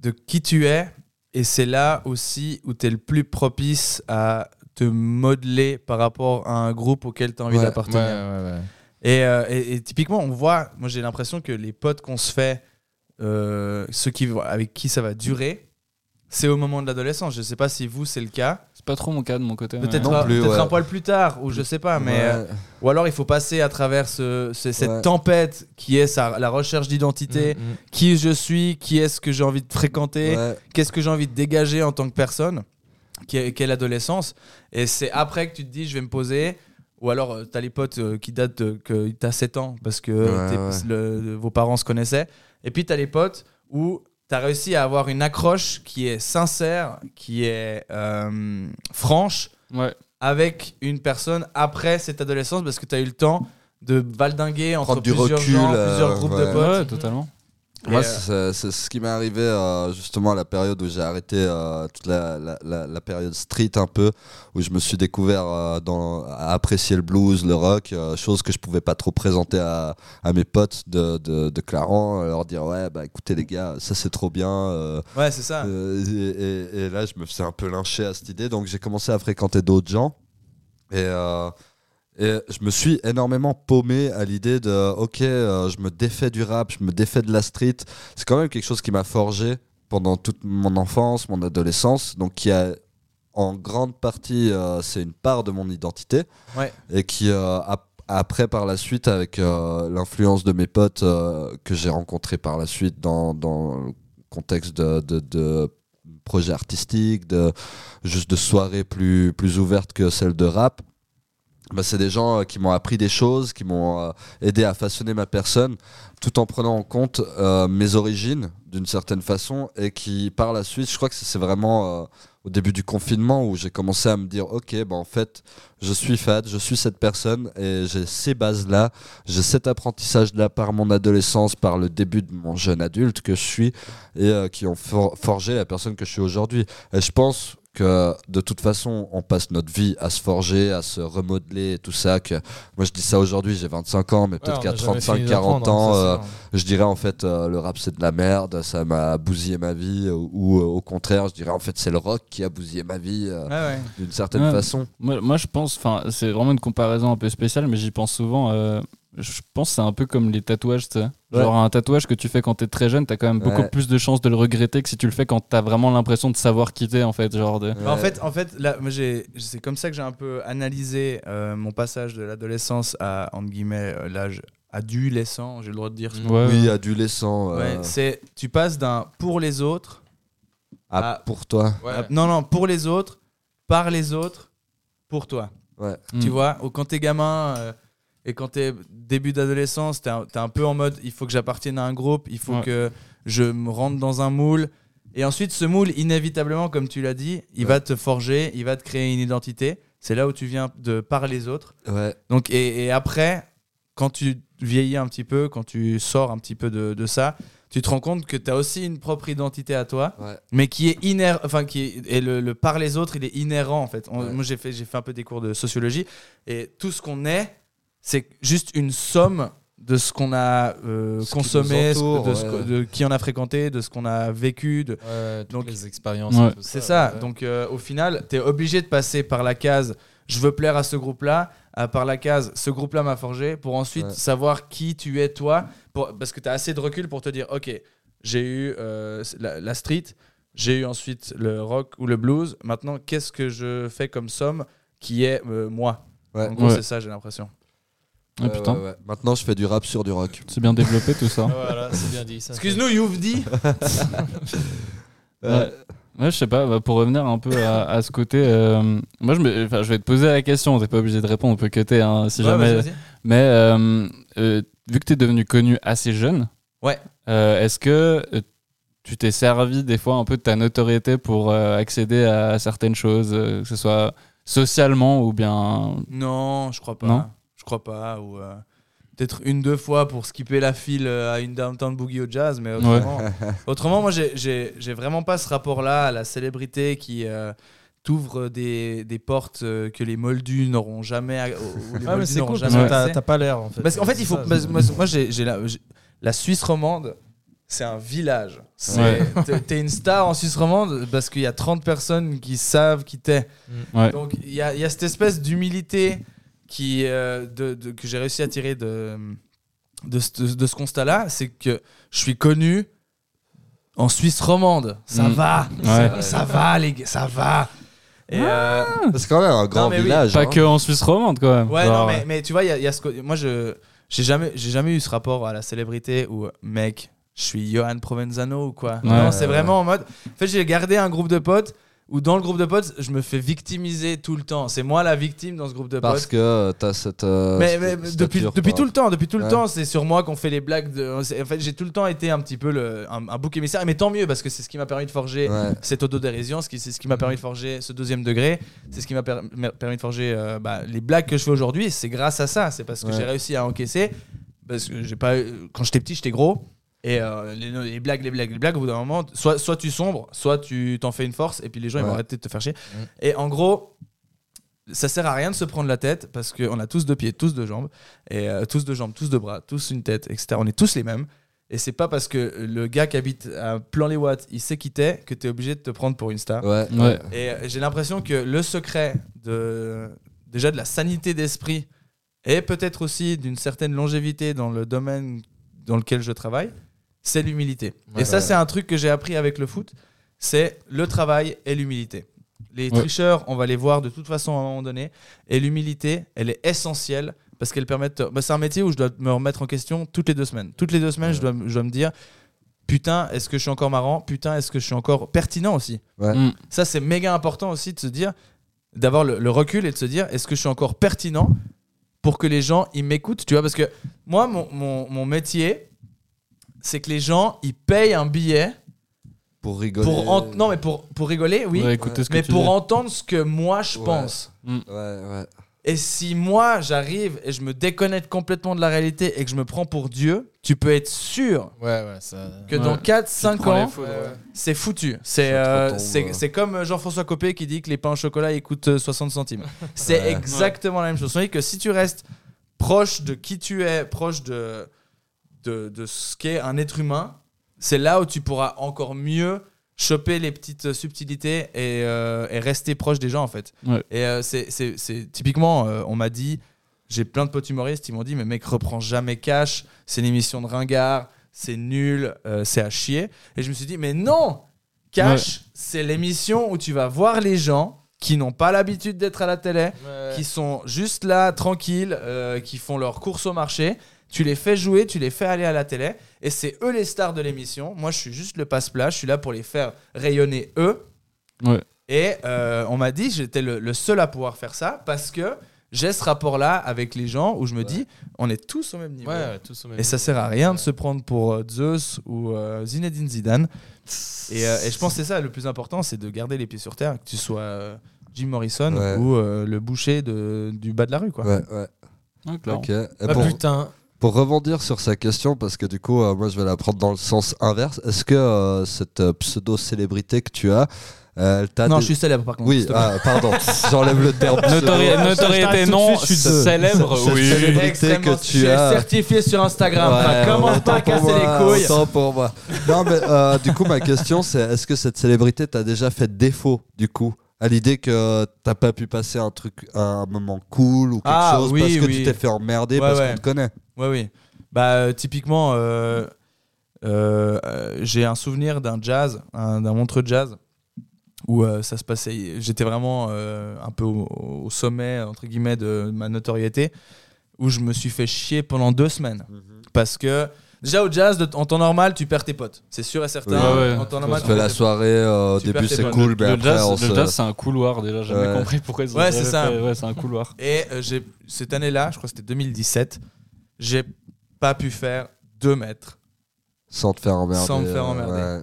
Speaker 6: de qui tu es. Et c'est là aussi où t'es le plus propice à te modeler par rapport à un groupe auquel t'as envie
Speaker 2: Ouais,
Speaker 6: d'appartenir.
Speaker 11: Ouais, ouais, ouais.
Speaker 6: Et, euh, et- et typiquement, on voit, moi j'ai l'impression que les potes qu'on se fait, euh, ceux qui, avec qui ça va durer, c'est au moment de l'adolescence. Je sais pas si vous, c'est le cas.
Speaker 1: C'est pas trop mon cas de mon côté.
Speaker 6: Peut-être
Speaker 2: Non
Speaker 6: un-
Speaker 2: plus,
Speaker 6: peut-être
Speaker 2: ouais.
Speaker 6: un poil plus tard, ou je sais pas, mais.
Speaker 2: Ouais.
Speaker 6: euh, ou alors il faut passer à travers ce- ce- cette
Speaker 2: Ouais.
Speaker 6: tempête qui est sa- la recherche d'identité,
Speaker 11: Mm, mm.
Speaker 6: qui je suis, qui est-ce que j'ai envie de fréquenter,
Speaker 2: Ouais.
Speaker 6: qu'est-ce que j'ai envie de dégager en tant que personne, qui est, qui est l'adolescence. Et c'est après que tu te dis, je vais me poser. Ou alors, euh, t'as les potes euh, qui datent de, que t'as 7 ans parce que
Speaker 2: Ouais,
Speaker 6: t'es-
Speaker 2: ouais.
Speaker 6: le- vos parents se connaissaient. Et puis, t'as les potes où t'as réussi à avoir une accroche qui est sincère, qui est euh, franche
Speaker 1: Ouais.
Speaker 6: avec une personne après cette adolescence parce que t'as eu le temps de valdinguer entre
Speaker 2: Prendre du
Speaker 6: plusieurs
Speaker 2: recul,
Speaker 6: gens,
Speaker 2: euh,
Speaker 6: plusieurs groupes de
Speaker 2: ouais.
Speaker 6: potes.
Speaker 1: Ouais, totalement.
Speaker 2: Moi,
Speaker 6: Et, euh,
Speaker 2: c'est c'est ce qui m'est arrivé euh, justement à la période où j'ai arrêté euh, toute la, la- la- la période street un peu, où je me suis découvert euh, dans, à apprécier le blues, le rock, euh, chose que je pouvais pas trop présenter à, à mes potes de, de, de Clarence, leur dire ouais bah écoutez les gars, ça c'est trop bien. euh,
Speaker 6: Ouais, c'est ça.
Speaker 2: euh, et, et- et là, je me faisais un peu lyncher à cette idée, donc j'ai commencé à fréquenter d'autres gens. Et, euh, et je me suis énormément paumé à l'idée de, ok, euh, je me défais du rap, je me défais de la street. C'est quand même quelque chose qui m'a forgé pendant toute mon enfance, mon adolescence, donc qui a en grande partie, euh, c'est une part de mon identité.
Speaker 6: Ouais.
Speaker 2: Et qui, euh, ap- après, par la suite, avec euh, l'influence de mes potes euh, que j'ai rencontrés par la suite dans, dans le contexte de, de, de projets artistiques, de, juste de soirées plus, plus ouvertes que celles de rap, bah, c'est des gens euh, qui m'ont appris des choses, qui m'ont euh, aidé à façonner ma personne, tout en prenant en compte euh, mes origines d'une certaine façon, et qui par la suite, je crois que c'est vraiment euh, au début du confinement où j'ai commencé à me dire, ok, bah, en fait, je suis fat, je suis cette personne, et j'ai ces bases-là, j'ai cet apprentissage-là par mon adolescence, par le début de mon jeune adulte que je suis, et euh, qui ont for- forgé la personne que je suis aujourd'hui. Et je pense que de toute façon, on passe notre vie à se forger, à se remodeler et tout ça. Que moi, je dis ça aujourd'hui, j'ai 25 ans, mais
Speaker 11: Ouais,
Speaker 2: peut-être
Speaker 11: on
Speaker 2: qu'à
Speaker 11: a jamais fini
Speaker 2: 35, 40 ans,
Speaker 11: d'apprendre,
Speaker 2: euh,
Speaker 11: hein, ça,
Speaker 2: je dirais en fait euh, le rap c'est de la merde, ça m'a bousillé ma vie, ou, ou, euh, au contraire, je dirais en fait c'est le rock qui a bousillé ma vie euh,
Speaker 6: Ouais, Ah. ouais.
Speaker 2: d'une certaine
Speaker 1: Ouais.
Speaker 2: façon.
Speaker 1: Moi, moi, je pense, enfin, c'est vraiment une comparaison un peu spéciale, mais j'y pense souvent. euh, je pense que c'est un peu comme les tatouages, tu sais. Genre un tatouage que tu fais quand t'es très jeune, t'as quand même beaucoup
Speaker 2: Ouais.
Speaker 1: plus de chances de le regretter que si tu le fais quand t'as vraiment l'impression de savoir qui t'es, en fait. Genre de...
Speaker 6: Bah, En fait, en fait là, moi, j'ai- c'est comme ça que j'ai un peu analysé euh, mon passage de l'adolescence à entre guillemets euh, l'âge adolescent. J'ai le droit de dire. ce mot.
Speaker 1: Mm. Ouais.
Speaker 2: Oui, adolescent,
Speaker 6: Ouais,
Speaker 2: euh,
Speaker 6: c'est tu passes d'un pour les autres.
Speaker 2: à
Speaker 6: à-
Speaker 2: ah, pour toi.
Speaker 6: à- non, non, pour les autres, par les autres, pour toi.
Speaker 2: Ouais.
Speaker 6: Tu
Speaker 1: Mm.
Speaker 6: vois, au- quand t'es gamin euh, et quand t'es début d'adolescence, t'es un, t'es un peu en mode il faut que j'appartienne à un groupe, il faut
Speaker 1: Ouais.
Speaker 6: que je me rentre dans un moule. Et ensuite, ce moule, inévitablement, comme tu l'as dit, il va te forger, il va te créer une identité. C'est là où tu viens de par les autres.
Speaker 2: Ouais.
Speaker 6: Donc, et, et après, quand tu vieillis un petit peu, quand tu sors un petit peu de, de ça, tu te rends compte que tu as aussi une propre identité à toi,
Speaker 2: Ouais.
Speaker 6: mais qui est inhérent. Enfin, qui est- et le, le par les autres, il est inhérent en fait. On-
Speaker 2: Ouais.
Speaker 6: Moi, j'ai fait, j'ai fait un peu des cours de sociologie, et tout ce qu'on est, c'est juste une somme de ce qu'on a euh,
Speaker 2: Ce qui
Speaker 6: consommé,
Speaker 2: nous entoure,
Speaker 6: ce- de, ce que-
Speaker 2: ouais.
Speaker 6: de qui on a fréquenté, de ce qu'on a vécu, de,
Speaker 11: donc les expériences.
Speaker 1: Mm. Ouais.
Speaker 11: et tout
Speaker 6: c'est ça.
Speaker 11: ouais.
Speaker 6: Donc euh, au final, tu es obligé de passer par la case je veux plaire à ce groupe-là, à par la case ce groupe-là m'a forgé, pour ensuite
Speaker 2: Ouais.
Speaker 6: savoir qui tu es toi, pour- parce que tu as assez de recul pour te dire ok, j'ai eu euh, la, la street, j'ai eu ensuite le rock ou le blues, maintenant qu'est-ce que je fais comme somme qui est euh, moi
Speaker 2: Ouais.
Speaker 6: En gros,
Speaker 1: Ouais.
Speaker 6: c'est ça, j'ai l'impression.
Speaker 1: Ah, putain,
Speaker 2: ouais, ouais. Maintenant, je fais du rap sur du rock.
Speaker 1: c'est bien développé tout ça.
Speaker 11: Voilà, c'est bien dit. ça,
Speaker 6: Excuse-nous, Youvdi
Speaker 1: Ouais. Ouais, je sais pas, bah, pour revenir un peu à, à ce côté, euh, moi je, me- enfin, je vais te poser la question, t'es pas obligé de répondre, on peut cutter hein, si jamais. Mais euh, euh, vu que t'es devenu connu assez jeune,
Speaker 6: Ouais.
Speaker 1: euh, est-ce que euh, tu t'es servi des fois un peu de ta notoriété pour euh, accéder à certaines choses, euh, que ce soit socialement ou bien.
Speaker 6: Non, je crois pas.
Speaker 1: Non
Speaker 6: je crois pas. Ou euh, peut-être une, deux fois pour skipper la file euh, à une downtown boogie au jazz, mais autrement, autrement moi, j'ai- j'ai j'ai vraiment pas ce rapport-là à la célébrité qui. euh, t'ouvre des, des portes euh, que les moldus n'auront jamais à- ou- ou
Speaker 11: Ouais, Ah,
Speaker 6: les
Speaker 11: mais
Speaker 6: Moldus
Speaker 11: c'est
Speaker 6: n'auront
Speaker 11: cool parce
Speaker 6: jamais
Speaker 11: que t'as
Speaker 6: accès.
Speaker 11: t'as pas l'air en fait.
Speaker 6: Parce qu'en fait, il faut.
Speaker 11: C'est ça,
Speaker 6: parce-
Speaker 11: c'est-
Speaker 6: moi, moi, j'ai j'ai la, j'ai- la Suisse romande, c'est un village. C'est-
Speaker 1: Ouais.
Speaker 6: t'es- T'es une star en Suisse romande parce qu'il y a 30 personnes qui savent qui t'es.
Speaker 1: Mm. Ouais.
Speaker 6: Donc, il y a, il y a cette espèce d'humilité qui, euh, de- de- que j'ai réussi à tirer de, de, ce- de ce constat-là. C'est que je suis connu en Suisse romande. Ça
Speaker 1: Mm.
Speaker 6: va.
Speaker 1: Ouais.
Speaker 6: Ça, ça va, les gars. Ça va. Et, euh,
Speaker 2: C'est quand même un grand
Speaker 6: mais oui.
Speaker 2: village.
Speaker 1: Pas
Speaker 2: hein.
Speaker 1: que en Suisse romande quand même.
Speaker 6: Ouais,
Speaker 1: Genre,
Speaker 6: non, mais, mais tu vois, il y a, il y a ce co- Moi, je j'ai jamais, j'ai jamais eu ce rapport à la célébrité où, mec, je suis Johan Provenzano ou quoi.
Speaker 1: Ouais.
Speaker 6: non, c'est vraiment en mode. En fait, j'ai gardé un groupe de potes où, dans le groupe de potes, je me fais victimiser tout le temps. C'est moi la victime dans ce groupe de
Speaker 2: Parce
Speaker 6: potes.
Speaker 2: que euh, t'as cette. euh,
Speaker 6: Mais,
Speaker 2: cette-
Speaker 6: mais
Speaker 2: cette
Speaker 6: depuis,
Speaker 2: stature,
Speaker 6: depuis
Speaker 2: quoi.
Speaker 6: tout le temps, depuis tout le
Speaker 2: Ouais.
Speaker 6: temps, c'est sur moi qu'on fait les blagues. De, c'est- en fait, j'ai tout le temps été un petit peu le, un, un bouc émissaire, mais tant mieux parce que c'est ce qui m'a permis de forger
Speaker 2: Ouais. Mm.
Speaker 6: cette autodérision, ce qui- c'est ce qui m'a permis de forger ce deuxième degré, c'est ce qui m'a per- m'a permis de forger euh, bah, les blagues que je fais aujourd'hui. C'est grâce à ça, c'est parce que
Speaker 2: Ouais.
Speaker 6: j'ai réussi à encaisser, parce que j'ai pas, eu- quand j'étais petit, j'étais gros. Et euh, les, les blagues, les blagues, les blagues, au bout d'un moment, soit, soit tu sombres, soit tu t'en fais une force, et puis les gens ils vont
Speaker 2: Ouais. Mm.
Speaker 6: arrêter de te faire chier. Et en gros, ça sert à rien de se prendre la tête, parce qu'on a tous deux pieds, tous deux jambes, et euh, tous deux jambes, tous deux bras, tous une tête, etc. On est tous les mêmes. Et c'est pas parce que le gars qui habite à plan les watts, il sait qui t'es, que t'es obligé de te prendre pour une star.
Speaker 2: Ouais.
Speaker 1: Ouais.
Speaker 6: Et euh, j'ai l'impression que le secret de déjà de la sanité d'esprit et peut-être aussi d'une certaine longévité dans le domaine dans lequel je travaille, c'est l'humilité. et ça,
Speaker 2: ouais.
Speaker 6: c'est un truc que j'ai appris avec le foot, c'est le travail et l'humilité. Les
Speaker 1: Ouais.
Speaker 6: tricheurs, on va les voir de toute façon à un moment donné, et l'humilité, elle est essentielle parce qu'elle permet. de te- bah, c'est un métier où je dois me remettre en question toutes les deux semaines. Toutes les deux semaines, je, dois, me- je dois me dire putain, est-ce que je suis encore marrant Putain, est-ce que je suis encore pertinent aussi
Speaker 2: Ouais.
Speaker 1: Mm.
Speaker 6: Ça, c'est méga important aussi de se dire, d'avoir le, le recul et de se dire, est-ce que je suis encore pertinent pour que les gens ils m'écoutent Tu vois, parce que moi, mon, mon- mon métier, c'est que les gens ils payent un billet
Speaker 2: Pour rigoler.
Speaker 6: pour en- non mais pour pour rigoler, oui,
Speaker 1: faudrait écouter ce que
Speaker 6: mais
Speaker 1: tu
Speaker 6: pour
Speaker 1: dis.
Speaker 6: entendre ce que moi je
Speaker 2: Ouais.
Speaker 6: pense.
Speaker 2: Ouais, ouais.
Speaker 6: Et si moi j'arrive et je me déconnecte complètement de la réalité et que je me prends pour Dieu, tu peux être sûr
Speaker 11: Ouais, ouais, ça.
Speaker 2: Euh,
Speaker 6: que
Speaker 1: Ouais.
Speaker 6: dans 4-5
Speaker 1: prends les
Speaker 6: ans,
Speaker 1: foudres,
Speaker 6: euh, c'est foutu.
Speaker 2: Ça
Speaker 6: C'est
Speaker 2: te
Speaker 6: euh,
Speaker 2: retombe,
Speaker 6: c'est-
Speaker 2: euh.
Speaker 6: c'est comme Jean-François Copé qui dit que les pains au chocolat ils coûtent euh, 60 centimes. C'est
Speaker 2: Ouais.
Speaker 6: exactement la même chose. C'est-à-dire que si tu restes proche de qui tu es, proche de, de, de ce qu'est un être humain, c'est là où tu pourras encore mieux choper les petites subtilités et, euh, et rester proche des gens en fait.
Speaker 1: Ouais.
Speaker 6: Et euh, c'est- c'est c'est- typiquement, euh, on m'a dit, j'ai plein de potes humoristes, ils m'ont dit, mais mec, reprends jamais cash, c'est une émission de ringard, c'est nul, euh, c'est à chier. Et je me suis dit, mais non, cash, c'est l'émission où tu vas voir les gens qui n'ont pas l'habitude d'être à la télé, qui sont juste là, tranquilles, euh, qui font leurs courses au marché. Tu les fais jouer, tu les fais aller à la télé, et c'est eux les stars de l'émission. Moi, je suis juste le passe-plat, je suis là pour les faire rayonner eux.
Speaker 1: Ouais.
Speaker 6: Et euh, on m'a dit, j'étais le, le seul à pouvoir faire ça parce que j'ai ce rapport-là avec les gens où je me dis, on est tous au même niveau.
Speaker 11: Ouais, ouais, tous au même
Speaker 6: et ça
Speaker 11: niveau.
Speaker 6: sert à rien de se prendre pour euh, Zeus ou euh, Zinedine Zidane. Et, euh, et je pense que c'est ça le plus important, c'est de garder les pieds sur terre, que tu sois euh, Jim Morrison
Speaker 2: Ouais.
Speaker 6: ou euh, le boucher de- du bas de la rue. Quoi.
Speaker 2: Ouais, ouais.
Speaker 1: Ah,
Speaker 2: Ok. Et
Speaker 11: Ah,
Speaker 2: pour, Ah, Pour rebondir sur sa question, parce que du coup, euh, moi je vais la prendre dans le sens inverse, est-ce que euh, cette euh, pseudo-célébrité que tu as. euh, elle t'a
Speaker 6: Non,
Speaker 2: dé-
Speaker 6: je suis célèbre, par contre,
Speaker 2: Oui,
Speaker 6: s'il te plaît.
Speaker 2: ah, pardon, j'enlève le terme. pseudo.
Speaker 6: Notori-
Speaker 2: Je
Speaker 6: notoriété
Speaker 2: t'arrête tout de
Speaker 6: non,
Speaker 2: suite, je suis
Speaker 6: ce-
Speaker 2: de-
Speaker 6: célèbre,
Speaker 2: cette
Speaker 6: oui.
Speaker 2: célébrité
Speaker 6: Extrêmement-
Speaker 2: que tu
Speaker 6: je suis
Speaker 2: as.
Speaker 6: certifié sur Instagram, enfin, commence
Speaker 2: autant
Speaker 6: pas à
Speaker 2: pour
Speaker 6: casser
Speaker 2: moi,
Speaker 6: les couilles.
Speaker 2: autant pour moi. Non, mais euh, du coup, ma question, c'est est-ce que cette célébrité t'a déjà fait défaut, du coup à l'idée que t'as pas pu passer un truc, un moment cool ou quelque
Speaker 6: Ah,
Speaker 2: chose
Speaker 6: oui,
Speaker 2: parce que
Speaker 6: oui.
Speaker 2: tu t'es fait emmerder
Speaker 6: Ouais,
Speaker 2: parce
Speaker 6: ouais.
Speaker 2: qu'on te connaît.
Speaker 6: Ouais, oui. Bah, euh, typiquement, euh, euh, euh, j'ai un souvenir d'un jazz, un- d'un montreux jazz, où euh, ça se passait. J'étais vraiment euh, un peu au, au sommet, entre guillemets, de ma notoriété, où je me suis fait chier pendant deux semaines. Parce que. Déjà au jazz, de- en temps normal, tu perds tes potes. C'est sûr et certain.
Speaker 1: Ouais, ouais.
Speaker 6: En temps
Speaker 1: Tu
Speaker 6: normal,
Speaker 2: fais la
Speaker 6: perds tes
Speaker 2: soirée, euh, au
Speaker 6: Tu perds
Speaker 2: début,
Speaker 6: tes
Speaker 2: c'est
Speaker 6: potes.
Speaker 2: cool, mais
Speaker 1: le
Speaker 2: après,
Speaker 1: jazz,
Speaker 2: on
Speaker 1: le
Speaker 2: se-
Speaker 1: jazz, c'est un couloir déjà. J'ai jamais
Speaker 2: Ouais.
Speaker 1: compris pourquoi ils ont
Speaker 6: Ouais,
Speaker 1: jamais
Speaker 6: c'est ça.
Speaker 1: fait- Ouais, c'est un couloir.
Speaker 6: Et euh, j'ai cette année-là, je crois que c'était 2017, j'ai pas pu faire 2 mètres
Speaker 2: Sans te faire emmerder.
Speaker 6: sans me faire
Speaker 2: euh,
Speaker 6: emmerder.
Speaker 2: ouais.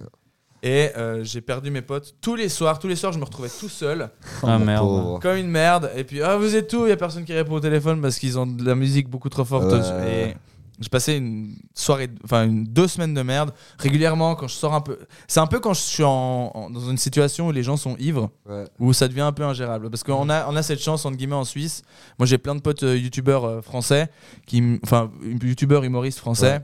Speaker 6: Et euh, j'ai perdu mes potes tous les soirs. Tous les soirs, je me retrouvais tout seul.
Speaker 1: Ah, mon merde. pauvre.
Speaker 6: Comme une merde. Et puis, ah, vous êtes où Il y a personne qui répond au téléphone parce qu'ils ont de la musique beaucoup trop forte.
Speaker 2: Ouais.
Speaker 6: Et j'ai passé une soirée, enfin, une, deux semaines de merde. Régulièrement, quand je sors un peu. C'est un peu quand je suis en- en- dans une situation où les gens sont ivres,
Speaker 2: Ouais.
Speaker 6: où ça devient un peu ingérable. Parce qu'on a, on a cette chance, entre guillemets, en Suisse. Moi, j'ai plein de potes euh, youtubeurs euh, français, qui, m- enfin, youtubeurs humoristes français,
Speaker 11: Ouais.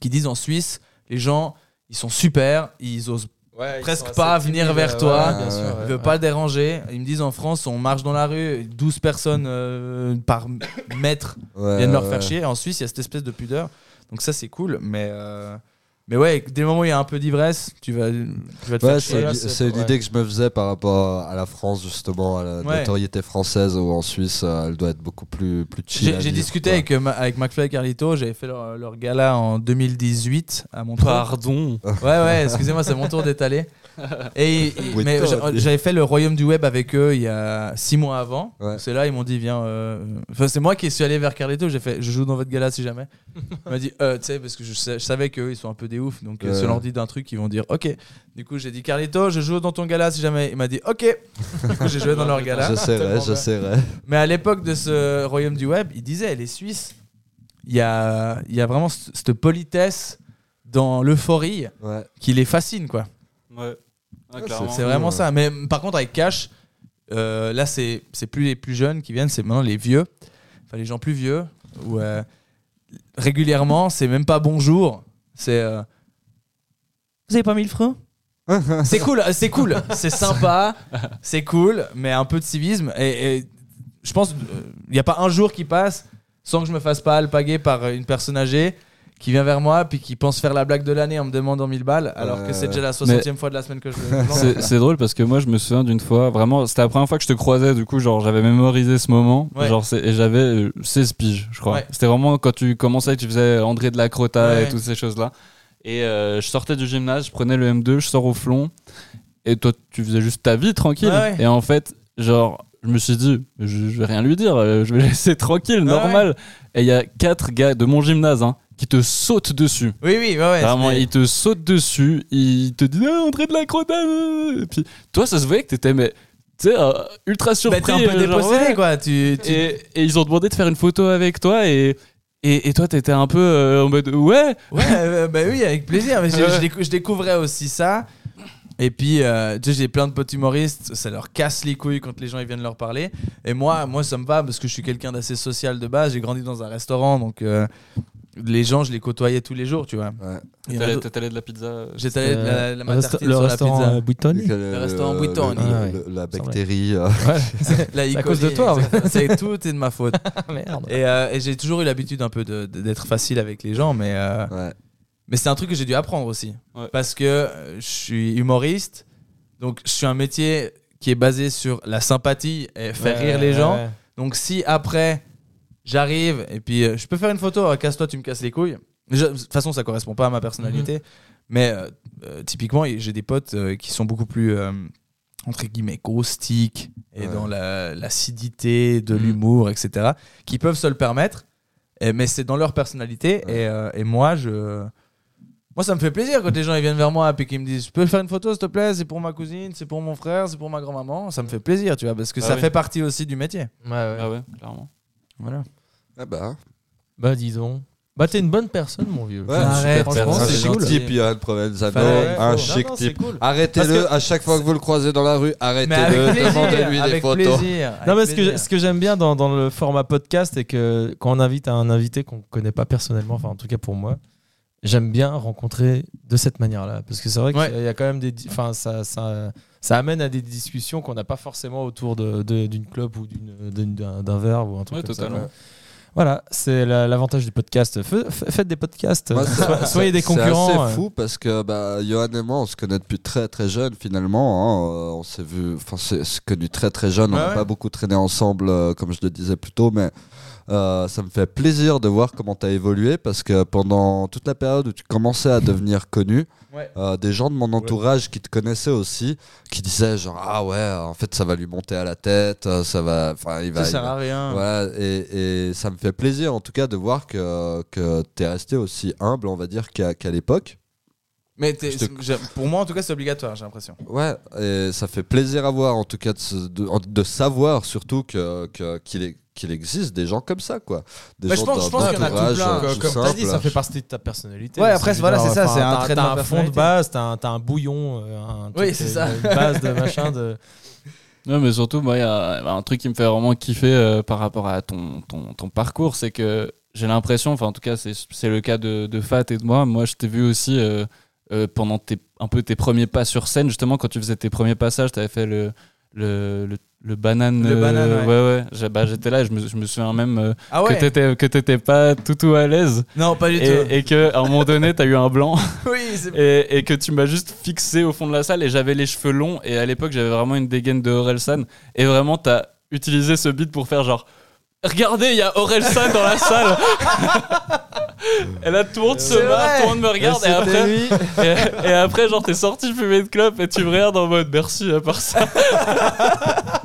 Speaker 6: qui disent en Suisse, les gens, ils sont super, ils osent
Speaker 11: Ouais, ils sont
Speaker 6: presque
Speaker 11: assez
Speaker 6: pas
Speaker 11: timides,
Speaker 6: venir vers
Speaker 11: ouais,
Speaker 6: toi,
Speaker 11: ouais, Ah, bien sûr,
Speaker 6: ils
Speaker 11: ouais,
Speaker 6: veulent
Speaker 11: ouais.
Speaker 6: pas le déranger. Ils me disent en France, on marche dans la rue, 12 personnes euh, par mètre
Speaker 2: Ouais,
Speaker 6: viennent leur
Speaker 2: ouais.
Speaker 11: Euh.
Speaker 6: faire chier. En Suisse, il y a cette espèce de pudeur. Donc ça, c'est cool, mais. euh, Mais ouais, dès le moment où il y a un peu d'ivresse, tu vas, tu vas te
Speaker 2: Ouais,
Speaker 6: faire
Speaker 2: c'est
Speaker 6: chier.
Speaker 2: une- c'est une idée que je me faisais par rapport à la France, justement, à la
Speaker 6: Ouais.
Speaker 2: notoriété française ou en Suisse, euh, elle doit être beaucoup plus, plus chill. à
Speaker 6: J'ai j'ai
Speaker 2: vivre,
Speaker 6: discuté
Speaker 2: quoi.
Speaker 6: avec, euh, ma- avec McFly et Carlito, j'avais fait leur, leur gala en 2018 à Montreux.
Speaker 1: Pardon.
Speaker 6: Ouais, ouais, excusez-moi, c'est mon tour d'étaler. Et, et-
Speaker 1: Oui,
Speaker 6: mais
Speaker 1: toi,
Speaker 6: j'a-
Speaker 1: t'es-
Speaker 6: j'avais fait le Royaume du Web avec eux il y a six mois avant.
Speaker 2: Ouais.
Speaker 6: C'est là, ils m'ont dit, viens. euh, Enfin, c'est moi qui suis allé vers Carlito, j'ai fait, je joue dans votre gala si jamais. Il m'a dit, Euh, tu sais, parce que je, sais- je savais qu'eux, ils sont un peu des oufs, donc euh, si
Speaker 11: Ouais.
Speaker 6: on leur dit d'un truc, ils vont dire, ok. Du coup, j'ai dit, Carlito, je joue dans ton gala si jamais. Il m'a dit, ok. Du coup, j'ai joué dans leur gala.
Speaker 2: J'essaierai,
Speaker 6: Tellement bien.
Speaker 2: j'essaierai.
Speaker 6: Mais à l'époque de ce royaume du web, il disait les Suisses, il y a, il y a vraiment c- cette politesse dans l'euphorie qui les fascine, quoi.
Speaker 1: Ouais. Ah,
Speaker 6: C'est-
Speaker 1: clairement.
Speaker 6: c'est vraiment
Speaker 1: Ouais.
Speaker 6: ça. Mais m- par contre, avec Cash, euh, là, c'est c'est plus les plus jeunes qui viennent, c'est maintenant les vieux, enfin les gens plus vieux, où euh, régulièrement, c'est même pas bonjour, c'est. euh, vous avez pas 1000 francs c'est cool, euh, c'est cool, c'est sympa, c'est cool, mais un peu de civisme. Et, et je pense, il n'y a pas un jour qui passe sans que je me fasse pas alpaguer par euh, une personne âgée qui vient vers moi puis qui pense faire la blague de l'année en me demandant 1000 balles, alors que c'est déjà la 60e fois de la semaine que je le demande.
Speaker 1: C'est- C'est drôle parce que moi je me souviens d'une fois, vraiment, c'était la première fois que je te croisais, du coup, genre j'avais mémorisé ce moment,
Speaker 6: Ouais.
Speaker 1: genre, c'est- et j'avais euh, 16 piges, je crois.
Speaker 6: Ouais.
Speaker 1: C'était vraiment quand tu commençais, que tu faisais André de la Crota
Speaker 6: Ouais.
Speaker 1: et toutes ces choses-là. Et euh, je sortais du gymnase, je prenais le M2, je sors au flon, et toi tu faisais juste ta vie tranquille.
Speaker 6: Ouais, ouais.
Speaker 1: Et en fait, genre, je me suis dit, je, je vais rien lui dire, euh, je vais laisser tranquille,
Speaker 6: Ouais,
Speaker 1: normal. Et il y a quatre gars de mon gymnase hein, qui te sautent dessus.
Speaker 6: Oui, oui, ouais, ouais.
Speaker 1: Vraiment,
Speaker 6: c'est-
Speaker 1: il te saute dessus, il te dit ah, André de la Crota. euh. Et puis toi, ça se voyait que t'étais mais tu sais euh, ultra surpris,
Speaker 6: Bah, t'es un peu
Speaker 1: euh, genre,
Speaker 6: dépossédé,
Speaker 1: ouais.
Speaker 6: quoi. Tu, tu-
Speaker 1: Et, et ils ont demandé de faire une photo avec toi et et, et toi t'étais un peu euh, en mode ouais.
Speaker 6: Ouais, euh, bah oui, avec plaisir. Mais je,
Speaker 1: Ouais.
Speaker 6: je décou- je découvrais aussi ça. Et puis, euh, tu sais, j'ai plein de potes humoristes, ça leur casse les couilles quand les gens ils viennent leur parler. Et moi, moi ça me va parce que je suis quelqu'un d'assez social de base. J'ai grandi dans un restaurant, donc euh, les gens, je les côtoyais tous les jours, tu vois. Il y en a
Speaker 1: T'allais
Speaker 6: d'autres-
Speaker 1: t'allais de la pizza. euh,
Speaker 6: J'étais allé de la, la
Speaker 11: Euh,
Speaker 6: matartine
Speaker 11: resta-
Speaker 6: sur
Speaker 11: le
Speaker 6: la
Speaker 11: restaurant,
Speaker 6: pizza.
Speaker 11: euh, Buitoni
Speaker 2: Le-
Speaker 6: Le restaurant
Speaker 2: le-
Speaker 6: Buitoni.
Speaker 2: le-
Speaker 11: Ah ouais.
Speaker 2: le- la
Speaker 11: Semblait.
Speaker 2: bactérie. euh,
Speaker 6: La
Speaker 11: C'est à cause de
Speaker 6: E. coli,
Speaker 11: toi, en fait.
Speaker 6: exactement. C'est tout est de ma faute.
Speaker 11: Ah, Merde.
Speaker 6: Et, euh, et j'ai toujours eu l'habitude un peu de- de- d'être facile avec les gens, mais euh, mais c'est un truc que j'ai dû apprendre aussi parce que euh, je suis humoriste, donc je suis un métier qui est basé sur la sympathie et faire
Speaker 11: Ouais,
Speaker 6: rire les
Speaker 11: ouais,
Speaker 6: gens.
Speaker 11: ouais.
Speaker 6: Donc si après j'arrive et puis euh, je peux faire une photo, euh, casse-toi, tu me casses les couilles. Je- De toute façon, ça correspond
Speaker 11: Mhm.
Speaker 6: pas à ma personnalité. Mais euh, euh, typiquement, j'ai des potes euh, qui sont beaucoup plus euh, entre guillemets caustique et dans la- l'acidité
Speaker 11: Mhm.
Speaker 6: de l'humour, etc., qui peuvent se le permettre, et- mais c'est dans leur personnalité. Et, euh, et moi, je. Moi, ça me fait plaisir quand les gens ils viennent vers moi et puis qu'ils me disent Je peux faire une photo, s'il te plaît C'est pour ma cousine, c'est pour mon frère, c'est pour ma grand-maman. Ça me fait plaisir, tu vois, parce que
Speaker 11: Ah
Speaker 6: ça
Speaker 11: oui.
Speaker 6: fait partie aussi du métier.
Speaker 1: Ah ouais, clairement.
Speaker 6: Voilà.
Speaker 2: Ah bah.
Speaker 11: Bah, disons. Bah, t'es une bonne personne, mon vieux.
Speaker 2: Ouais,
Speaker 11: Arrête,
Speaker 2: super
Speaker 11: franchement,
Speaker 2: personne.
Speaker 11: c'est
Speaker 2: Un
Speaker 11: cool.
Speaker 2: type, Johan Provenzano,
Speaker 11: Fallait-
Speaker 2: un
Speaker 11: Non,
Speaker 2: chic
Speaker 11: non, c'est
Speaker 2: type.
Speaker 11: cool.
Speaker 2: Arrêtez-le
Speaker 11: Parce que-
Speaker 2: à chaque fois que vous le croisez dans la rue, arrêtez-le,
Speaker 11: avec plaisir,
Speaker 2: demandez-lui des
Speaker 11: avec
Speaker 2: photos.
Speaker 6: plaisir,
Speaker 11: Non, mais
Speaker 6: avec
Speaker 11: ce que,
Speaker 6: plaisir.
Speaker 11: ce que j'aime bien dans, dans le format podcast, c'est que quand on invite un invité qu'on connaît pas personnellement, enfin en tout cas pour moi, j'aime bien rencontrer de cette manière-là. Parce que c'est vrai qu'il y a quand même des. di- Enfin, ça, ça, ça amène à des discussions qu'on n'a pas forcément autour de- de- d'une clope ou d'une- d'une- d'un d'un verre ou un truc
Speaker 1: Ouais,
Speaker 11: comme ça.
Speaker 1: totalement.
Speaker 11: Ouais. Voilà, c'est la- l'avantage du podcast. Fe- fe- faites des podcasts,
Speaker 2: Moi, c'est-
Speaker 11: So- soyez des
Speaker 2: c'est- C'est
Speaker 11: concurrents. hein. euh.
Speaker 2: assez fou parce que bah, Johan et moi, on se connaît depuis très très jeune finalement. hein. Euh, On s'est vu, enfin, c'est c'est connu très très jeune. on
Speaker 11: Ouais,
Speaker 2: n'a
Speaker 11: ouais.
Speaker 2: pas beaucoup traîné ensemble, euh, comme je le disais plus tôt, mais. euh, ça me fait plaisir de voir comment tu as évolué parce que pendant toute la période où tu commençais à devenir connu,
Speaker 6: Ouais.
Speaker 2: euh, des gens de mon entourage qui te connaissaient aussi, qui disaient genre ah ouais en fait ça va lui monter à la tête, euh, ça va, enfin il va,
Speaker 6: Ça sert
Speaker 2: il va-
Speaker 6: à rien.
Speaker 2: Ouais, et, et ça me fait plaisir en tout cas de voir que, que tu es resté aussi humble, on va dire, qu'à qu'à l'époque.
Speaker 6: Mais t'es-
Speaker 2: Je te-
Speaker 6: c'est- j'ai- pour moi, en tout cas, c'est obligatoire, j'ai l'impression.
Speaker 2: Ouais, et ça fait plaisir à voir en tout cas de, se- de, de savoir surtout que que- qu'il est- qu'il existe des gens comme ça quoi. Des
Speaker 6: Bah, je
Speaker 2: gens
Speaker 6: pense- je pense
Speaker 2: d'un
Speaker 6: qu'il y en a tout
Speaker 2: entourage,
Speaker 6: plein.
Speaker 2: euh,
Speaker 11: Comme-
Speaker 2: tout
Speaker 11: comme t'as dit,
Speaker 2: simple.
Speaker 11: ça fait partie de ta personnalité.
Speaker 6: Ouais,
Speaker 11: aussi,
Speaker 6: après,
Speaker 11: je veux
Speaker 6: voilà, c'est ça,
Speaker 11: enfin,
Speaker 6: c'est un
Speaker 11: t'as-
Speaker 6: trait de
Speaker 11: T'as
Speaker 6: ma
Speaker 11: un fond de
Speaker 6: personnalité.
Speaker 11: base, t'as un, t'as un bouillon, euh, un truc,
Speaker 6: Oui, c'est
Speaker 11: euh,
Speaker 6: ça.
Speaker 11: une base de machin. De...
Speaker 1: Non, mais surtout, moi, il y a un truc qui me fait vraiment kiffer euh, par rapport à ton, ton, ton parcours, c'est que j'ai l'impression, enfin, en tout cas, c'est c'est le cas de, de Fat et de moi. Moi, je t'ai vu aussi euh, euh, pendant tes, un peu tes premiers pas sur scène, justement, quand tu faisais tes premiers passages, t'avais fait le. Le, le, le banane.
Speaker 6: Le banane, ouais.
Speaker 1: ouais. J'ai- bah, J'étais là, et je me, je me souviens même euh,
Speaker 6: Ah ouais
Speaker 1: que t'étais- que t'étais pas tout, tout à l'aise.
Speaker 6: Non, pas du
Speaker 1: et,
Speaker 6: tout.
Speaker 1: Et qu'à un moment donné, t'as eu un blanc.
Speaker 6: Oui, c'est-
Speaker 1: et, et que tu m'as juste fixé au fond de la salle et j'avais les cheveux longs et à l'époque j'avais vraiment une dégaine de Orelsan et vraiment t'as utilisé ce beat pour faire genre regardez il y a Orelsan dans la salle et là tout le monde se
Speaker 6: C'est
Speaker 1: bat
Speaker 6: vrai.
Speaker 1: tout le monde me regarde et,
Speaker 6: Et c'était
Speaker 1: après et, et après genre t'es sorti fumer de clope et tu me regardes en mode merci à part ça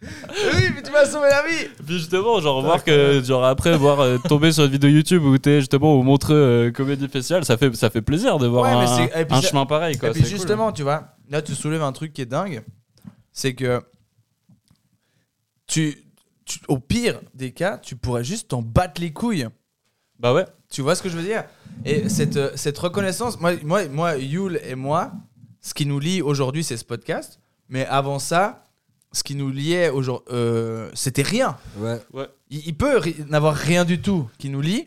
Speaker 6: Oui, mais tu m'as sauvé la vie
Speaker 1: Puis justement, genre, voir que, genre, après, voir euh, tomber sur une vidéo YouTube où t'es justement au montreux euh, comédie festival, ça fait, ça fait plaisir de voir
Speaker 6: Ouais, mais
Speaker 1: un,
Speaker 6: c'est- et puis
Speaker 1: un
Speaker 6: ça-
Speaker 1: chemin pareil, quoi.
Speaker 6: Et puis
Speaker 1: C'est cool.
Speaker 6: justement, tu vois, là tu soulèves un truc qui est dingue, c'est que tu, tu- au pire des cas, tu pourrais juste t'en battre les couilles.
Speaker 1: Bah ouais.
Speaker 6: Tu vois ce que je veux dire Et cette, euh, cette reconnaissance, moi, moi, moi, Yul et moi, ce qui nous lie aujourd'hui, c'est ce podcast. Mais avant ça, ce qui nous liait aujourd'hui, c'était rien.
Speaker 2: Ouais.
Speaker 6: Il, il peut ri- n'avoir rien du tout qui nous lie,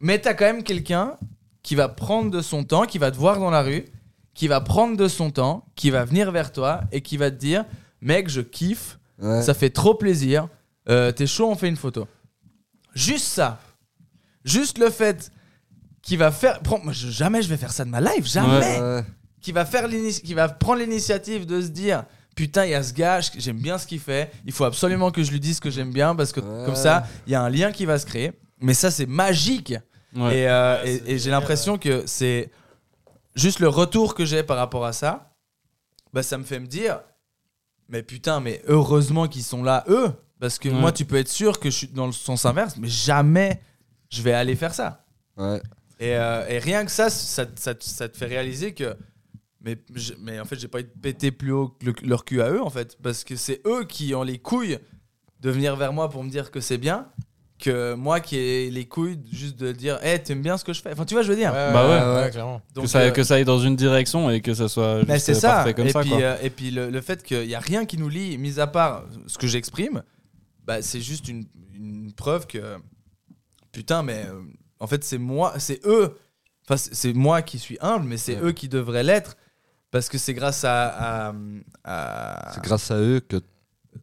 Speaker 6: mais t'as quand même quelqu'un qui va prendre de son temps, qui va te voir dans la rue, qui va prendre de son temps, qui va venir vers toi et qui va te dire Mec, je kiffe,
Speaker 2: Ouais.
Speaker 6: ça fait trop plaisir, euh, t'es chaud, on fait une photo. Juste ça. Juste le fait qu'il va faire. prends- moi, je- jamais je vais faire ça de ma life, jamais qui va faire l'ini- qui va prendre l'initiative de se dire putain il y a ce gars je- j'aime bien ce qu'il fait il faut absolument que je lui dise que j'aime bien parce que comme ça il y a un lien qui va se créer mais ça c'est magique
Speaker 1: Ouais.
Speaker 6: et, euh, et- et j'ai l'impression que c'est juste le retour que j'ai par rapport à ça bah ça me fait me dire mais putain mais heureusement qu'ils sont là eux parce que
Speaker 1: Ouais.
Speaker 6: moi tu peux être sûr que je suis dans le sens inverse mais jamais je vais aller faire ça
Speaker 2: Ouais.
Speaker 6: et, euh, et rien que ça ça, ça- ça te fait réaliser que. Mais, je- mais en fait, j'ai pas été pété plus haut que le- leur cul à eux, en fait. Parce que c'est eux qui ont les couilles de venir vers moi pour me dire que c'est bien. Que moi qui ai les couilles juste de dire, hé, t'aimes bien ce que je fais. Enfin, tu vois, je veux dire.
Speaker 1: Bah ouais.
Speaker 11: ouais, clairement.
Speaker 1: que, ça,
Speaker 6: euh,
Speaker 1: que ça aille dans une direction et que ça soit
Speaker 6: mais
Speaker 1: juste
Speaker 6: c'est
Speaker 1: euh,
Speaker 6: ça.
Speaker 1: parfait comme
Speaker 6: et,
Speaker 1: ça.
Speaker 6: puis,
Speaker 1: quoi.
Speaker 6: euh, et puis le, le fait qu'il n'y a rien qui nous lie, mis à part ce que j'exprime, bah, c'est juste une, une preuve que putain, mais euh, en fait, c'est moi, c'est eux. Enfin, c'est c'est moi qui suis humble, mais c'est eux qui devraient l'être parce que c'est grâce à. à- à-
Speaker 2: C'est grâce à eux que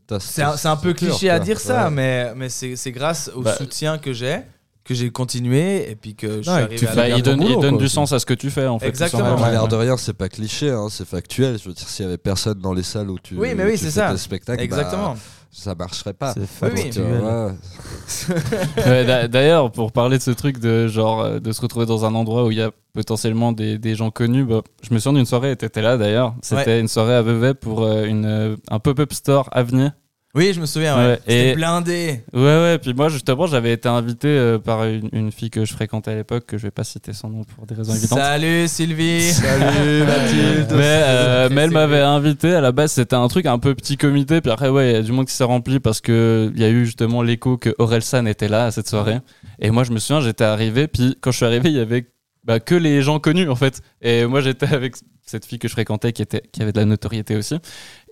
Speaker 2: t'as.
Speaker 6: Ah. c'est un, c'est un peu cliché à dire ça,
Speaker 2: mais
Speaker 6: mais, mais c'est c'est grâce au
Speaker 1: Bah,
Speaker 6: soutien que j'ai que j'ai continué et puis que je suis
Speaker 11: et que
Speaker 6: arrivé
Speaker 11: tu
Speaker 6: à
Speaker 11: fais-
Speaker 1: Bah,
Speaker 6: la-
Speaker 1: il donne,
Speaker 11: boulot,
Speaker 1: il donne
Speaker 11: quoi,
Speaker 1: du
Speaker 11: aussi.
Speaker 1: sens à ce que tu fais en fait.
Speaker 6: Exactement.
Speaker 1: tout
Speaker 2: Ouais,
Speaker 1: simplement.
Speaker 2: l'air de rien, c'est pas cliché, hein, c'est factuel. Je veux dire, s'il y avait personne dans les salles où tu,
Speaker 6: Oui, mais oui,
Speaker 2: tu
Speaker 6: c'est
Speaker 2: fais
Speaker 6: ça.
Speaker 2: tes spectacles, bah,
Speaker 6: Exactement.
Speaker 2: ça marcherait pas.
Speaker 11: C'est
Speaker 2: Donc,
Speaker 6: oui.
Speaker 2: euh, ouais.
Speaker 1: Ouais, d'a- D'ailleurs, pour parler de ce truc de genre euh, de se retrouver dans un endroit où il y a potentiellement des, des gens connus. Bah, je me souviens d'une soirée, tu étais là d'ailleurs. C'était
Speaker 6: Ouais.
Speaker 1: une soirée à Vevey pour euh, une, euh, un pop-up store Avenir.
Speaker 6: Oui, je me souviens, ouais. C'était blindé.
Speaker 1: Ouais, ouais. Puis moi, justement, j'avais été invité euh, par une, une fille que je fréquentais à l'époque, que je vais pas citer son nom pour des raisons évidentes.
Speaker 6: Salut Sylvie.
Speaker 1: Salut, Mathilde. Mais, euh, mais elle m'avait invité. À la base, c'était un truc un peu petit comité. Puis après, ouais, il y a du monde qui s'est rempli parce que il y a eu justement l'écho que Orelsan était là à cette soirée. Et moi, je me souviens, j'étais arrivé. Puis quand je suis arrivé, il y avait bah, que les gens connus en fait. Et moi, j'étais avec cette fille que je fréquentais qui était qui avait de la notoriété aussi.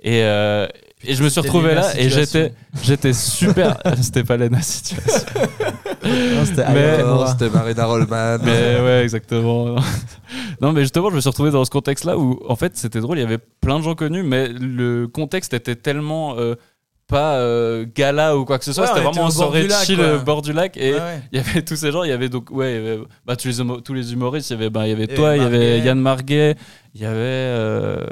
Speaker 1: Et euh, et je me suis
Speaker 6: C'était
Speaker 1: retrouvé
Speaker 6: Lena
Speaker 1: là et
Speaker 6: Situation.
Speaker 1: j'étais j'étais super. c'était pas Lena situation.
Speaker 6: c'était
Speaker 1: Mais-
Speaker 2: Non, Oh, c'était Marina Rollman.
Speaker 1: mais ouais, exactement. non, mais justement, je me suis retrouvé dans ce contexte-là où, en fait, c'était drôle. Il y avait plein de gens connus, mais le contexte était tellement euh, pas euh, gala ou quoi que ce soit.
Speaker 6: Ouais,
Speaker 1: c'était
Speaker 6: on était
Speaker 1: vraiment
Speaker 6: au
Speaker 1: un
Speaker 6: bord
Speaker 1: soirée
Speaker 6: du lac,
Speaker 1: chill
Speaker 6: quoi.
Speaker 1: euh, bord du lac. Et
Speaker 6: Ouais, ouais.
Speaker 1: il y avait tous ces gens. Il y avait donc, ouais, il y avait, bah, tous, les, humo- tous les humoristes. Il y avait, bah, il y avait
Speaker 6: Et
Speaker 1: toi, il y avait
Speaker 6: Marguet.
Speaker 1: Yann Marguet, il y avait. euh,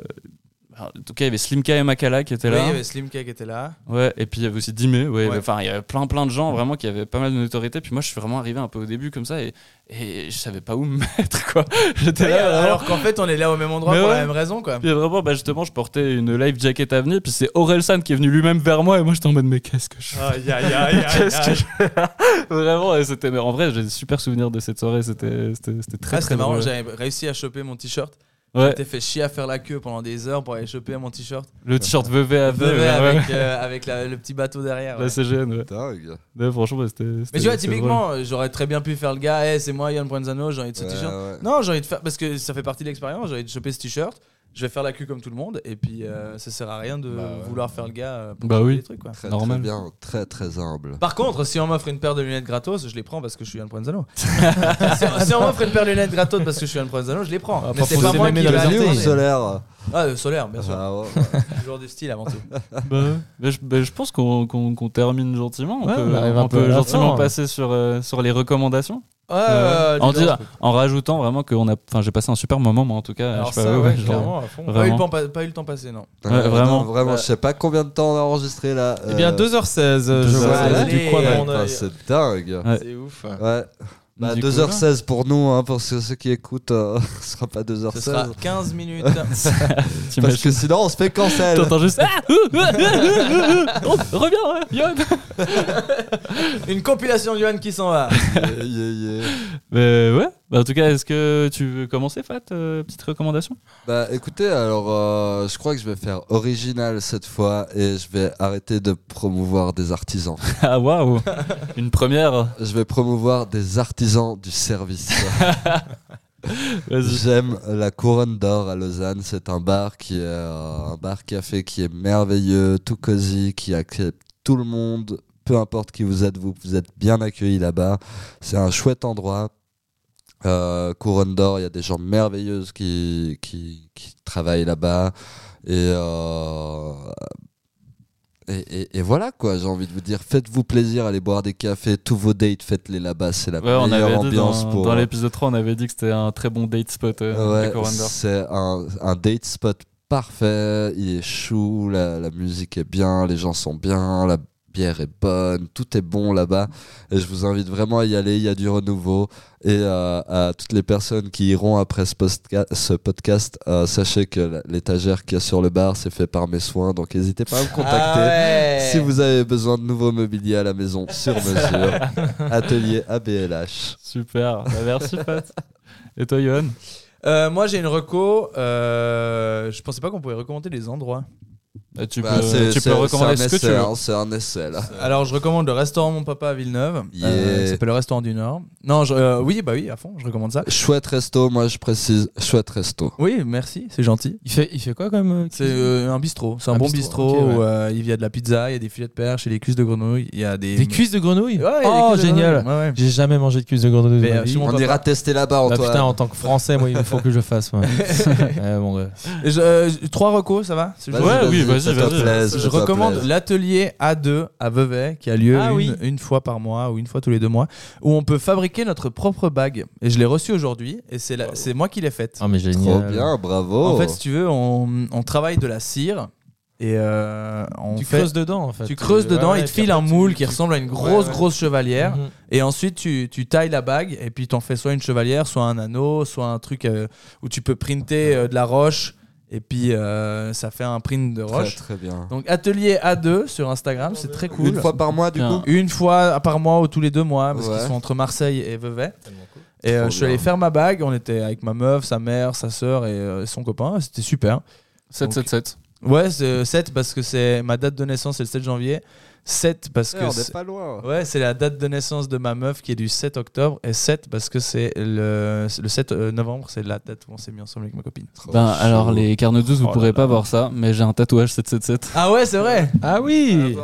Speaker 1: en tout cas, il y avait Slimka et Makala qui étaient
Speaker 6: Oui,
Speaker 1: là.
Speaker 6: il y avait Slimka qui était là.
Speaker 1: Ouais, et puis il y avait aussi Dimé, ouais, il y avait-
Speaker 6: Ouais.
Speaker 1: enfin il y avait plein plein de gens vraiment qui avaient pas mal de notoriété, puis moi je suis vraiment arrivé un peu au début comme ça et, et je savais pas où me mettre quoi. J'étais
Speaker 6: Oui,
Speaker 1: là
Speaker 6: alors
Speaker 1: vraiment.
Speaker 6: qu'en fait, on est là au même endroit
Speaker 1: Mais
Speaker 6: pour
Speaker 1: ouais.
Speaker 6: la même raison, quoi.
Speaker 1: Puis vraiment, bah justement, je portais une live jacket à venir, puis c'est Orelsan qui est venu lui-même vers moi, et moi j'étais en mode, mais qu'est-ce que je fais
Speaker 6: Aïe, aïe, aïe, Ah, aïe,
Speaker 1: Qu'est-ce que
Speaker 6: aïe.
Speaker 1: je fais Vraiment, et c'était, mais en vrai, j'ai des super souvenirs de cette soirée, c'était, c'était, c'était très
Speaker 6: Ah,
Speaker 1: très
Speaker 6: c'était marrant,
Speaker 1: drôle.
Speaker 6: j'avais réussi à choper mon t-shirt.
Speaker 1: Ouais.
Speaker 6: J'étais fait chier à faire la queue pendant des heures pour aller choper mon t-shirt.
Speaker 1: Le t-shirt Vevey à venir,
Speaker 6: Vevey
Speaker 1: ouais, ouais.
Speaker 6: avec, euh, avec la- le petit bateau derrière.
Speaker 1: La
Speaker 6: ouais.
Speaker 1: CGN, ouais.
Speaker 2: Dingue.
Speaker 1: Ouais, franchement, bah, c'était, c'était-
Speaker 6: Mais tu vois,
Speaker 1: c'était drôle.
Speaker 6: typiquement, euh, j'aurais très bien pu faire le gars, Eh, c'est moi, Yann Provenzano, j'ai envie de ce
Speaker 2: Ouais,
Speaker 6: t-shirt.
Speaker 2: ouais.
Speaker 6: Non, j'ai envie de faire, parce que ça fait partie de l'expérience, j'ai envie de choper ce t-shirt, je vais faire la queue comme tout le monde, et puis euh, ça sert à rien de vouloir faire le gars euh, pour
Speaker 1: Bah
Speaker 6: choper
Speaker 1: oui.
Speaker 6: les trucs. Quoi.
Speaker 2: Très,
Speaker 1: Normal.
Speaker 2: très bien, très très humble.
Speaker 6: Par contre, si on m'offre une paire de lunettes gratos, je les prends parce que je suis Yann Provenzano. si, si on m'offre une paire de lunettes gratos parce que je suis Yann Provenzano, je les prends. Mais c'est pas moi qui vais
Speaker 2: Bleu ou
Speaker 6: acheter.
Speaker 2: solaire
Speaker 6: Ah, euh, solaire, bien sûr.
Speaker 2: Ah, ouais.
Speaker 6: Toujours du style avant tout.
Speaker 1: Bah ouais. Mais je, mais je pense qu'on qu'on- qu'on termine gentiment. On
Speaker 11: Ouais,
Speaker 1: peut,
Speaker 11: on arrive un
Speaker 1: on peut
Speaker 11: peu à la
Speaker 1: gentiment
Speaker 11: fin.
Speaker 1: passer sur, euh, sur les recommandations.
Speaker 6: Ouais,
Speaker 1: Euh,
Speaker 11: Ah,
Speaker 6: ouais,
Speaker 1: en,
Speaker 6: dis donc.
Speaker 1: disant- en rajoutant vraiment que on a, enfin, j'ai passé un super moment, moi en tout cas.
Speaker 11: Alors
Speaker 1: je sais pas,
Speaker 11: ça,
Speaker 1: ouais,
Speaker 11: ouais,
Speaker 1: genre,
Speaker 11: clairement, à fond.
Speaker 6: Pas eu, le
Speaker 1: vraiment.
Speaker 6: temps, pas, pas eu le temps passé, non.
Speaker 1: Ouais,
Speaker 2: Euh,
Speaker 1: vraiment.
Speaker 2: non, vraiment, je sais pas combien de temps on a enregistré là.
Speaker 11: Eh bien, 2h16, euh, je
Speaker 2: Deux heures
Speaker 11: vois,
Speaker 2: seize.
Speaker 11: du euh coin de
Speaker 6: Allez.
Speaker 11: mon
Speaker 2: Putain,
Speaker 11: œil.
Speaker 2: C'est dingue.
Speaker 1: Ouais.
Speaker 6: C'est ouf.
Speaker 2: Ouais. Bah,
Speaker 1: Du coup,
Speaker 2: 2h16 pour nous, hein, pour ceux, ceux qui écoutent, euh, ce sera pas
Speaker 6: Ce sera
Speaker 2: 2h16.
Speaker 6: 15 minutes.
Speaker 2: Parce
Speaker 1: T'imagines-
Speaker 2: que sinon on se fait cancel.
Speaker 1: T'entends juste. Ah, ouh, ouh, ouh, ouh, ouh, ouh. Oh, reviens, ouais, Yann.
Speaker 6: Une compilation de Johan qui s'en va.
Speaker 2: Yeah, yeah, yeah.
Speaker 1: Mais ouais. Bah, en tout cas, est-ce que tu veux commencer, Fat euh, Petite recommandation
Speaker 2: Bah écoutez, alors euh, je crois que je vais faire original cette fois et je vais arrêter de promouvoir des artisans.
Speaker 1: Ah, waouh Une première.
Speaker 2: Je vais promouvoir des artisans du service.
Speaker 1: Vas-y.
Speaker 2: J'aime la Couronne d'Or à Lausanne. C'est un bar qui est euh, un bar café qui est merveilleux, tout cosy, qui accepte tout le monde, peu importe qui vous êtes, vous, vous êtes bien accueillis là-bas. C'est un chouette endroit. Euh, Couronne d'Or, il y a des gens merveilleuses qui, qui, qui travaillent là-bas. Et, euh, et, et- et voilà quoi, j'ai envie de vous dire, faites-vous plaisir, allez boire des cafés, tous vos dates, faites-les là-bas, c'est la
Speaker 1: Ouais, on
Speaker 2: meilleure
Speaker 1: avait dit
Speaker 2: ambiance
Speaker 1: dans,
Speaker 2: pour... euh,
Speaker 1: dans l'épisode 3, on avait dit que c'était un très bon date spot. euh,
Speaker 2: Ouais,
Speaker 1: la Coranda.
Speaker 2: c'est un, un date spot parfait. Il est chou, la, la musique est bien, les gens sont bien, la bière est bonne, tout est bon là-bas. Et je vous invite vraiment à y aller. Il y a du renouveau. Et euh, à toutes les personnes qui iront après ce, postca- ce podcast, euh, sachez que la- l'étagère qu'il y a sur le bar, c'est fait par mes soins. Donc n'hésitez pas à me contacter.
Speaker 6: Ah
Speaker 1: Ah
Speaker 2: Si vous avez besoin de nouveaux mobiliers à la maison sur mesure, atelier ABLH.
Speaker 1: Super. Bah, merci, Fat. Et toi, Johan
Speaker 6: Euh, moi, j'ai une reco. euh, je pensais pas qu'on pouvait recommander les endroits.
Speaker 1: Euh, Tu peux,
Speaker 2: Bah, c'est-
Speaker 1: tu
Speaker 2: c'est-
Speaker 1: peux recommander
Speaker 2: c'est un
Speaker 1: ce que tu
Speaker 2: essai,
Speaker 1: veux.
Speaker 2: hein, C'est un essai là.
Speaker 6: Alors, je recommande le restaurant Mon Papa à Villeneuve.
Speaker 2: Yeah.
Speaker 6: Euh, ça s'appelle le restaurant du Nord. Non, je- euh, oui, bah oui, à fond, je recommande ça.
Speaker 2: Chouette resto, moi je précise, chouette resto.
Speaker 6: Oui, merci, c'est gentil.
Speaker 11: Il fait, il fait quoi comme. euh,
Speaker 6: C'est euh, un bistrot, c'est un,
Speaker 11: Un
Speaker 6: bon bistrot,
Speaker 11: bistrot, ok, ouais.
Speaker 6: où euh, il y a de la pizza, il y a des filets de perche, il y a des cuisses de grenouille, il y a des.
Speaker 11: Des cuisses de grenouille
Speaker 6: Ouais, il y a des
Speaker 11: Oh,
Speaker 6: cuisses de
Speaker 11: génial
Speaker 6: grenouille, ouais, ouais.
Speaker 11: J'ai jamais mangé de cuisses de grenouille de
Speaker 6: Mais,
Speaker 11: ma
Speaker 6: euh,
Speaker 11: vie.
Speaker 6: sur mon
Speaker 2: On
Speaker 6: papa.
Speaker 2: ira tester là-bas,
Speaker 11: Bah,
Speaker 2: Antoine.
Speaker 11: putain, en tant que français, moi, il faut que je le fasse. moi. Ouais, mon gars.
Speaker 6: Et je- euh, j- trois recos, ça va C'est
Speaker 2: Vas-y,
Speaker 6: juste-
Speaker 1: Ouais, oui, vas-y,
Speaker 2: s'il te
Speaker 1: vas-y.
Speaker 2: plaît, s'il
Speaker 6: Je
Speaker 2: te
Speaker 6: recommande
Speaker 2: plaît.
Speaker 6: l'atelier A2 à Vevey qui a lieu
Speaker 11: Ah
Speaker 6: une,
Speaker 11: oui.
Speaker 6: une fois par mois ou une fois tous les deux mois où on peut fabriquer notre propre bague. Et je l'ai reçue aujourd'hui et c'est la- c'est moi qui l'ai faite.
Speaker 11: Ah, mais génial.
Speaker 2: Oh. Trop bien, bravo.
Speaker 6: En fait, si tu veux, on, on travaille de la cire Et euh, on
Speaker 3: Tu
Speaker 6: fait-
Speaker 3: creuses dedans, en fait.
Speaker 6: Tu creuses
Speaker 3: Ouais,
Speaker 6: dedans,
Speaker 3: ouais,
Speaker 6: il te
Speaker 3: puis
Speaker 6: file un
Speaker 3: après, tu-
Speaker 6: moule qui
Speaker 3: tu-
Speaker 6: ressemble à une grosse,
Speaker 3: Ouais, ouais.
Speaker 6: grosse chevalière.
Speaker 3: Mhm.
Speaker 6: Et ensuite, tu, tu tailles la bague et puis t'en fais soit une chevalière, soit un anneau, soit un truc euh, où tu peux printer euh, de la roche. Et puis euh, ça fait un print de roche.
Speaker 2: très bien.
Speaker 6: Donc atelier A2 sur Instagram, c'est très cool.
Speaker 2: Une fois par mois, du Bien. coup
Speaker 6: Une fois par mois ou tous les deux mois, parce
Speaker 2: Ouais.
Speaker 6: qu'ils sont entre Marseille et Vevey. Et
Speaker 2: Trop
Speaker 6: euh, je suis allé
Speaker 2: bien.
Speaker 6: faire ma bague, on était avec ma meuf, sa mère, sa sœur et euh, son copain, c'était super.
Speaker 1: 7,
Speaker 6: Donc-
Speaker 1: 7, 7.
Speaker 6: Ouais, c'est 7 parce que c'est ma date de naissance, c'est le 7 janvier. 7 parce
Speaker 2: Eh,
Speaker 6: que
Speaker 2: on est
Speaker 6: c'est-
Speaker 2: pas loin.
Speaker 6: Ouais, c'est la date de naissance de ma meuf qui est du 7 octobre et 7 parce que c'est le, le 7 euh, novembre, c'est la date où on s'est mis ensemble avec ma copine.
Speaker 1: Ben alors les carnes douces, vous pourrez pas voir ça, mais j'ai un tatouage 777.
Speaker 6: Ah ouais, c'est vrai.
Speaker 3: Ah oui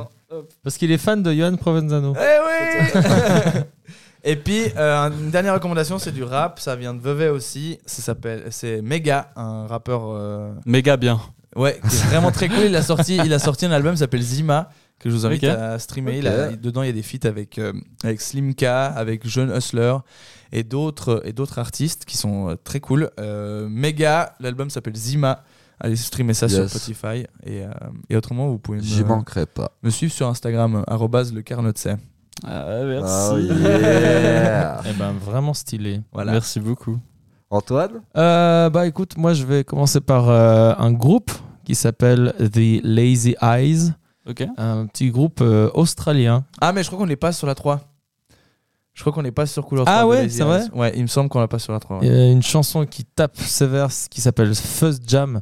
Speaker 3: Parce qu'il est fan de Johan Provenzano.
Speaker 6: Eh oui Et puis, euh, une dernière recommandation, c'est du rap. Ça vient de Vevey aussi. Ça s'appelle, c'est Mega, un rappeur. euh,
Speaker 1: Méga bien.
Speaker 6: Ouais, qui est vraiment très cool. Il a sorti, il a sorti un album qui s'appelle Zima que je vous invite
Speaker 1: Ok.
Speaker 6: à streamer. Il
Speaker 1: Ok.
Speaker 6: a- il- dedans, il y a des feats avec euh, avec Slimka, avec Jeune Hustler et d'autres et d'autres artistes qui sont euh, très cool. Euh, Mega, l'album s'appelle Zima. Allez streamer ça sur
Speaker 2: Yes.
Speaker 6: Spotify et, euh, et autrement vous pouvez me,
Speaker 2: J'y manquerai pas.
Speaker 6: me suivre sur Instagram euh, arrobase le carnotse.
Speaker 1: Ah,
Speaker 2: merci. Oh, yeah.
Speaker 3: Eh ben, vraiment stylé.
Speaker 6: Voilà.
Speaker 1: Merci beaucoup.
Speaker 2: Antoine
Speaker 3: Euh, bah écoute, moi je vais commencer par euh, un groupe qui s'appelle The Lazy Eyes.
Speaker 1: Ok.
Speaker 3: Un petit groupe euh, australien.
Speaker 6: Ah mais je crois qu'on n'est pas sur la 3. Je crois qu'on n'est pas sur couleur
Speaker 3: Ah
Speaker 6: 3 de
Speaker 3: ouais,
Speaker 6: Lazy
Speaker 3: c'est
Speaker 6: Eyes.
Speaker 3: vrai
Speaker 6: Ouais, il me semble qu'on l'a pas sur la 3. ouais.
Speaker 3: Il y a une chanson qui tape sévère qui s'appelle Fuzz Jam.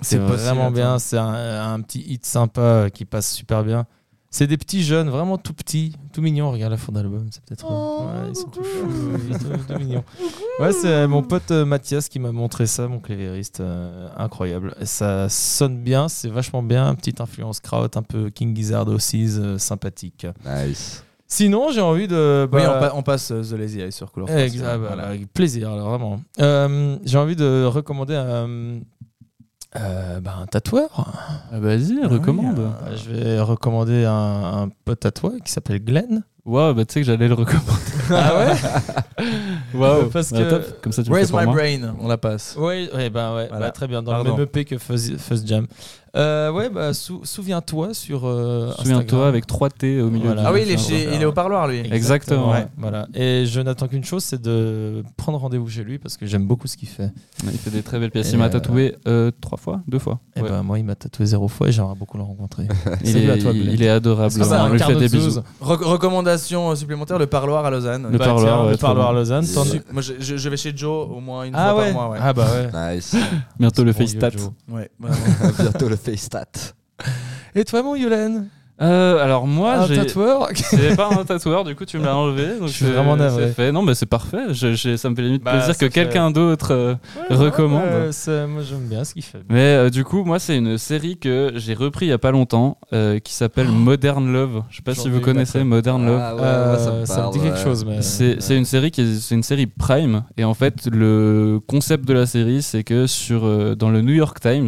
Speaker 6: C'est
Speaker 3: C'est
Speaker 6: possible,
Speaker 3: vraiment bien.
Speaker 6: attends.
Speaker 3: C'est un, un petit hit sympa euh, qui passe super bien. C'est des petits jeunes, vraiment tout petits, tout mignons. Regarde la fond d'album, c'est peut-être. euh, ouais, ils sont
Speaker 6: Oh,
Speaker 3: tout choux, ils sont tout mignons. Ouais, c'est mon pote euh, Mathias qui m'a montré ça, mon clavieriste. euh, incroyable. Et ça sonne bien, c'est vachement bien. Petite influence kraut, un peu King Gizzard aussi, euh, sympathique.
Speaker 2: Nice.
Speaker 3: Sinon, j'ai envie de.
Speaker 6: Oui,
Speaker 3: bah,
Speaker 6: on, pa- on passe euh, The Lazy Eye sur couleur 3.
Speaker 3: Exact, bah, Avec plaisir, alors vraiment. Euh, J'ai envie de recommander euh, euh, bah, un tatoueur.
Speaker 1: Ah, Vas-y, recommande.
Speaker 3: Euh, je vais recommander un, un pote à toi qui s'appelle Glenn.
Speaker 1: Waouh, bah tu sais que j'allais le recommander.
Speaker 3: Ah
Speaker 1: ouais Waouh.
Speaker 3: Euh, Parce
Speaker 1: Bah,
Speaker 3: que-
Speaker 1: top. Comme ça, tu me fais
Speaker 6: Raise
Speaker 1: pour
Speaker 6: my
Speaker 1: moi.
Speaker 6: brain, on la passe.
Speaker 3: Oui, ouais, bah, ouais,
Speaker 6: Voilà.
Speaker 3: bah, très bien, dans
Speaker 6: Pardon.
Speaker 3: le même EP que Fuzz, Fuzz Jam. Euh, ouais, bah, sou- souviens-toi sur. euh,
Speaker 1: Souviens-toi
Speaker 3: Instagram.
Speaker 1: avec 3 T au milieu.
Speaker 3: Voilà.
Speaker 1: du-
Speaker 6: Ah oui, il est,
Speaker 1: Enfin,
Speaker 6: chez-
Speaker 1: voilà.
Speaker 6: il est au parloir lui.
Speaker 1: Exactement.
Speaker 3: Ouais, voilà. Et je n'attends qu'une chose, c'est de prendre rendez-vous chez lui parce que j'aime beaucoup ce qu'il fait.
Speaker 1: Il fait des très belles pièces.
Speaker 3: Et
Speaker 1: Il m'a
Speaker 3: euh,
Speaker 1: tatoué euh, trois fois, deux fois.
Speaker 3: Et
Speaker 1: Ouais.
Speaker 3: ben moi, il m'a tatoué zéro fois et j'aimerais beaucoup le rencontrer.
Speaker 1: il,
Speaker 3: Salut
Speaker 1: est,
Speaker 3: à toi, Glenn.
Speaker 1: il est adorable.
Speaker 3: Est-ce que c'est
Speaker 1: On
Speaker 3: un
Speaker 1: lui fait
Speaker 3: carnet
Speaker 1: des
Speaker 3: de zoos
Speaker 1: bisous.
Speaker 6: Re- recommandation supplémentaire, le parloir à Lausanne.
Speaker 1: Le
Speaker 3: Bah,
Speaker 1: parloir,
Speaker 3: tiens,
Speaker 1: ouais,
Speaker 3: le
Speaker 1: très
Speaker 3: parloir à
Speaker 1: bien.
Speaker 3: Lausanne. t'en-
Speaker 6: Su- Moi, je, je- je vais chez Joe au moins une
Speaker 3: Ah
Speaker 6: fois
Speaker 3: ouais.
Speaker 6: par mois. Ouais. Ah.
Speaker 3: Ah bah ouais.
Speaker 2: Nice.
Speaker 1: Bientôt le
Speaker 3: Bon vieux
Speaker 1: FaceTat.
Speaker 3: Joe.
Speaker 6: Ouais, bah, vraiment.
Speaker 2: À bientôt le FaceTat.
Speaker 3: Et toi, mon Yulen
Speaker 1: Euh, alors moi,
Speaker 3: Un
Speaker 1: j'ai.
Speaker 3: tatoueur
Speaker 1: J'avais pas un tatoueur, du coup tu me l'as enlevé. donc
Speaker 3: Je suis
Speaker 1: c'est-
Speaker 3: vraiment navré.
Speaker 1: c'est fait. Non, mais c'est parfait. Je- j'ai- ça me fait limite
Speaker 3: Bah,
Speaker 1: plaisir
Speaker 3: ça
Speaker 1: que
Speaker 3: fait-
Speaker 1: quelqu'un d'autre euh, recommande.
Speaker 3: Euh, ça- moi, j'aime bien ce qu'il fait.
Speaker 1: Mais euh, du coup, moi, c'est une série que j'ai repris il y a pas longtemps euh, qui s'appelle
Speaker 3: Oh.
Speaker 1: Modern Love. Je sais pas
Speaker 3: J'en
Speaker 1: si
Speaker 3: ai
Speaker 1: vous
Speaker 3: eu
Speaker 1: connaissez
Speaker 3: après.
Speaker 1: Modern Love.
Speaker 2: Ah ouais,
Speaker 3: Euh,
Speaker 2: ouais, ça me parle,
Speaker 3: dit quelque
Speaker 2: ouais.
Speaker 3: chose,
Speaker 6: Bah,
Speaker 3: mais.
Speaker 1: C'est c'est une série qui est- c'est une série Prime et en fait le concept de la série c'est que sur euh, dans le New York Times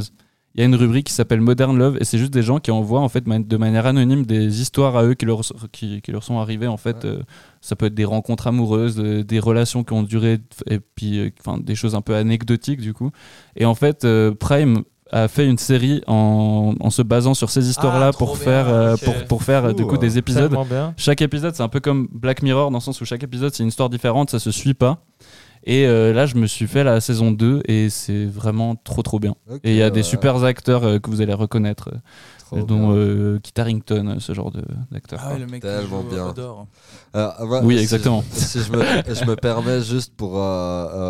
Speaker 1: il y a une rubrique qui s'appelle Modern Love et c'est juste des gens qui envoient en fait man- de manière anonyme des histoires à eux qui leur qui, qui leur sont arrivées en fait Euh, ça peut être des rencontres amoureuses euh, des relations qui ont duré et puis euh, enfin des choses un peu anecdotiques du coup et en fait euh, Prime a fait une série en, en se basant sur ces histoires là
Speaker 6: Ah, trop
Speaker 1: pour,
Speaker 6: bien,
Speaker 1: faire, euh,
Speaker 6: ok. hein.
Speaker 1: pour pour faire euh, du
Speaker 2: Ouh,
Speaker 1: coup des épisodes
Speaker 3: Tellement bien.
Speaker 1: chaque épisode, c'est un peu comme Black Mirror, dans le sens où chaque épisode, c'est une histoire différente, ça se suit pas. Et euh, là, je me suis fait la saison 2 et c'est vraiment trop trop bien.
Speaker 2: Ok,
Speaker 1: Et il y a des
Speaker 2: ouais.
Speaker 1: super acteurs euh, que vous allez reconnaître, euh,
Speaker 2: Trop
Speaker 1: dont
Speaker 2: bien.
Speaker 1: euh, Kit Harington, ce genre de- d'acteurs.
Speaker 6: Ah
Speaker 1: quoi.
Speaker 6: ouais, le mec qui
Speaker 2: Tellement
Speaker 6: joue
Speaker 2: bien.
Speaker 6: Odor.
Speaker 2: Euh, ouais,
Speaker 1: Oui,
Speaker 2: si-
Speaker 1: exactement.
Speaker 2: Si je me, je me permets juste pour euh,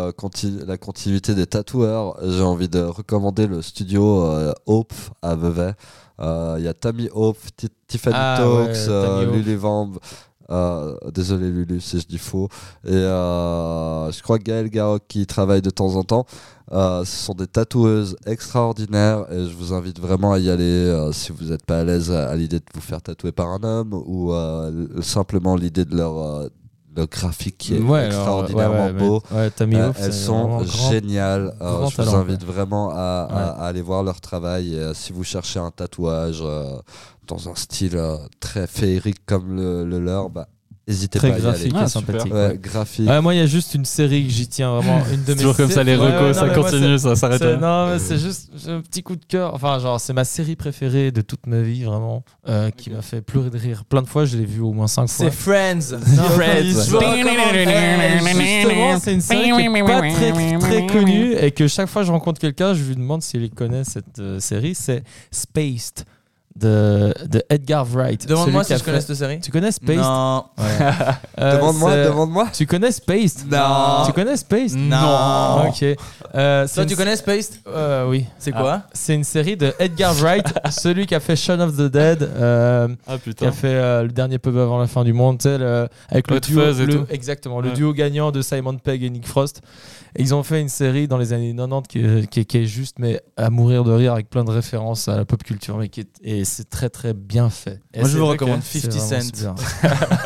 Speaker 2: euh, conti- la continuité des tatoueurs, j'ai envie de recommander le studio euh, Hope à Vevey. Euh, Il y a Tammy Hope, Ti- Tiffany
Speaker 3: Ah
Speaker 2: Talks,
Speaker 3: ouais,
Speaker 2: euh,
Speaker 3: Tammy Hope.
Speaker 2: Lulu Vamb. Euh, désolé Lulu si je dis faux. Et euh, je crois Gaël Garoc qui travaille de temps en temps. Euh, ce sont des tatoueuses extraordinaires et je vous invite vraiment à y aller euh, si vous n'êtes pas à l'aise à, à l'idée de vous faire tatouer par un homme ou euh, l- simplement l'idée de leur, euh, leur graphique qui est
Speaker 3: Ouais, alors,
Speaker 2: extraordinairement
Speaker 3: ouais, ouais,
Speaker 2: beau.
Speaker 3: mais- Ouais, Tammy
Speaker 2: Euh,
Speaker 3: Hoff,
Speaker 2: elles
Speaker 3: c'est
Speaker 2: sont
Speaker 3: vraiment grand.
Speaker 2: géniales. Euh,
Speaker 3: grand
Speaker 2: je vous
Speaker 3: talent,
Speaker 2: invite vraiment à, à-
Speaker 3: Ouais.
Speaker 2: à aller voir leur travail. Et, euh, si vous cherchez un tatouage euh, dans un style euh, très féerique comme le, le leur, bah, Hésitez
Speaker 3: Très
Speaker 2: pas à y
Speaker 3: graphique hein.
Speaker 2: aller. Ah,
Speaker 3: et sympathique.
Speaker 2: Ouais, graphique.
Speaker 3: Ouais, Ah, moi, il y a juste une série que j'y tiens vraiment. Une de
Speaker 1: C'est
Speaker 3: mes
Speaker 1: toujours comme ça, les
Speaker 3: séries- Ouais,
Speaker 1: recos,
Speaker 3: ouais,
Speaker 1: ça
Speaker 3: non, mais moi,
Speaker 1: continue,
Speaker 3: c'est-
Speaker 1: ça s'arrête
Speaker 3: c'est-
Speaker 1: jamais.
Speaker 3: Non, mais c'est juste j'ai un petit coup de cœur. Enfin, genre, c'est ma série préférée de toute ma vie, vraiment, euh, qui m'a fait pleurer de rire plein de fois. Je l'ai vue au moins 5 fois.
Speaker 6: C'est Friends.
Speaker 3: Non,
Speaker 6: Friends.
Speaker 3: je vous recommande- Eh, Justement, c'est une série qui est pas très, très connue et que chaque fois que je rencontre quelqu'un, je lui demande s'il connaît cette euh, série. C'est Spaced de, de Edgar Wright. Celui
Speaker 6: Demande-moi
Speaker 3: qui
Speaker 6: si
Speaker 3: a
Speaker 6: je connais
Speaker 3: fait-
Speaker 6: cette série.
Speaker 3: Tu connais Spaced Euh,
Speaker 6: Non.
Speaker 2: Demande-moi,
Speaker 3: c'est-
Speaker 2: demande-moi.
Speaker 3: Tu connais Spaced
Speaker 6: Non.
Speaker 3: Tu connais Spaced
Speaker 6: Non.
Speaker 3: Ok. Euh, c'est
Speaker 6: Toi,
Speaker 3: une-
Speaker 6: tu connais Spaced
Speaker 3: euh, oui.
Speaker 6: C'est quoi
Speaker 3: C'est une série de Edgar Wright, celui qui a fait Shaun of the Dead, euh,
Speaker 1: Ah,
Speaker 3: qui
Speaker 1: putain.
Speaker 3: a fait euh, le dernier pub avant la fin du monde, tu sais, le- avec le
Speaker 1: Hot
Speaker 3: duo,
Speaker 1: Fuzz et
Speaker 3: le-
Speaker 1: tout.
Speaker 3: exactement, le
Speaker 1: Ouais.
Speaker 3: duo gagnant de Simon Pegg et Nick Frost. Et ils ont fait une série dans les années 90 qui, est- qui est- qui est juste mais à mourir de rire avec plein de références à la pop culture, mais qui est- et c'est très très bien fait. Et
Speaker 6: Moi, je
Speaker 3: c'est-
Speaker 6: vous recommande
Speaker 3: c'est
Speaker 6: 50
Speaker 3: vraiment
Speaker 6: Cent.
Speaker 3: super.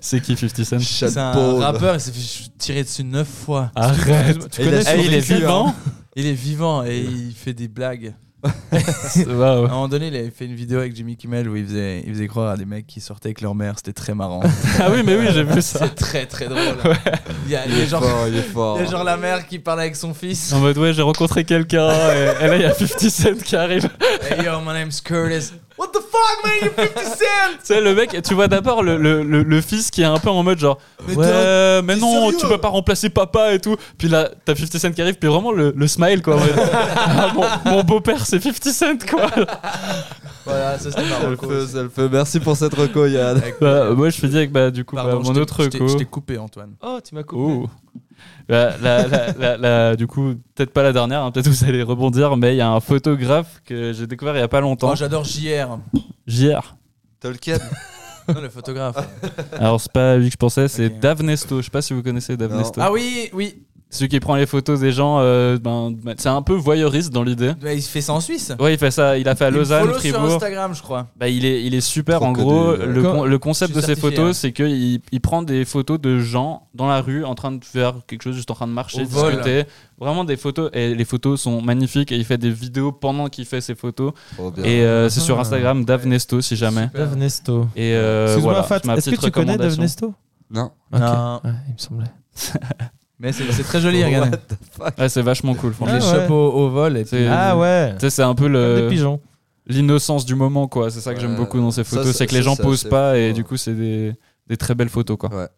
Speaker 1: C'est qui 50 Cent
Speaker 6: C'est un
Speaker 2: Paul.
Speaker 6: rappeur, il s'est fait tirer dessus neuf fois.
Speaker 1: Arrête.
Speaker 6: Tu
Speaker 2: Et il a
Speaker 6: connais ce
Speaker 2: survécu,
Speaker 6: mec, il est
Speaker 2: hein.
Speaker 6: vivant Il est vivant et il fait des blagues.
Speaker 1: Waouh.
Speaker 6: À un moment donné, il avait fait une vidéo avec Jimmy Kimmel où il faisait, il faisait croire à des mecs qui sortaient avec leur mère. C'était très marrant.
Speaker 1: Ah oui, mais oui, j'ai vu ça.
Speaker 6: C'est très très drôle. Il y a, il y a
Speaker 2: Il est
Speaker 6: genre,
Speaker 2: fort, il est
Speaker 6: il
Speaker 2: fort.
Speaker 6: y a genre la mère qui parle avec son fils.
Speaker 1: En mode, ouais, j'ai rencontré quelqu'un et, et là, il y a 50 Cent qui arrive.
Speaker 6: Hey yo, my name's Curtis. What the fuck, man? You're 50 Cent!
Speaker 1: Tu sais, le mec, tu vois d'abord le, le, le, le fils qui est un peu en mode genre, ouais, mais non, tu peux pas remplacer papa et tout. Puis là, t'as 50 Cent qui arrive, puis vraiment le, le smile quoi. en mode, Ah, mon mon beau-père, c'est 50 Cent quoi.
Speaker 6: Voilà, ça c'était
Speaker 2: C'est
Speaker 6: marrant.
Speaker 2: le feu, c'est le feu. Merci pour cette reco, Yann.
Speaker 1: Bah, moi, je me dis avec bah, du coup, bah,
Speaker 6: Pardon, je
Speaker 1: mon
Speaker 6: t'ai-
Speaker 1: autre
Speaker 6: je t'ai-
Speaker 1: co.
Speaker 6: Je t'ai coupé, Antoine.
Speaker 3: Oh, tu m'as coupé.
Speaker 1: Oh. La- la- la- la- la- du coup, peut-être pas la dernière, hein, peut-être vous allez rebondir, mais il y a un photographe que j'ai découvert il y a pas longtemps,
Speaker 6: Oh, j'adore JR.
Speaker 1: JR.
Speaker 2: Tolkien.
Speaker 6: Non, le photographe.
Speaker 1: Alors, c'est pas lui que je pensais, c'est
Speaker 6: Ok.
Speaker 1: Davnesto. Je sais pas si vous connaissez Davnesto.
Speaker 6: ah oui, oui.
Speaker 1: Celui qui prend les photos des gens, euh, ben, c'est un peu voyeuriste dans l'idée.
Speaker 6: Ouais, Il fait ça en Suisse.
Speaker 1: Ouais, il fait ça, il a fait à
Speaker 6: Il me
Speaker 1: Lausanne,
Speaker 6: follow sur
Speaker 1: Fribourg.
Speaker 6: Instagram, je crois.
Speaker 1: Bah, il, est, il est super.
Speaker 2: Trop
Speaker 1: en
Speaker 2: que
Speaker 1: gros,
Speaker 2: des-
Speaker 1: le,
Speaker 3: Quand-
Speaker 1: con- le
Speaker 6: Je
Speaker 1: concept
Speaker 6: suis
Speaker 1: de ces
Speaker 6: certifié,
Speaker 1: photos,
Speaker 6: hein.
Speaker 1: c'est qu'il il prend des photos de gens dans la rue en train de faire quelque chose, juste en train de marcher,
Speaker 6: Au vol.
Speaker 1: discuter. Vraiment des photos. Et les photos sont magnifiques. Et il fait des vidéos pendant qu'il fait ses photos.
Speaker 2: Trop bien.
Speaker 1: Et euh, c'est
Speaker 3: Ah.
Speaker 1: sur Instagram, Davnesto, si jamais.
Speaker 3: Davnesto.
Speaker 1: Et euh,
Speaker 3: Excuse-moi,
Speaker 1: voilà,
Speaker 3: Fat,
Speaker 1: c'est ma
Speaker 3: est-ce que
Speaker 1: petite
Speaker 3: tu connais
Speaker 1: recommandation.
Speaker 3: Davnesto
Speaker 2: Non.
Speaker 3: Ok.
Speaker 6: Non.
Speaker 3: Ouais, il me semblait.
Speaker 6: Mais c'est c'est très joli, regardez.
Speaker 1: Ouais, c'est vachement cool,
Speaker 6: On les
Speaker 1: franchement.
Speaker 3: ouais.
Speaker 6: chope au, au vol et puis.
Speaker 1: C'est-
Speaker 3: Ah ouais.
Speaker 1: Tu sais, c'est un peu
Speaker 3: Comme des
Speaker 1: le.
Speaker 3: pigeons.
Speaker 1: l'innocence du moment quoi c'est ça que
Speaker 2: Ouais.
Speaker 1: j'aime beaucoup dans ces
Speaker 2: Ça,
Speaker 1: photos
Speaker 2: ça-
Speaker 1: c'est que les
Speaker 2: ça,
Speaker 1: gens
Speaker 2: c'est
Speaker 1: posent
Speaker 2: assez
Speaker 1: pas
Speaker 2: fou,
Speaker 1: et
Speaker 2: ouais.
Speaker 1: du coup c'est des, des très belles photos quoi
Speaker 2: Ouais.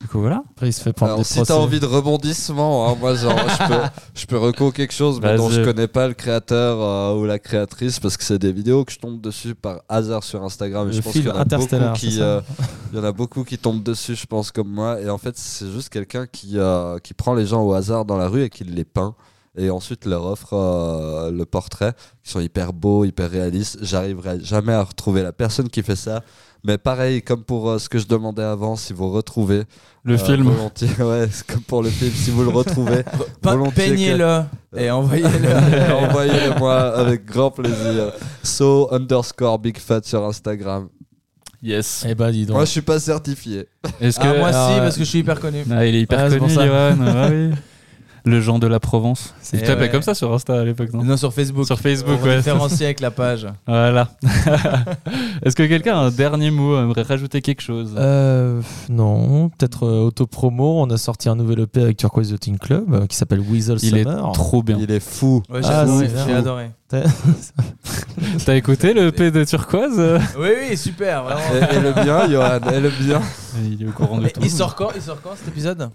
Speaker 1: du coup voilà
Speaker 3: Après, il se fait prendre
Speaker 2: Alors,
Speaker 3: des
Speaker 2: si t'as
Speaker 3: procès.
Speaker 2: envie de rebondissement, hein, moi, genre, je peux, je peux reco quelque chose, mais dont
Speaker 1: Vas-y.
Speaker 2: je connais pas le créateur euh, ou la créatrice parce que c'est des vidéos que je tombe dessus par hasard sur Instagram. Et
Speaker 3: Le
Speaker 2: je pense
Speaker 3: film
Speaker 2: qu'il y en a beaucoup
Speaker 3: Interstellar, c'est
Speaker 2: qui,
Speaker 3: ça
Speaker 2: euh, il y en a beaucoup qui tombent dessus, je pense, comme moi. Et en fait, c'est juste quelqu'un qui, euh, qui prend les gens au hasard dans la rue et qui les peint. Et ensuite leur offre euh, le portrait, qui sont hyper beaux, hyper réalistes. J'arriverai jamais à retrouver la personne qui fait ça. Mais pareil, comme pour euh, ce que je demandais avant, si vous retrouvez
Speaker 1: le
Speaker 2: euh,
Speaker 1: film
Speaker 2: volontiers, ouais, c'est comme pour le film. Si vous le retrouvez,
Speaker 6: Pe-
Speaker 2: volontiers que-
Speaker 6: Peignez-le et envoyez-le.
Speaker 2: envoyez-le-moi avec grand plaisir. So underscore big fat sur Instagram.
Speaker 1: yes
Speaker 3: Eh ben, dis donc.
Speaker 2: Moi, je suis pas certifié.
Speaker 1: est-ce que
Speaker 6: Ah, moi
Speaker 3: alors,
Speaker 6: si,
Speaker 3: euh,
Speaker 6: parce que je suis hyper connu.
Speaker 1: Ah, il est hyper
Speaker 3: Ah, c'est
Speaker 1: connu
Speaker 3: pour ça.
Speaker 1: Johan, ah oui. le genre de la Provence
Speaker 6: C'est-
Speaker 1: il t'appelait
Speaker 6: ouais.
Speaker 1: comme ça sur Insta à l'époque non
Speaker 6: Non, sur Facebook.
Speaker 1: sur Facebook
Speaker 6: Pour
Speaker 1: ouais
Speaker 6: différencier avec la page.
Speaker 1: voilà est-ce que quelqu'un a un dernier mot aimerait rajouter quelque chose
Speaker 3: Euh, pff, non, peut-être euh, autopromo. On a sorti un nouvel EP avec Turquoise The Teen Club euh, qui s'appelle Weasel
Speaker 1: il est
Speaker 3: Summer.
Speaker 1: trop bien
Speaker 2: Il est fou.
Speaker 6: Ouais, j'ai
Speaker 3: Ah,
Speaker 6: adoré,
Speaker 3: c'est bien.
Speaker 6: j'ai adoré.
Speaker 1: t'as écouté le P de Turquoise
Speaker 6: Oui, oui, super,
Speaker 2: Et,
Speaker 6: vraiment.
Speaker 2: et le bien, Johan. Et le bien.
Speaker 1: il est au courant de
Speaker 6: Mais
Speaker 1: tout
Speaker 6: il sort quand Il sort quand cet épisode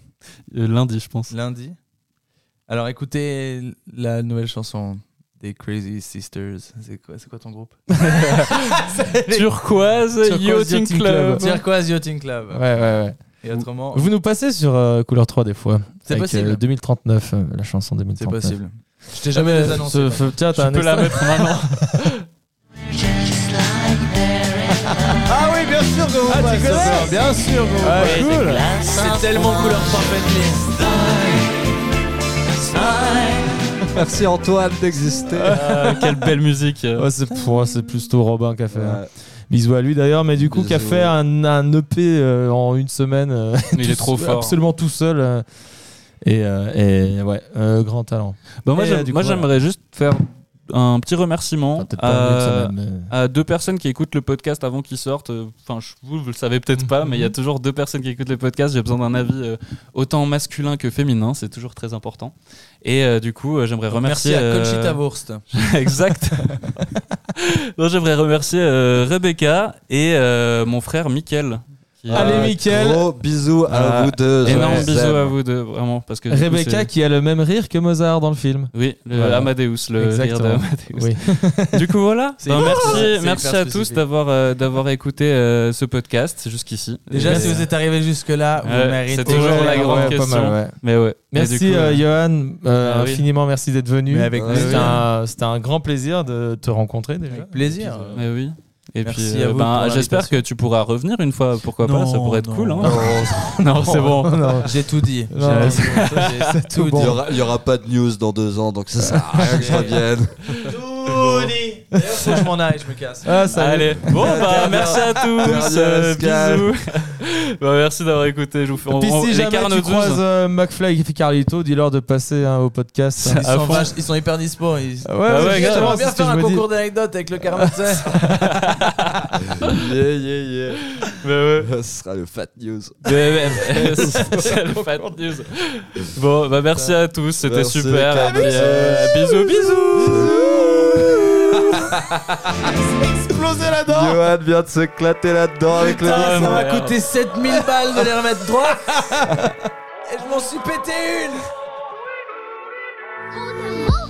Speaker 1: Euh, lundi je pense
Speaker 6: Lundi. Alors écoutez la nouvelle chanson des Crazy Sisters. C'est quoi, c'est quoi ton groupe
Speaker 1: Turquoise,
Speaker 3: Turquoise
Speaker 1: Yachting
Speaker 3: Yachting
Speaker 1: Club,
Speaker 3: Club.
Speaker 6: Turquoise Yachting Club.
Speaker 3: Ouais, ouais, ouais.
Speaker 6: Et autrement,
Speaker 3: Vous nous passez sur euh, Couleur 3 des fois.
Speaker 6: C'est
Speaker 3: Avec,
Speaker 6: possible.
Speaker 3: euh, 2039, euh, la chanson
Speaker 6: c'est
Speaker 3: 2039.
Speaker 6: possible. Je t'ai jamais les annoncé.
Speaker 3: Ah, Ce- ce- tiens, t'as un
Speaker 1: tu peux la
Speaker 3: extrait
Speaker 1: mettre maintenant
Speaker 6: Ah oui, bien sûr que vous
Speaker 3: Ah, tu connais
Speaker 6: Bien sûr que vous
Speaker 3: Ah,
Speaker 6: passez.
Speaker 3: cool.
Speaker 6: C'est tellement couleur parfaite.
Speaker 2: Merci Antoine d'exister.
Speaker 1: Ah, quelle belle musique.
Speaker 3: Ouais, c'est ouais, c'est plutôt Robin qui a fait. hein.
Speaker 2: Ouais.
Speaker 3: Bisous à lui d'ailleurs, mais du coup, qui a
Speaker 2: Bisous.
Speaker 3: fait un, un EP euh, en une semaine. euh,
Speaker 1: Il est
Speaker 3: tout-
Speaker 1: trop fort.
Speaker 3: Absolument tout seul. euh, et, euh, et ouais, euh, grand talent.
Speaker 1: Bah, moi,
Speaker 3: Et,
Speaker 1: j'aime-
Speaker 3: du
Speaker 1: moi,
Speaker 3: coup,
Speaker 1: j'aimerais juste faire un petit
Speaker 2: Ah,
Speaker 1: remerciement
Speaker 3: peut-être pas
Speaker 1: à,
Speaker 3: une semaine,
Speaker 1: à deux personnes qui écoutent le podcast avant qu'il sorte. Euh, Enfin, je- vous, vous le savez peut-être pas, mais il y a
Speaker 3: Mhm.
Speaker 1: toujours deux personnes qui écoutent le podcast. J'ai besoin d'un avis euh, autant masculin que féminin, c'est toujours très important. Et euh, du coup, euh, j'aimerais
Speaker 6: Donc,
Speaker 1: remercier.
Speaker 6: merci à
Speaker 1: euh,
Speaker 6: Conchita Wurst.
Speaker 1: exact. Non, j'aimerais remercier euh, Rebecca et euh, mon frère Mickaël. qui-
Speaker 3: Allez, Mickaël.
Speaker 2: Gros bisous à
Speaker 1: Ah,
Speaker 2: vous deux. je
Speaker 1: Énorme
Speaker 2: vous
Speaker 1: bisous
Speaker 2: aime.
Speaker 1: à vous deux, vraiment. Parce que du coup,
Speaker 3: Rebecca
Speaker 1: c'est-
Speaker 3: qui a le même rire que Mozart dans le film.
Speaker 1: Oui, le
Speaker 3: Voilà.
Speaker 1: Amadeus, le rire de
Speaker 3: Exactement.
Speaker 1: Amadeus.
Speaker 3: Oui.
Speaker 1: du coup, voilà.
Speaker 3: C'est
Speaker 1: Ben,
Speaker 3: hyper-
Speaker 1: merci
Speaker 3: c'est
Speaker 1: merci
Speaker 3: hyper
Speaker 1: à tous
Speaker 3: spécifique.
Speaker 1: d'avoir euh, d'avoir écouté euh, ce podcast jusqu'ici.
Speaker 6: Déjà,
Speaker 1: Et-
Speaker 6: si vous êtes arrivé jusque-là,
Speaker 1: Ouais,
Speaker 6: vous méritez.
Speaker 1: Euh, c'est toujours
Speaker 3: Ah, Ouais,
Speaker 1: la grande
Speaker 3: ouais, pas
Speaker 1: question.
Speaker 3: mal, ouais.
Speaker 1: Mais ouais.
Speaker 3: Merci
Speaker 1: Et du coup,
Speaker 3: euh,
Speaker 1: euh,
Speaker 3: Johan, euh,
Speaker 1: Ah oui.
Speaker 3: infiniment merci d'être venu.
Speaker 6: Mais avec
Speaker 3: Euh,
Speaker 6: plaisir.
Speaker 3: C'était un, c'était un grand plaisir de te rencontrer déjà.
Speaker 6: Avec plaisir.
Speaker 1: Mais oui. Et
Speaker 6: Merci
Speaker 1: puis,
Speaker 6: à
Speaker 1: euh,
Speaker 6: vous
Speaker 1: ben,
Speaker 6: pour
Speaker 1: j'espère que tu pourras revenir une fois, pourquoi pas, ça pourrait être cool. hein. Non, c'est bon.
Speaker 6: J'ai tout dit.
Speaker 3: Non,
Speaker 6: J'ai-
Speaker 3: c'est
Speaker 6: J'ai tout
Speaker 2: Il
Speaker 6: dit.
Speaker 2: y aura, il y aura pas de news dans deux ans, donc ça sert à rien que je revienne.
Speaker 6: Tout dit. D'ailleurs, faut que je m'en aille, je me casse.
Speaker 3: Ah, salut.
Speaker 1: Allez, bon bah merci à tous, euh,
Speaker 2: Dernière
Speaker 1: bisous. Bah, merci d'avoir écouté, je vous fais on-
Speaker 3: Puis
Speaker 1: on-
Speaker 3: si
Speaker 1: les
Speaker 3: jamais tu
Speaker 1: Carnotous.
Speaker 3: croises euh, McFly et Carlito, dis-leur de passer hein, au podcast.
Speaker 6: Ils sont,
Speaker 1: fond.
Speaker 6: vaches- ils sont hyper dispo. Ils...
Speaker 3: Ah
Speaker 1: Ah ouais,
Speaker 3: c'est
Speaker 1: grave.
Speaker 3: justement
Speaker 6: J'aimerais
Speaker 3: ce
Speaker 6: bien
Speaker 3: que
Speaker 6: faire
Speaker 3: je
Speaker 6: un
Speaker 3: me dis.
Speaker 6: concours d'anecdotes avec le Carnotzet.
Speaker 2: Yeah, yeah,
Speaker 1: Bah ouais.
Speaker 2: yeah. Ce sera le fat news.
Speaker 1: Ouais, ouais, ouais, c'est- c'est le fat news. Bon bah merci à tous, c'était
Speaker 2: Merci,
Speaker 1: super. Et
Speaker 2: Carnotous.
Speaker 1: puis, euh, bisous, bisous.
Speaker 3: Explosez là-dedans.
Speaker 2: Johan vient de s'éclater là-dedans avec le
Speaker 1: Ah,
Speaker 6: Ça m'a
Speaker 1: merde.
Speaker 6: coûté 7000 balles de les remettre droits. Et je m'en suis pété une.
Speaker 12: Rock'n'roll.